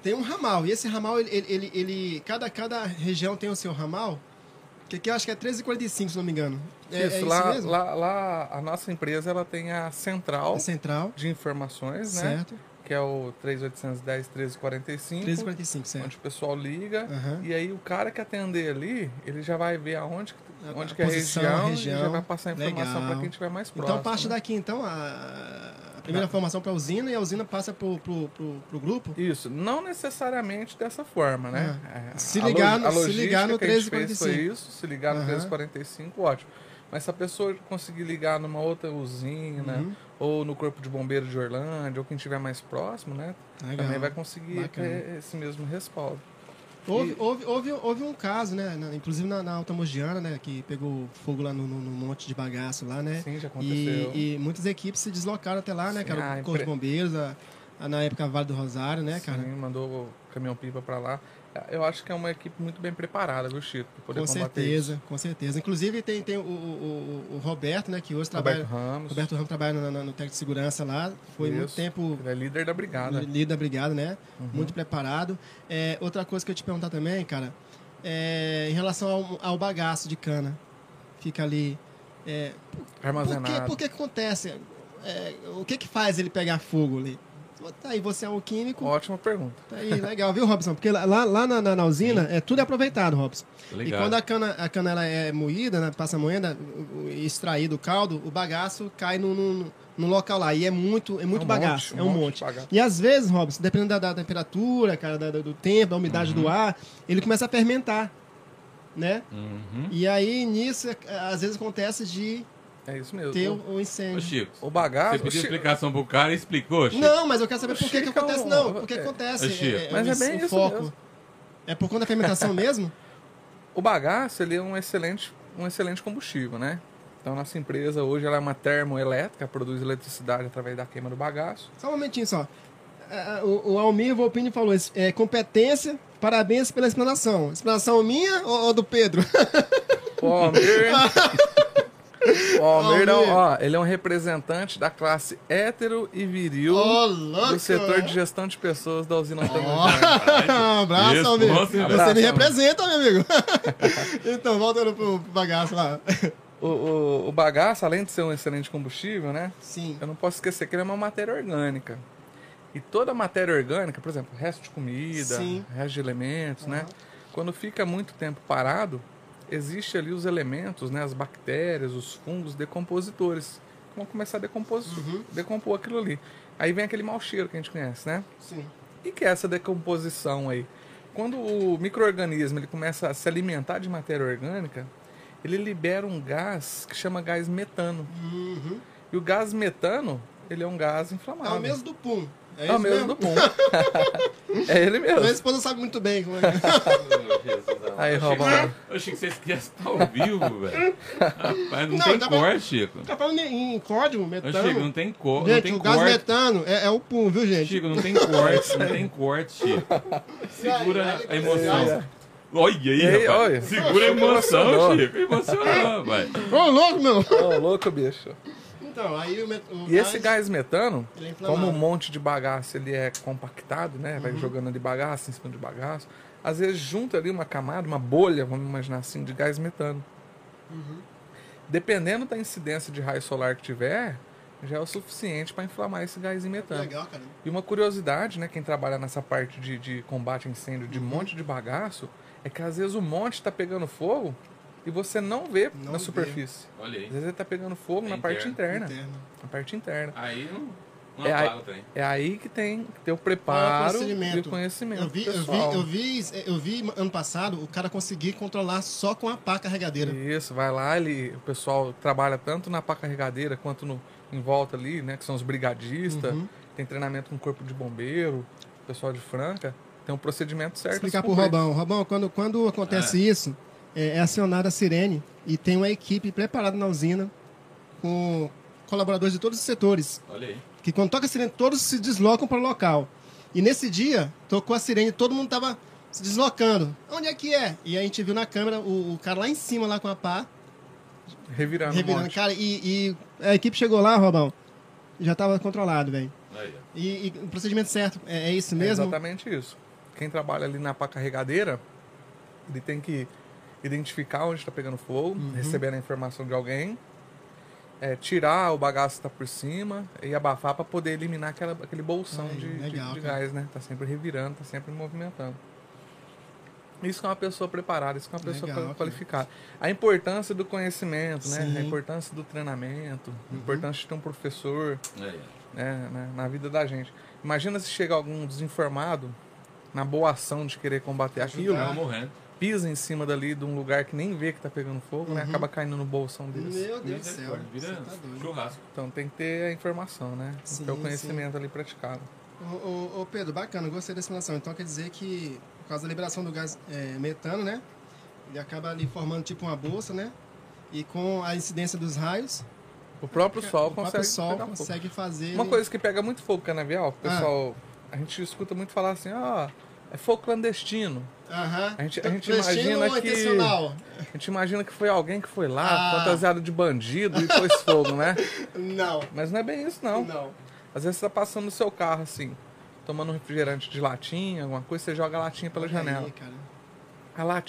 Speaker 4: tem um ramal. E esse ramal, ele, ele, ele- ele- cada, cada região tem o seu ramal. Que aqui eu acho que é 13h45, se não me engano. É, é
Speaker 5: isso, lá,
Speaker 4: mesmo?
Speaker 5: lá, lá a nossa empresa ela tem a central
Speaker 4: É central,
Speaker 5: de informações, né?
Speaker 4: certo?
Speaker 5: Que é o 3810 1345.
Speaker 4: 13h45, certo.
Speaker 5: onde o pessoal liga
Speaker 4: É. Aham.
Speaker 5: e aí o cara que atender ali, ele já vai ver aonde, que-
Speaker 4: A-
Speaker 5: onde
Speaker 4: a
Speaker 5: que é a
Speaker 4: posição,
Speaker 5: região,
Speaker 4: a
Speaker 5: e já
Speaker 4: região.
Speaker 5: vai passar a informação
Speaker 4: Legal.
Speaker 5: para quem estiver mais próximo.
Speaker 4: Então parte
Speaker 5: né?
Speaker 4: daqui, então, a, a primeira formação para a usina e a usina passa pro, pro, pro, pro grupo.
Speaker 5: Isso, não necessariamente dessa forma, né? É,
Speaker 4: Se
Speaker 5: a lo-
Speaker 4: ligar no-
Speaker 5: a
Speaker 4: se
Speaker 5: logística
Speaker 4: ligar no
Speaker 5: que a gente fez
Speaker 4: 13h45.
Speaker 5: Foi isso, se ligar no
Speaker 4: Aham.
Speaker 5: 1345, ótimo. Mas se a pessoa conseguir ligar numa outra usina,
Speaker 4: Uhum.
Speaker 5: ou no Corpo de Bombeiro de Orlândia, ou quem estiver mais próximo, né?
Speaker 4: Legal.
Speaker 5: Também vai conseguir
Speaker 4: Bacana.
Speaker 5: ter esse mesmo respaldo.
Speaker 4: Houve, houve, houve, houve um caso, né? na- inclusive na, na Alta Mogiana, né? Que pegou fogo lá no, no- no monte de bagaço lá, né?
Speaker 5: Sim, já aconteceu.
Speaker 4: E, e muitas equipes se deslocaram até lá, né,
Speaker 5: Sim,
Speaker 4: cara? O
Speaker 5: ah,
Speaker 4: Corpo de
Speaker 5: empre-
Speaker 4: Bombeiros, a- a- na época a Vale do Rosário, né, cara?
Speaker 5: Sim, mandou o caminhão-pipa pra lá. Eu acho que é uma equipe muito bem preparada, viu, Chico? Pra poder
Speaker 4: Com
Speaker 5: combater
Speaker 4: certeza, com certeza. Inclusive tem, tem o, o- o- o Roberto, né, que hoje
Speaker 5: isso. Roberto
Speaker 4: trabalha.
Speaker 5: Ramos,
Speaker 4: Roberto Ramos trabalha na- na- no técnico de segurança lá. Foi muito
Speaker 5: Isso. Uhum.
Speaker 4: tempo
Speaker 5: ele é líder da brigada.
Speaker 4: líder da brigada, né? Muito preparado. É, outra coisa que eu ia te perguntar também, cara, é, em relação ao, ao bagaço de cana. Fica ali. é, por, que,
Speaker 5: Armazenado.
Speaker 4: por que que acontece? É, o que que faz ele pegar fogo ali? Tá aí, você é um químico,
Speaker 5: Ótima pergunta.
Speaker 4: Tá aí, legal, viu, Robson? Porque lá, lá na, na, na usina, é tudo é aproveitado, Robson.
Speaker 3: Legal.
Speaker 4: E quando a cana, a cana ela é moída, né, passa moenda, o- o- e extraído o caldo, o bagaço cai num, num, num local lá. E é muito, é muito
Speaker 5: um
Speaker 4: bagaço,
Speaker 5: monte,
Speaker 4: é
Speaker 5: um
Speaker 4: um
Speaker 5: monte
Speaker 4: monte.
Speaker 5: de bagaço.
Speaker 4: E às vezes, Robson, dependendo da, da temperatura, cara, da- do do tempo, da umidade
Speaker 5: Uhum.
Speaker 4: do ar, ele começa a fermentar, né?
Speaker 3: Uhum.
Speaker 4: E aí, nisso, é- às vezes acontece de
Speaker 5: É isso mesmo.
Speaker 4: ter
Speaker 5: o,
Speaker 4: o, o um, incêndio.
Speaker 3: Ô, Chico,
Speaker 5: o bagaço.
Speaker 3: você pediu
Speaker 5: o Chico-
Speaker 3: explicação pro cara e explicou, Chico.
Speaker 4: Não, mas eu quero saber por que, que
Speaker 5: Chico é um-
Speaker 4: acontece. Não, por que que acontece.
Speaker 3: É, Chico.
Speaker 5: Mas é
Speaker 4: o-
Speaker 5: bem
Speaker 4: o
Speaker 5: isso
Speaker 4: foco.
Speaker 5: mesmo.
Speaker 4: É por conta da fermentação mesmo?
Speaker 5: O bagaço ele é um excelente, um excelente combustível, né? Então, nossa empresa hoje ela é uma termoelétrica, produz eletricidade através da queima do bagaço.
Speaker 4: Só um momentinho só. Ah, O, o Almir Volpini falou: isso, é, competência, parabéns pela explanação. Explanação minha ou, ou do Pedro?
Speaker 5: Pô, Almir, Ó, o Meirão,
Speaker 4: Almir.
Speaker 5: ó, ele é um representante da classe hétero e viril
Speaker 4: Ô, louco!
Speaker 5: do setor de gestão de pessoas da usina
Speaker 4: Ó,
Speaker 5: Antônio
Speaker 4: um abraço,
Speaker 3: Isso,
Speaker 4: amigo.
Speaker 3: bom, sim,
Speaker 4: Você
Speaker 5: abraço,
Speaker 4: me
Speaker 5: amigo.
Speaker 4: representa, meu amigo. então, voltando pro, pro bagaço lá.
Speaker 5: o, o, o bagaço, além de ser um excelente combustível, né?
Speaker 4: Sim.
Speaker 5: Eu não posso esquecer que ele é uma matéria orgânica. E toda matéria orgânica, por exemplo, resto de comida,
Speaker 4: Sim.
Speaker 5: resto de elementos, né? Quando fica muito tempo parado, existe ali os elementos, né? As bactérias, os fungos decompositores. que Vão começar a decompor,
Speaker 4: Uhum.
Speaker 5: decompor aquilo ali. Aí vem aquele mau cheiro que a gente conhece, né?
Speaker 4: Sim.
Speaker 5: E que é essa decomposição aí? Quando o microorganismo ele começa a se alimentar de matéria orgânica, ele libera um gás que chama gás metano.
Speaker 4: Uhum.
Speaker 5: E o gás metano, ele é um gás
Speaker 4: É
Speaker 5: inflamável.
Speaker 4: o mesmo do pum. É,
Speaker 5: É o
Speaker 4: isso
Speaker 5: mesmo do pum. é ele
Speaker 4: Minha
Speaker 5: mesmo.
Speaker 4: esposa sabe muito bem como é que
Speaker 5: Aí,
Speaker 3: Chico,
Speaker 5: Robaldo.
Speaker 3: Eu achei que vocês queriam estar ao vivo, velho. Rapaz, não,
Speaker 4: Não,
Speaker 3: tem
Speaker 4: dá pra-
Speaker 3: cor, Chico.
Speaker 4: Tá falando em, em código,
Speaker 3: Ô,
Speaker 4: metano.
Speaker 3: Chico, não tem cor. não
Speaker 4: gente,
Speaker 3: tem
Speaker 4: o
Speaker 3: corte.
Speaker 4: gás metano é, é o pum, viu, gente?
Speaker 3: Chico, não tem corte. não tem corte, Chico. Segura a emoção. Olha aí,
Speaker 5: E aí,
Speaker 3: rapaz.
Speaker 5: olha.
Speaker 3: Segura a emoção,
Speaker 5: Emocionou.
Speaker 3: Chico. Emocionou, rapaz.
Speaker 4: Ô, louco, meu.
Speaker 5: Ô, louco, bicho.
Speaker 4: Então, aí o, met... o
Speaker 5: E esse gás metano,
Speaker 4: Ele é inflamável.
Speaker 5: como um monte de bagaço ele é compactado, né?
Speaker 4: Uhum.
Speaker 5: Vai jogando de bagaço em cima de bagaço. Às vezes junta ali uma camada, uma bolha, vamos imaginar assim, de gás metano.
Speaker 4: Uhum.
Speaker 5: Dependendo da incidência de raio solar que tiver, já é o suficiente para inflamar esse gás em metano.
Speaker 4: é Legal, cara.
Speaker 5: E uma curiosidade, né, quem trabalha nessa parte de, de combate a incêndio,
Speaker 4: Uhum.
Speaker 5: de monte de bagaço, é que às vezes o monte tá pegando fogo e você não vê
Speaker 4: Não vê.
Speaker 5: na superfície.
Speaker 3: Olha
Speaker 5: Às
Speaker 3: aí.
Speaker 5: vezes ele tá pegando fogo
Speaker 3: É
Speaker 5: na parte interna,
Speaker 4: Interno.
Speaker 5: na parte interna.
Speaker 3: Aí não, não
Speaker 5: É,
Speaker 3: apaga o trem.
Speaker 5: É aí que tem que ter o
Speaker 4: Ah,
Speaker 5: preparo
Speaker 4: procedimento.
Speaker 5: e o conhecimento
Speaker 4: Eu vi, eu, vi,
Speaker 5: pessoal.
Speaker 4: eu, vi, eu vi ano passado o cara conseguir controlar só com a pá carregadeira.
Speaker 5: Isso, vai lá, ele, o pessoal trabalha tanto na pá carregadeira quanto no, em volta ali, né? Que são os brigadistas,
Speaker 4: Uhum.
Speaker 5: tem treinamento com o corpo de bombeiro, pessoal de franca, tem um procedimento certo. a se
Speaker 4: explicar pro
Speaker 5: cumprir.
Speaker 4: Robão. Robão, quando, quando acontece isso, é, é acionada a sirene e tem uma equipe preparada na usina com colaboradores de todos os setores,
Speaker 3: Olha aí.
Speaker 4: que quando toca a sirene, todos se deslocam para o local. E nesse dia, tocou a sirene, todo mundo tava se deslocando. Onde é que é? E a gente viu na câmera o, o cara lá em cima, lá com a pá,
Speaker 5: Revirando, um
Speaker 4: revirando.
Speaker 5: monte.
Speaker 4: Cara, e, e a equipe chegou lá, Robão, já tava controlado, velho.
Speaker 3: Aí, ó.
Speaker 4: E, e o procedimento certo, é, é isso
Speaker 5: É
Speaker 4: mesmo?
Speaker 5: exatamente isso. Quem trabalha ali na pá carregadeira, ele tem que identificar onde está pegando fogo,
Speaker 4: Uhum.
Speaker 5: receber a informação de alguém, é, tirar o bagaço que está por cima e abafar para poder eliminar aquela, aquele bolsão
Speaker 4: Ai,
Speaker 5: de, de-
Speaker 4: legal,
Speaker 5: de
Speaker 4: cara.
Speaker 5: gás, né? Tá sempre revirando, tá sempre movimentando. Isso que é uma pessoa preparada, isso que é uma pessoa
Speaker 4: Legal, cara.
Speaker 5: qualificada. A importância do conhecimento, né?
Speaker 4: Sim. Uhum.
Speaker 5: A importância do treinamento, a importância de ter um professor,
Speaker 3: Aí,
Speaker 5: né, né, na vida da gente. Imagina se chega algum desinformado na boa ação de querer combater
Speaker 3: ó.
Speaker 5: aquilo,
Speaker 3: Tava morrendo.
Speaker 5: pisa em cima dali de um lugar que nem vê que tá pegando fogo,
Speaker 4: Uhum.
Speaker 5: né? Acaba caindo no bolsão deles.
Speaker 4: Meu Deus do céu.
Speaker 3: Vira
Speaker 4: você tá doido.
Speaker 3: churrasco.
Speaker 5: Então tem que ter a informação, né? Tem que
Speaker 4: Sim,
Speaker 5: ter o conhecimento ali praticado.
Speaker 4: Ô, ô, ô, Pedro, bacana, gostei dessa relação. Então quer dizer que, por causa da liberação do gás é, metano, né? Ele acaba ali formando tipo uma bolsa, né? E com a incidência dos raios,
Speaker 5: O próprio sol
Speaker 4: É, o
Speaker 5: consegue
Speaker 4: próprio sol
Speaker 5: pegar fogo.
Speaker 4: consegue fazer.
Speaker 5: Uma
Speaker 4: ele-
Speaker 5: coisa que pega muito fogo canavial, que o pessoal,
Speaker 4: Ah.
Speaker 5: a gente escuta muito falar assim, ó, é fogo clandestino.
Speaker 4: Aham. Então,
Speaker 5: A gente- a gente
Speaker 4: Clandestino
Speaker 5: imagina
Speaker 4: ou
Speaker 5: que-
Speaker 4: intencional?
Speaker 5: A gente imagina que foi alguém que foi lá,
Speaker 4: Ah.
Speaker 5: fantasiado de bandido e pôs fogo, né?
Speaker 4: Não.
Speaker 5: Mas não é bem isso,
Speaker 4: Não.
Speaker 5: Às vezes você tá passando no seu carro, assim, tomando um refrigerante de latinha, alguma coisa, você joga a latinha pela janela.
Speaker 4: Aí, cara.
Speaker 5: A latinha,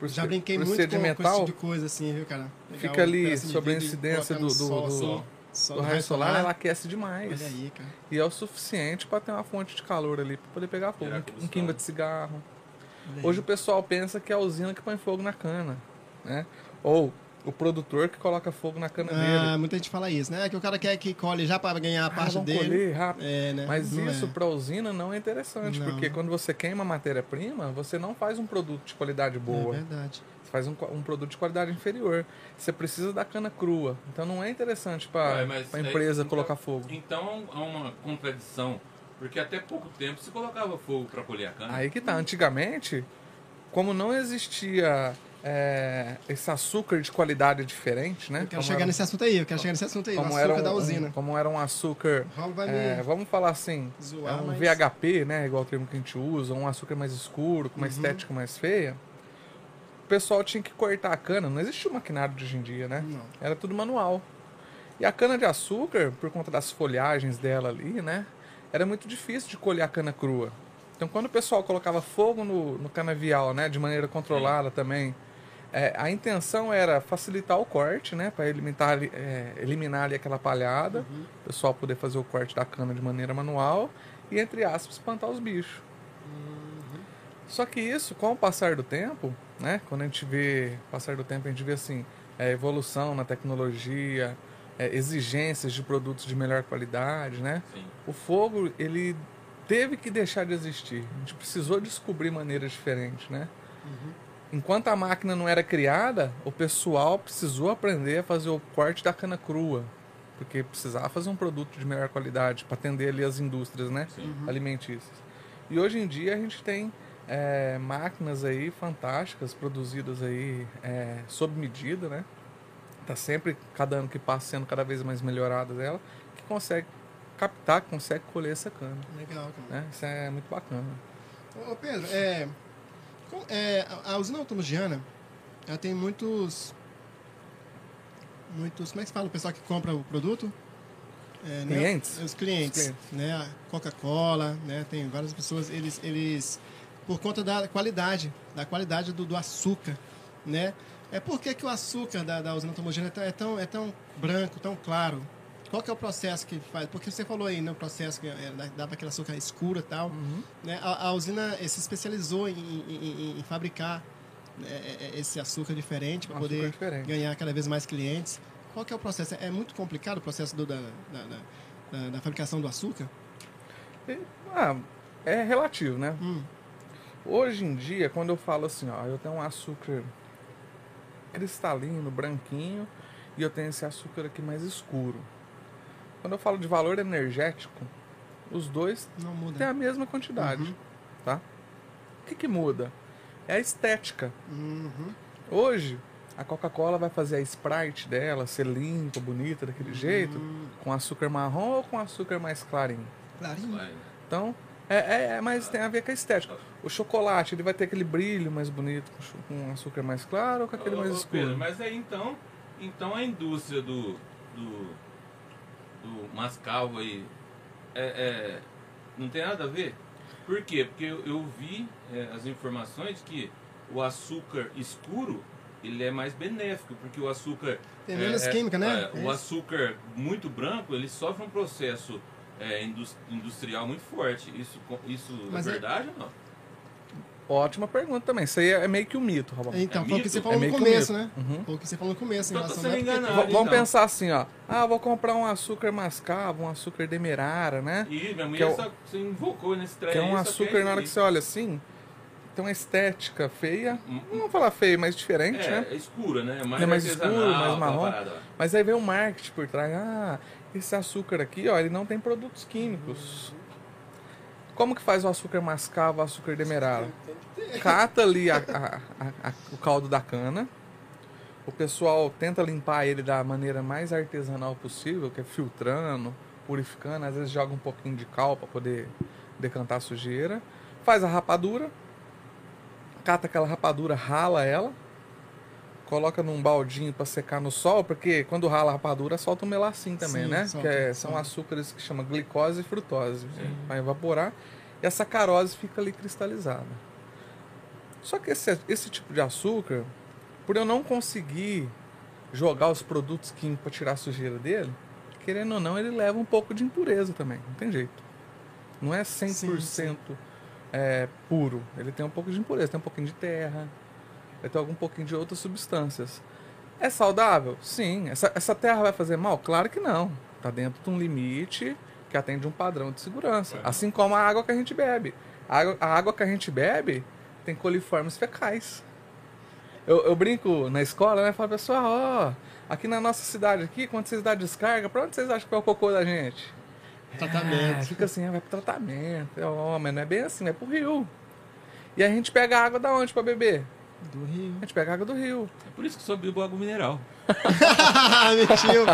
Speaker 5: por,
Speaker 4: Já
Speaker 5: ser-
Speaker 4: brinquei
Speaker 5: por
Speaker 4: muito
Speaker 5: ser
Speaker 4: com,
Speaker 5: de
Speaker 4: com esse
Speaker 5: metal,
Speaker 4: tipo de coisa assim, viu, cara? Pegar
Speaker 5: Fica
Speaker 4: um
Speaker 5: ali
Speaker 4: pedaço de
Speaker 5: sobre a
Speaker 4: vidro e
Speaker 5: incidência
Speaker 4: colocar no
Speaker 5: do- do-
Speaker 4: sol,
Speaker 5: do-
Speaker 4: assim, sol
Speaker 5: o
Speaker 4: do
Speaker 5: raio solar, ela aquece demais.
Speaker 4: Olha aí, cara.
Speaker 5: E é o suficiente para ter uma fonte de calor ali, para poder pegar fogo.
Speaker 3: Gerar
Speaker 5: Um
Speaker 3: combustão.
Speaker 5: quingo de cigarro.
Speaker 4: Olha aí.
Speaker 5: Hoje o pessoal pensa que é a usina que põe fogo na cana, né? Ou o produtor que coloca fogo na cana dele.
Speaker 4: Ah, muita gente fala isso, né? Que o cara quer que colhe já pra ganhar a
Speaker 5: Ah,
Speaker 4: parte
Speaker 5: vamos
Speaker 4: dele.
Speaker 5: colher rápido.
Speaker 4: É, né?
Speaker 5: Mas
Speaker 4: Não
Speaker 5: isso
Speaker 4: é.
Speaker 5: para a usina não é interessante,
Speaker 4: Não.
Speaker 5: porque quando você queima a matéria-prima, você não faz um produto de qualidade boa.
Speaker 4: É verdade.
Speaker 5: você faz um, qua- um produto de qualidade inferior. Você precisa da cana crua. Então não é interessante para
Speaker 3: Ué, mas
Speaker 5: a
Speaker 3: daí-
Speaker 5: empresa
Speaker 3: então-
Speaker 5: colocar fogo.
Speaker 3: Então há uma contradição. Porque até pouco tempo se colocava fogo pra colher a cana.
Speaker 5: Aí que tá. Antigamente, como não existia é, esse açúcar de qualidade diferente, né?
Speaker 4: Eu quero
Speaker 5: Como
Speaker 4: chegar
Speaker 5: era-
Speaker 4: Então, nesse assunto aí, eu quero chegar nesse assunto aí, o
Speaker 5: como
Speaker 4: açúcar
Speaker 5: era um,
Speaker 4: da usina.
Speaker 5: um- como era um açúcar,
Speaker 4: O Raul vai
Speaker 5: é,
Speaker 4: me
Speaker 5: vamos falar assim,
Speaker 4: zoar,
Speaker 5: é um
Speaker 4: mas- Uhum.
Speaker 5: VHP, né? Igual o termo que a gente usa, um açúcar mais escuro, com uma estética mais feia. O pessoal tinha que cortar a cana. Não existia o maquinário de hoje em dia, né?
Speaker 4: Não.
Speaker 5: Era tudo manual. E a cana de açúcar, por conta das folhagens dela ali, né? Era muito difícil de colher a cana crua. Então, quando o pessoal colocava fogo no, no canavial, né? De maneira controlada também. é, a intenção era facilitar o corte, né? Para eliminar, ali- é, eliminar ali aquela palhada. O pessoal poder fazer o corte da cana de maneira manual. E, entre aspas, espantar os bichos. Só que isso, com o passar do tempo, né? Quando a gente vê passar do tempo, a gente vê assim, é, evolução na tecnologia, é, exigências de produtos de melhor qualidade, né?
Speaker 3: Sim.
Speaker 5: O fogo, ele teve que deixar de existir. A gente precisou descobrir maneiras diferentes, né? Enquanto a máquina não era criada, o pessoal precisou aprender a fazer o corte da cana crua, porque precisava fazer um produto de melhor qualidade para atender ali as indústrias, né?
Speaker 3: Sim.
Speaker 5: alimentícias. E hoje em dia a gente tem é, máquinas aí fantásticas produzidas aí é, sob medida, né? Tá sempre cada ano que passa sendo cada vez mais melhoradas ela, que consegue captar, que consegue colher essa cana,
Speaker 4: Legal, cara.
Speaker 5: né? Isso é muito bacana.
Speaker 4: Ô, ô, Pedro, é, com- é, a- a usina autologiana, ela tem muitos... Muitos... Como é que se fala o pessoal que compra o produto? É, né?
Speaker 5: Clientes?
Speaker 4: Os clientes,
Speaker 5: Os
Speaker 4: né? A Coca-Cola, né? Tem várias pessoas, eles, eles por conta da qualidade, da qualidade do, do açúcar, né? É por que, que o açúcar da, da usina tomogênica é tão- é tão, é tão branco, tão claro? Qual que é o processo que faz? Porque você falou aí, né? O processo que é, dá- dá para aquele açúcar escuro e tal. Né? A, a usina eh, se especializou em, em- em- em fabricar né, eh, eh, esse açúcar diferente para
Speaker 5: Um açúcar
Speaker 4: poder
Speaker 5: diferente.
Speaker 4: ganhar cada vez mais clientes. Qual que é o processo? É muito complicado o processo do- da, da- da- da- da fabricação do açúcar?
Speaker 5: E, ah, é relativo, né?
Speaker 4: Hum.
Speaker 5: Hoje em dia, quando eu falo assim, ó, eu tenho um açúcar cristalino, branquinho, e eu tenho esse açúcar aqui mais escuro. Quando eu falo de valor energético, os dois
Speaker 4: Não muda.
Speaker 3: Tá.
Speaker 5: têm a mesma quantidade, tá? O que, que muda? É a estética.
Speaker 4: Uhum.
Speaker 5: Hoje, a Coca-Cola vai fazer a Sprite dela ser limpa, bonita, daquele
Speaker 3: Hum.
Speaker 5: jeito, com açúcar marrom ou com açúcar mais clarinho?
Speaker 4: Clarinho.
Speaker 3: Vai.
Speaker 5: Então, é, é, é, mas tem a ver com a estética. O chocolate, ele vai ter aquele brilho mais bonito, com, chu- com açúcar mais claro ou com aquele
Speaker 3: Ô,
Speaker 5: mais
Speaker 3: ô, Pedro,
Speaker 5: escuro?
Speaker 3: mas aí então, então a indústria do do, do mascavo aí é- é, não tem nada a ver? Por quê? Porque eu, eu vi é, as informações que o açúcar escuro ele é mais benéfico, porque o açúcar
Speaker 4: Tem menos química, né?
Speaker 3: é, o
Speaker 4: É isso.
Speaker 3: açúcar muito branco ele sofre um processo é, indus- industrial muito forte. Isso, co- isso
Speaker 4: Mas
Speaker 3: é
Speaker 4: é-
Speaker 3: verdade ou não?
Speaker 5: Ótima pergunta também. Isso aí é é meio que um mito, Robão.
Speaker 4: Então,
Speaker 3: É
Speaker 4: foi o que
Speaker 3: mito?
Speaker 4: você falou
Speaker 5: É
Speaker 4: no
Speaker 5: meio que
Speaker 4: começo, né?
Speaker 5: medo. Uhum.
Speaker 4: Foi o que você falou no começo em
Speaker 3: Então, tô
Speaker 4: relação
Speaker 3: sendo
Speaker 4: né? Porque-
Speaker 5: V-
Speaker 3: enganado.
Speaker 5: Vamos
Speaker 3: então.
Speaker 5: pensar assim, ó. Ah, vou comprar um açúcar mascavo, um açúcar demerara, né?
Speaker 3: E minha
Speaker 5: Que é
Speaker 3: mulher
Speaker 5: o-
Speaker 3: só se invocou nesse trem.
Speaker 5: Que é um
Speaker 3: aí, só quer
Speaker 5: açúcar,
Speaker 3: isso
Speaker 5: na hora
Speaker 3: aí.
Speaker 5: que você olha assim, tem uma estética feia. Não vou falar feia, mas diferente, né?
Speaker 3: Hum. É, é escura, né? Mais
Speaker 5: É mais
Speaker 3: artesanal,
Speaker 5: escuro, mais
Speaker 3: aquela
Speaker 5: marrom.
Speaker 3: parada lá.
Speaker 5: Mas aí vem o marketing por trás. Ah, esse açúcar aqui, ó, ele não tem produtos químicos. Como que faz o açúcar mascavo, o açúcar demerara? Cata ali a- a- a- a- o caldo da cana. O pessoal tenta limpar ele da maneira mais artesanal possível, que é filtrando, purificando, às vezes joga um pouquinho de cal para poder decantar a sujeira. Faz a rapadura, cata aquela rapadura, rala ela, coloca num baldinho para secar no sol, porque quando rala a rapadura solta um melacinho também,
Speaker 4: Sim,
Speaker 5: né?
Speaker 4: solta,
Speaker 5: que é- são
Speaker 4: solta.
Speaker 5: açúcares que chama glicose e frutose. Vai evaporar e a sacarose fica ali cristalizada. Só que esse, esse tipo de açúcar, por eu não conseguir jogar os produtos químicos para tirar a sujeira dele, querendo ou não, ele leva um pouco de impureza também. Não tem jeito. Não é 100% é, puro. Ele tem um pouco de impureza, tem um pouquinho de terra, vai ter algum pouquinho de outras substâncias. É saudável? Sim. Essa, essa terra vai fazer mal? Claro que não. Tá dentro de um limite que atende um padrão de segurança. Assim como a água que a gente bebe. A água, a água que a gente bebe tem coliformes fecais. Eu, eu brinco na escola, né? Falo, pessoal, ó, aqui na nossa cidade aqui, quando vocês dão descarga, pra onde vocês acham que vai o cocô da gente?
Speaker 4: É, Tratamento.
Speaker 3: É,
Speaker 5: Ah, fica assim, ah, vai pro tratamento. Eu, ó, mas não é bem assim, vai pro rio. E a gente pega a água da onde pra beber?
Speaker 4: Do Rio.
Speaker 5: A gente pega a água do rio.
Speaker 3: É por isso que só bebo água mineral.
Speaker 4: Mentiu.